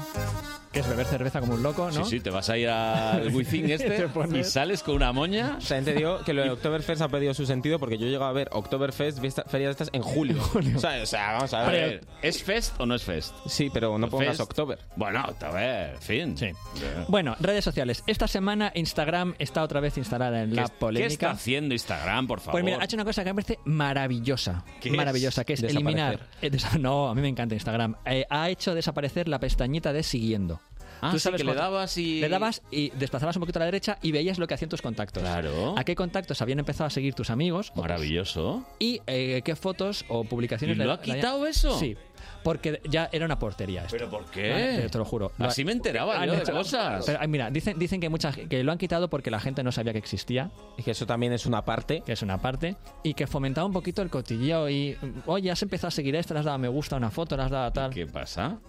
Speaker 34: Que es beber cerveza como un loco,
Speaker 2: Sí,
Speaker 34: ¿no?
Speaker 2: sí, te vas a ir al Wizink este
Speaker 12: Te
Speaker 2: y
Speaker 12: pones-
Speaker 2: sales con una moña.
Speaker 12: También te digo que lo de Oktoberfest ha perdido su sentido porque yo he llegado a ver Oktoberfest, fiesta- ferias de estas, en julio. O, sea, o sea, vamos a
Speaker 2: A
Speaker 12: ver.
Speaker 2: ver, ¿es fest o no es fest?
Speaker 12: Sí, pero no pongas
Speaker 2: Fest.
Speaker 12: Oktober.
Speaker 2: Bueno, a ver, fin. Eh, Sí.
Speaker 34: Bueno, redes sociales. Esta semana Instagram está otra vez instalada en la
Speaker 2: ¿Qué está
Speaker 34: polémica.
Speaker 2: haciendo Instagram, por favor?
Speaker 34: Pues mira, ha hecho una cosa que me parece maravillosa.
Speaker 2: ¿Qué es?
Speaker 34: maravillosa, que es eliminar. eh, desa- no, a mí me encanta Instagram. Eh, ha hecho desaparecer la pestañita de siguiendo.
Speaker 2: Ah, sí, que le
Speaker 34: cuando-
Speaker 2: dabas y-
Speaker 34: Le dabas y desplazabas un poquito a la derecha y veías lo que hacían tus contactos.
Speaker 2: Claro.
Speaker 34: ¿A qué contactos habían empezado a seguir tus amigos?
Speaker 2: Maravilloso.
Speaker 34: ¿Y eh, qué fotos o publicaciones
Speaker 2: ¿Y lo
Speaker 34: le-
Speaker 2: ha
Speaker 34: le-
Speaker 2: quitado eso?
Speaker 34: Sí, porque ya era una portería esto.
Speaker 2: ¿Pero por
Speaker 34: Vale,
Speaker 2: qué?
Speaker 34: pero te lo juro. Lo-
Speaker 2: Así me enteraba
Speaker 34: Han
Speaker 2: yo de
Speaker 34: hecho-
Speaker 2: cosas.
Speaker 34: Pero, ay, mira, dicen, dicen que, mucha, que lo han quitado porque la gente no sabía que existía.
Speaker 12: Y que eso también es una parte.
Speaker 34: Que es una parte. Y que fomentaba un poquito el cotilleo y... mm, Oye, has empezado a seguir a esta, le has dado a me gusta a una foto, le has dado a tal...
Speaker 2: ¿Qué pasa?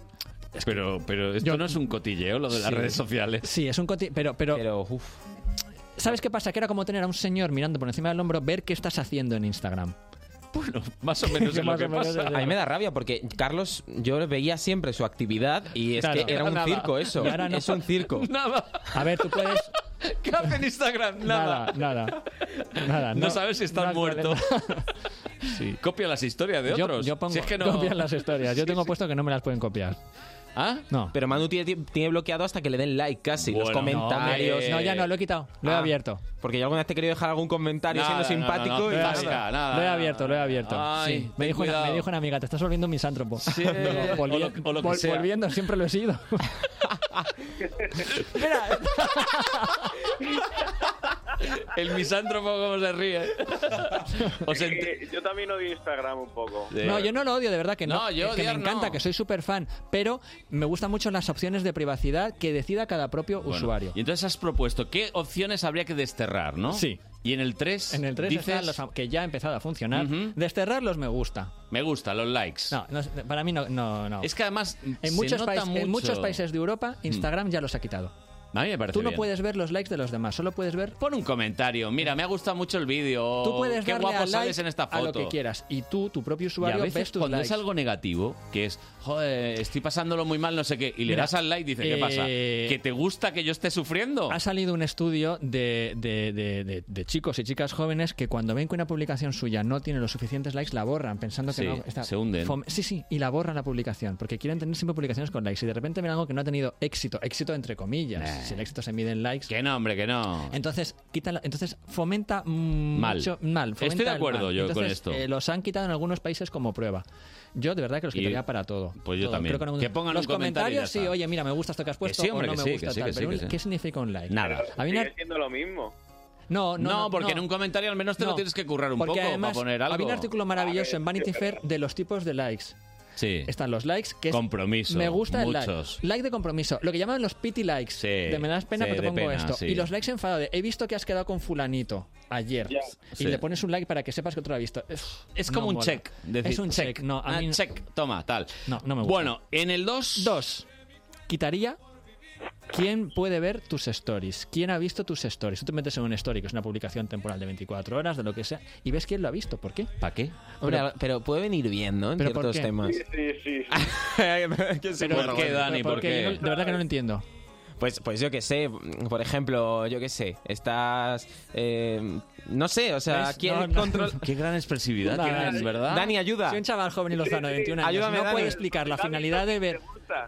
Speaker 2: Pero, pero esto no es un cotilleo, lo de las
Speaker 34: Sí.
Speaker 2: redes sociales.
Speaker 34: Sí, es un cotilleo, pero... pero, ¿Sabes qué pasa? Que era como tener a un señor mirando por encima del hombro, ver qué estás haciendo en Instagram.
Speaker 2: Bueno, más o menos es lo que pasa.
Speaker 12: A mí me da rabia porque Carlos, yo veía siempre su actividad y es
Speaker 34: Claro.
Speaker 12: que era un
Speaker 34: Nada.
Speaker 12: circo eso.
Speaker 34: Y ahora no.
Speaker 12: Es un circo.
Speaker 2: Nada.
Speaker 34: A ver, tú puedes...
Speaker 2: ¿Qué hace en Instagram? Nada.
Speaker 34: Nada, nada. Nada,
Speaker 2: No, sabes si estás
Speaker 34: no
Speaker 2: muerto.
Speaker 34: actualiza.
Speaker 2: Sí. Copia las historias de
Speaker 34: Yo-
Speaker 2: otros.
Speaker 34: Yo, pongo
Speaker 2: Si es que no-
Speaker 34: copiar las historias. Yo tengo puesto que no me las pueden copiar.
Speaker 2: ¿Ah?
Speaker 34: No.
Speaker 12: Pero Manu tiene, tiene bloqueado hasta que le den like casi. los
Speaker 34: Bueno, no,
Speaker 12: comentarios. Ah.
Speaker 34: eh. No, ya no, lo he quitado. Lo he
Speaker 2: Ah.
Speaker 34: abierto.
Speaker 12: Porque yo alguna vez te he querido dejar algún comentario
Speaker 34: Nada,
Speaker 12: siendo
Speaker 34: no, no,
Speaker 12: simpático
Speaker 34: no,
Speaker 12: y
Speaker 34: no,
Speaker 12: nada.
Speaker 2: nada,
Speaker 34: Lo he abierto, lo he abierto.
Speaker 12: Ay,
Speaker 34: Sí. Me,
Speaker 12: ten
Speaker 34: dijo una,
Speaker 12: cuidado.
Speaker 34: me dijo una amiga, te estás volviendo misántropo.
Speaker 2: Sí,
Speaker 34: Digo,
Speaker 2: o lo- o lo que sea.
Speaker 34: Volviendo, siempre lo he sido.
Speaker 2: El misántropo como se ríe. Os ent-
Speaker 26: Eh, yo también odio Instagram un poco.
Speaker 34: No, yo no lo odio, de verdad que no.
Speaker 2: No, yo
Speaker 34: que me
Speaker 2: odiar no.
Speaker 34: encanta, que soy súper fan. Pero me gustan mucho las opciones de privacidad que decida cada propio
Speaker 2: Bueno,
Speaker 34: usuario.
Speaker 2: Y entonces has propuesto qué opciones habría que desterrar, ¿no?
Speaker 34: Sí.
Speaker 2: Y en el 3
Speaker 34: En el 3
Speaker 2: dices,
Speaker 34: que ya ha empezado a funcionar. Desterrar los me gusta.
Speaker 2: me gusta, los likes.
Speaker 34: No, no, para mí no, no, no.
Speaker 2: Es que además Mm, se
Speaker 34: en muchos,
Speaker 2: nota
Speaker 34: países,
Speaker 2: mucho. Mm.
Speaker 34: en muchos países de Europa, Instagram ya los ha quitado.
Speaker 2: A mí me parece
Speaker 34: Tú no
Speaker 2: bien.
Speaker 34: puedes ver los likes de los demás, solo puedes ver.
Speaker 2: Pon un comentario. Mira, me ha gustado mucho el vídeo.
Speaker 34: Tú puedes
Speaker 2: Oh, Qué
Speaker 34: darle
Speaker 2: guapo
Speaker 34: a
Speaker 2: sales
Speaker 34: like
Speaker 2: en esta
Speaker 34: a
Speaker 2: foto.
Speaker 34: lo que quieras. Y tú, tu propio
Speaker 2: Y a
Speaker 34: usuario, ves
Speaker 2: veces
Speaker 34: tus
Speaker 2: cuando
Speaker 34: likes.
Speaker 2: es algo negativo, que es, joder, estoy pasándolo muy mal, no sé qué, y le
Speaker 34: Mira,
Speaker 2: das al like, dice, ¿qué
Speaker 34: eh,
Speaker 2: pasa? ¿Que te gusta que yo esté sufriendo?
Speaker 34: Ha salido un estudio de, de- de- de- de chicos y chicas jóvenes que cuando ven que una publicación suya no tiene los suficientes likes, la borran pensando que
Speaker 2: Sí,
Speaker 34: no está.
Speaker 2: se hunden.
Speaker 34: fome- Sí, sí, y la borran la publicación porque quieren tener siempre publicaciones con likes. Y de repente ven algo que no ha tenido éxito, éxito entre comillas. Si el éxito se mide en likes.
Speaker 2: Que no, hombre, que no.
Speaker 34: Entonces, quita la- entonces fomenta mm,
Speaker 2: Mal.
Speaker 34: mucho mal.
Speaker 2: Estoy
Speaker 34: fomenta
Speaker 2: de
Speaker 34: el
Speaker 2: acuerdo
Speaker 34: mal.
Speaker 2: yo con
Speaker 34: Entonces,
Speaker 2: esto.
Speaker 34: eh, los han quitado en algunos países como prueba. Yo de verdad que los
Speaker 2: Y-
Speaker 34: quitaría para todo.
Speaker 2: pues yo
Speaker 34: Todo.
Speaker 2: también.
Speaker 34: Creo en algún-
Speaker 2: Que pongan
Speaker 34: los
Speaker 2: un comentario y ya
Speaker 34: comentarios, sí,
Speaker 2: está.
Speaker 34: oye, mira, me gusta esto que has
Speaker 2: Que
Speaker 34: puesto
Speaker 2: sí, hombre,
Speaker 34: o
Speaker 2: que
Speaker 34: no
Speaker 2: sí,
Speaker 34: me
Speaker 2: que
Speaker 34: gusta
Speaker 2: sí,
Speaker 34: tal,
Speaker 2: que sí,
Speaker 34: pero
Speaker 2: que
Speaker 34: un-
Speaker 2: sí.
Speaker 34: ¿qué significa un like?
Speaker 2: Nada.
Speaker 34: A mí una- Oh,
Speaker 26: Sigue siendo lo mismo.
Speaker 34: no, no,
Speaker 2: No,
Speaker 34: no,
Speaker 2: porque en
Speaker 34: no.
Speaker 2: un comentario al menos te lo tienes que currar un
Speaker 34: porque
Speaker 2: poco para
Speaker 34: además,
Speaker 2: poner algo.
Speaker 34: Había un artículo maravilloso en Vanity Fair de los tipos de likes.
Speaker 2: Sí.
Speaker 34: Están los likes que es-
Speaker 2: Compromiso,
Speaker 34: Me gusta el
Speaker 2: muchos.
Speaker 34: like. Like de compromiso. Lo que llaman los pity likes. de me das pena,
Speaker 2: sí,
Speaker 34: pero te
Speaker 2: de
Speaker 34: pongo
Speaker 2: pena,
Speaker 34: esto.
Speaker 2: sí.
Speaker 34: Y los likes enfadados. de, He visto que has quedado con fulanito ayer.
Speaker 2: Ya.
Speaker 34: Y
Speaker 2: Sí.
Speaker 34: le pones un like para que sepas que otro lo ha visto. Es,
Speaker 2: Es como
Speaker 34: no
Speaker 2: un
Speaker 34: mola.
Speaker 2: check. decir,
Speaker 34: es un check. No, a
Speaker 2: ah,
Speaker 34: mí no-
Speaker 2: check, toma, tal.
Speaker 34: No, no me gusta.
Speaker 2: Bueno, en el 2...
Speaker 34: 2. Quitaría... ¿Quién puede ver tus stories? ¿Quién ha visto tus stories? Tú te metes en un story, que es una publicación temporal de 24 horas, de lo que sea, y ves quién lo ha visto. ¿Por qué?
Speaker 2: ¿Para qué?
Speaker 34: Hombre,
Speaker 12: Pero, pero puede venir bien, ¿no? En
Speaker 34: ¿Pero por
Speaker 12: ciertos
Speaker 34: qué?
Speaker 12: temas.
Speaker 34: Sí,
Speaker 12: Que se
Speaker 34: Pero-
Speaker 12: pueda,
Speaker 34: ¿Por qué,
Speaker 12: bueno.
Speaker 34: Dani? ¿Por Porque qué? yo no- de verdad que no lo entiendo.
Speaker 12: Pues, pues yo qué sé, por ejemplo, yo qué sé, estás... eh, no sé, o sea,
Speaker 34: ¿Ves?
Speaker 12: ¿quién
Speaker 34: No, no.
Speaker 12: control-
Speaker 2: Qué gran expresividad
Speaker 12: Dani,
Speaker 2: tienes, ¿verdad?
Speaker 12: Dani, ayuda.
Speaker 34: Si un chaval joven y lozano de 21 años
Speaker 12: Ayúdame,
Speaker 34: no
Speaker 12: Dani.
Speaker 34: puede explicar la finalidad de ver...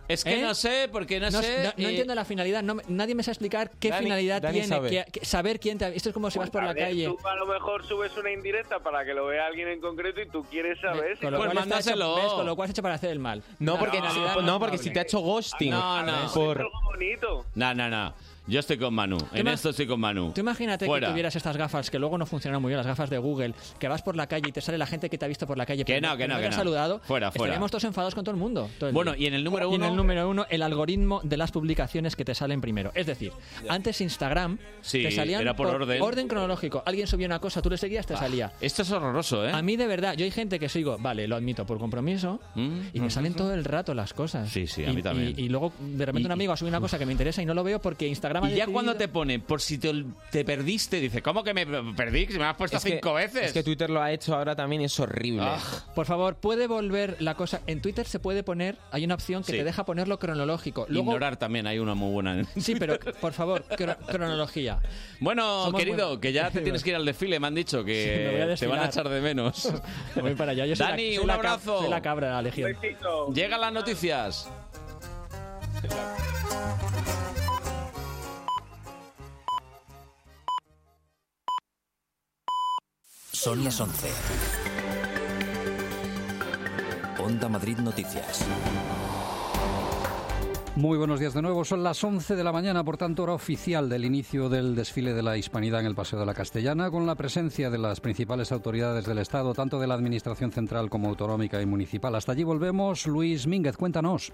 Speaker 2: Es que
Speaker 34: ¿Eh?
Speaker 2: no sé, porque no,
Speaker 34: No,
Speaker 2: sé...
Speaker 34: no- no
Speaker 2: eh,
Speaker 34: entiendo la finalidad. no me- nadie me sabe explicar qué
Speaker 2: Dani-
Speaker 34: finalidad
Speaker 2: Dani
Speaker 34: tiene.
Speaker 2: sabe.
Speaker 34: que- que saber quién te ha- Esto es como si vas por la
Speaker 26: A ver,
Speaker 34: calle.
Speaker 26: Tú a lo mejor subes una indirecta para que lo vea alguien en concreto y tú quieres saber. si-
Speaker 34: Con lo cual está hecho- ves, con lo cual se echa para hacer el mal.
Speaker 12: Pues No,
Speaker 34: La
Speaker 12: porque,
Speaker 34: finalidad
Speaker 12: no,
Speaker 34: no es
Speaker 12: porque
Speaker 34: noble.
Speaker 12: si te ha hecho ghosting...
Speaker 2: No, no.
Speaker 12: Por...
Speaker 26: bonito.
Speaker 2: No, no, no. Yo estoy con Manu. En
Speaker 34: ima-
Speaker 2: esto estoy con Manu.
Speaker 34: Tú imagínate
Speaker 2: Fuera.
Speaker 34: que tuvieras estas gafas que luego no funcionan muy bien, las gafas de Google, que vas por la calle y te sale la gente que te ha visto por la calle.
Speaker 2: Que
Speaker 34: pero
Speaker 2: no, que no,
Speaker 34: te
Speaker 2: que
Speaker 34: ha
Speaker 2: no.
Speaker 34: saludado.
Speaker 2: Fuera, fuera.
Speaker 34: Estaríamos todos enfadados con todo el mundo. todo el
Speaker 2: Bueno,
Speaker 34: día.
Speaker 2: y en el número
Speaker 34: Y en
Speaker 2: uno-
Speaker 34: el número uno, el algoritmo de las publicaciones que te salen primero. Es decir, antes Instagram
Speaker 2: Sí,
Speaker 34: te salían
Speaker 2: era por orden. Ah,
Speaker 34: cronológico. Alguien subía una cosa, tú le seguías, te salía.
Speaker 2: Esto es horroroso, ¿eh?
Speaker 34: A mí de verdad, yo hay gente que sigo, vale, lo admito por compromiso, y me salen todo el rato las cosas.
Speaker 2: Mm, Sí, sí, a
Speaker 34: Y-
Speaker 2: mí también.
Speaker 34: Y, y luego de repente un amigo ha subido una cosa que me interesa y no lo veo porque Instagram ha
Speaker 2: Y ya
Speaker 34: decidido-
Speaker 2: cuando te pone, por si te, ol- te perdiste, dice, ¿cómo que me perdí? Si me has puesto
Speaker 12: Es que-
Speaker 2: cinco veces. Ah.
Speaker 12: Es que Twitter lo ha hecho ahora también, es horrible.
Speaker 34: Por favor, puede volver la cosa. En Twitter se puede poner, hay una opción que
Speaker 2: Sí.
Speaker 34: te deja ponerlo cronológico. Luego,
Speaker 2: Ignorar también, hay una muy buena.
Speaker 34: sí, pero por favor, cro- cronología.
Speaker 2: Bueno,
Speaker 34: Somos
Speaker 2: querido,
Speaker 34: muy-
Speaker 2: que ya te tienes que ir al desfile, me han dicho
Speaker 34: Sí, me voy
Speaker 2: que
Speaker 34: a
Speaker 2: te
Speaker 34: desfilar.
Speaker 2: van a echar de menos.
Speaker 34: Voy para allá. Yo soy la-
Speaker 2: Dani,
Speaker 34: soy
Speaker 2: un
Speaker 34: la cab-
Speaker 2: abrazo.
Speaker 34: soy la cabra de la legión.
Speaker 2: Llegan las noticias.
Speaker 1: Son las 11. Onda Madrid Noticias.
Speaker 28: Muy buenos días de nuevo. Son las 11 de la mañana, por tanto, hora oficial del inicio del desfile de la Hispanidad en el Paseo de la Castellana, con la presencia de las principales autoridades del Estado, tanto de la Administración Central como autonómica y municipal. Hasta allí volvemos. Luis Mínguez, cuéntanos.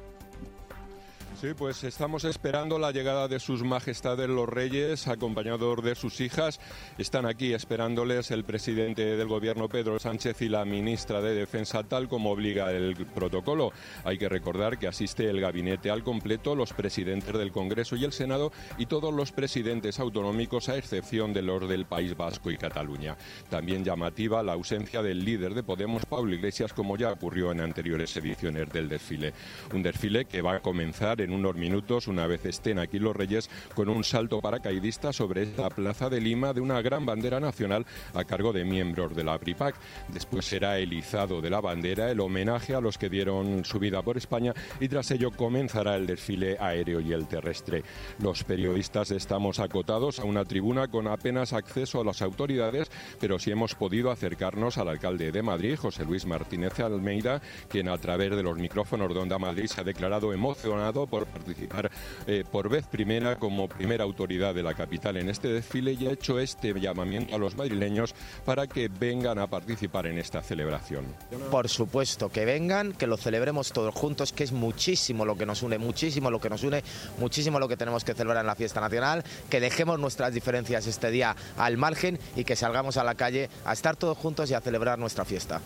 Speaker 24: Sí, pues estamos esperando la llegada de sus majestades los reyes, acompañados de sus hijas. Están aquí esperándoles el presidente del gobierno Pedro Sánchez y la ministra de Defensa, tal como obliga el protocolo. Hay que recordar que asiste el gabinete al completo, los presidentes del Congreso y el Senado y todos los presidentes autonómicos, a excepción de los del País Vasco y Cataluña. También llamativa la ausencia del líder de Podemos, Pablo Iglesias, como ya ocurrió en anteriores ediciones del desfile. Un desfile que va a comenzar en en unos minutos, una vez estén aquí los Reyes, con un salto paracaidista sobre esta plaza de Lima de una gran bandera nacional a cargo de miembros de la APRIPAC. Después será el izado de la bandera, el homenaje a los que dieron su vida por España y tras ello comenzará el desfile aéreo y el terrestre. Los periodistas estamos acotados a una tribuna con apenas acceso a las autoridades, pero sí hemos podido acercarnos al alcalde de Madrid, José Luis Martínez Almeida, quien a través de los micrófonos de Onda Madrid se ha declarado emocionado por participar eh, por vez primera como primera autoridad de la capital en este desfile y ha hecho este llamamiento a los madrileños para que vengan a participar en esta celebración.
Speaker 37: Por supuesto, que vengan, que lo celebremos todos juntos, que es muchísimo lo que nos une, muchísimo lo que nos une, muchísimo lo que tenemos que celebrar en la fiesta nacional, que dejemos nuestras diferencias este día al margen y que salgamos a la calle a estar todos juntos y a celebrar nuestra fiesta.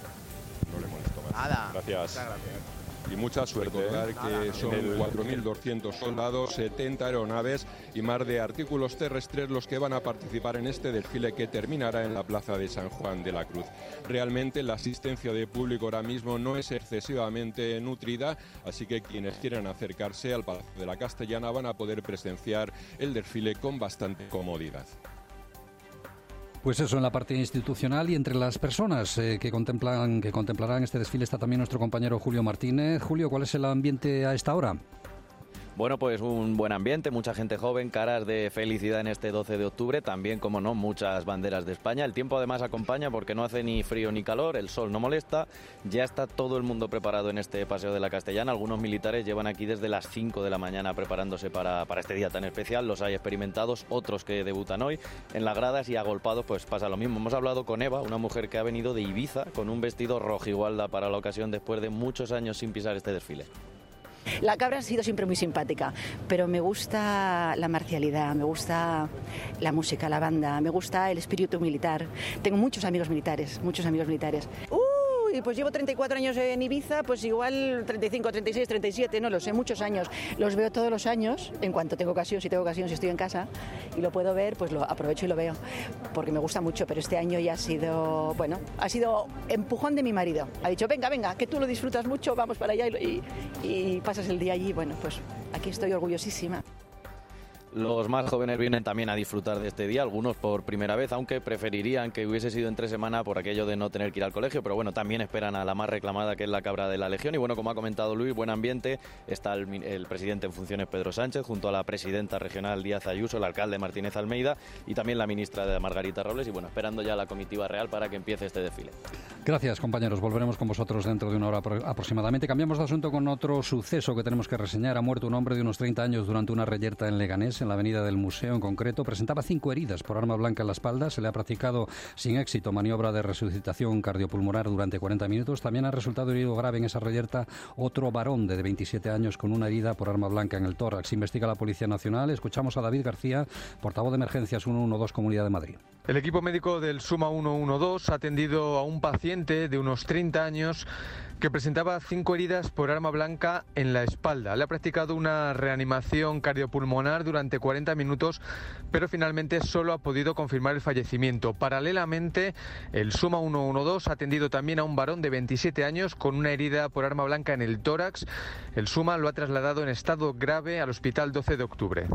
Speaker 37: Nada.
Speaker 24: Gracias. Y mucha suerte. ¿eh? Recordar que son 4.200 soldados, 70 aeronaves y más de artículos terrestres los que van a participar en este desfile que terminará en la plaza de San Juan de la Cruz. Realmente la asistencia de público ahora mismo no es excesivamente nutrida, así que quienes quieran acercarse al Palacio de la Castellana van a poder presenciar el desfile con bastante comodidad.
Speaker 3: Pues eso en la parte institucional y entre las personas eh, que contemplan que contemplarán este desfile está también nuestro compañero Julio Martínez. Julio, ¿cuál es el ambiente a esta hora?
Speaker 38: Bueno, pues un buen ambiente, mucha gente joven, caras de felicidad en este 12 de octubre, también, como no, muchas banderas de España. El tiempo además acompaña porque no hace ni frío ni calor, el sol no molesta, ya está todo el mundo preparado en este paseo de la Castellana. Algunos militares llevan aquí desde las 5 de la mañana preparándose para, para este día tan especial, los hay experimentados, otros que debutan hoy en las gradas y agolpados, pues pasa lo mismo. Hemos hablado con Eva, una mujer que ha venido de Ibiza con un vestido rojigualda para la ocasión después de muchos años sin pisar este desfile.
Speaker 39: La cabra ha sido siempre muy simpática, pero me gusta la marcialidad, me gusta la música, la banda, me gusta el espíritu militar. Tengo muchos amigos militares, muchos amigos militares.
Speaker 16: Uy, pues llevo 34 años en Ibiza, pues igual 35, 36, 37, no lo sé, muchos años. Los veo todos los años, en cuanto tengo ocasión, si tengo ocasión, si estoy en casa y lo puedo ver, pues lo aprovecho y lo veo, porque me gusta mucho, pero este año ya ha sido, bueno, ha sido empujón de mi marido. Ha dicho, venga, venga, que tú lo disfrutas mucho, vamos para allá y, y- y pasas el día allí. Bueno, pues aquí estoy orgullosísima.
Speaker 38: Los más jóvenes vienen también a disfrutar de este día, algunos por primera vez, aunque preferirían que hubiese sido entre semana por aquello de no tener que ir al colegio, pero bueno, también esperan a la más reclamada que es la cabra de la Legión. Y bueno, como ha comentado Luis, buen ambiente, está el, mi- el presidente en funciones Pedro Sánchez, junto a la presidenta regional Díaz Ayuso, el alcalde Martínez Almeida y también la ministra de Margarita Robles. Y bueno, esperando ya la comitiva real para que empiece este desfile.
Speaker 3: Gracias, compañeros. Volveremos con vosotros dentro de una hora apro- aproximadamente. Cambiamos de asunto con otro suceso que tenemos que reseñar. Ha muerto un hombre de unos 30 años durante una reyerta en Leganés, en la avenida del Museo en concreto. Presentaba cinco heridas por arma blanca en la espalda. Se le ha practicado sin éxito maniobra de resucitación cardiopulmonar durante 40 minutos. También ha resultado herido grave en esa reyerta otro varón de 27 años con una herida por arma blanca en el tórax. Investiga la Policía Nacional. Escuchamos a David García, portavoz de Emergencias 112 Comunidad de Madrid.
Speaker 40: El equipo médico del Suma 112 ha atendido a un paciente de unos 30 años que presentaba cinco heridas por arma blanca en la espalda. Le ha practicado una reanimación cardiopulmonar durante 40 minutos, pero finalmente solo ha podido confirmar el fallecimiento. Paralelamente, el Suma 112 ha atendido también a un varón de 27 años con una herida por arma blanca en el tórax. El Suma lo ha trasladado en estado grave al hospital 12 de octubre.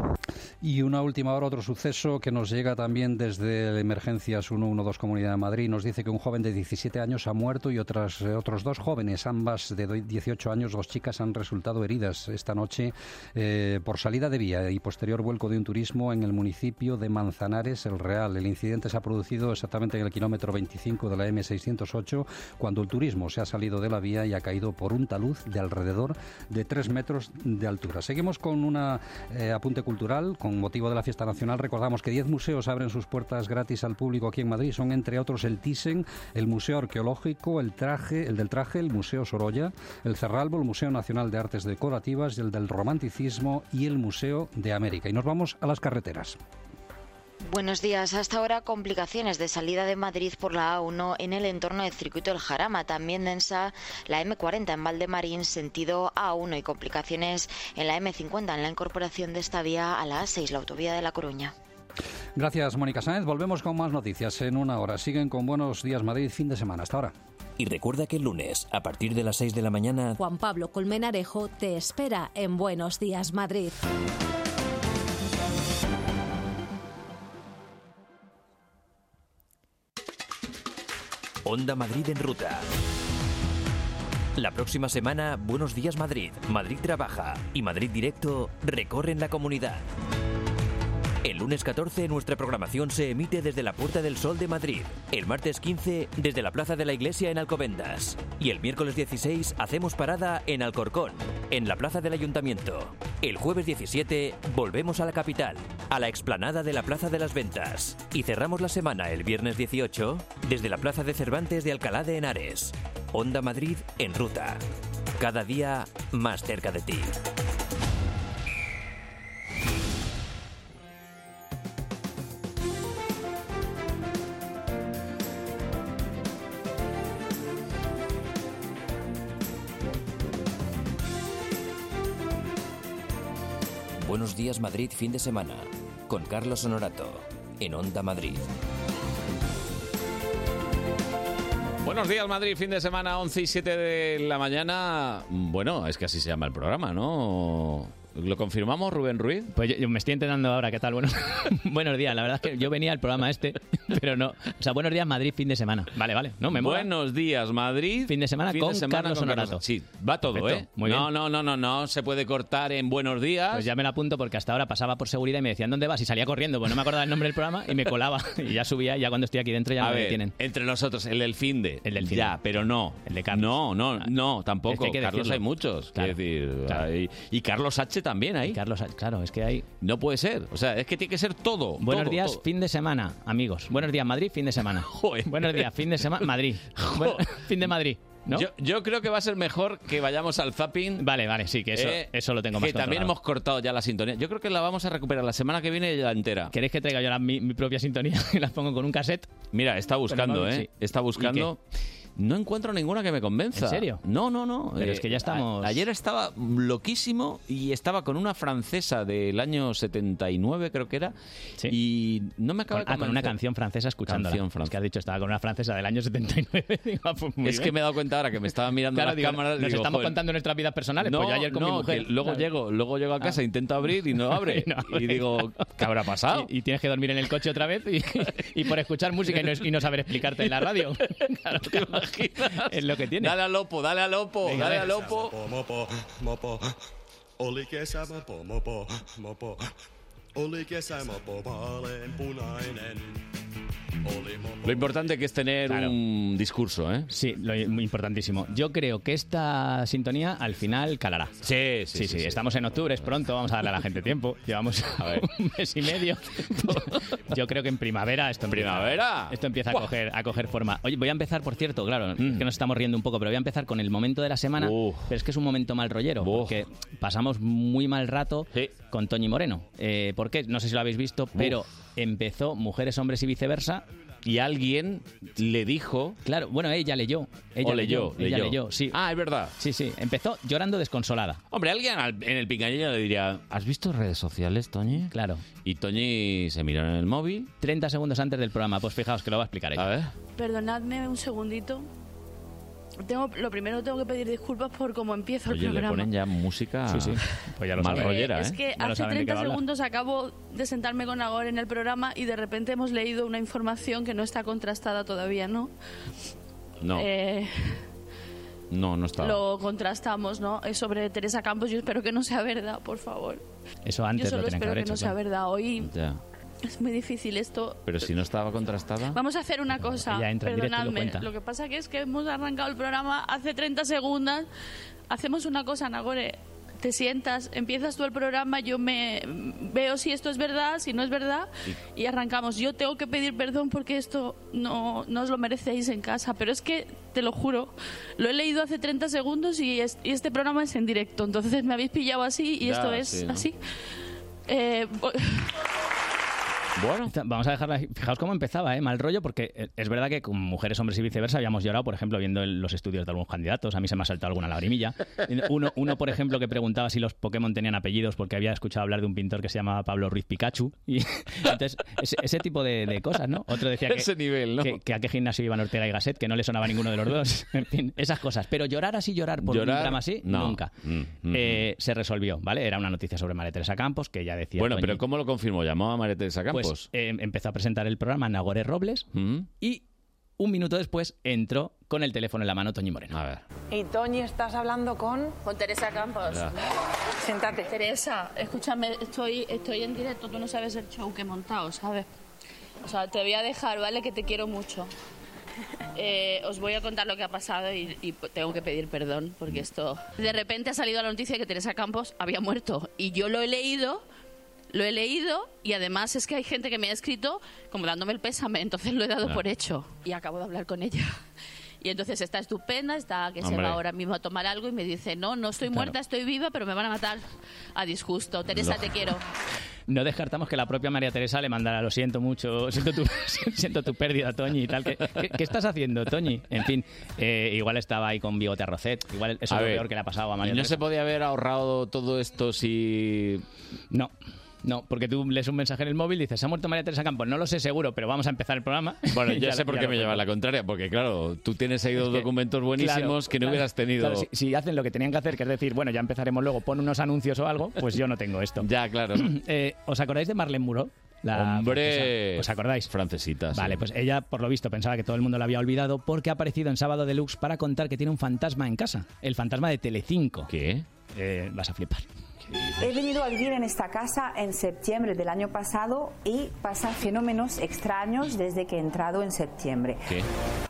Speaker 3: Y una última hora, otro suceso que nos llega también desde Emergencias 112 Comunidad de Madrid. Nos dice que un joven de 17 años ha muerto y otras, eh, otros dos jóvenes, ambas de do- 18 años, dos chicas han resultado heridas esta noche eh, por salida de vía y posterior vuelco de un turismo en el municipio de Manzanares, el Real. El incidente se ha producido exactamente en el kilómetro 25 de la M608, cuando el turismo se ha salido de la vía y ha caído por un talud de alrededor de 3 metros de altura. Seguimos con un apunte cultural con motivo de la fiesta nacional. Recordamos que 10 museos abren sus puertas gratis al público aquí en Madrid. Son entre otros el Thyssen, el Museo Arqueológico, el traje, el del traje, el Museo Sorolla, el Cerralbo, el Museo Nacional de Artes Decorativas, el del Romanticismo y el Museo de América. Y nos vamos a las carreteras.
Speaker 14: Buenos días. Hasta ahora complicaciones de salida de Madrid por la A1 en el entorno del circuito del Jarama, también densa la M40 en Valdemarín sentido A1 y complicaciones en la M50 en la incorporación de esta vía a la A6, la autovía de La Coruña.
Speaker 3: Gracias, Mónica Sáenz. Volvemos con más noticias en una hora. Siguen con Buenos Días Madrid, fin de semana. Hasta ahora.
Speaker 1: Y recuerda que el lunes, a partir de las 6 de la mañana,
Speaker 14: Juan Pablo Colmenarejo te espera en Buenos Días Madrid.
Speaker 1: Onda Madrid en ruta. La próxima semana, Buenos Días Madrid, Madrid Trabaja y Madrid Directo recorren la comunidad. El lunes 14 nuestra programación se emite desde la Puerta del Sol de Madrid, el martes 15 desde la Plaza de la Iglesia en Alcobendas y el miércoles 16 hacemos parada en Alcorcón, en la Plaza del Ayuntamiento. El jueves 17 volvemos a la capital, a la explanada de la Plaza de las Ventas y cerramos la semana el viernes 18 desde la Plaza de Cervantes de Alcalá de Henares. Onda Madrid en ruta. Cada día más cerca de ti. Buenos días Madrid fin de semana con Carlos Honorato en Onda Madrid.
Speaker 2: Buenos días, Madrid. Fin de semana, 11 y 7 de la mañana. Bueno, es que así se llama el programa, ¿no? ¿Lo confirmamos, Rubén Ruiz?
Speaker 36: Pues yo, yo me estoy enterando ahora, ¿qué tal? Bueno, buenos días, la verdad es que yo venía al programa este, pero no. O sea, buenos días, Madrid, fin de semana. Vale, vale, no, me mola.
Speaker 2: Buenos días, Madrid.
Speaker 36: Fin de semana
Speaker 2: Fin de
Speaker 36: con
Speaker 2: semana
Speaker 36: Carlos
Speaker 2: con
Speaker 36: Honorato.
Speaker 2: Carlos. Sí, va todo,
Speaker 36: Perfecto,
Speaker 2: ¿eh?
Speaker 36: muy
Speaker 2: no,
Speaker 36: bien.
Speaker 2: no, no, no, no. Se puede cortar en buenos días.
Speaker 36: Pues ya me la apunto porque hasta ahora pasaba por seguridad y me decían dónde vas y salía corriendo, pues no me acordaba el nombre del programa y me colaba y ya subía y ya cuando estoy aquí dentro ya
Speaker 2: a
Speaker 36: me
Speaker 2: ver,
Speaker 36: detienen.
Speaker 2: entre nosotros, el del fin de. El del fin Ya, pero no. El de Carlos. No, no, no,
Speaker 36: Ah.
Speaker 2: tampoco.
Speaker 36: Es que hay que
Speaker 2: Carlos
Speaker 36: decirlo.
Speaker 2: hay muchos. quiero decir,
Speaker 36: claro.
Speaker 2: hay- y Carlos H también ahí.
Speaker 36: Carlos H, claro, es que hay...
Speaker 2: No puede ser. O sea, es que tiene que ser todo.
Speaker 36: Buenos
Speaker 2: todo,
Speaker 36: días,
Speaker 2: todo.
Speaker 36: fin de semana, amigos. Buenos días, Madrid, fin de semana. Buenos días, fin de semana, Madrid. Bueno, fin de Madrid. ¿no?
Speaker 2: Yo, yo creo que va a ser mejor que vayamos al zapping. Eh,
Speaker 36: Vale, vale, sí, que eso- eso lo tengo más
Speaker 2: Que también
Speaker 36: controlado.
Speaker 2: hemos cortado ya la sintonía. Yo creo que la vamos a recuperar la semana que viene la entera.
Speaker 36: ¿Queréis que traiga yo la- mi, mi propia sintonía y la pongo con un cassette?
Speaker 2: Mira, está buscando,
Speaker 36: Con el móvil,
Speaker 2: ¿eh? Está buscando. No encuentro ninguna que me convenza.
Speaker 36: ¿En serio?
Speaker 2: No, no, no. eh,
Speaker 36: Pero es que ya
Speaker 2: a-
Speaker 36: estamos-
Speaker 2: ayer estaba loquísimo y estaba con una francesa del año 79, creo que era. Y no me acaba
Speaker 36: Con-
Speaker 2: de
Speaker 36: ah, con una
Speaker 2: convencer.
Speaker 36: canción francesa escuchándola.
Speaker 2: Canción
Speaker 36: Es que has dicho, estaba con una francesa del año 79. Digo, ah, pues muy
Speaker 2: es que
Speaker 36: bien.
Speaker 2: me he dado cuenta ahora que me estaba mirando
Speaker 36: Claro,
Speaker 2: las
Speaker 36: digo,
Speaker 2: cámaras.
Speaker 36: nos
Speaker 2: digo,
Speaker 36: estamos
Speaker 2: "Joder,
Speaker 36: contando nuestras vidas personales.
Speaker 2: No,
Speaker 36: pues yo ayer con
Speaker 2: no,
Speaker 36: mi mujer.
Speaker 2: que luego
Speaker 36: ¿sabes?
Speaker 2: llego, luego llego a casa, intento abrir y no abre.
Speaker 36: Y no abre.
Speaker 2: Y digo, ¿qué habrá pasado?
Speaker 36: Y, y tienes que dormir en el coche otra vez y, y por escuchar música y no, y no saber explicarte en la radio. Claro, Es lo que tiene.
Speaker 2: Dale a Lopo, dale a Lopo,
Speaker 36: Venga,
Speaker 2: dale
Speaker 36: a
Speaker 2: a
Speaker 36: ver.
Speaker 2: Lopo.
Speaker 30: Mopo, mopo, oli kesä, mopo, mopo, mopo. Oli kesä, mopo, vaalean punainen. Oli mopo.
Speaker 2: Lo importante que es tener un discurso, ¿eh?
Speaker 36: Sí, lo muy importantísimo. Yo creo que esta sintonía al final calará.
Speaker 2: Sí, sí, sí, sí.
Speaker 36: Estamos en octubre, es pronto, vamos a darle a la gente tiempo. Llevamos un mes y medio. Yo creo que en primavera esto empieza,
Speaker 2: ¿Primavera?
Speaker 36: Esto empieza a
Speaker 2: Buah. Mm.
Speaker 36: coger, a coger forma. Oye, voy a empezar, por cierto, claro, es que nos estamos riendo un poco, pero voy a empezar con el momento de la semana. Pero es que es un momento mal rollero, porque pasamos muy mal rato con Toñi Moreno. Eh, ¿Por qué? No sé si lo habéis visto, pero empezó Mujeres, Hombres y Viceversa.
Speaker 2: Y alguien le dijo...
Speaker 36: Claro, bueno, ella leyó. Ella
Speaker 2: O leyó,
Speaker 36: ella
Speaker 2: leyó.
Speaker 36: leyó, sí. Ah,
Speaker 2: es verdad.
Speaker 36: Sí, sí. Empezó llorando desconsolada.
Speaker 2: Hombre, alguien al- en el picañillo le diría, ¿has visto redes sociales, Toñi?
Speaker 36: Claro.
Speaker 2: Y Toñi se miró en el móvil.
Speaker 36: 30 segundos antes del programa, pues fijaos que lo va a explicar ella.
Speaker 2: A ver.
Speaker 32: Perdonadme un segundito. Tengo, lo primero tengo que pedir disculpas por cómo empiezo el
Speaker 2: Oye, le
Speaker 32: programa.
Speaker 2: ponen ya música
Speaker 36: Sí, sí. Pues ya lo
Speaker 2: mal
Speaker 36: saben.
Speaker 2: rollera, ¿eh?
Speaker 32: es que
Speaker 36: Ya lo
Speaker 32: hace
Speaker 36: saben de qué
Speaker 32: 30
Speaker 36: va a hablar.
Speaker 32: segundos acabo de sentarme con Agor en el programa y de repente hemos leído una información que no está contrastada todavía, ¿no?
Speaker 2: No,
Speaker 32: Eh,
Speaker 2: no, no estaba.
Speaker 32: lo contrastamos, ¿no? Es sobre Teresa Campos. Yo espero que no sea verdad, por favor.
Speaker 36: Eso
Speaker 32: Yo
Speaker 36: antes
Speaker 32: solo
Speaker 36: lo tenían que
Speaker 32: espero
Speaker 36: haber
Speaker 32: que,
Speaker 36: hecho.
Speaker 32: no sea
Speaker 36: claro.
Speaker 32: verdad. Hoy
Speaker 2: Ya.
Speaker 32: es muy difícil esto.
Speaker 2: Pero si no estaba contrastada...
Speaker 32: Vamos a hacer una cosa.
Speaker 2: ella entra en directo y lo
Speaker 32: Perdonadme.
Speaker 2: cuenta.
Speaker 32: que pasa que es que hemos arrancado el programa hace 30 segundos. Hacemos una cosa, Nagore. Te sientas, empiezas tú el programa, yo me veo si esto es verdad, si no es verdad, y arrancamos. Yo tengo que pedir perdón porque esto no, no os lo merecéis en casa, pero es que, te lo juro, lo he leído hace 30 segundos y, es- y este programa es en directo, entonces me habéis pillado así Eh, y
Speaker 2: Ya,
Speaker 32: esto es
Speaker 2: sí, ¿no?
Speaker 32: así. Eh,
Speaker 2: Bueno.
Speaker 36: Vamos a dejarla ahí. Fijaos cómo empezaba, ¿eh? Mal rollo, porque eh, es verdad que con mujeres, hombres y viceversa habíamos llorado, por ejemplo, viendo el- los estudios de algunos candidatos. A mí se me ha saltado alguna lagrimilla. Uno, uno, por ejemplo, que preguntaba si los Pokémon tenían apellidos porque había escuchado hablar de un pintor que se llamaba Pablo Ruiz Pikachu. Y entonces, ese, ese tipo de, de cosas, ¿no? Otro decía que,
Speaker 2: Ese nivel,
Speaker 36: que, que a qué gimnasio iban Ortega y Gasset, que no le sonaba ninguno de los dos. En fin, esas cosas. Pero llorar así, llorar por
Speaker 2: Llorar,
Speaker 36: un drama así,
Speaker 2: no.
Speaker 36: nunca.
Speaker 2: Mm, mm,
Speaker 36: Eh, se resolvió, ¿vale? Era una noticia sobre María Teresa Campos que ya decía...
Speaker 2: Bueno, pero
Speaker 36: Toñi,
Speaker 2: ¿cómo lo confirmó? ¿Llamó a María Teresa Campos?
Speaker 36: pues eh, empezó a presentar el programa Nagore Robles y un minuto después entró con el teléfono en la mano Toñi Moreno. A ver.
Speaker 21: Y Toñi, estás hablando con...
Speaker 15: Con Teresa Campos.
Speaker 36: Ya.
Speaker 15: Sentate. Teresa, escúchame, estoy, estoy en directo, tú no sabes el show que he montado, ¿sabes? O sea, te voy a dejar, ¿vale? Que te quiero mucho. Eh, os voy a contar lo que ha pasado y, y tengo que pedir perdón
Speaker 2: Mm.
Speaker 15: porque esto... De repente ha salido la noticia que Teresa Campos había muerto y yo lo he leído, lo he leído y además es que hay gente que me ha escrito como dándome el pésame, entonces lo he dado
Speaker 17: Ah.
Speaker 15: por hecho y acabo de hablar con ella. Y entonces está estupenda, está que se
Speaker 17: Hombre.
Speaker 15: va ahora mismo a tomar algo y me dice, no, no estoy
Speaker 36: Claro.
Speaker 15: muerta, estoy viva, pero me van a matar a disgusto. Teresa,
Speaker 36: No.
Speaker 15: te quiero.
Speaker 36: No descartamos que la propia María Teresa le mandara lo siento mucho, siento tu, siento tu pérdida, Toñi y tal. ¿Qué, qué- qué estás haciendo, Toñi? En fin, eh, igual estaba ahí con bigote a rocet, igual eso
Speaker 2: A
Speaker 36: es lo
Speaker 2: ver,
Speaker 36: peor que le ha pasado a María
Speaker 2: ¿y no
Speaker 36: Teresa.
Speaker 2: se podía haber ahorrado todo esto si...?
Speaker 36: No. No, porque tú lees un mensaje en el móvil y dices, ¿se ha muerto María Teresa Campos? No lo sé seguro, pero vamos a empezar el programa.
Speaker 2: Bueno,
Speaker 36: Y
Speaker 2: ya, sé
Speaker 36: lo-
Speaker 2: por qué
Speaker 36: lo
Speaker 2: me lleva la contraria, porque claro, tú tienes ahí dos
Speaker 36: que-
Speaker 2: documentos buenísimos
Speaker 36: Claro,
Speaker 2: que no
Speaker 36: claro,
Speaker 2: hubieras tenido.
Speaker 36: claro, si, si hacen lo que tenían que hacer, que es decir, bueno, ya empezaremos luego, pon unos anuncios o algo, pues yo no tengo esto.
Speaker 2: ya, claro.
Speaker 36: Eh, ¿Os acordáis de Marlene Muro? La
Speaker 2: Hombre, eh.
Speaker 36: ¿Os acordáis?
Speaker 2: Francesita. sí.
Speaker 36: Vale, pues ella, por lo visto, pensaba que todo el mundo la había olvidado porque ha aparecido en Sábado Deluxe para contar que tiene un fantasma en casa. El fantasma de Telecinco. Eh,
Speaker 2: ¿Qué?
Speaker 36: vas a flipar.
Speaker 17: He venido a vivir en esta casa en septiembre del año pasado y pasan fenómenos extraños desde que he entrado en septiembre.
Speaker 2: ¿Qué?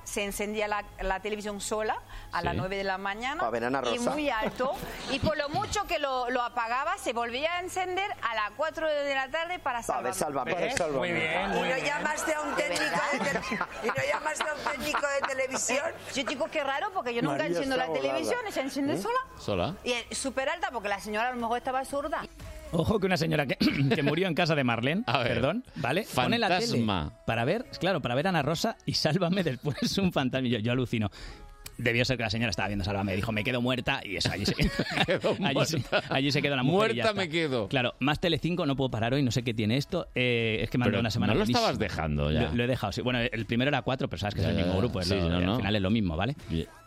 Speaker 17: Se encendía la, la televisión sola a
Speaker 18: Sí.
Speaker 17: las 9 de la mañana
Speaker 18: Pa' ver a Ana
Speaker 17: y
Speaker 18: Rosa.
Speaker 17: muy alto. Y por lo mucho que lo, lo apagaba, se volvía a encender a las 4 de la tarde para
Speaker 18: Pa'
Speaker 17: salvar.
Speaker 18: ver Sálvame. Pa' ver ¿Ves? Sálvame. Muy bien, muy
Speaker 17: Y no
Speaker 18: bien.
Speaker 17: llamaste a un técnico de, tele- y no llamaste a un técnico de televisión. Yo digo que raro porque yo nunca
Speaker 2: María
Speaker 17: enciendo la
Speaker 2: está volada.
Speaker 17: televisión, se enciende
Speaker 2: ¿Eh?
Speaker 17: sola.
Speaker 2: ¿Sola?
Speaker 17: Y eh, súper alta porque la señora a lo mejor estaba zurda.
Speaker 36: Ojo que una señora que, que murió en casa de Marlene, perdón, ¿vale? Pone la tele
Speaker 2: Fantasma.
Speaker 36: para ver, claro, para ver a Ana Rosa y sálvame después un fantasma. Yo, yo alucino. Debió ser que la señora estaba viendo Sálvame, dijo, me quedo muerta y eso, allí se, allí se, allí se quedó la mujer. y ya
Speaker 2: Muerta
Speaker 36: está.
Speaker 2: me quedo.
Speaker 36: Claro, más Telecinco no puedo parar hoy, no sé qué tiene esto. Eh, es que me han
Speaker 2: Pero
Speaker 36: dado una semana
Speaker 2: no lo
Speaker 36: buenísima.
Speaker 2: estabas dejando ya.
Speaker 36: Lo, lo he dejado, sí. Bueno, el primero era cuatro, pero sabes que
Speaker 2: Ya,
Speaker 36: es el
Speaker 2: ya,
Speaker 36: mismo
Speaker 2: ya.
Speaker 36: grupo, es
Speaker 2: Sí,
Speaker 36: lo-
Speaker 2: no, no.
Speaker 36: al final es lo mismo, ¿vale?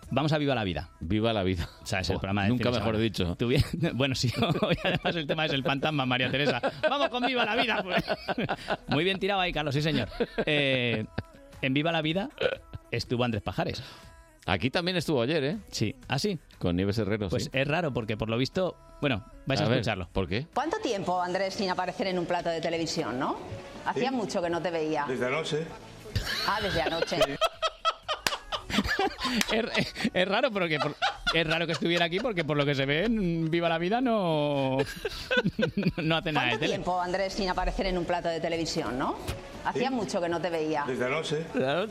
Speaker 36: Vamos a Viva la Vida.
Speaker 2: Viva la vida.
Speaker 36: O sea, es el
Speaker 2: Buah,
Speaker 36: programa de
Speaker 2: nunca
Speaker 36: fin de
Speaker 2: mejor
Speaker 36: semana.
Speaker 2: dicho.
Speaker 36: Tú bien- Bueno, sí, hoy además el tema es el fantasma, María Teresa. Vamos con Viva la Vida, pues. Muy bien tirado ahí, Carlos, sí, señor. Eh, en Viva la Vida estuvo Andrés Pajares.
Speaker 2: Aquí también estuvo ayer, ¿eh?
Speaker 36: Sí. ¿Ah, sí?
Speaker 2: Con Nieves Herrero,
Speaker 36: Pues
Speaker 2: sí.
Speaker 36: es raro porque por lo visto, bueno, vais a,
Speaker 2: ver,
Speaker 36: escucharlo.
Speaker 2: ¿Por qué?
Speaker 17: ¿Cuánto tiempo, Andrés, sin aparecer en un plato de televisión, no? Hacía
Speaker 7: Sí.
Speaker 17: mucho que no te veía.
Speaker 7: Desde anoche.
Speaker 17: Ah, desde anoche.
Speaker 36: Es, es raro porque por- es raro que estuviera aquí porque por lo que se ve en Viva la Vida no no hace nada de
Speaker 17: ¿Cuánto
Speaker 36: tele.
Speaker 17: tiempo, Andrés, sin aparecer en un plato de televisión, no? Hacía
Speaker 36: Sí.
Speaker 17: mucho que no te veía.
Speaker 36: anoche.
Speaker 17: Ah,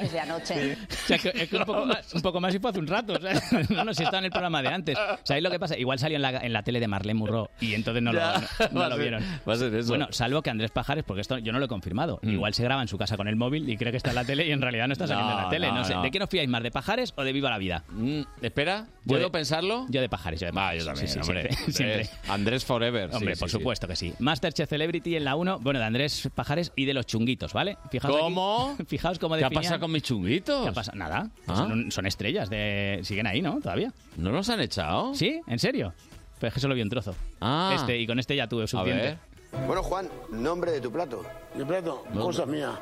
Speaker 17: desde anoche.
Speaker 36: O sea, que- es que un poco más, un poco más y fue hace un rato. o sea, No, no, si estaba en el programa de antes. ¿Sabéis lo que pasa? Igual salió en la, en la tele de Marlene Murro y entonces no,
Speaker 2: Ya,
Speaker 36: lo, no
Speaker 2: va a
Speaker 36: lo
Speaker 2: ser-
Speaker 36: vieron.
Speaker 2: va a ser eso. Mm.
Speaker 36: Bueno, salvo que Andrés Pajares, porque esto yo no lo he confirmado. Igual se graba en su casa con el móvil y cree que está en la tele y en realidad no está saliendo en
Speaker 2: No,
Speaker 36: la tele. No,
Speaker 2: no,
Speaker 36: sé.
Speaker 2: no. Mm,
Speaker 36: ¿De qué nos fiáis más? ¿De Pajares o de Viva la Vida?
Speaker 2: espera, ¿puedo Ah,
Speaker 36: pensarlo? Yo de Pajares, yo de Pajares.
Speaker 2: yo también,
Speaker 36: sí, sí,
Speaker 2: hombre.
Speaker 36: siempre, siempre.
Speaker 2: Andrés- Andrés Forever. sí,
Speaker 36: Hombre,
Speaker 2: sí,
Speaker 36: por
Speaker 2: sí.
Speaker 36: supuesto que sí. Masterchef Celebrity en la 1, bueno, de Andrés Pajares y de los chunguitos, ¿vale? Fijaos aquí-
Speaker 2: ¿Cómo?
Speaker 36: fijaos cómo
Speaker 2: ¿Qué ha
Speaker 36: definían-
Speaker 2: pasado con mis chunguitos?
Speaker 36: ¿Qué ha pasado? Nada. pues
Speaker 2: Ah.
Speaker 36: Son, un- son estrellas, de, siguen ahí, ¿no? Todavía.
Speaker 2: ¿No los han echado?
Speaker 36: ¿Sí? ¿En serio? Pues es que solo vi un trozo.
Speaker 2: Ah.
Speaker 36: Este, y con este ya tuve suficiente.
Speaker 19: Bueno, Juan, nombre de tu plato. Mi plato, cosas mías.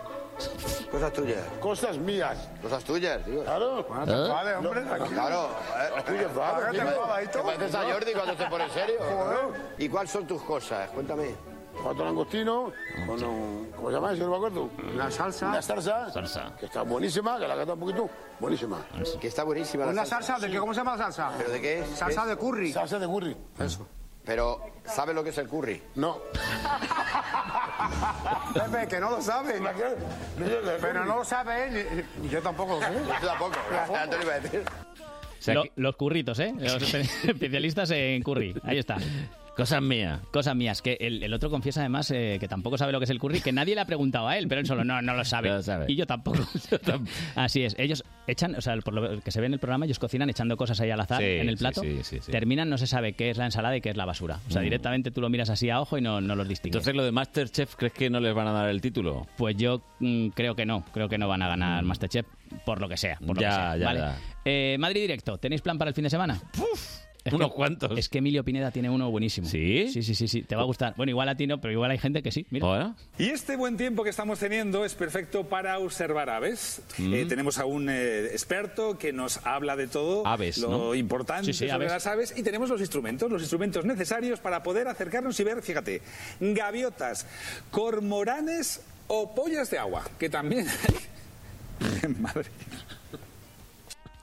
Speaker 19: Cosas tuyas. Cosas mías. Cosas tuyas, digo. Claro.
Speaker 20: No te enfades, hombre, tranquilo.
Speaker 19: Claro.
Speaker 20: No te enfades,
Speaker 19: Tío,
Speaker 20: tío.
Speaker 19: Ah, Te pareces a Jordi cuando se pone serio.
Speaker 20: Joder.
Speaker 19: ¿Y cuáles son tus cosas? Cuéntame.
Speaker 20: Cuatro langostinos con un... ¿Cómo se llama eso? No me acuerdo. Una salsa. Una salsa. Salsa. Que está buenísima, que la cata un poquito. Buenísima.
Speaker 19: Que está buenísima la
Speaker 20: ¿Una
Speaker 19: salsa.
Speaker 20: salsa de qué? ¿Cómo se llama la salsa?
Speaker 19: ¿Pero de qué es?
Speaker 20: Salsa
Speaker 19: ¿Qué es?
Speaker 20: de curry. Salsa de curry. Eso.
Speaker 19: Pero, ¿sabes lo que es el curry?
Speaker 20: No. Pepe, que no lo sabe. Pero no lo sabe él, ni- ni yo tampoco.
Speaker 19: Yo tampoco. Antonio iba a decir.
Speaker 36: Lo- Los curritos, ¿eh? Los espe- especialistas en curry. Ahí está. Cosas mías. Cosas mías. Que el, el otro confiesa además eh, que tampoco sabe lo que es el curry, que nadie le ha preguntado a él, pero él solo no, no lo sabe.
Speaker 2: No lo sabe.
Speaker 36: Y yo tampoco. Así es. Ellos echan, o sea, por lo que se ve en el programa, ellos cocinan echando cosas ahí al azar
Speaker 2: Sí,
Speaker 36: en el
Speaker 2: sí,
Speaker 36: plato.
Speaker 2: sí, sí, sí.
Speaker 36: Terminan, no se sabe qué es la ensalada y qué es la basura. O sea,
Speaker 2: Mm.
Speaker 36: directamente tú lo miras así a ojo y no, no los distingues.
Speaker 2: Entonces, lo de Masterchef, ¿crees que no les van a dar el título?
Speaker 36: Pues yo mm, creo que no, creo que no van a ganar Masterchef por lo que sea. Por lo
Speaker 2: Ya,
Speaker 36: que sea,
Speaker 2: ya,
Speaker 36: ¿vale?
Speaker 2: ya.
Speaker 36: Eh, Madrid Directo, ¿tenéis plan para el fin de semana?
Speaker 2: Unos
Speaker 36: cuantos. Es que Emilio Pineda tiene uno buenísimo. ¿Sí? Sí, sí, sí, sí. Te va a gustar. Bueno, igual a ti no, pero igual hay gente que sí. Mira.
Speaker 9: Y este buen tiempo que estamos teniendo es perfecto para observar aves.
Speaker 2: Mm.
Speaker 9: Eh, tenemos a un eh, experto que nos habla de todo
Speaker 2: Aves,
Speaker 9: lo
Speaker 2: ¿no?
Speaker 9: importante
Speaker 2: Sí, sí,
Speaker 9: sobre
Speaker 2: aves.
Speaker 9: las aves y tenemos los instrumentos, los instrumentos necesarios para poder acercarnos y ver, fíjate, gaviotas, cormoranes o pollas de agua, que también hay en Madrid.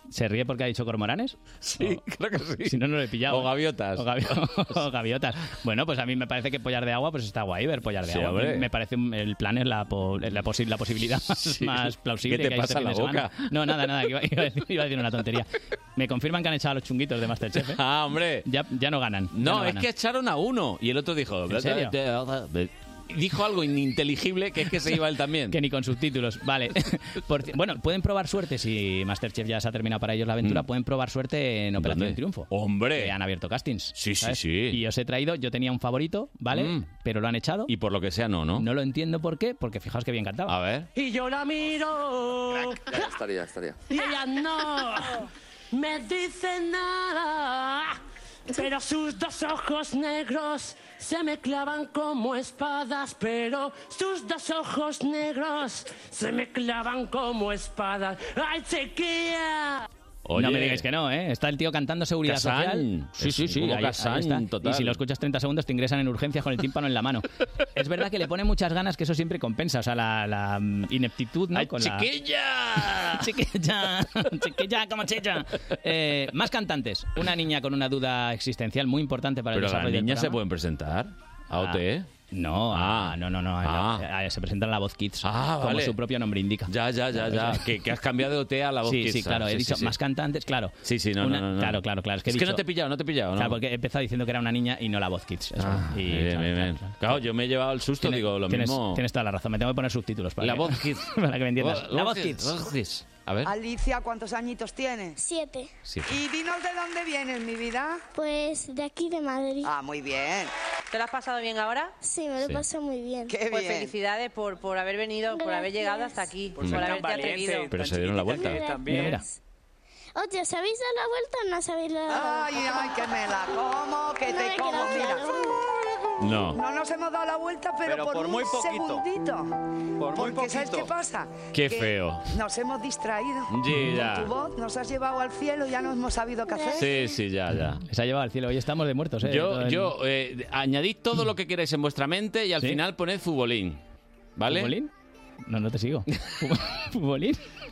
Speaker 36: ¿Se ríe porque ha dicho cormoranes? Sí, creo que sí. Si no, no lo he pillado. O gaviotas. O, gaviotas. Bueno, pues a mí me parece que pollar de agua, pues está guay ver pollar de
Speaker 2: Sí,
Speaker 36: agua.
Speaker 2: hombre.
Speaker 36: Me parece un- el plan es la, po- la, posi- la posibilidad más,
Speaker 2: Sí.
Speaker 36: más plausible.
Speaker 2: ¿Qué te
Speaker 36: que hay
Speaker 2: pasa
Speaker 36: este
Speaker 2: en
Speaker 36: fin
Speaker 2: la
Speaker 36: de semana.
Speaker 2: boca?
Speaker 36: No, nada, nada, que iba, iba a decir- iba a decir una tontería. Me confirman que han echado a los chunguitos de Masterchef. ¿eh?
Speaker 2: Ah, hombre.
Speaker 36: Ya, ya no ganan. ya
Speaker 2: No, es
Speaker 36: ganan.
Speaker 2: que echaron a uno y el otro dijo.
Speaker 36: ¿En serio?
Speaker 2: Dijo algo ininteligible que es que se iba él también.
Speaker 36: Que ni con subtítulos, vale. Por ci- bueno, pueden probar suerte, si Masterchef ya se ha terminado para ellos la aventura, pueden probar suerte en Operación
Speaker 2: Mm. ¿Dónde?
Speaker 36: Triunfo. ¡Hombre! Que han abierto castings.
Speaker 2: Sí, sí,
Speaker 36: ¿sabes?
Speaker 2: sí.
Speaker 36: Y os he traído, yo tenía un favorito, ¿vale?
Speaker 2: Mm.
Speaker 36: Pero lo han echado.
Speaker 2: Y por lo que sea, no, ¿no?
Speaker 36: No lo entiendo por qué, porque fijaos que bien cantaba.
Speaker 2: A ver.
Speaker 41: Y yo la miro.
Speaker 2: Ya estaría, estaría.
Speaker 41: Y ella no me dice nada. Pero sus dos ojos negros se me clavan como espadas. Pero sus dos ojos negros se me clavan como espadas. ¡Ay, chiquilla!
Speaker 36: No me digáis que no, ¿eh? Está el tío cantando Seguridad
Speaker 2: Casán.
Speaker 36: Social.
Speaker 2: Sí,
Speaker 36: Es
Speaker 2: sí,
Speaker 36: un
Speaker 2: sí,
Speaker 36: poco
Speaker 2: ahí- ahí
Speaker 36: Casán,
Speaker 2: está.
Speaker 36: Y si lo escuchas 30 segundos te ingresan en urgencias con el tímpano en la mano. es verdad que le pone muchas ganas, que eso siempre compensa. O sea, la, la, mm, ineptitud, ¿no? Con la-
Speaker 2: ¡Chiquilla!
Speaker 36: chiquilla, chiquilla, como chicha. Eh, más cantantes. Una niña con una duda existencial muy importante para el
Speaker 2: Pero las
Speaker 36: desarrollo del
Speaker 2: niñas se
Speaker 36: programa.
Speaker 2: pueden presentar a E.
Speaker 36: Ah,
Speaker 2: OT.
Speaker 36: No, ah, no, no, no. eh, eh, Se presentan la voz Kids, como
Speaker 2: Ah. vale.
Speaker 36: su propio nombre indica.
Speaker 2: Ya, ya, ya, ya. que, que has cambiado de OT a la voz
Speaker 36: sí,
Speaker 2: Kids.
Speaker 36: Sí, claro, he
Speaker 2: Sí, sí,
Speaker 36: dicho
Speaker 2: sí.
Speaker 36: más cantantes, claro.
Speaker 2: Sí, sí, no,
Speaker 36: Una-
Speaker 2: no, no, no.
Speaker 36: Claro, claro, claro. Es que, he
Speaker 2: Es que
Speaker 36: dicho-
Speaker 2: no te he pillado, no te he pillado.
Speaker 36: Claro,
Speaker 2: no.
Speaker 36: porque he empezado diciendo que era una niña y no la voz Kids. eso.
Speaker 2: Ah,
Speaker 36: Y,
Speaker 2: bien,
Speaker 36: claro,
Speaker 2: bien,
Speaker 36: claro,
Speaker 2: bien.
Speaker 36: claro.
Speaker 2: Claro, yo me he llevado el susto, digo, lo
Speaker 36: tienes,
Speaker 2: mismo.
Speaker 36: Tienes toda la razón, me tengo que poner subtítulos. Para
Speaker 2: La
Speaker 36: que-
Speaker 2: voz Kids.
Speaker 36: para que me entiendas. La voz Kids.
Speaker 2: Voz Kids. A ver.
Speaker 25: Alicia, ¿cuántos añitos tienes? Siete.
Speaker 2: Sí.
Speaker 25: ¿Y dinos de dónde vienes, mi vida? Pues de aquí, de Madrid. Ah, muy bien.
Speaker 13: ¿Te lo has pasado bien ahora?
Speaker 25: Sí, me lo
Speaker 13: Sí.
Speaker 25: paso muy bien.
Speaker 13: Qué pues felicidades por, por haber venido, por haber
Speaker 25: Gracias.
Speaker 13: llegado hasta aquí, por,
Speaker 2: ser tan
Speaker 13: haberte
Speaker 2: valiente,
Speaker 13: Mm. atrevido.
Speaker 2: Pero se dieron la vuelta.
Speaker 25: que es también.
Speaker 2: Mira, mira.
Speaker 25: Oye, ¿sabéis dar la vuelta o no sabéis dar la vuelta?
Speaker 13: Ay, ay, que me la
Speaker 25: como,
Speaker 13: que te
Speaker 25: como, mira.
Speaker 2: No.
Speaker 13: No
Speaker 25: nos hemos dado la vuelta,
Speaker 13: pero Pero por por un muy poquito.
Speaker 25: segundito.
Speaker 13: Por muy
Speaker 25: Porque ¿sabes
Speaker 13: poquito.
Speaker 25: qué pasa?
Speaker 2: Qué feo.
Speaker 25: Nos hemos distraído.
Speaker 2: Sí, ya.
Speaker 25: Con tu voz nos has llevado al cielo, ya no hemos sabido qué hacer.
Speaker 2: Sí, sí, ya, ya.
Speaker 36: Se ha llevado al cielo. Hoy estamos de muertos, ¿eh? Todo
Speaker 2: Yo,
Speaker 36: el-
Speaker 2: yo eh, añadid todo lo que queráis en vuestra mente y al final poned futbolín. ¿Vale?
Speaker 36: ¿Futbolín? No, no te sigo. ¿Futbolín? Eh,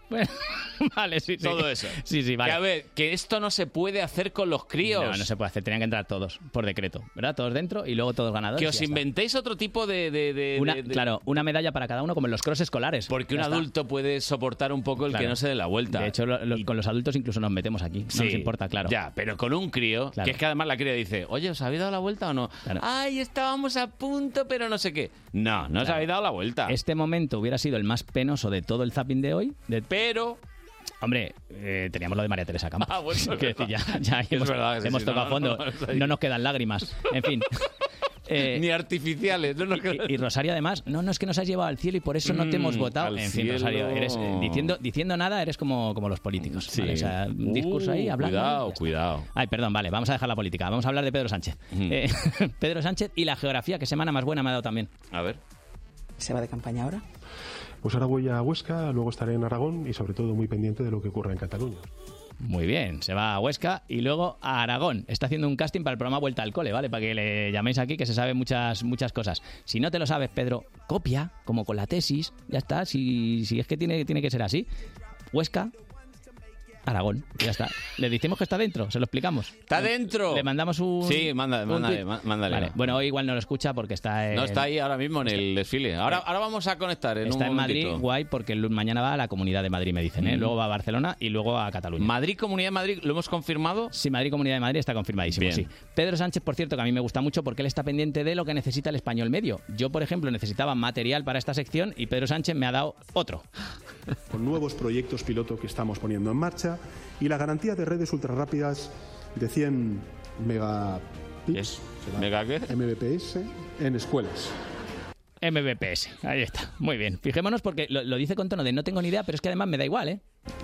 Speaker 36: vale, sí, sí.
Speaker 2: Todo eso.
Speaker 36: Sí, sí, vale.
Speaker 2: Que a ver, que esto no se puede hacer con los críos.
Speaker 36: No, no se puede hacer. Tenían que entrar todos, por decreto. ¿Verdad? Todos dentro y luego todos ganadores.
Speaker 2: Que
Speaker 36: y
Speaker 2: os
Speaker 36: ya está.
Speaker 2: inventéis otro tipo de. de- de-
Speaker 36: Una-
Speaker 2: de- de-
Speaker 36: Claro, una medalla para cada uno, como en los cross escolares.
Speaker 2: Porque un adulto puede soportar un poco el que no se dé la vuelta.
Speaker 36: De hecho, lo- lo- con los adultos incluso nos metemos aquí. No nos
Speaker 2: Sí.
Speaker 36: importa, claro.
Speaker 2: Ya, pero con un crío, que es que además la cría dice, oye, ¿os habéis dado la vuelta o no? Ay, estábamos a punto, pero no sé qué. No, no os
Speaker 36: Claro.
Speaker 2: habéis dado la vuelta.
Speaker 36: Este momento hubiera sido el más penoso de todo el zapping de hoy. Pero. Hombre, eh, teníamos lo de María Teresa Campos.
Speaker 2: Ah, bueno, es
Speaker 36: Quiero decir,
Speaker 2: verdad.
Speaker 36: ya, ya
Speaker 2: Es
Speaker 36: hemos,
Speaker 2: verdad que sí,
Speaker 36: hemos
Speaker 2: sí,
Speaker 36: tocado
Speaker 2: no, no,
Speaker 36: fondo.
Speaker 2: no, no,
Speaker 36: No,
Speaker 2: no.
Speaker 36: nos quedan lágrimas. En fin. Eh,
Speaker 2: Ni artificiales. No nos
Speaker 36: y, y Rosario, además, no, no es que nos has llevado al cielo y por eso no te hemos
Speaker 2: Mm,
Speaker 36: votado.
Speaker 2: al
Speaker 36: En fin,
Speaker 2: cielo.
Speaker 36: Rosario, eres, eh, diciendo, diciendo nada eres como, como los políticos. ¿vale? O sea, un discurso ahí,
Speaker 2: Uh,
Speaker 36: hablando.
Speaker 2: Cuidado,
Speaker 36: y ya está.
Speaker 2: cuidado.
Speaker 36: Ay, perdón, vale, vamos a dejar la política. Vamos a hablar de Pedro Sánchez. Eh, Pedro Sánchez y la geografía, que semana más buena me ha dado también.
Speaker 2: A ver.
Speaker 42: ¿Se va de campaña ahora? Pues ahora voy a Huesca, luego estaré en Aragón y sobre todo muy pendiente de lo que ocurra en Cataluña.
Speaker 36: Muy bien, se va a Huesca y luego a Aragón. Está haciendo un casting para el programa Vuelta al Cole, ¿vale? Para que le llaméis aquí, que se sabe muchas, muchas cosas. Si no te lo sabes, Pedro, copia, como con la tesis, ya está. Si, si es que tiene, tiene que ser así. Huesca, Aragón. Y Ya está. Le decimos que está dentro, se lo explicamos.
Speaker 2: ¡Está dentro!
Speaker 36: Le mandamos un.
Speaker 2: Sí, manda-
Speaker 36: un
Speaker 2: mándale,
Speaker 36: tuit.
Speaker 2: ma- mándale.
Speaker 36: Vale, Bueno, hoy igual no lo escucha porque está. en-
Speaker 2: No está ahí ahora mismo en el desfile. Ahora, ahora vamos a conectar en
Speaker 36: Está
Speaker 2: un
Speaker 36: en Madrid,
Speaker 2: momentito.
Speaker 36: guay, porque el lu- mañana va a la Comunidad de Madrid, me dicen. ¿eh?
Speaker 2: Mm.
Speaker 36: Luego va a Barcelona y luego a Cataluña.
Speaker 2: ¿Madrid, Comunidad de Madrid, lo hemos confirmado?
Speaker 36: Sí, Madrid, Comunidad de Madrid está confirmadísimo,
Speaker 2: Bien.
Speaker 36: sí. Pedro Sánchez, por cierto, que a mí me gusta mucho porque él está pendiente de lo que necesita el español medio. Yo, por ejemplo, necesitaba material para esta sección y Pedro Sánchez me ha dado otro.
Speaker 7: con nuevos proyectos piloto que estamos poniendo en marcha y la garantía de redes ultrarrápidas de 100 megabits, será MBPS, en escuelas.
Speaker 36: MBPS, ahí está. Muy bien. Fijémonos porque lo, lo dice con tono de no tengo ni idea, pero es que además me da igual, ¿eh?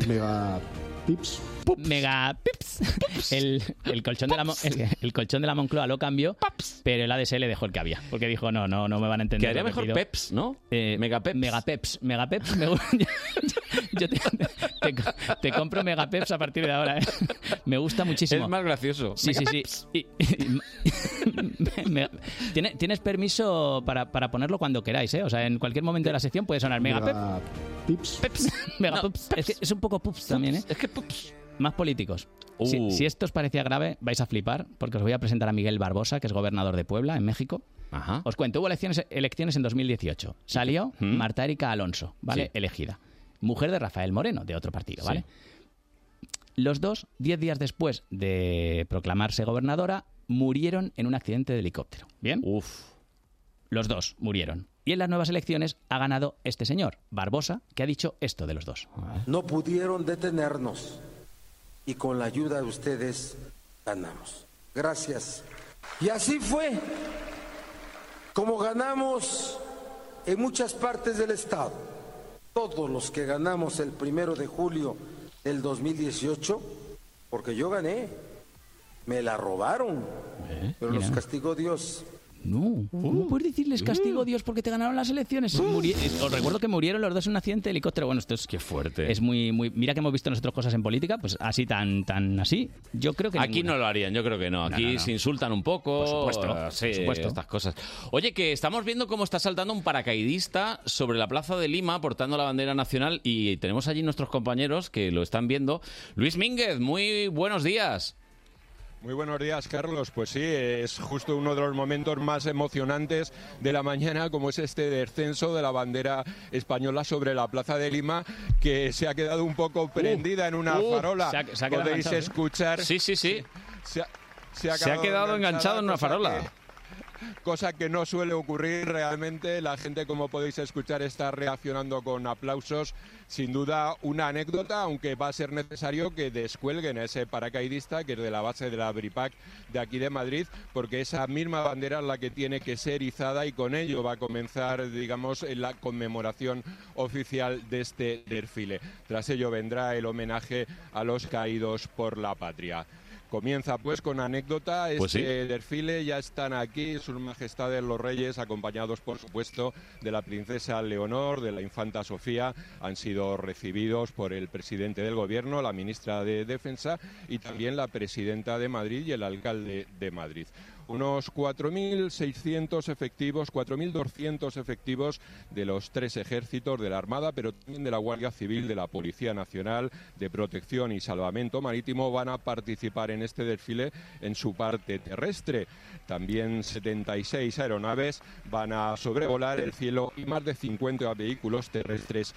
Speaker 7: Megabits.
Speaker 36: Mega pips. El, el colchón de la, Mon- el, el colchón de la Moncloa lo cambió, pero el ADSL dejó el que había. Porque dijo, no, no, no me van a entender.
Speaker 2: Quedaría
Speaker 36: lo
Speaker 2: mejor
Speaker 36: pido".
Speaker 2: Peps, ¿no?
Speaker 36: mega Peps. Mega Peps. Mega Peps. me gu- yo te, te- te compro Mega Peps a partir de ahora. ¿eh? Me gusta muchísimo.
Speaker 2: Es más gracioso.
Speaker 36: Sí, sí, sí. Y- y- y- me- tiene- tienes permiso para, para ponerlo cuando queráis, ¿eh? O sea, en cualquier momento de la sección puede sonar Mega Pep.
Speaker 7: Pips.
Speaker 36: Mega Pups. Es, que es un poco Pups también, ¿eh? Es que Pups. Más políticos. Si,
Speaker 2: Uh.
Speaker 36: si esto os parecía grave, vais a flipar, porque os voy a presentar a Miguel Barbosa, que es gobernador de Puebla, en México. Os cuento, hubo elecciones, elecciones en 2018. Salió Marta Erika Alonso, ¿vale?
Speaker 2: Sí.
Speaker 36: Elegida. Mujer de Rafael Moreno, de otro partido,
Speaker 2: Sí.
Speaker 36: ¿vale? Los dos, diez días después de proclamarse gobernadora, murieron en un accidente de helicóptero. ¿Bien? Uf. Los dos murieron. Y en las nuevas elecciones ha ganado este señor, Barbosa, que ha dicho esto de los dos.
Speaker 30: No pudieron detenernos y con la ayuda de ustedes ganamos. Gracias. Y así fue como ganamos en muchas partes del Estado. Todos los que ganamos el primero de julio del 2018, porque yo gané, me la robaron,
Speaker 20: Eh,
Speaker 30: pero los castigó Dios.
Speaker 20: Uh,
Speaker 36: No, no puedes
Speaker 2: ¿Eh?
Speaker 36: decirles castigo Dios porque te ganaron las elecciones. Muri- es- os recuerdo que murieron los dos en un accidente de helicóptero. Bueno, esto es qué fuerte. Es muy, muy. Mira que hemos visto nosotros cosas en política, pues así tan, tan así. Yo creo que
Speaker 2: Aquí
Speaker 36: ninguna.
Speaker 2: no lo harían, yo creo que no. Aquí
Speaker 36: no, no.
Speaker 2: se insultan un poco.
Speaker 36: Por supuesto,
Speaker 2: eh, sí,
Speaker 36: por supuesto.
Speaker 2: estas cosas. Oye, que estamos viendo cómo está saltando un paracaidista sobre la plaza de Lima portando la bandera nacional y tenemos allí nuestros compañeros que lo están viendo. Luis Mínguez, muy buenos días.
Speaker 24: Muy buenos días, Carlos. Pues sí, es justo uno de los momentos más emocionantes de la mañana, como es este descenso de la bandera española sobre la Plaza de Lima, que se ha quedado un poco prendida en una
Speaker 2: uh,
Speaker 24: farola.
Speaker 2: se ha- se ha quedado
Speaker 24: Podéis
Speaker 2: enganchado, ¿eh?
Speaker 24: escuchar.
Speaker 2: Sí, sí, sí.
Speaker 24: Se ha,
Speaker 2: Se ha quedado enganchado en una
Speaker 24: cosa
Speaker 2: farola.
Speaker 24: que- cosa que no suele ocurrir realmente. La gente, como podéis escuchar, está reaccionando con aplausos. Sin duda, una anécdota, aunque va a ser necesario que descuelguen a ese paracaidista que es de la base de la Bripac de aquí de Madrid, porque esa misma bandera es la que tiene que ser izada y con ello va a comenzar, digamos, en la conmemoración oficial de este desfile. Tras ello vendrá el homenaje a los caídos por la patria. Comienza pues con anécdota este
Speaker 2: Pues sí.
Speaker 24: desfile ya están aquí sus majestades los reyes, acompañados por supuesto de la princesa Leonor, de la infanta Sofía. Han sido recibidos por el presidente del gobierno, la ministra de Defensa y también la presidenta de Madrid y el alcalde de Madrid. Unos 4.600 efectivos, 4.200 efectivos de los tres ejércitos, de la Armada, pero también de la Guardia Civil, de la Policía Nacional, de Protección y Salvamento Marítimo, van a participar en este desfile en su parte terrestre. También 76 aeronaves van a sobrevolar el cielo y más de 50 vehículos terrestres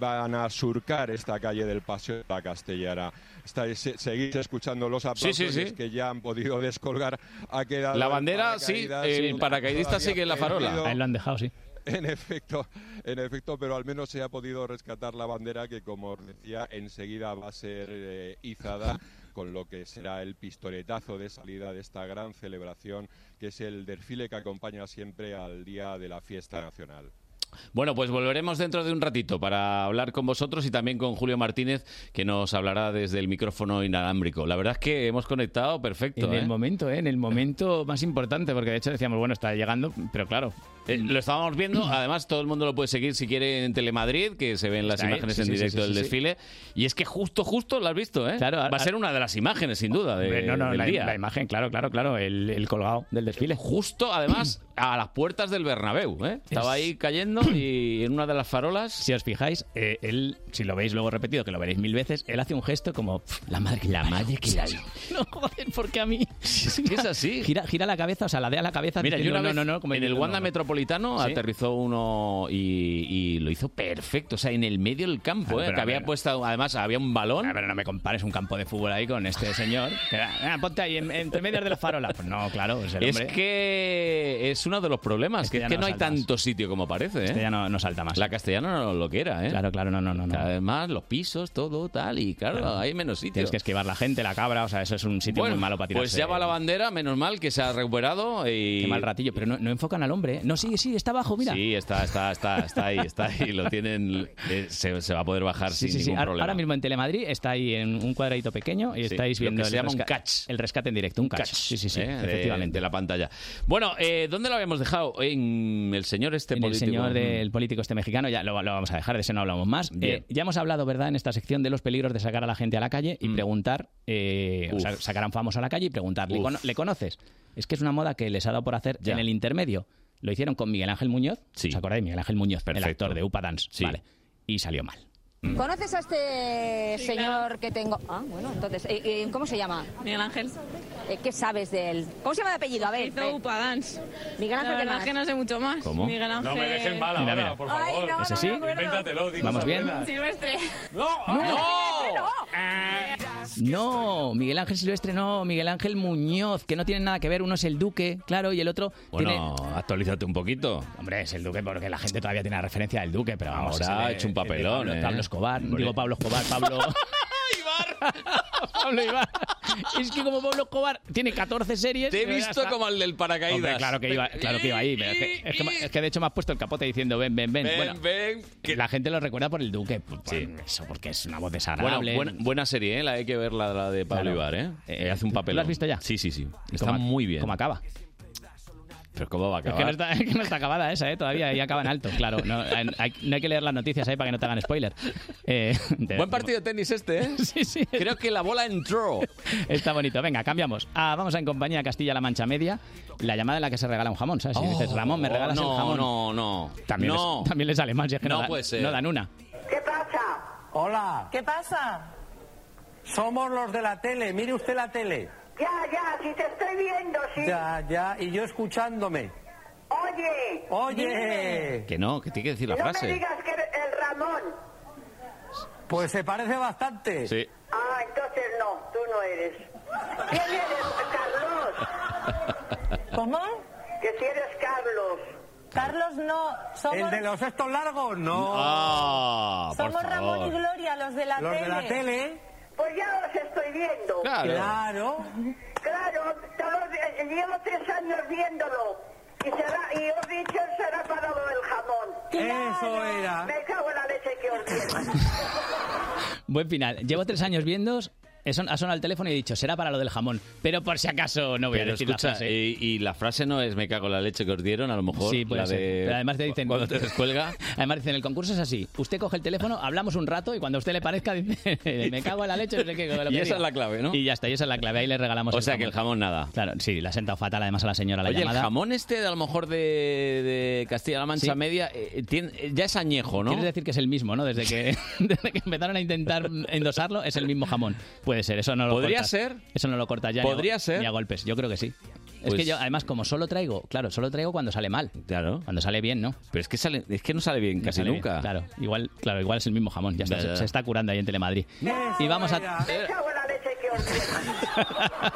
Speaker 24: van a surcar esta calle del Paseo de la Castellana. Estáis- se- seguís escuchando los aplausos
Speaker 2: sí, sí.
Speaker 24: es que ya han podido descolgar. Ha quedado
Speaker 2: La
Speaker 24: el
Speaker 2: bandera, sí,
Speaker 24: paracaídas,
Speaker 2: el
Speaker 24: sí,
Speaker 2: paracaidista
Speaker 24: todavía
Speaker 2: sigue en la farola.
Speaker 24: prendido.
Speaker 36: Ahí lo han dejado, sí.
Speaker 24: En efecto, en efecto, pero al menos se ha podido rescatar la bandera que, como os decía, enseguida va a ser eh, izada con lo que será el pistoletazo de salida de esta gran celebración, que es el desfile que acompaña siempre al día de la fiesta nacional.
Speaker 2: Bueno, pues volveremos dentro de un ratito para hablar con vosotros y también con Julio Martínez, que nos hablará desde el micrófono inalámbrico. La verdad es que hemos conectado perfecto.
Speaker 36: En
Speaker 2: ¿eh?
Speaker 36: el momento, ¿eh? en el momento más importante, porque de hecho decíamos, bueno, está llegando, pero claro.
Speaker 2: Eh, lo estábamos viendo, además todo el mundo lo puede seguir si quiere en Telemadrid, que se ven las
Speaker 36: Está ahí,
Speaker 2: imágenes
Speaker 36: sí,
Speaker 2: en
Speaker 36: sí,
Speaker 2: directo
Speaker 36: sí, sí,
Speaker 2: del
Speaker 36: sí.
Speaker 2: desfile. Y es que justo, justo lo has visto, ¿eh?
Speaker 36: Claro,
Speaker 2: Va
Speaker 36: a-
Speaker 2: a ser una de las imágenes, sin duda, de,
Speaker 36: Hombre, no, no,
Speaker 2: del
Speaker 36: la,
Speaker 2: día.
Speaker 36: la imagen, claro, claro, claro, el, el colgado del desfile.
Speaker 2: Justo, además, a las puertas del Bernabéu, ¿eh? Estaba ahí cayendo y en una de las farolas...
Speaker 36: Si os fijáis, eh, él, si lo veis luego repetido, que lo veréis mil veces, él hace un gesto como "Pf, la madre que la madre que la No, joder, porque a mí.
Speaker 2: Es que es así.
Speaker 36: Gira, gira la cabeza, o sea, la de a la cabeza.
Speaker 2: Mira, yo
Speaker 36: diciendo,
Speaker 2: una vez
Speaker 36: no, no, no, como
Speaker 2: en el
Speaker 36: diciendo,
Speaker 2: Wanda
Speaker 36: no, no.
Speaker 2: Metropolitano
Speaker 36: ¿Sí?
Speaker 2: aterrizó uno y, y lo hizo perfecto, o sea, en el medio del campo,
Speaker 36: Claro,
Speaker 2: ¿eh?
Speaker 36: pero
Speaker 2: Que
Speaker 36: a
Speaker 2: había
Speaker 36: ver. Ah,
Speaker 2: puesto, además, había un balón.
Speaker 36: pero no me compares un campo de fútbol ahí con este señor. Que era, "Ah, ponte ahí, en- entre medio de las farolas. Pues no, claro, es el
Speaker 2: Es
Speaker 36: hombre.
Speaker 2: que es uno de los problemas, que
Speaker 36: ya
Speaker 2: es que
Speaker 36: no
Speaker 2: no hay
Speaker 36: saltas.
Speaker 2: tanto sitio como parece. ¿eh?
Speaker 36: Este ya no, no salta más.
Speaker 2: La castellana no lo que era, ¿eh?
Speaker 36: Claro, claro, no, no, no. no.
Speaker 2: Además, los pisos, todo, tal, y claro,
Speaker 36: Claro.
Speaker 2: hay menos sitio.
Speaker 36: Tienes que esquivar la gente, la cabra, o sea, eso es un sitio
Speaker 2: Bueno,
Speaker 36: muy malo para tirarse.
Speaker 2: Pues ya va la bandera, menos mal que se ha recuperado y...
Speaker 36: Qué mal ratillo, pero no, no enfocan al hombre. ¿eh? No, sí, sí, está abajo, mira.
Speaker 2: Sí, está, está, está, está ahí, está ahí, lo tienen, eh, se, se va a poder bajar
Speaker 36: Sí,
Speaker 2: sin
Speaker 36: sí, sí.
Speaker 2: ningún
Speaker 36: Ahora-
Speaker 2: problema.
Speaker 36: Ahora mismo en Telemadrid está ahí en un cuadradito pequeño y
Speaker 2: Sí,
Speaker 36: estáis
Speaker 2: lo que
Speaker 36: viendo
Speaker 2: se
Speaker 36: el,
Speaker 2: llama un
Speaker 36: resca- el rescate en directo, un catch.
Speaker 2: catch,
Speaker 36: Sí, sí, sí,
Speaker 2: ¿eh? De-
Speaker 36: efectivamente.
Speaker 2: De, la pantalla. Bueno, eh, ¿dónde lo habíamos dejado? En el señor este
Speaker 36: En el
Speaker 2: político.
Speaker 36: señor del político este mexicano, ya lo, lo vamos a dejar, de ese no hablamos más.
Speaker 2: Bien.
Speaker 36: Eh, ya hemos hablado, ¿verdad?, en esta sección de los peligros de sacar a la gente a la calle y preguntar, eh, o
Speaker 2: Mm. Uf.
Speaker 36: sea, sacar a un famoso a la calle y preguntarle,
Speaker 2: Uf.
Speaker 36: "¿Cono- ¿le conoces? Es que es una moda que les ha dado por hacer
Speaker 2: Ya.
Speaker 36: en el intermedio. Lo hicieron con Miguel Ángel Muñoz, ¿os acordáis? Miguel Ángel Muñoz, el actor de UPA Dance, vale. Y salió mal.
Speaker 14: ¿Conoces a este señor que tengo? Ah, bueno, entonces, eh, eh, ¿cómo se llama? Miguel Ángel. ¿Qué sabes de él? ¿Cómo se llama de apellido? A ver. Hizo Upadans. Miguel Ángel,
Speaker 25: La
Speaker 14: ¿qué
Speaker 25: verdad
Speaker 14: más?
Speaker 25: que no sé mucho más.
Speaker 36: ¿Cómo? Miguel
Speaker 25: Ángel.
Speaker 36: Mira, mira. ¿Ese sí? ¿Vamos bien?
Speaker 25: Silvestre.
Speaker 36: No.
Speaker 25: no.
Speaker 2: Eh.
Speaker 36: No, Miguel Ángel Silvestre no, Miguel Ángel Muñoz, que no tienen nada que ver, uno es el duque, claro, y el otro
Speaker 2: Bueno, actualízate un poquito.
Speaker 36: tiene... Hombre, es el duque porque la gente todavía tiene la referencia del duque, pero vamos,
Speaker 2: Ahora
Speaker 36: ese
Speaker 2: ha
Speaker 36: de-
Speaker 2: hecho un
Speaker 36: de
Speaker 2: papelón,
Speaker 36: Pablo,
Speaker 2: ¿eh?
Speaker 36: Pablo Escobar,
Speaker 2: Hombre.
Speaker 36: digo Pablo Escobar, Pablo... Pablo Ibar. Es que como Pablo Escobar tiene 14 series...
Speaker 2: Te he
Speaker 36: pero ya
Speaker 2: visto
Speaker 36: está.
Speaker 2: como el del paracaídas.
Speaker 36: Hombre, claro que iba, claro que iba ahí, pero es que, es que- es que de hecho me has puesto el capote diciendo ven, ven, ven.
Speaker 2: Ven,
Speaker 36: Bueno, La gente lo recuerda por el duque, por eso, porque es una voz
Speaker 2: Bueno,
Speaker 36: desagradable.
Speaker 2: buena, buena serie, ¿eh? La hay que ver, la, la de Pablo
Speaker 36: Claro.
Speaker 2: Ibar, ¿eh? Eh, Hace un papel.
Speaker 36: ¿Lo has visto ya?
Speaker 2: Sí, sí, sí. Está
Speaker 36: ¿Cómo ac-
Speaker 2: muy bien.
Speaker 36: cómo acaba?
Speaker 2: Pero ¿cómo va a
Speaker 36: Es que, no
Speaker 2: acabar?
Speaker 36: está, es que no está acabada esa, ¿eh? Todavía y acaba en alto, claro. No hay, hay- no hay que leer las noticias ahí para que no te hagan spoiler. Eh, de-
Speaker 2: Buen partido de tenis este, ¿eh?
Speaker 36: sí, sí.
Speaker 2: Creo que la bola entró.
Speaker 36: Está bonito. Venga, cambiamos. Ah, vamos a en compañía Castilla-La Mancha Media. La llamada en la que se regala un jamón, ¿sabes? Si dices, Ramón, me regalas
Speaker 2: Oh, no,
Speaker 36: el jamón.
Speaker 2: No, no,
Speaker 36: También,
Speaker 2: no.
Speaker 36: Les, también les sale mal, si es que no,
Speaker 2: No
Speaker 36: dan-
Speaker 2: puede ser.
Speaker 36: no dan una.
Speaker 9: Hola. ¿Qué pasa? Somos los de la tele, mire usted la tele.
Speaker 17: Ya, ya, si te estoy viendo, sí.
Speaker 9: Ya, ya, y yo escuchándome.
Speaker 17: Oye. dime,
Speaker 2: Que no, que tiene que decir la
Speaker 17: no me
Speaker 2: frase.
Speaker 17: digas que eres el Ramón.
Speaker 9: Pues se parece bastante.
Speaker 2: Sí.
Speaker 17: Ah, entonces no, tú no eres. ¿Quién eres, Carlos?
Speaker 9: ¿Cómo?
Speaker 17: Que si eres Carlos.
Speaker 9: Carlos no, ¿El de los estos largos? No.
Speaker 2: Ah, por
Speaker 9: Somos Ramón
Speaker 2: favor.
Speaker 9: y
Speaker 17: Gloria, los de la
Speaker 9: Los de la tele. tele.
Speaker 17: Pues ya los estoy viendo.
Speaker 9: Claro. Claro.
Speaker 17: Claro, todos- eh, llevo tres años viéndolo. Y, será, y os he dicho, será para lo del jamón.
Speaker 9: Eso era.
Speaker 17: Me cago en la leche que os digo.
Speaker 36: Buen final. Llevo tres años viendo. he son- Ha sonado el teléfono y he dicho, será para lo del jamón. Pero por si acaso no voy a
Speaker 2: Pero
Speaker 36: decir
Speaker 2: escucha,
Speaker 36: la frase.
Speaker 2: eh, y, la frase no es me cago en la leche que os dieron, a lo mejor.
Speaker 36: Sí, puede
Speaker 2: la
Speaker 36: ser.
Speaker 2: de-
Speaker 36: Pero además te dicen...
Speaker 2: Cuando te descuelga.
Speaker 36: Además dicen, el concurso es así. Usted coge el teléfono, hablamos un rato y cuando a usted le parezca dice, me cago en la leche, no sé qué. lo
Speaker 2: Y
Speaker 36: que
Speaker 2: esa
Speaker 36: diga.
Speaker 2: es la clave, ¿no?
Speaker 36: Y ya está, y esa es la clave. Ahí le regalamos
Speaker 2: O sea que el jamón nada.
Speaker 36: Claro, sí, la ha sentado fatal además a la señora la
Speaker 2: Oye,
Speaker 36: llamada.
Speaker 2: el jamón este, de, a lo mejor de, de Castilla-La Mancha
Speaker 36: Sí.
Speaker 2: Media, eh, tiene- eh, ya es añejo, ¿no?
Speaker 36: Quieres decir que es el mismo, ¿no? Desde que, desde que empezaron a intentar endosarlo, es el mismo jamón. Puede ser, eso no lo
Speaker 2: Podría
Speaker 36: cortas.
Speaker 2: ser.
Speaker 36: Eso no lo cortas ya. ni a-
Speaker 2: Podría ser.
Speaker 36: Ni a golpes, yo creo que sí. Es
Speaker 2: Pues-
Speaker 36: que yo, además, como solo traigo, claro, solo traigo cuando sale mal. Claro. Cuando sale bien, ¿no?
Speaker 2: Pero es que, sale, es que no sale bien
Speaker 36: No
Speaker 2: casi
Speaker 36: sale bien,
Speaker 2: nunca.
Speaker 36: claro, igual, claro, igual es el mismo jamón. Ya está,
Speaker 2: Ya,
Speaker 36: se-
Speaker 2: ya.
Speaker 36: se está curando ahí en Telemadrid. Y vamos a.
Speaker 17: Me cago en la leche que os digo.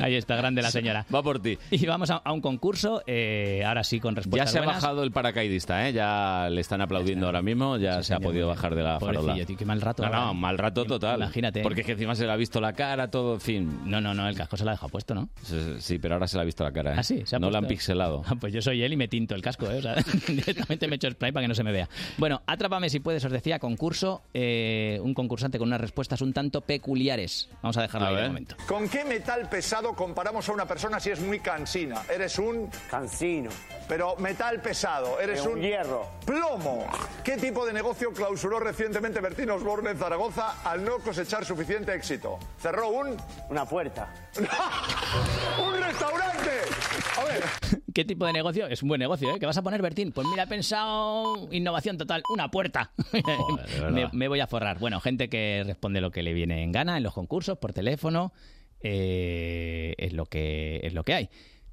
Speaker 36: Ahí está, grande la señora.
Speaker 2: Va por ti.
Speaker 36: Y vamos a, a un concurso, eh, ahora sí con
Speaker 2: Ya
Speaker 36: respuestas
Speaker 2: se ha
Speaker 36: buenas.
Speaker 2: bajado el paracaidista, ¿eh? ya le están aplaudiendo ahora mismo, ya se ha podido bajar de la
Speaker 36: Pobrecillo,
Speaker 2: farola.
Speaker 36: tío, qué mal rato.
Speaker 2: No, no,
Speaker 36: ahora.
Speaker 2: mal rato total.
Speaker 36: Imagínate.
Speaker 2: Porque es que encima se le ha visto la cara, todo, en fin.
Speaker 36: No, no, no, el casco se la ha dejado puesto, ¿no?
Speaker 2: Sí, sí, pero ahora se le ha visto la cara. ¿eh?
Speaker 36: Ah, sí, se ha
Speaker 2: no la han
Speaker 36: puesto-
Speaker 2: pixelado.
Speaker 36: Ah, Pues yo soy él y me tinto el casco, ¿eh? O sea, directamente me echo spray para que no se me vea. Bueno, atrápame si puedes, os decía, concurso, eh, un concursante con unas respuestas un tanto peculiares. Vamos a dejarlo ahí de momento.
Speaker 19: ¿Con qué metal pesado comparamos a una persona si es muy cansina? Eres un... Cansino. Pero metal pesado, eres
Speaker 43: Es un
Speaker 19: un...
Speaker 43: hierro.
Speaker 19: Plomo. ¿Qué tipo de negocio clausuró recientemente Bertín Osborne en Zaragoza al no cosechar suficiente éxito? Cerró un... Una puerta. ¡Un restaurante!
Speaker 36: ¿Qué tipo de negocio? Es un buen negocio, ¿eh? ¿Qué vas a poner, Bertín? Pues mira, he pensado innovación total, una puerta. me, me voy a forrar. Bueno, gente que responde lo que le viene en gana en los concursos, por teléfono, eh, es, lo que, es lo que hay.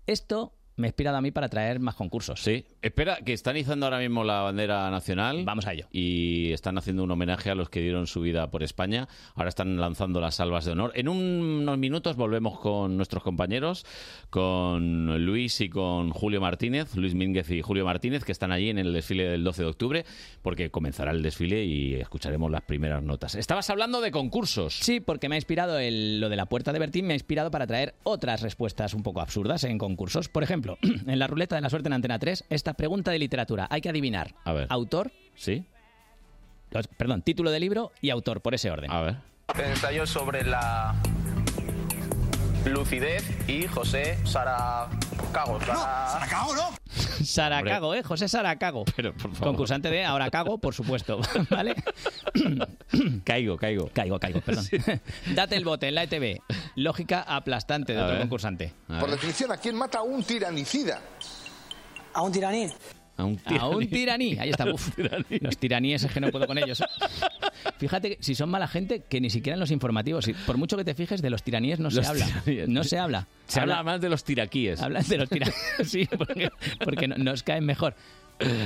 Speaker 36: Esto me ha inspirado a mí para traer más concursos.
Speaker 2: Sí. Espera, que están izando ahora mismo la bandera nacional. Vamos a ello. Y están haciendo un homenaje a los que dieron su vida por España. Ahora están lanzando las salvas de honor. En un- unos minutos volvemos con nuestros compañeros, con Luis y con Julio Martínez, Luis Mínguez y Julio Martínez, que están allí en el desfile del 12 de octubre, porque comenzará el desfile y escucharemos las primeras notas. Estabas hablando de concursos.
Speaker 36: Sí, porque me ha inspirado el- lo de la puerta de Bertín, me ha inspirado para traer otras respuestas un poco absurdas en concursos. Por ejemplo, en la ruleta de la suerte en Antena 3, esta pregunta de literatura, hay que adivinar.
Speaker 2: A ver.
Speaker 36: Autor.
Speaker 2: Sí.
Speaker 36: Perdón, título de libro y autor, por ese orden.
Speaker 2: A ver.
Speaker 28: Ensayo sobre la lucidez y José Sara Cago. Sara Cago, ¿no?
Speaker 36: Saracago, ¿eh? José Saracago. Concursante de Ahora Cago, por supuesto. ¿Vale?
Speaker 2: caigo, caigo.
Speaker 36: Caigo, caigo, perdón. Date el bote en la ETV. Lógica aplastante de
Speaker 2: A
Speaker 36: otro
Speaker 2: ver.
Speaker 36: concursante.
Speaker 2: A
Speaker 12: Por
Speaker 2: ver.
Speaker 12: definición, ¿a quién mata a un tiranicida? ¿A un tiraní?
Speaker 2: A un
Speaker 36: A un tiraní. Ahí está. uf. Los tiraníes es que no puedo con ellos. ¿eh? Fíjate, que si son mala gente, que ni siquiera en los informativos, si- por mucho que te fijes, de los tiraníes no
Speaker 2: Los
Speaker 36: se habla.
Speaker 2: tiraníes.
Speaker 36: No se habla.
Speaker 2: Se habla más de los tiraquíes.
Speaker 36: Hablan de los tiraníes, sí, porque, porque no- nos caen mejor.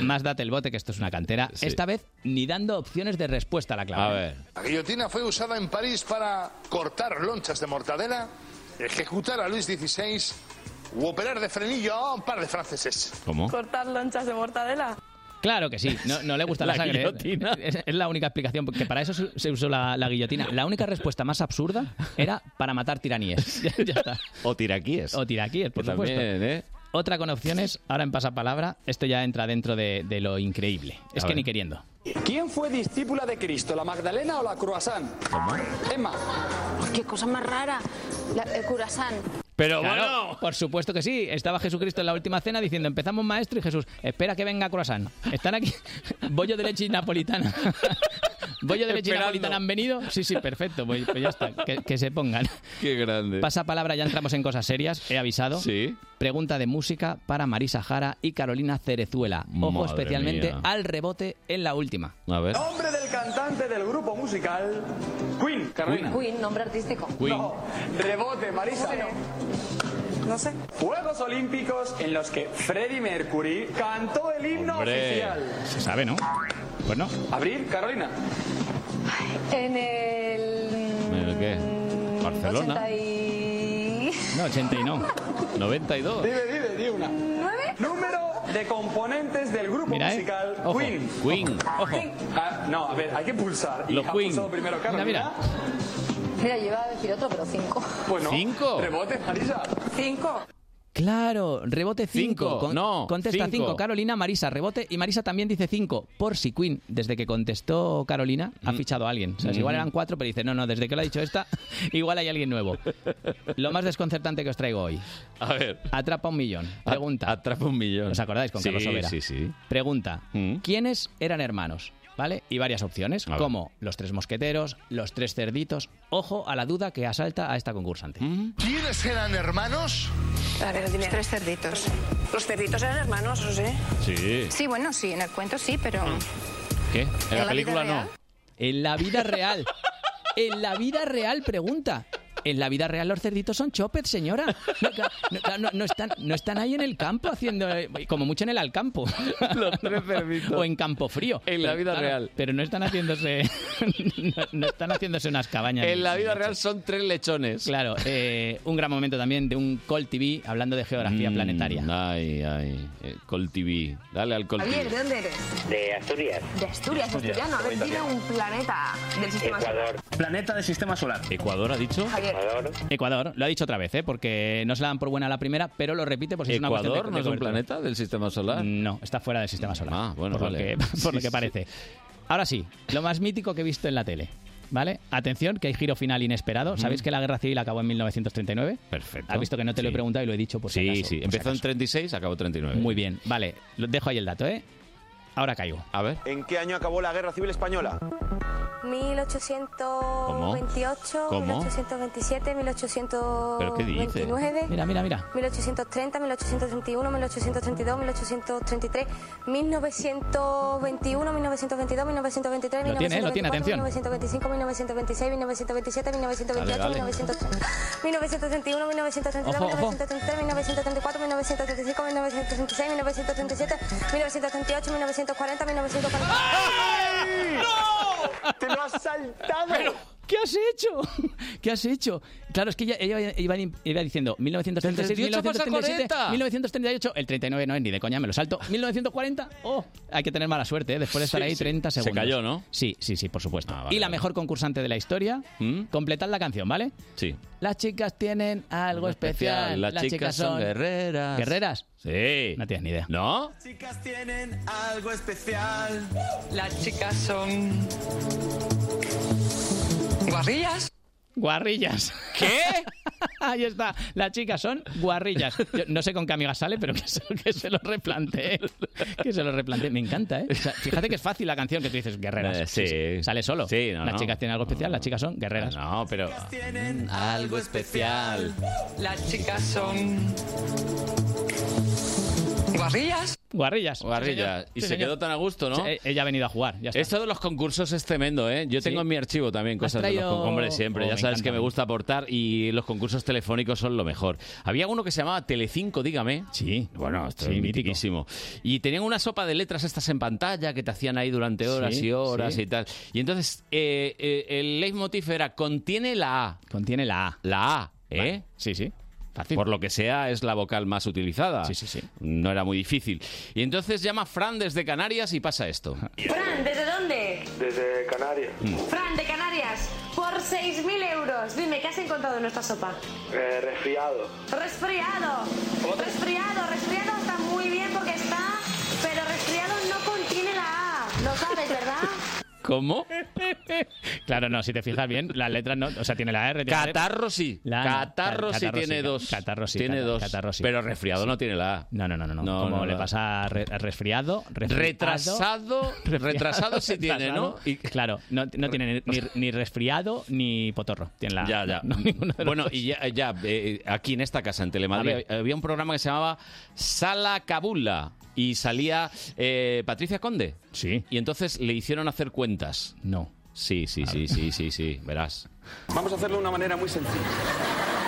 Speaker 36: Más date el bote, que esto es una cantera. Esta vez ni dando opciones de respuesta a la clave.
Speaker 2: A ver.
Speaker 12: La guillotina fue usada en París para cortar lonchas de mortadela, ejecutar a Luis XVI u operar de frenillo a un par de franceses.
Speaker 2: ¿Cómo?
Speaker 14: ¿Cortar lonchas de mortadela?
Speaker 36: Claro que sí, no, no le gusta la,
Speaker 2: La
Speaker 36: sangre. ¿eh?
Speaker 2: guillotina.
Speaker 36: Es, es la única explicación, porque para eso se se usó la, la guillotina. La única respuesta más absurda era para matar tiraníes. Ya está.
Speaker 2: O tiraquíes.
Speaker 36: O tiraquíes, por
Speaker 2: Que
Speaker 36: supuesto.
Speaker 2: también, ¿eh?
Speaker 36: Otra con opciones, ahora en pasapalabra, esto ya entra dentro de, de lo increíble. Es
Speaker 2: A
Speaker 36: que
Speaker 2: ver.
Speaker 36: ni queriendo.
Speaker 9: ¿Quién fue discípula de Cristo, la Magdalena o la Croissant? Emma.
Speaker 40: Qué cosa más rara. La, eh, el curasán.
Speaker 2: Pero
Speaker 36: bueno. Por supuesto que sí. Estaba Jesucristo en la última cena diciendo, empezamos maestro y Jesús, espera que venga croissant. Están aquí bollo de leche y napolitana. bollo de leche y
Speaker 2: Esperando.
Speaker 36: napolitana han venido. Sí, sí, perfecto. Pues, pues ya está. Que- que se pongan.
Speaker 2: Qué grande.
Speaker 36: Pasa palabra, ya entramos en cosas serias, he avisado.
Speaker 2: Sí.
Speaker 36: Pregunta de música para Marisa Jara y Carolina Cerezuela. Ojo
Speaker 2: Madre
Speaker 36: especialmente
Speaker 2: mía.
Speaker 36: al rebote en la última.
Speaker 2: A ver.
Speaker 9: Nombre del cantante del grupo musical Queen. Carolina.
Speaker 40: Queen, nombre artístico.
Speaker 9: No, rebote, Marisa. No sé. Juegos Olímpicos en los que Freddie Mercury cantó el himno oficial.
Speaker 36: Se sabe, ¿no? Pues no.
Speaker 9: Abril, Carolina.
Speaker 40: En el.
Speaker 2: ¿Qué? Barcelona.
Speaker 40: 80 y...
Speaker 36: No, 80 y no.
Speaker 2: 92.
Speaker 9: Dime, dime, di una.
Speaker 40: ¿Nueve?
Speaker 9: Número de componentes del grupo
Speaker 2: Mira, eh.
Speaker 9: musical
Speaker 2: Ojo.
Speaker 9: Queen.
Speaker 2: Queen. Ojo.
Speaker 9: Ah, no, a ver, hay que pulsar. Y
Speaker 2: Los
Speaker 9: ha
Speaker 2: Queen.
Speaker 9: pulsado primero
Speaker 2: Mira,
Speaker 9: Carolina.
Speaker 2: mira.
Speaker 40: Mira, yo iba a decir otro, pero cinco.
Speaker 9: Bueno,
Speaker 2: Cinco.
Speaker 9: Rebote, Marisa.
Speaker 40: Cinco.
Speaker 36: Claro, rebote 5.
Speaker 2: Cinco, no,
Speaker 36: contesta
Speaker 2: cinco.
Speaker 36: 5. Carolina, Marisa, rebote. Y Marisa también dice 5. Por si Queen, desde que contestó Carolina, ha fichado a alguien. O sea, si igual
Speaker 2: Mm.
Speaker 36: eran 4, pero dice, no, no, desde que lo ha dicho esta, igual hay alguien nuevo. Lo más desconcertante que os traigo hoy.
Speaker 2: A ver.
Speaker 36: Atrapa un millón. Pregunta.
Speaker 2: Atrapa un millón.
Speaker 36: ¿Os acordáis con
Speaker 2: Sí,
Speaker 36: Carlos Sobera?
Speaker 2: sí, sí. Mm.
Speaker 36: Pregunta. ¿Quiénes eran hermanos? ¿Vale? Y varias opciones,
Speaker 2: ver.
Speaker 36: como los tres mosqueteros, los tres cerditos. Ojo a la duda que asalta a esta concursante.
Speaker 2: Mm.
Speaker 12: ¿Quiénes eran hermanos?
Speaker 27: Los tres cerditos.
Speaker 40: Los cerditos eran hermanos, ¿o sí?
Speaker 2: Sí.
Speaker 27: Sí, bueno, sí, en el cuento sí, pero...
Speaker 2: Mm, ¿Qué?
Speaker 27: ¿En la vida real?
Speaker 36: En la vida real. En la vida real, pregunta. En la vida real los cerditos son choppets, señora. No, claro, no, claro, no- no están, no están ahí en el campo haciendo... eh, Como mucho en el alcampo. Los tres cerditos. O en campo frío.
Speaker 2: En la vida real.
Speaker 36: Pero no están haciéndose... No, no están haciéndose unas cabañas.
Speaker 2: En la vida
Speaker 36: real
Speaker 2: son tres lechones.
Speaker 36: Claro. eh, un gran momento también de un Call TV hablando de geografía
Speaker 2: Mm,
Speaker 36: planetaria.
Speaker 2: Ay, ay. Eh, Col TV. Dale al Col
Speaker 40: Javier,
Speaker 2: TV.
Speaker 40: ¿de dónde eres?
Speaker 9: Eh,
Speaker 2: De Asturias.
Speaker 40: De Asturias,
Speaker 2: Asturias,
Speaker 40: asturiano. A ver,
Speaker 2: Asturias.
Speaker 40: dime un planeta del sistema solar.
Speaker 36: Planeta del sistema solar.
Speaker 2: Ecuador ha dicho.
Speaker 40: Javier.
Speaker 36: Ecuador, lo ha dicho otra vez, ¿eh? porque no se la dan por buena a la primera, pero lo repite porque es una cuestión de-
Speaker 2: ¿Ecuador no
Speaker 36: de
Speaker 2: es un
Speaker 36: cobertura.
Speaker 2: planeta del sistema solar?
Speaker 36: No, está fuera del sistema solar.
Speaker 2: Ah, bueno,
Speaker 36: por lo que-
Speaker 2: vale.
Speaker 36: por lo
Speaker 2: Sí,
Speaker 36: que parece. Ahora sí, lo más mítico que he visto en la tele. ¿Vale? Atención, que hay giro final inesperado. ¿Sabéis que la guerra civil acabó en 1939?
Speaker 2: Perfecto.
Speaker 36: ¿Has visto que no te lo he
Speaker 2: Sí.
Speaker 36: preguntado y lo he dicho por si
Speaker 2: Sí,
Speaker 36: acaso,
Speaker 2: sí.
Speaker 36: por si
Speaker 2: Empezó en
Speaker 36: acaso?
Speaker 2: 36, acabó 39.
Speaker 36: Muy bien, vale. lo- Dejo ahí el dato, ¿eh? Ahora caigo.
Speaker 2: A ver.
Speaker 44: ¿En qué año acabó la Guerra Civil Española? 1828,
Speaker 2: ¿Cómo?
Speaker 44: 1827, 1829,
Speaker 2: ¿Pero qué dices? Mira, mira, mira.
Speaker 44: 1830, 1831, 1832, 1833, 1921, 1922, 1923,
Speaker 36: Lo tiene, lo tiene,
Speaker 44: 1924,
Speaker 36: atención.
Speaker 44: 1925, 1926, 1927, 1928,
Speaker 36: Dale, dale.
Speaker 44: 1931, 1932,
Speaker 36: Ojo, ojo.
Speaker 44: 1933, 1934, 1935, 1936, 1937, 1938, 1940, 1940.
Speaker 28: ¡Te lo has saltado!
Speaker 36: ¿Qué has hecho? ¿Qué has hecho? Claro, es que ella, ella iba, iba diciendo 1936,
Speaker 2: 38 pasa
Speaker 36: 1937,
Speaker 2: 40.
Speaker 36: 1938, el 39 no es ni de coña, me lo salto. 1940, oh, hay que tener mala suerte, ¿eh? después de estar
Speaker 2: Sí,
Speaker 36: ahí
Speaker 2: sí.
Speaker 36: 30
Speaker 2: Se
Speaker 36: segundos.
Speaker 2: cayó, ¿no? Ah,
Speaker 36: Sí, sí, sí, por supuesto.
Speaker 2: vale,
Speaker 36: y la
Speaker 2: vale. ¿Mm?
Speaker 36: mejor concursante de la historia, completad la canción, ¿vale?
Speaker 2: Sí.
Speaker 36: Las chicas tienen algo especial.
Speaker 2: Las, chicas, son guerreras.
Speaker 36: ¿Guerreras?
Speaker 2: Sí.
Speaker 36: No tienes ni idea.
Speaker 2: ¿No?
Speaker 45: chicas tienen algo especial. Las chicas son.
Speaker 36: ¿Guarrillas? Guarrillas. ¿Qué? Ahí está. Las chicas son guarrillas. Yo no sé con qué amiga sale, pero que se, que se lo replantee. Que se lo replantee. Me encanta, ¿eh? O sea, fíjate que es fácil la canción que tú dices, guerreras.
Speaker 2: Eh, sí.
Speaker 36: Sale solo.
Speaker 2: Sí, no,
Speaker 36: Las
Speaker 2: no.
Speaker 36: chicas tienen algo especial, las chicas son guerreras.
Speaker 2: No, pero...
Speaker 45: Tienen
Speaker 36: algo especial.
Speaker 45: Las chicas son. ¿Guarrillas?
Speaker 36: Guarrillas.
Speaker 2: Guarrillas.
Speaker 36: Sí, señor. Sí,
Speaker 2: Y se
Speaker 36: señor.
Speaker 2: quedó tan a gusto, ¿no?
Speaker 36: Sí, Ella ha venido a jugar. Ya está.
Speaker 2: Esto de los concursos es tremendo, ¿eh? Yo tengo en mi archivo también
Speaker 36: ¿Has
Speaker 2: cosas de los
Speaker 36: traído-
Speaker 2: concursos. Hombre, siempre,
Speaker 36: Oh,
Speaker 2: ya
Speaker 36: me
Speaker 2: sabes
Speaker 36: encanta.
Speaker 2: que me gusta aportar y los concursos telefónicos son lo mejor. Había uno que se llamaba Telecinco, dígame.
Speaker 36: Sí.
Speaker 2: Bueno, esto
Speaker 36: Sí,
Speaker 2: es
Speaker 36: mítico.
Speaker 2: mitiquísimo. Y tenían una sopa de letras estas en pantalla que te hacían ahí durante horas
Speaker 36: Sí,
Speaker 2: y horas
Speaker 36: sí.
Speaker 2: y tal. Y entonces, eh, eh, el leitmotiv era, contiene la A.
Speaker 36: Contiene la A.
Speaker 2: La A, ¿eh?
Speaker 36: Sí, sí.
Speaker 2: Por lo que sea, es la vocal más utilizada. Sí, sí, sí. No era muy difícil. Y entonces llama Fran desde Canarias y pasa esto.
Speaker 9: Fran, ¿desde dónde?
Speaker 2: Desde Canarias.
Speaker 9: Fran, de Canarias, por 6.000 euros. Dime, ¿qué has encontrado en nuestra sopa?
Speaker 28: resfriado.
Speaker 9: Resfriado. Resfriado, resfriado está muy bien porque está... Pero resfriado no contiene la A. Lo sabes, ¿verdad?
Speaker 36: ¿Cómo? Claro, no, si te fijas bien, las letras no. O sea, tiene la R. tiene la
Speaker 2: Catarro
Speaker 36: R.
Speaker 2: sí.
Speaker 36: La A no.
Speaker 2: Catarro sí tiene
Speaker 36: ca-
Speaker 2: dos.
Speaker 36: Catarro sí.
Speaker 2: Tiene
Speaker 36: cata-
Speaker 2: dos.
Speaker 36: Catarro sí.
Speaker 2: Pero resfriado no tiene la A.
Speaker 36: No, no, no, no. no. Como
Speaker 2: no,
Speaker 36: le
Speaker 2: no.
Speaker 36: pasa a re- a resfriado, resfriado,
Speaker 2: Retrasado, retrasado sí tiene, ¿no?
Speaker 36: Y, claro, no, no tiene ni, ni resfriado ni potorro. Tiene la
Speaker 2: Ya, ya.
Speaker 36: no, ninguno de los
Speaker 2: bueno,
Speaker 36: dos.
Speaker 2: y ya, ya, eh, aquí en esta casa, en
Speaker 36: A
Speaker 2: Telemadrid,
Speaker 36: ver.
Speaker 2: había un programa que se llamaba Sala Cabula y salía eh, Patricia Conde.
Speaker 36: Sí.
Speaker 2: Y entonces le hicieron hacer cuentas.
Speaker 36: No.
Speaker 2: Sí, sí, sí, sí, sí, sí, verás.
Speaker 28: Vamos a hacerlo de una manera muy sencilla.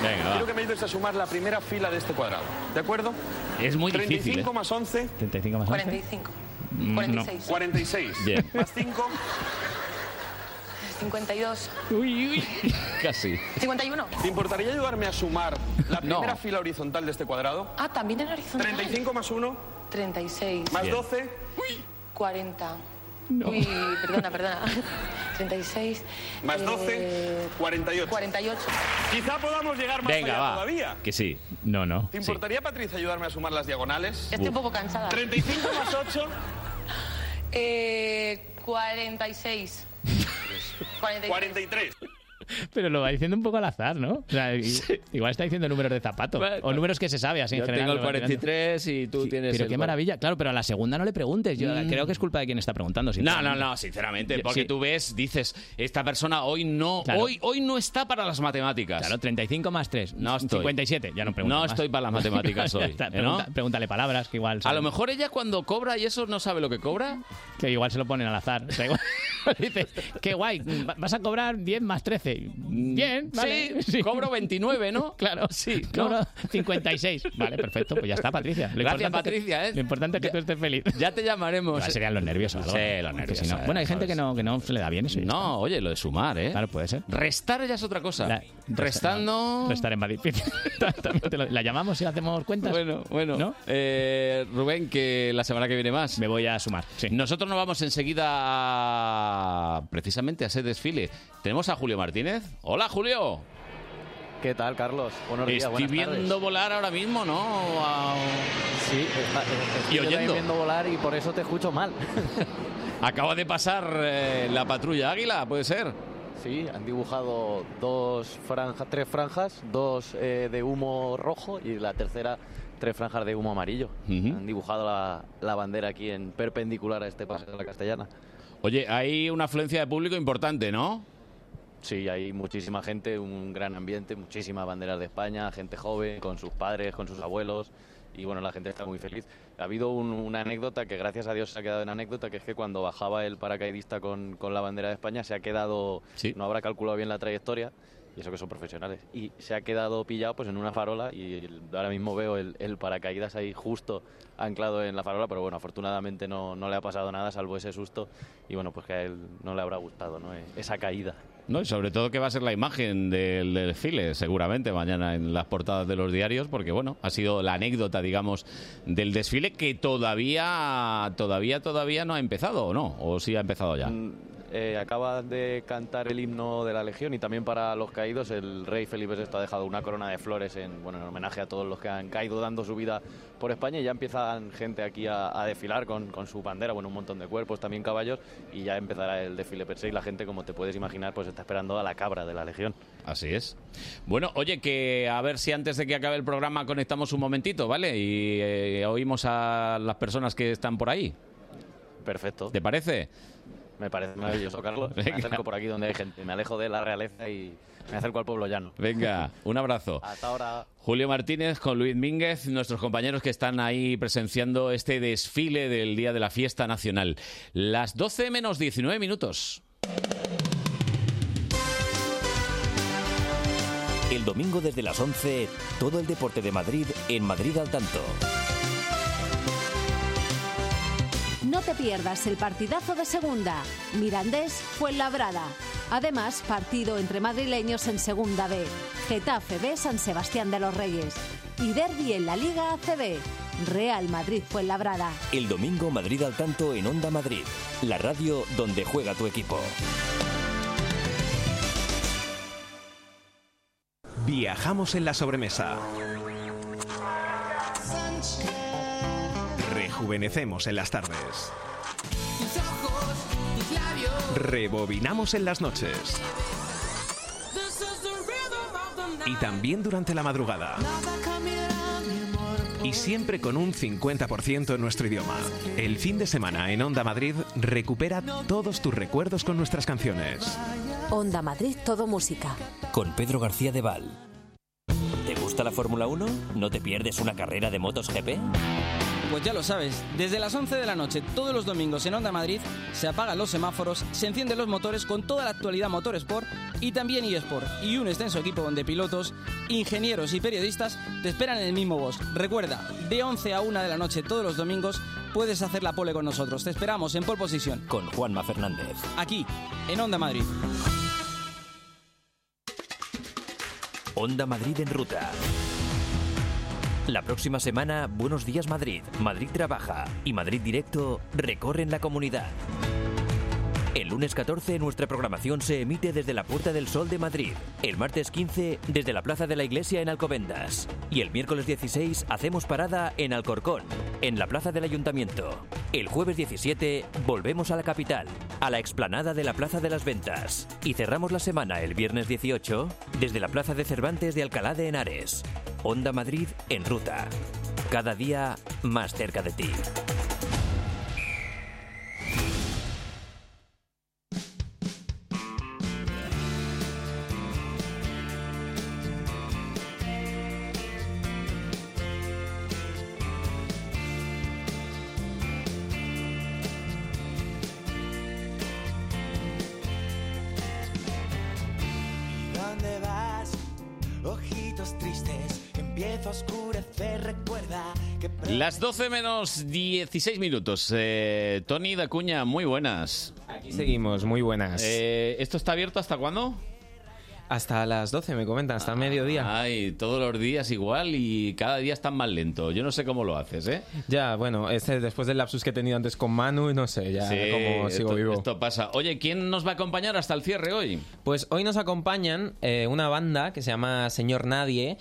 Speaker 2: Venga, va.
Speaker 28: Yo lo que me he ido es a sumar la primera fila de este cuadrado. ¿De acuerdo?
Speaker 2: Es muy
Speaker 28: 35
Speaker 2: difícil, ¿eh?
Speaker 28: más 11.
Speaker 36: 35 más 11.
Speaker 9: 45,
Speaker 36: Mm,
Speaker 9: 46.
Speaker 28: 46.
Speaker 2: Bien.
Speaker 28: Más 5.
Speaker 9: 52,
Speaker 36: Uy, uy.
Speaker 2: Casi.
Speaker 9: 51.
Speaker 28: ¿Te importaría ayudarme a sumar la
Speaker 2: No.
Speaker 28: primera fila horizontal de este cuadrado?
Speaker 9: Ah, también en horizontal.
Speaker 28: 35 más 1.
Speaker 9: 36.
Speaker 28: Más 12.
Speaker 9: 40. Uy, perdona, perdona. 36.
Speaker 28: Más
Speaker 9: eh,
Speaker 28: 12. 48.
Speaker 9: 48.
Speaker 28: Quizá podamos llegar más
Speaker 2: Venga,
Speaker 28: allá
Speaker 2: va.
Speaker 28: todavía.
Speaker 2: Que sí.
Speaker 36: No, no.
Speaker 28: ¿Te importaría, Patricia, ayudarme a sumar las diagonales?
Speaker 9: Estoy un poco cansada.
Speaker 28: 35 más 8.
Speaker 9: Eh, 46. 43.
Speaker 28: 43.
Speaker 36: Pero lo va diciendo un poco al azar, ¿no? O sea, i- Igual está diciendo números de zapato. o números que se sabe así en
Speaker 2: Yo
Speaker 36: general.
Speaker 2: tengo el
Speaker 36: lo va tirando.
Speaker 2: 43 y tú tienes
Speaker 36: Pero
Speaker 2: el
Speaker 36: qué
Speaker 2: cual-
Speaker 36: maravilla. Claro, pero a la segunda no le preguntes. Yo creo que es culpa de quien está preguntando.
Speaker 2: No,
Speaker 36: sinceramente.
Speaker 2: no, no, sinceramente,
Speaker 36: Yo-
Speaker 2: porque
Speaker 36: sí.
Speaker 2: tú ves, dices, esta persona hoy no,
Speaker 36: Claro.
Speaker 2: hoy, hoy no está para las matemáticas.
Speaker 36: Claro, 35 más 3.
Speaker 2: No estoy.
Speaker 36: 57, ya no pregunto.
Speaker 2: No
Speaker 36: más.
Speaker 2: estoy para las matemáticas hoy,
Speaker 36: Ya está,
Speaker 2: ¿eh,
Speaker 36: pregunta-
Speaker 2: no?
Speaker 36: Pregúntale palabras, que igual.
Speaker 2: A
Speaker 36: sabe.
Speaker 2: lo mejor ella cuando cobra y eso no sabe lo que cobra.
Speaker 36: Que igual se lo ponen al azar. O sea, igual- dices, qué guay, va- vas a cobrar 10 más 13. Bien,
Speaker 2: Mm, sí,
Speaker 36: vale.
Speaker 2: cobro 29, ¿no?
Speaker 36: Claro, sí. Cobro 56. Vale, perfecto, pues ya está, Patricia. Lo
Speaker 2: Gracias,
Speaker 36: importante es que-
Speaker 2: Patricia, ¿eh?
Speaker 36: Lo importante es que tú estés feliz.
Speaker 2: Ya te llamaremos.
Speaker 36: Igual serían los nervios o algo.
Speaker 2: Sí,
Speaker 36: ¿no?
Speaker 2: los
Speaker 36: Que
Speaker 2: nervios,
Speaker 36: si no-
Speaker 2: ¿sabes?
Speaker 36: Bueno, hay gente que no, que no se le da bien eso.
Speaker 2: No, oye, lo de sumar, ¿eh?
Speaker 36: Claro, puede ser.
Speaker 2: Restar ya es otra cosa.
Speaker 36: La-
Speaker 2: Restando...
Speaker 36: Restar es más difícil. También te lo- la llamamos y hacemos cuentas.
Speaker 2: Bueno, bueno. Eh, Rubén, que la semana que viene más. Me
Speaker 36: voy a sumar.
Speaker 2: Nosotros nos vamos enseguida a- precisamente a ese desfile. Tenemos a Julio Martínez. Hola, Julio.
Speaker 38: ¿Qué tal, Carlos? Buenos días,
Speaker 2: Estoy
Speaker 38: buenas
Speaker 2: viendo
Speaker 38: tardes.
Speaker 2: volar ahora mismo, ¿no? A-
Speaker 38: Sí, está-
Speaker 2: Y
Speaker 38: yo también
Speaker 2: oyendo.
Speaker 38: viendo volar y por eso te escucho mal.
Speaker 2: Acaba de pasar eh, la patrulla Águila, puede ser.
Speaker 38: Sí, han dibujado dos franjas, tres franjas, dos eh, de humo rojo y la tercera tres franjas de humo amarillo. Han dibujado la, la bandera aquí en perpendicular a este paseo de la Castellana.
Speaker 2: Oye, hay una afluencia de público importante, ¿no?
Speaker 38: Sí, hay muchísima gente, un gran ambiente, muchísimas banderas de España, gente joven, con sus padres, con sus abuelos. Y bueno, la gente está muy feliz. Ha habido un- una anécdota que gracias a Dios se ha quedado en anécdota, que es que cuando bajaba el paracaidista con, con la bandera de España se ha quedado, no habrá calculado bien la trayectoria, y eso que son profesionales, y se ha quedado pillado pues en una farola y el- ahora mismo veo el, el paracaídas ahí justo anclado en la farola, pero bueno, afortunadamente no, no le ha pasado nada salvo ese susto y bueno, pues que a él no le habrá gustado ¿no? E- esa caída.
Speaker 2: No, y sobre todo que va a ser la imagen del desfile, seguramente, mañana en las portadas de los diarios, porque bueno, ha sido la anécdota, digamos, del desfile que todavía, todavía, todavía no ha empezado, ¿o no? ¿O sí ha empezado ya?
Speaker 38: Eh, acaba de cantar el himno de la Legión y también para los caídos el rey Felipe VI ha dejado una corona de flores en, bueno, en homenaje a todos los que han caído dando su vida por España y ya empiezan gente aquí a, a desfilar con, con su bandera, bueno, un montón de cuerpos, también caballos y ya empezará el desfile per se y la gente, como te puedes imaginar, pues está esperando a la cabra de la Legión.
Speaker 2: Así es. Bueno, oye, que a ver si antes de que acabe el programa conectamos un momentito, ¿vale? Y eh, oímos a las personas que están por ahí.
Speaker 38: Perfecto.
Speaker 2: ¿Te parece?
Speaker 38: Me parece maravilloso, Carlos. Me
Speaker 2: Venga.
Speaker 38: acerco por aquí donde hay gente, me alejo de la realeza y me acerco al pueblo llano.
Speaker 2: Venga, un abrazo.
Speaker 38: Hasta ahora.
Speaker 2: Julio Martínez con Luis Mínguez, nuestros compañeros que están ahí presenciando este desfile del Día de la Fiesta Nacional. Las 12 menos 19 minutos.
Speaker 1: El domingo desde las 11, todo el deporte de Madrid en Madrid al tanto.
Speaker 14: No te pierdas el partidazo de segunda. Mirandés Fuenlabrada. Además, partido entre madrileños en segunda B. Getafe B San Sebastián de los Reyes. Y derbi en la Liga ACB. Real Madrid Fuenlabrada.
Speaker 1: El domingo Madrid al tanto en Onda Madrid, la radio donde juega tu equipo.
Speaker 46: Viajamos en la sobremesa. Rejuvenecemos en las tardes.
Speaker 30: Tus ojos, tus labios.
Speaker 46: Rebobinamos en las noches. Y también durante la madrugada. Y siempre con un 50% en nuestro idioma. El fin de semana en Onda Madrid recupera todos tus recuerdos con nuestras canciones.
Speaker 14: Onda Madrid Todo Música.
Speaker 1: Con Pedro García de Val. ¿Te gusta la Fórmula 1? ¿No te pierdes una carrera de motos GP?
Speaker 9: Pues ya lo sabes, desde las 11 de la noche todos los domingos en Onda Madrid se apagan los semáforos, se encienden los motores con toda la actualidad Motorsport y también eSport y un extenso equipo donde pilotos, ingenieros y periodistas te esperan en el mismo box. Recuerda, de 11 a 1 de la noche todos los domingos puedes hacer la pole con nosotros. Te esperamos en pole position.
Speaker 1: Con Juanma Fernández.
Speaker 9: Aquí, en Onda Madrid.
Speaker 1: Onda Madrid en ruta. La próxima semana, Buenos Días Madrid, Madrid Trabaja y Madrid Directo recorren la comunidad. El lunes 14 nuestra programación se emite desde la Puerta del Sol de Madrid, el martes 15 desde la Plaza de la Iglesia en Alcobendas y el miércoles 16 hacemos parada en Alcorcón, en la Plaza del Ayuntamiento. El jueves 17 volvemos a la capital, a la explanada de la Plaza de las Ventas y cerramos la semana el viernes 18 desde la Plaza de Cervantes de Alcalá de Henares. Onda Madrid en ruta. Cada día más cerca de ti.
Speaker 30: ¿Dónde vas? Ojitos tristes, empiezo a oscurecer, recuerda que...
Speaker 2: Las 12 menos 16 minutos. Eh, Tony Dacuña, muy buenas. Aquí
Speaker 12: seguimos, muy buenas.
Speaker 2: ¿Esto está abierto hasta cuándo? Ah,
Speaker 12: Hasta las 12, me comentan, hasta mediodía.
Speaker 2: Ay, todos los días igual y cada día están más lento. Yo no sé cómo lo haces, ¿eh?
Speaker 12: Ya, bueno, este, después del lapsus que he tenido antes con Manu, no sé, ya
Speaker 2: Sí,
Speaker 12: como sigo
Speaker 2: esto-
Speaker 12: vivo.
Speaker 2: Esto pasa. Oye, ¿quién nos va a acompañar hasta el cierre hoy?
Speaker 12: Pues hoy nos acompañan eh, una banda que se llama Señor Nadie.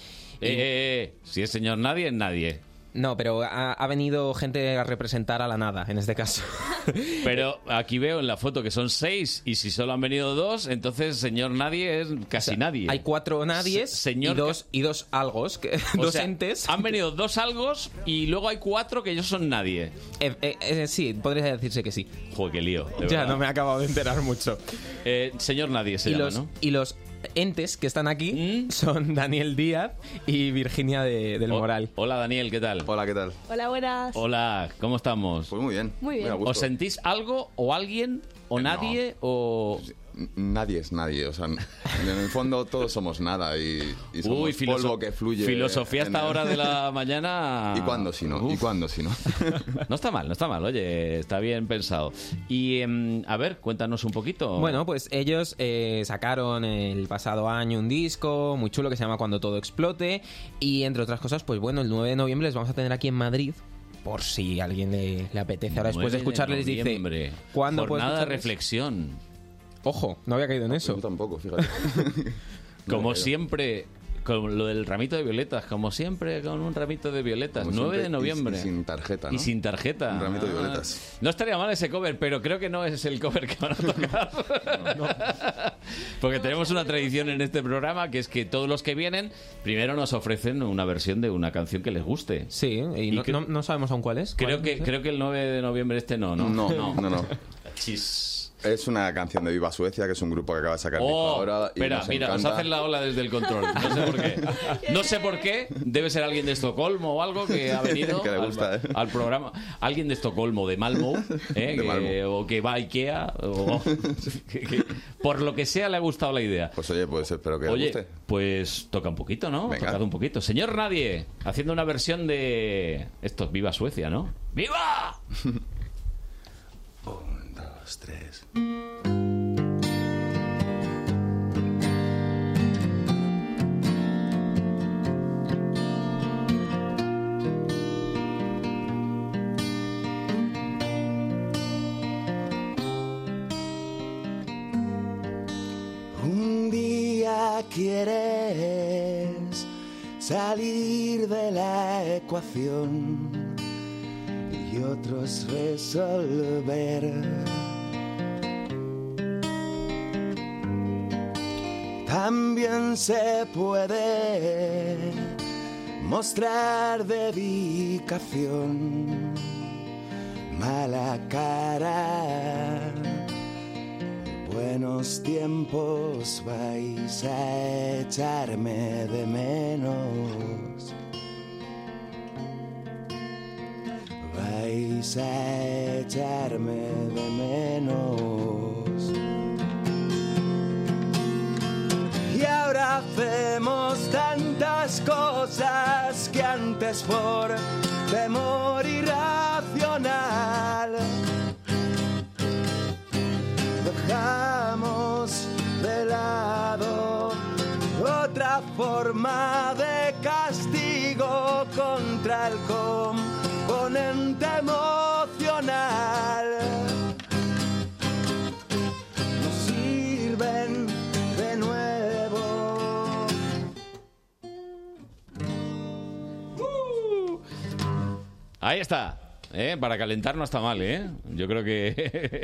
Speaker 2: Eh, eh, eh, si es señor nadie, es nadie.
Speaker 12: No, pero ha, ha venido gente a representar a la nada, en este caso.
Speaker 2: Pero aquí veo en la foto que son seis y si solo han venido dos, entonces señor nadie es casi nadie.
Speaker 12: Hay cuatro nadies
Speaker 2: Se- señor
Speaker 12: y, dos, y dos algos, que-
Speaker 2: O
Speaker 12: dos
Speaker 2: sea,
Speaker 12: entes.
Speaker 2: Han venido dos algos y luego hay cuatro que ellos son nadie.
Speaker 12: Eh, eh, eh, sí, podría decirse que sí.
Speaker 2: Joder, qué lío. de
Speaker 12: Ya
Speaker 2: verdad.
Speaker 12: no me he acabado de enterar mucho.
Speaker 2: Eh, señor nadie se
Speaker 12: y,
Speaker 2: llama,
Speaker 12: los,
Speaker 2: ¿no? ¿Mm?
Speaker 12: y los entes que están aquí son Daniel Díaz y Virginia de- del Moral.
Speaker 2: Hola Daniel, ¿qué tal?
Speaker 47: Hola, ¿qué tal?
Speaker 18: Hola, buenas.
Speaker 2: Hola, ¿cómo estamos? Pues
Speaker 47: muy bien.
Speaker 18: Muy bien. muy a gusto.
Speaker 2: ¿Os sentís algo o alguien o
Speaker 47: Eh,
Speaker 2: nadie o...?
Speaker 47: Nadie es nadie, o sea, n- en el fondo todos somos nada y, y somos
Speaker 2: Uy, filoso-
Speaker 47: polvo que fluye.
Speaker 2: Filosofía
Speaker 47: en
Speaker 2: hasta
Speaker 47: el-
Speaker 2: hora de la mañana.
Speaker 47: ¿Y cuándo si no? ¿Y cuándo si no?
Speaker 2: No está mal, no está mal, oye, está bien pensado. Y em, a ver, cuéntanos un poquito.
Speaker 12: Bueno, pues ellos eh, sacaron el pasado año un disco muy chulo que se llama Cuando todo explote y entre otras cosas, pues bueno, el 9 de noviembre les vamos a tener aquí en Madrid por si a alguien le, le apetece. Ahora después de
Speaker 2: 9 de
Speaker 12: escucharles dice,
Speaker 2: noviembre.
Speaker 12: ¿cuándo puedo
Speaker 2: Jornada de
Speaker 12: escucharles?".
Speaker 2: reflexión.
Speaker 12: Ojo, no había caído en eso.
Speaker 47: tampoco, fíjate.
Speaker 2: Como siempre, con lo del ramito de violetas, como siempre, con un ramito de violetas.
Speaker 47: Como
Speaker 2: 9
Speaker 47: siempre,
Speaker 2: de
Speaker 47: y-
Speaker 2: noviembre.
Speaker 47: Y sin tarjeta.
Speaker 2: Y sin tarjeta.
Speaker 47: Un ramito de
Speaker 2: Ah,
Speaker 47: violetas.
Speaker 2: No estaría mal ese cover, pero creo que no es el cover que van a tocar. Porque tenemos una tradición en este programa que es que todos los que vienen primero nos ofrecen una versión de una canción que les guste.
Speaker 12: Sí, y, no,
Speaker 2: que-
Speaker 12: no- no sabemos aún cuál es.
Speaker 2: Creo
Speaker 12: ¿Cuál?
Speaker 2: que, creo que el 9 de noviembre este no, ¿no?
Speaker 47: No, no, no. no.
Speaker 2: Chis.
Speaker 47: Es una canción de Viva Suecia, que es un grupo que acaba de sacar disco
Speaker 2: Oh,
Speaker 47: ahora. y
Speaker 2: espera,
Speaker 47: nos
Speaker 2: mira, nos
Speaker 47: encanta.
Speaker 2: hacen la ola desde el control. No sé por qué. No sé por qué. Debe ser alguien de Estocolmo o algo que ha venido
Speaker 47: Que le
Speaker 2: al-
Speaker 47: gusta, ¿eh?
Speaker 2: al, programa. Alguien de Estocolmo, de Malmo, ¿eh?
Speaker 47: De
Speaker 2: Que-
Speaker 47: Malmo.
Speaker 2: o que va a Ikea. o- que- que- por lo que sea, le ha gustado la idea.
Speaker 47: Pues oye, pues espero que
Speaker 2: Oye,
Speaker 47: le guste.
Speaker 2: pues toca un poquito, ¿no?
Speaker 47: Venga.
Speaker 2: Tocad un poquito. Señor Nadie, haciendo una versión de. Esto es Viva Suecia, ¿no? ¡Viva!
Speaker 47: Un, dos, tres.
Speaker 30: Un día quieres salir de la ecuación y otros resolver. También se puede mostrar dedicación, mala cara. Buenos tiempos vais a echarme de menos. Vais a echarme de menos. Y ahora hacemos tantas cosas que antes por temor irracional. dejamos de lado otra forma de castigo contra el componente emocional. Nos sirven de nuevo.
Speaker 2: Ahí está. ¿Eh? Para calentar no está mal, ¿eh? Yo creo que...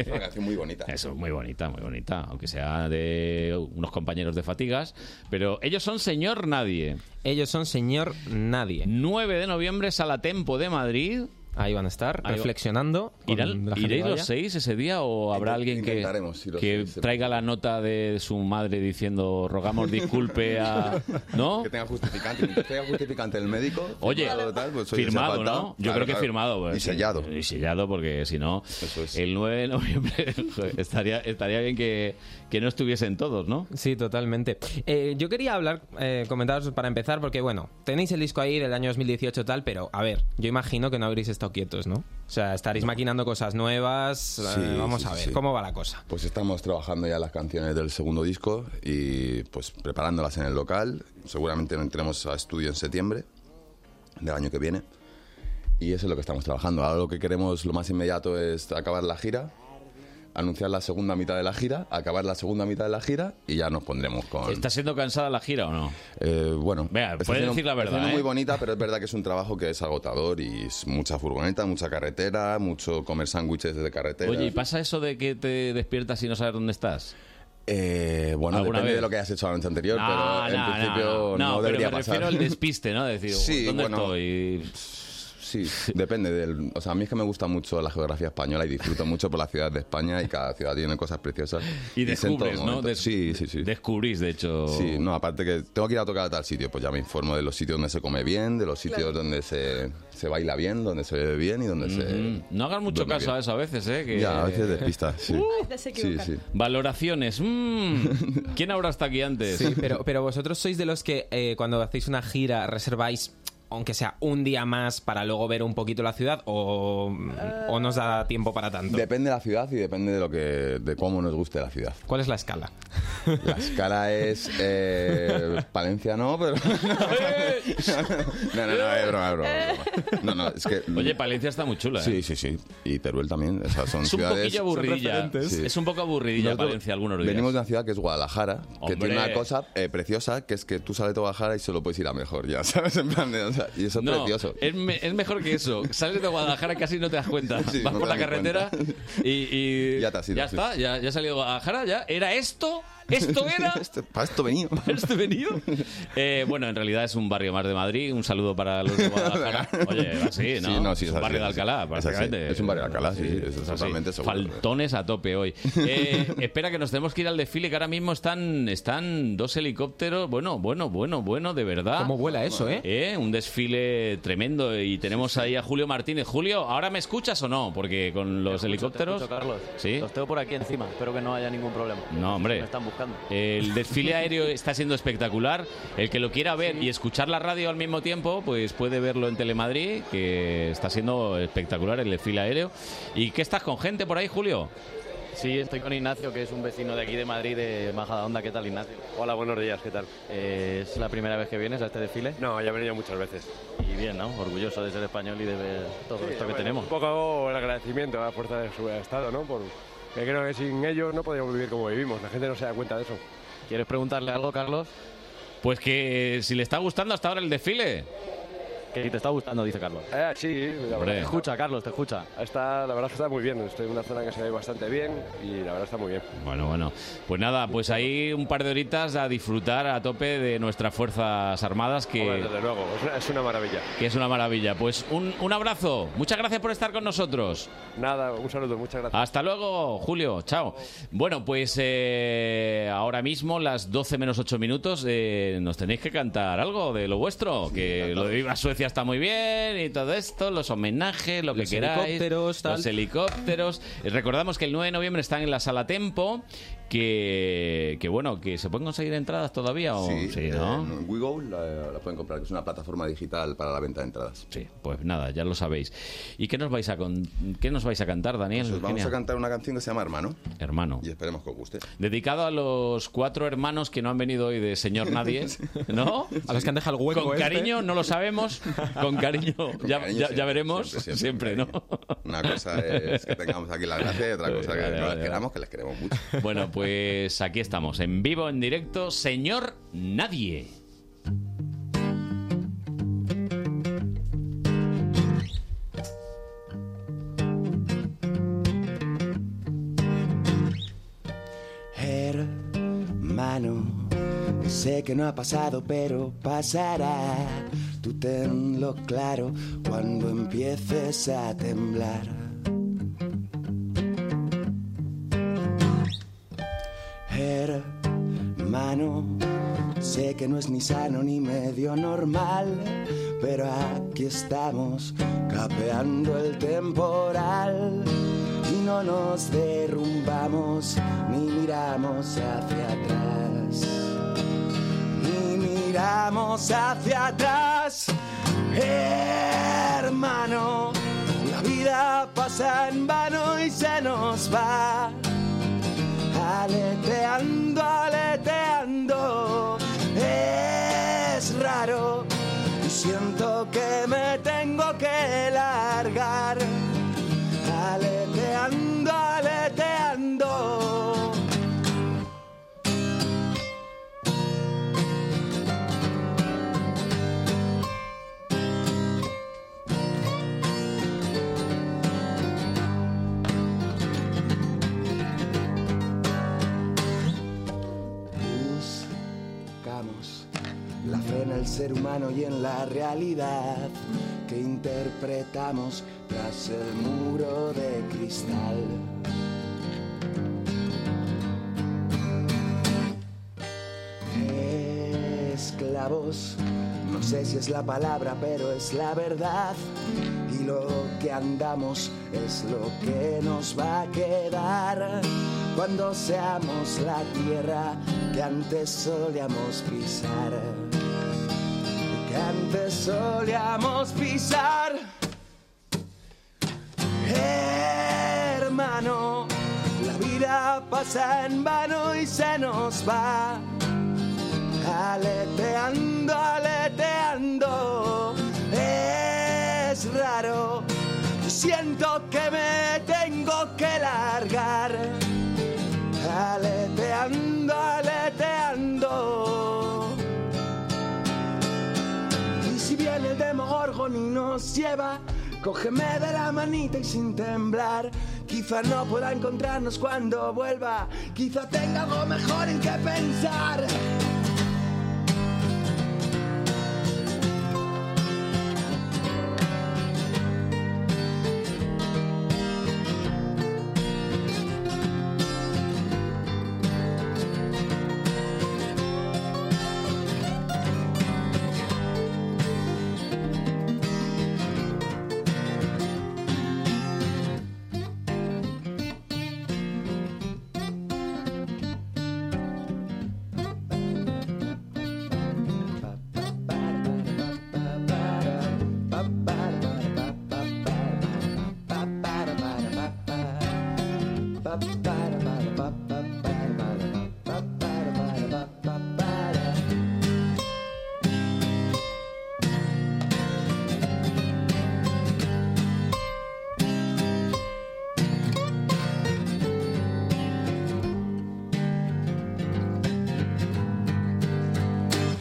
Speaker 2: Es
Speaker 47: una canción muy bonita.
Speaker 2: Eso, muy bonita, muy bonita. Aunque sea de unos compañeros de fatigas. Pero ellos son señor nadie.
Speaker 12: Ellos son señor nadie.
Speaker 2: 9 de noviembre, Sala Tempo de Madrid.
Speaker 12: Ahí van a estar,
Speaker 2: Ahí va-
Speaker 12: reflexionando. con
Speaker 2: ¿Irán-
Speaker 12: la gente
Speaker 2: ¿Iréis
Speaker 12: que
Speaker 2: los
Speaker 12: vaya.
Speaker 2: seis ese día o habrá alguien que,
Speaker 47: intentaremos ir los
Speaker 2: que
Speaker 47: seis, sí.
Speaker 2: traiga la nota de su madre diciendo rogamos disculpe a... ¿No?
Speaker 47: Que tenga justificante. Mientras tenga justificante el médico.
Speaker 2: Oye,
Speaker 47: firmado, tal, pues, oye,
Speaker 2: firmado,
Speaker 47: se ha faltado.
Speaker 2: ¿no? Yo
Speaker 47: Claro,
Speaker 2: creo que
Speaker 47: claro.
Speaker 2: firmado. pues,
Speaker 47: Y sellado.
Speaker 2: Y sellado, porque si no, el 9 de noviembre joder, estaría, estaría bien que, que no estuviesen todos, ¿no?
Speaker 12: Sí, totalmente. Eh, yo quería hablar, eh, comentaros para empezar, porque bueno, tenéis el disco ahí del año 2018 tal, pero a ver, yo imagino que no habréis estado quietos, ¿no? O sea, estaréis maquinando cosas nuevas. eh, vamos a ver, ¿cómo va la cosa?
Speaker 47: Pues estamos trabajando ya las canciones del segundo disco y pues preparándolas en el local. Seguramente entremos a estudio en septiembre del año que viene. Y eso es lo que estamos trabajando. Ahora lo que queremos, lo más inmediato, es acabar la gira, anunciar la segunda mitad de la gira, acabar la segunda mitad de la gira y ya nos pondremos con...
Speaker 2: ¿Está siendo cansada la gira o no?
Speaker 47: Eh, bueno,
Speaker 2: Vea,
Speaker 47: Está
Speaker 2: puedes
Speaker 47: siendo-
Speaker 2: decir la
Speaker 47: está
Speaker 2: verdad.
Speaker 47: siendo
Speaker 2: ¿eh?
Speaker 47: muy bonita, pero es verdad que es un trabajo que es agotador y es mucha furgoneta, mucha carretera, mucho comer sándwiches desde carretera.
Speaker 2: ¿eh? Oye, ¿y pasa eso de que te despiertas y no sabes dónde estás?
Speaker 47: Eh, bueno,
Speaker 2: ¿Alguna
Speaker 47: depende
Speaker 2: vez?
Speaker 47: de lo que hayas hecho la noche anterior,
Speaker 2: No,
Speaker 47: pero
Speaker 2: no,
Speaker 47: en
Speaker 2: no,
Speaker 47: principio
Speaker 2: no.
Speaker 47: no,
Speaker 2: No, pero
Speaker 47: debería
Speaker 2: me
Speaker 47: pasar.
Speaker 2: refiero al despiste, ¿no? Decir, ¿dónde
Speaker 47: estoy? Sí, depende del... O sea, a mí es que me gusta mucho la geografía española y disfruto mucho por la ciudad de España y cada ciudad tiene cosas preciosas.
Speaker 2: Y
Speaker 47: sé en todo
Speaker 2: descubres, ¿no?
Speaker 47: momento. sí, sí, sí.
Speaker 2: Descubrís, de hecho...
Speaker 47: Sí, no, aparte que tengo que ir a tocar a tal sitio, pues ya me informo de los sitios donde se come bien, de los sitios
Speaker 2: Claro.
Speaker 47: donde se, se baila bien, donde se bebe bien y donde
Speaker 2: Ujú.
Speaker 47: se...
Speaker 2: Mm, No hagas mucho
Speaker 47: duerme
Speaker 2: caso
Speaker 47: bien.
Speaker 2: a eso a veces, ¿eh? Que...
Speaker 47: Ya, a veces despista, sí.
Speaker 12: desequivocar. sí.
Speaker 2: Valoraciones. mm. ¿Quién ahora está aquí antes?
Speaker 12: Sí, pero, pero vosotros sois de los que eh, cuando hacéis una gira reserváis aunque sea un día más para luego ver un poquito la ciudad o, o nos da tiempo para tanto.
Speaker 47: Depende de la ciudad y depende de lo que de cómo nos guste la ciudad.
Speaker 12: ¿Cuál es la escala?
Speaker 47: La escala es eh, Palencia no, pero no, no, no, es broma, es broma, es broma. No, no, es que
Speaker 2: Oye, Palencia está muy chula, ¿eh?
Speaker 47: Sí, sí, sí. Y Teruel también, o sea, son
Speaker 2: Es un
Speaker 47: ciudades
Speaker 2: poquillo aburridilla.
Speaker 47: Sí.
Speaker 2: Es un poco aburridilla
Speaker 47: Nosotros
Speaker 2: Valencia algunos días.
Speaker 47: Venimos de una ciudad que es Guadalajara, que
Speaker 2: Hombre.
Speaker 47: tiene una cosa eh, preciosa, que es que tú sales de Guadalajara y solo puedes ir a mejor, ya sabes, en plan de, o sea, y eso es
Speaker 2: No,
Speaker 47: precioso.
Speaker 2: Es, me- es mejor que eso. Sales de Guadalajara y casi no te das cuenta.
Speaker 47: Sí,
Speaker 2: Vas
Speaker 47: no
Speaker 2: por
Speaker 47: te
Speaker 2: la
Speaker 47: das ni
Speaker 2: carretera y, y-
Speaker 47: Ya te has ido,
Speaker 2: ya
Speaker 47: sí.
Speaker 2: está, ya, ya he salido de Guadalajara, ya. ¿Era esto? ¿Esto era?
Speaker 47: Este- para esto venido.
Speaker 2: Eh, bueno, en realidad es un barrio más de Madrid. Un saludo para los de Guadalajara. Oye, así, ¿no?
Speaker 47: Sí, no, sí, es
Speaker 2: es un
Speaker 47: así,
Speaker 2: barrio de
Speaker 47: es así.
Speaker 2: Alcalá,
Speaker 47: Es
Speaker 2: prácticamente.
Speaker 47: así. Es un barrio de Alcalá, sí, sí, eso es
Speaker 2: así.
Speaker 47: totalmente seguro.
Speaker 2: Faltones a tope hoy. Eh, espera, que nos tenemos que ir al desfile, que ahora mismo están, están dos helicópteros. Bueno, bueno, bueno, bueno, de verdad.
Speaker 12: ¿Cómo vuela eso, eh?
Speaker 2: Un desfile tremendo. Y tenemos ahí a Julio Martínez. Julio, ¿ahora me escuchas o no? Porque con los helicópteros.
Speaker 38: escucho, Carlos.
Speaker 2: Sí.
Speaker 38: Los tengo por aquí encima, espero que no haya ningún problema.
Speaker 2: No, hombre.
Speaker 38: Me están buscando.
Speaker 2: El desfile aéreo está siendo espectacular. El que lo quiera ver y escuchar la radio al mismo tiempo, pues puede verlo en Telemadrid, que está siendo espectacular el desfile aéreo. ¿Y qué estás con gente por ahí, Julio?
Speaker 38: Sí, estoy con Ignacio, que es un vecino de aquí de Madrid, de Majadahonda. ¿Qué tal, Ignacio? Hola, buenos días, ¿qué tal? ¿Es la primera vez que vienes a este desfile? No, ya he venido muchas veces. Y bien, ¿no? Orgulloso de ser español y de ver todo
Speaker 7: Sí,
Speaker 38: esto que
Speaker 7: bueno,
Speaker 38: tenemos.
Speaker 7: Un poco el agradecimiento a la fuerza de su Estado, ¿no? Por, que creo que sin ellos no podríamos vivir como vivimos. La gente no se da cuenta de eso.
Speaker 38: ¿Quieres preguntarle algo, Carlos?
Speaker 2: Pues que si le está gustando hasta ahora el desfile.
Speaker 38: Que te está gustando, dice Carlos.
Speaker 7: Eh, sí, la
Speaker 2: Hombre.
Speaker 7: verdad.
Speaker 2: Te
Speaker 38: escucha, Carlos, te escucha.
Speaker 7: Está, la verdad es que está muy bien. Estoy en una zona que se ve bastante bien y la verdad está muy bien.
Speaker 2: Bueno, bueno. Pues nada, pues ahí un par de horitas a disfrutar a tope de nuestras Fuerzas Armadas, que,
Speaker 7: Hombre, desde luego, es una, es una maravilla.
Speaker 2: que es una maravilla. Pues un, un abrazo. Muchas gracias por estar con nosotros.
Speaker 7: Nada, un saludo, muchas gracias.
Speaker 2: Hasta luego, Julio. Chao. Bueno, pues eh, ahora mismo, las 12 menos 8 minutos, eh, nos tenéis que cantar algo de lo vuestro. que lo de Viva Suecia está muy bien y todo esto, los homenajes, lo que
Speaker 12: Los
Speaker 2: queráis.
Speaker 12: helicópteros, tal.
Speaker 2: Los helicópteros. Eh, Recordamos que el 9 de noviembre están en la sala Tempo. Que, que bueno, que se pueden conseguir entradas todavía o
Speaker 47: Sí, eh,
Speaker 2: ¿no?
Speaker 47: en WeGo la, la pueden comprar, que es una plataforma digital para la venta de entradas.
Speaker 2: Sí. Pues nada, ya lo sabéis. ¿Y qué nos vais a con- qué nos vais a cantar, Daniel?
Speaker 47: Pues vamos
Speaker 2: Eugenia?
Speaker 47: a cantar una canción que se llama Hermano.
Speaker 2: Hermano.
Speaker 47: Y esperemos que os guste.
Speaker 2: Dedicado a los cuatro hermanos que no han venido hoy de Señor Nadie, ¿no?
Speaker 12: A los que han dejado el hueco
Speaker 2: Con
Speaker 12: este.
Speaker 2: cariño, no lo sabemos. Con cariño, ya,
Speaker 47: cariño,
Speaker 2: ya- ya
Speaker 47: siempre,
Speaker 2: veremos. Siempre,
Speaker 47: siempre,
Speaker 2: ¿no?
Speaker 47: Una cosa es que tengamos aquí la gracia y otra cosa que
Speaker 2: Vale,
Speaker 47: no
Speaker 2: vale,
Speaker 47: les queramos, que les queremos mucho.
Speaker 2: Bueno, pues aquí estamos, en vivo, en directo, Señor Nadie.
Speaker 30: Hermano, sé que no ha pasado, pero pasará. Tú tenlo claro cuando empieces a temblar. Hermano, sé que no es ni sano ni medio normal, pero aquí estamos capeando el temporal y no nos derrumbamos ni miramos hacia atrás. Ni miramos hacia atrás, hermano. La vida pasa en vano y se nos va. Aleteando, aleteando, es raro. y Siento que me tengo que largar. Aleteando, aleteando.
Speaker 23: la fe en el ser humano y en la realidad que interpretamos tras el muro de cristal. Esclavos, no sé si es la palabra, pero es la verdad. Y lo que andamos es lo que nos va a quedar cuando seamos la tierra que antes solíamos pisar. Que antes solíamos pisar. Hermano, la vida pasa en vano y se nos va. Aleteando, aleteando. Es raro. Siento que me tengo que largar aleteando, aleteando. Y si viene el demogorgon y nos lleva, cógeme de la manita y sin temblar. Quizá no pueda encontrarnos cuando vuelva, quizá tenga algo mejor en que pensar.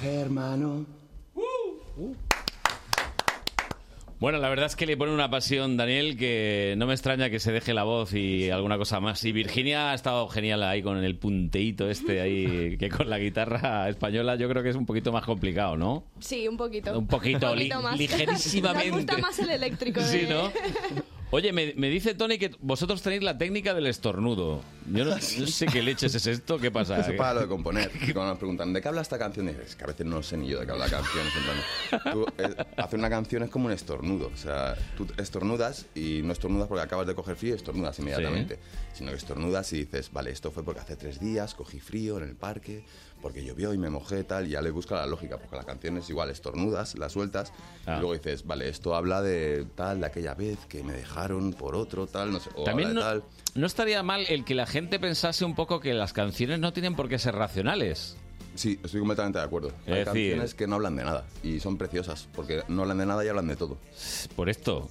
Speaker 23: Hermano.
Speaker 2: Bueno, la verdad es que le pone una pasión, Daniel, que no me extraña que se deje la voz y alguna cosa más. Y Virginia ha estado genial ahí con el punteíto este ahí, que con la guitarra española yo creo que es un poquito más complicado, ¿no?
Speaker 15: Sí, un poquito.
Speaker 2: Un poquito, li-
Speaker 15: más.
Speaker 2: ligerísimamente.
Speaker 15: Nos gusta más el eléctrico. de-
Speaker 2: Sí, ¿no? Oye, me, me dice Tony que vosotros tenéis la técnica del estornudo. Yo no, no sé qué leches es esto, ¿qué pasa? ¿eh?
Speaker 47: Eso para lo de componer. que Cuando nos preguntan, ¿de qué habla esta canción? Dices, es que a veces no sé ni yo de qué habla la canción. es en plan, tú, eh, hacer una canción es como un estornudo. O sea, tú estornudas y no estornudas porque acabas de coger frío y estornudas inmediatamente. Sino que estornudas y dices, vale, esto fue porque hace tres días cogí frío en el parque, porque llovió y me mojé tal. Y ya le busca la lógica, porque la canción es igual, estornudas, la sueltas.
Speaker 2: Ah.
Speaker 47: Y luego dices, vale, esto habla de tal, de aquella vez que me dejaron por otro, tal, no sé. o
Speaker 2: También
Speaker 47: habla de
Speaker 2: no, no estaría mal el que la gente pensase un poco que las canciones no tienen por qué ser racionales.
Speaker 47: Sí, estoy completamente de acuerdo. Hay
Speaker 2: Es decir-
Speaker 47: canciones que no hablan de nada y son preciosas porque no hablan de nada y hablan de todo.
Speaker 2: Por esto.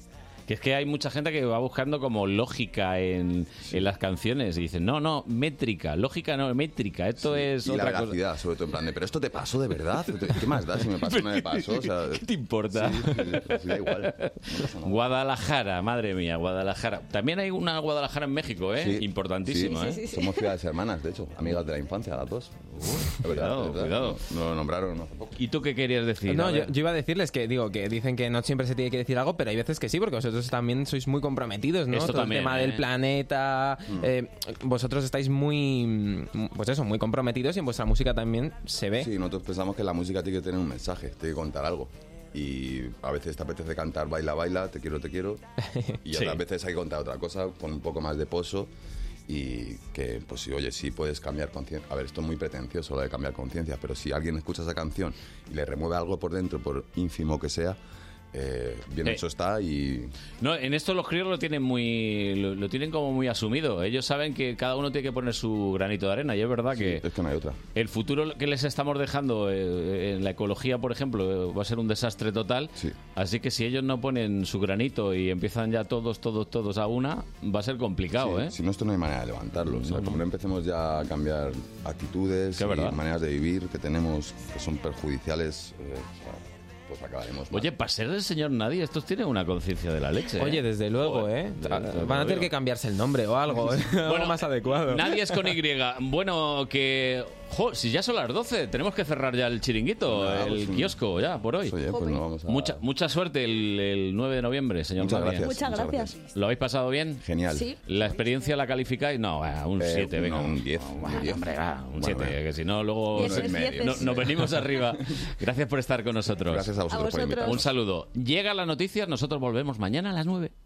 Speaker 2: Que es que hay mucha gente que va buscando como lógica en, en las canciones y dicen, no, no, métrica, lógica no, métrica, esto es
Speaker 47: y
Speaker 2: otra
Speaker 47: la
Speaker 2: cosa.
Speaker 47: veracidad, sobre todo en plan de, pero esto te pasó de verdad. ¿Qué más da si me pasó o no me pasó? O sea,
Speaker 2: ¿Qué te importa?
Speaker 47: Sí, sí, sí, da igual.
Speaker 2: Guadalajara, madre mía, Guadalajara. También hay una Guadalajara en México, ¿eh?
Speaker 47: Sí,
Speaker 2: Importantísima,
Speaker 47: sí.
Speaker 2: ¿eh?
Speaker 47: Somos ciudades hermanas, de hecho, amigas de la infancia, las dos. Es verdad,
Speaker 2: cuidado,
Speaker 47: es verdad.
Speaker 2: cuidado.
Speaker 47: No lo nombraron hace poco.
Speaker 2: ¿Y tú qué querías decir?
Speaker 12: No,
Speaker 2: A
Speaker 12: yo,
Speaker 2: ver.
Speaker 12: yo iba a decirles que digo que dicen que no siempre se tiene que decir algo, pero hay veces que sí, porque vosotros también sois muy comprometidos, ¿no?
Speaker 2: Esto
Speaker 12: Todo
Speaker 2: también,
Speaker 12: el tema
Speaker 2: ¿eh? Mm.
Speaker 12: del planeta, eh, vosotros estáis muy, mm, pues eso, muy comprometidos y en vuestra música también se ve.
Speaker 47: Sí, nosotros pensamos que la música tiene que tener un mensaje, tiene que contar algo. Y a veces te apetece cantar baila, baila, te quiero, te quiero. Y
Speaker 2: Sí.
Speaker 47: otras veces hay que contar otra cosa con un poco más de pozo. Y que, pues sí, oye, sí puedes cambiar conciencia. A ver, esto es muy pretencioso lo de cambiar conciencia, pero si alguien escucha esa canción y le remueve algo por dentro, por ínfimo que sea, eh, bien
Speaker 2: Eh.
Speaker 47: hecho está y
Speaker 2: No, en esto los críos lo tienen muy lo, lo tienen como muy asumido. Ellos saben que cada uno tiene que poner su granito de arena y es verdad que
Speaker 47: es que no hay otra.
Speaker 2: el futuro que les estamos dejando eh, en la ecología, por ejemplo, eh, va a ser un desastre total. Así que si ellos no ponen su granito y empiezan ya todos, todos, todos a una, va a ser complicado,
Speaker 47: Sí,
Speaker 2: ¿eh?
Speaker 47: Si no, esto no hay manera de levantarlo. O sea,
Speaker 2: No, no.
Speaker 47: como no empecemos ya a cambiar actitudes
Speaker 2: Que es
Speaker 47: y
Speaker 2: verdad.
Speaker 47: maneras de vivir que tenemos que son perjudiciales, eh, o sea, pues acabaremos mal.
Speaker 2: Oye, para ser el señor nadie, estos tienen una conciencia de la leche. ¿eh?
Speaker 12: Oye, desde luego, ¿eh? Van a tener que cambiarse el nombre o algo, ¿eh? Algo más adecuado.
Speaker 2: Nadie es con Y. Bueno, que Jo, si ya son las 12, tenemos que cerrar ya el chiringuito,
Speaker 3: Nada,
Speaker 2: el
Speaker 3: pues, mm.
Speaker 2: kiosco, ya, por hoy.
Speaker 3: Oye, pues no vamos a-
Speaker 2: mucha, mucha suerte el, el 9 de noviembre, señor
Speaker 3: Muchas
Speaker 2: Madrid.
Speaker 3: gracias, Muchas muchas gracias.
Speaker 2: ¿Lo habéis pasado bien?
Speaker 3: Genial. Sí.
Speaker 2: ¿La experiencia la calificáis? No, eh, un
Speaker 3: Eh,
Speaker 2: 7, venga.
Speaker 3: no, un 10.
Speaker 2: Bueno, hombre, va, un
Speaker 3: Bueno, eh,
Speaker 2: 7,
Speaker 3: venga.
Speaker 2: que si no, luego
Speaker 3: Dieces,
Speaker 2: no-
Speaker 3: dieces.
Speaker 2: no- nos venimos arriba. Gracias por estar con nosotros.
Speaker 3: Gracias a vosotros A por vosotros. invitarnos.
Speaker 2: Un saludo. Llega la noticia, nosotros volvemos mañana a las 9.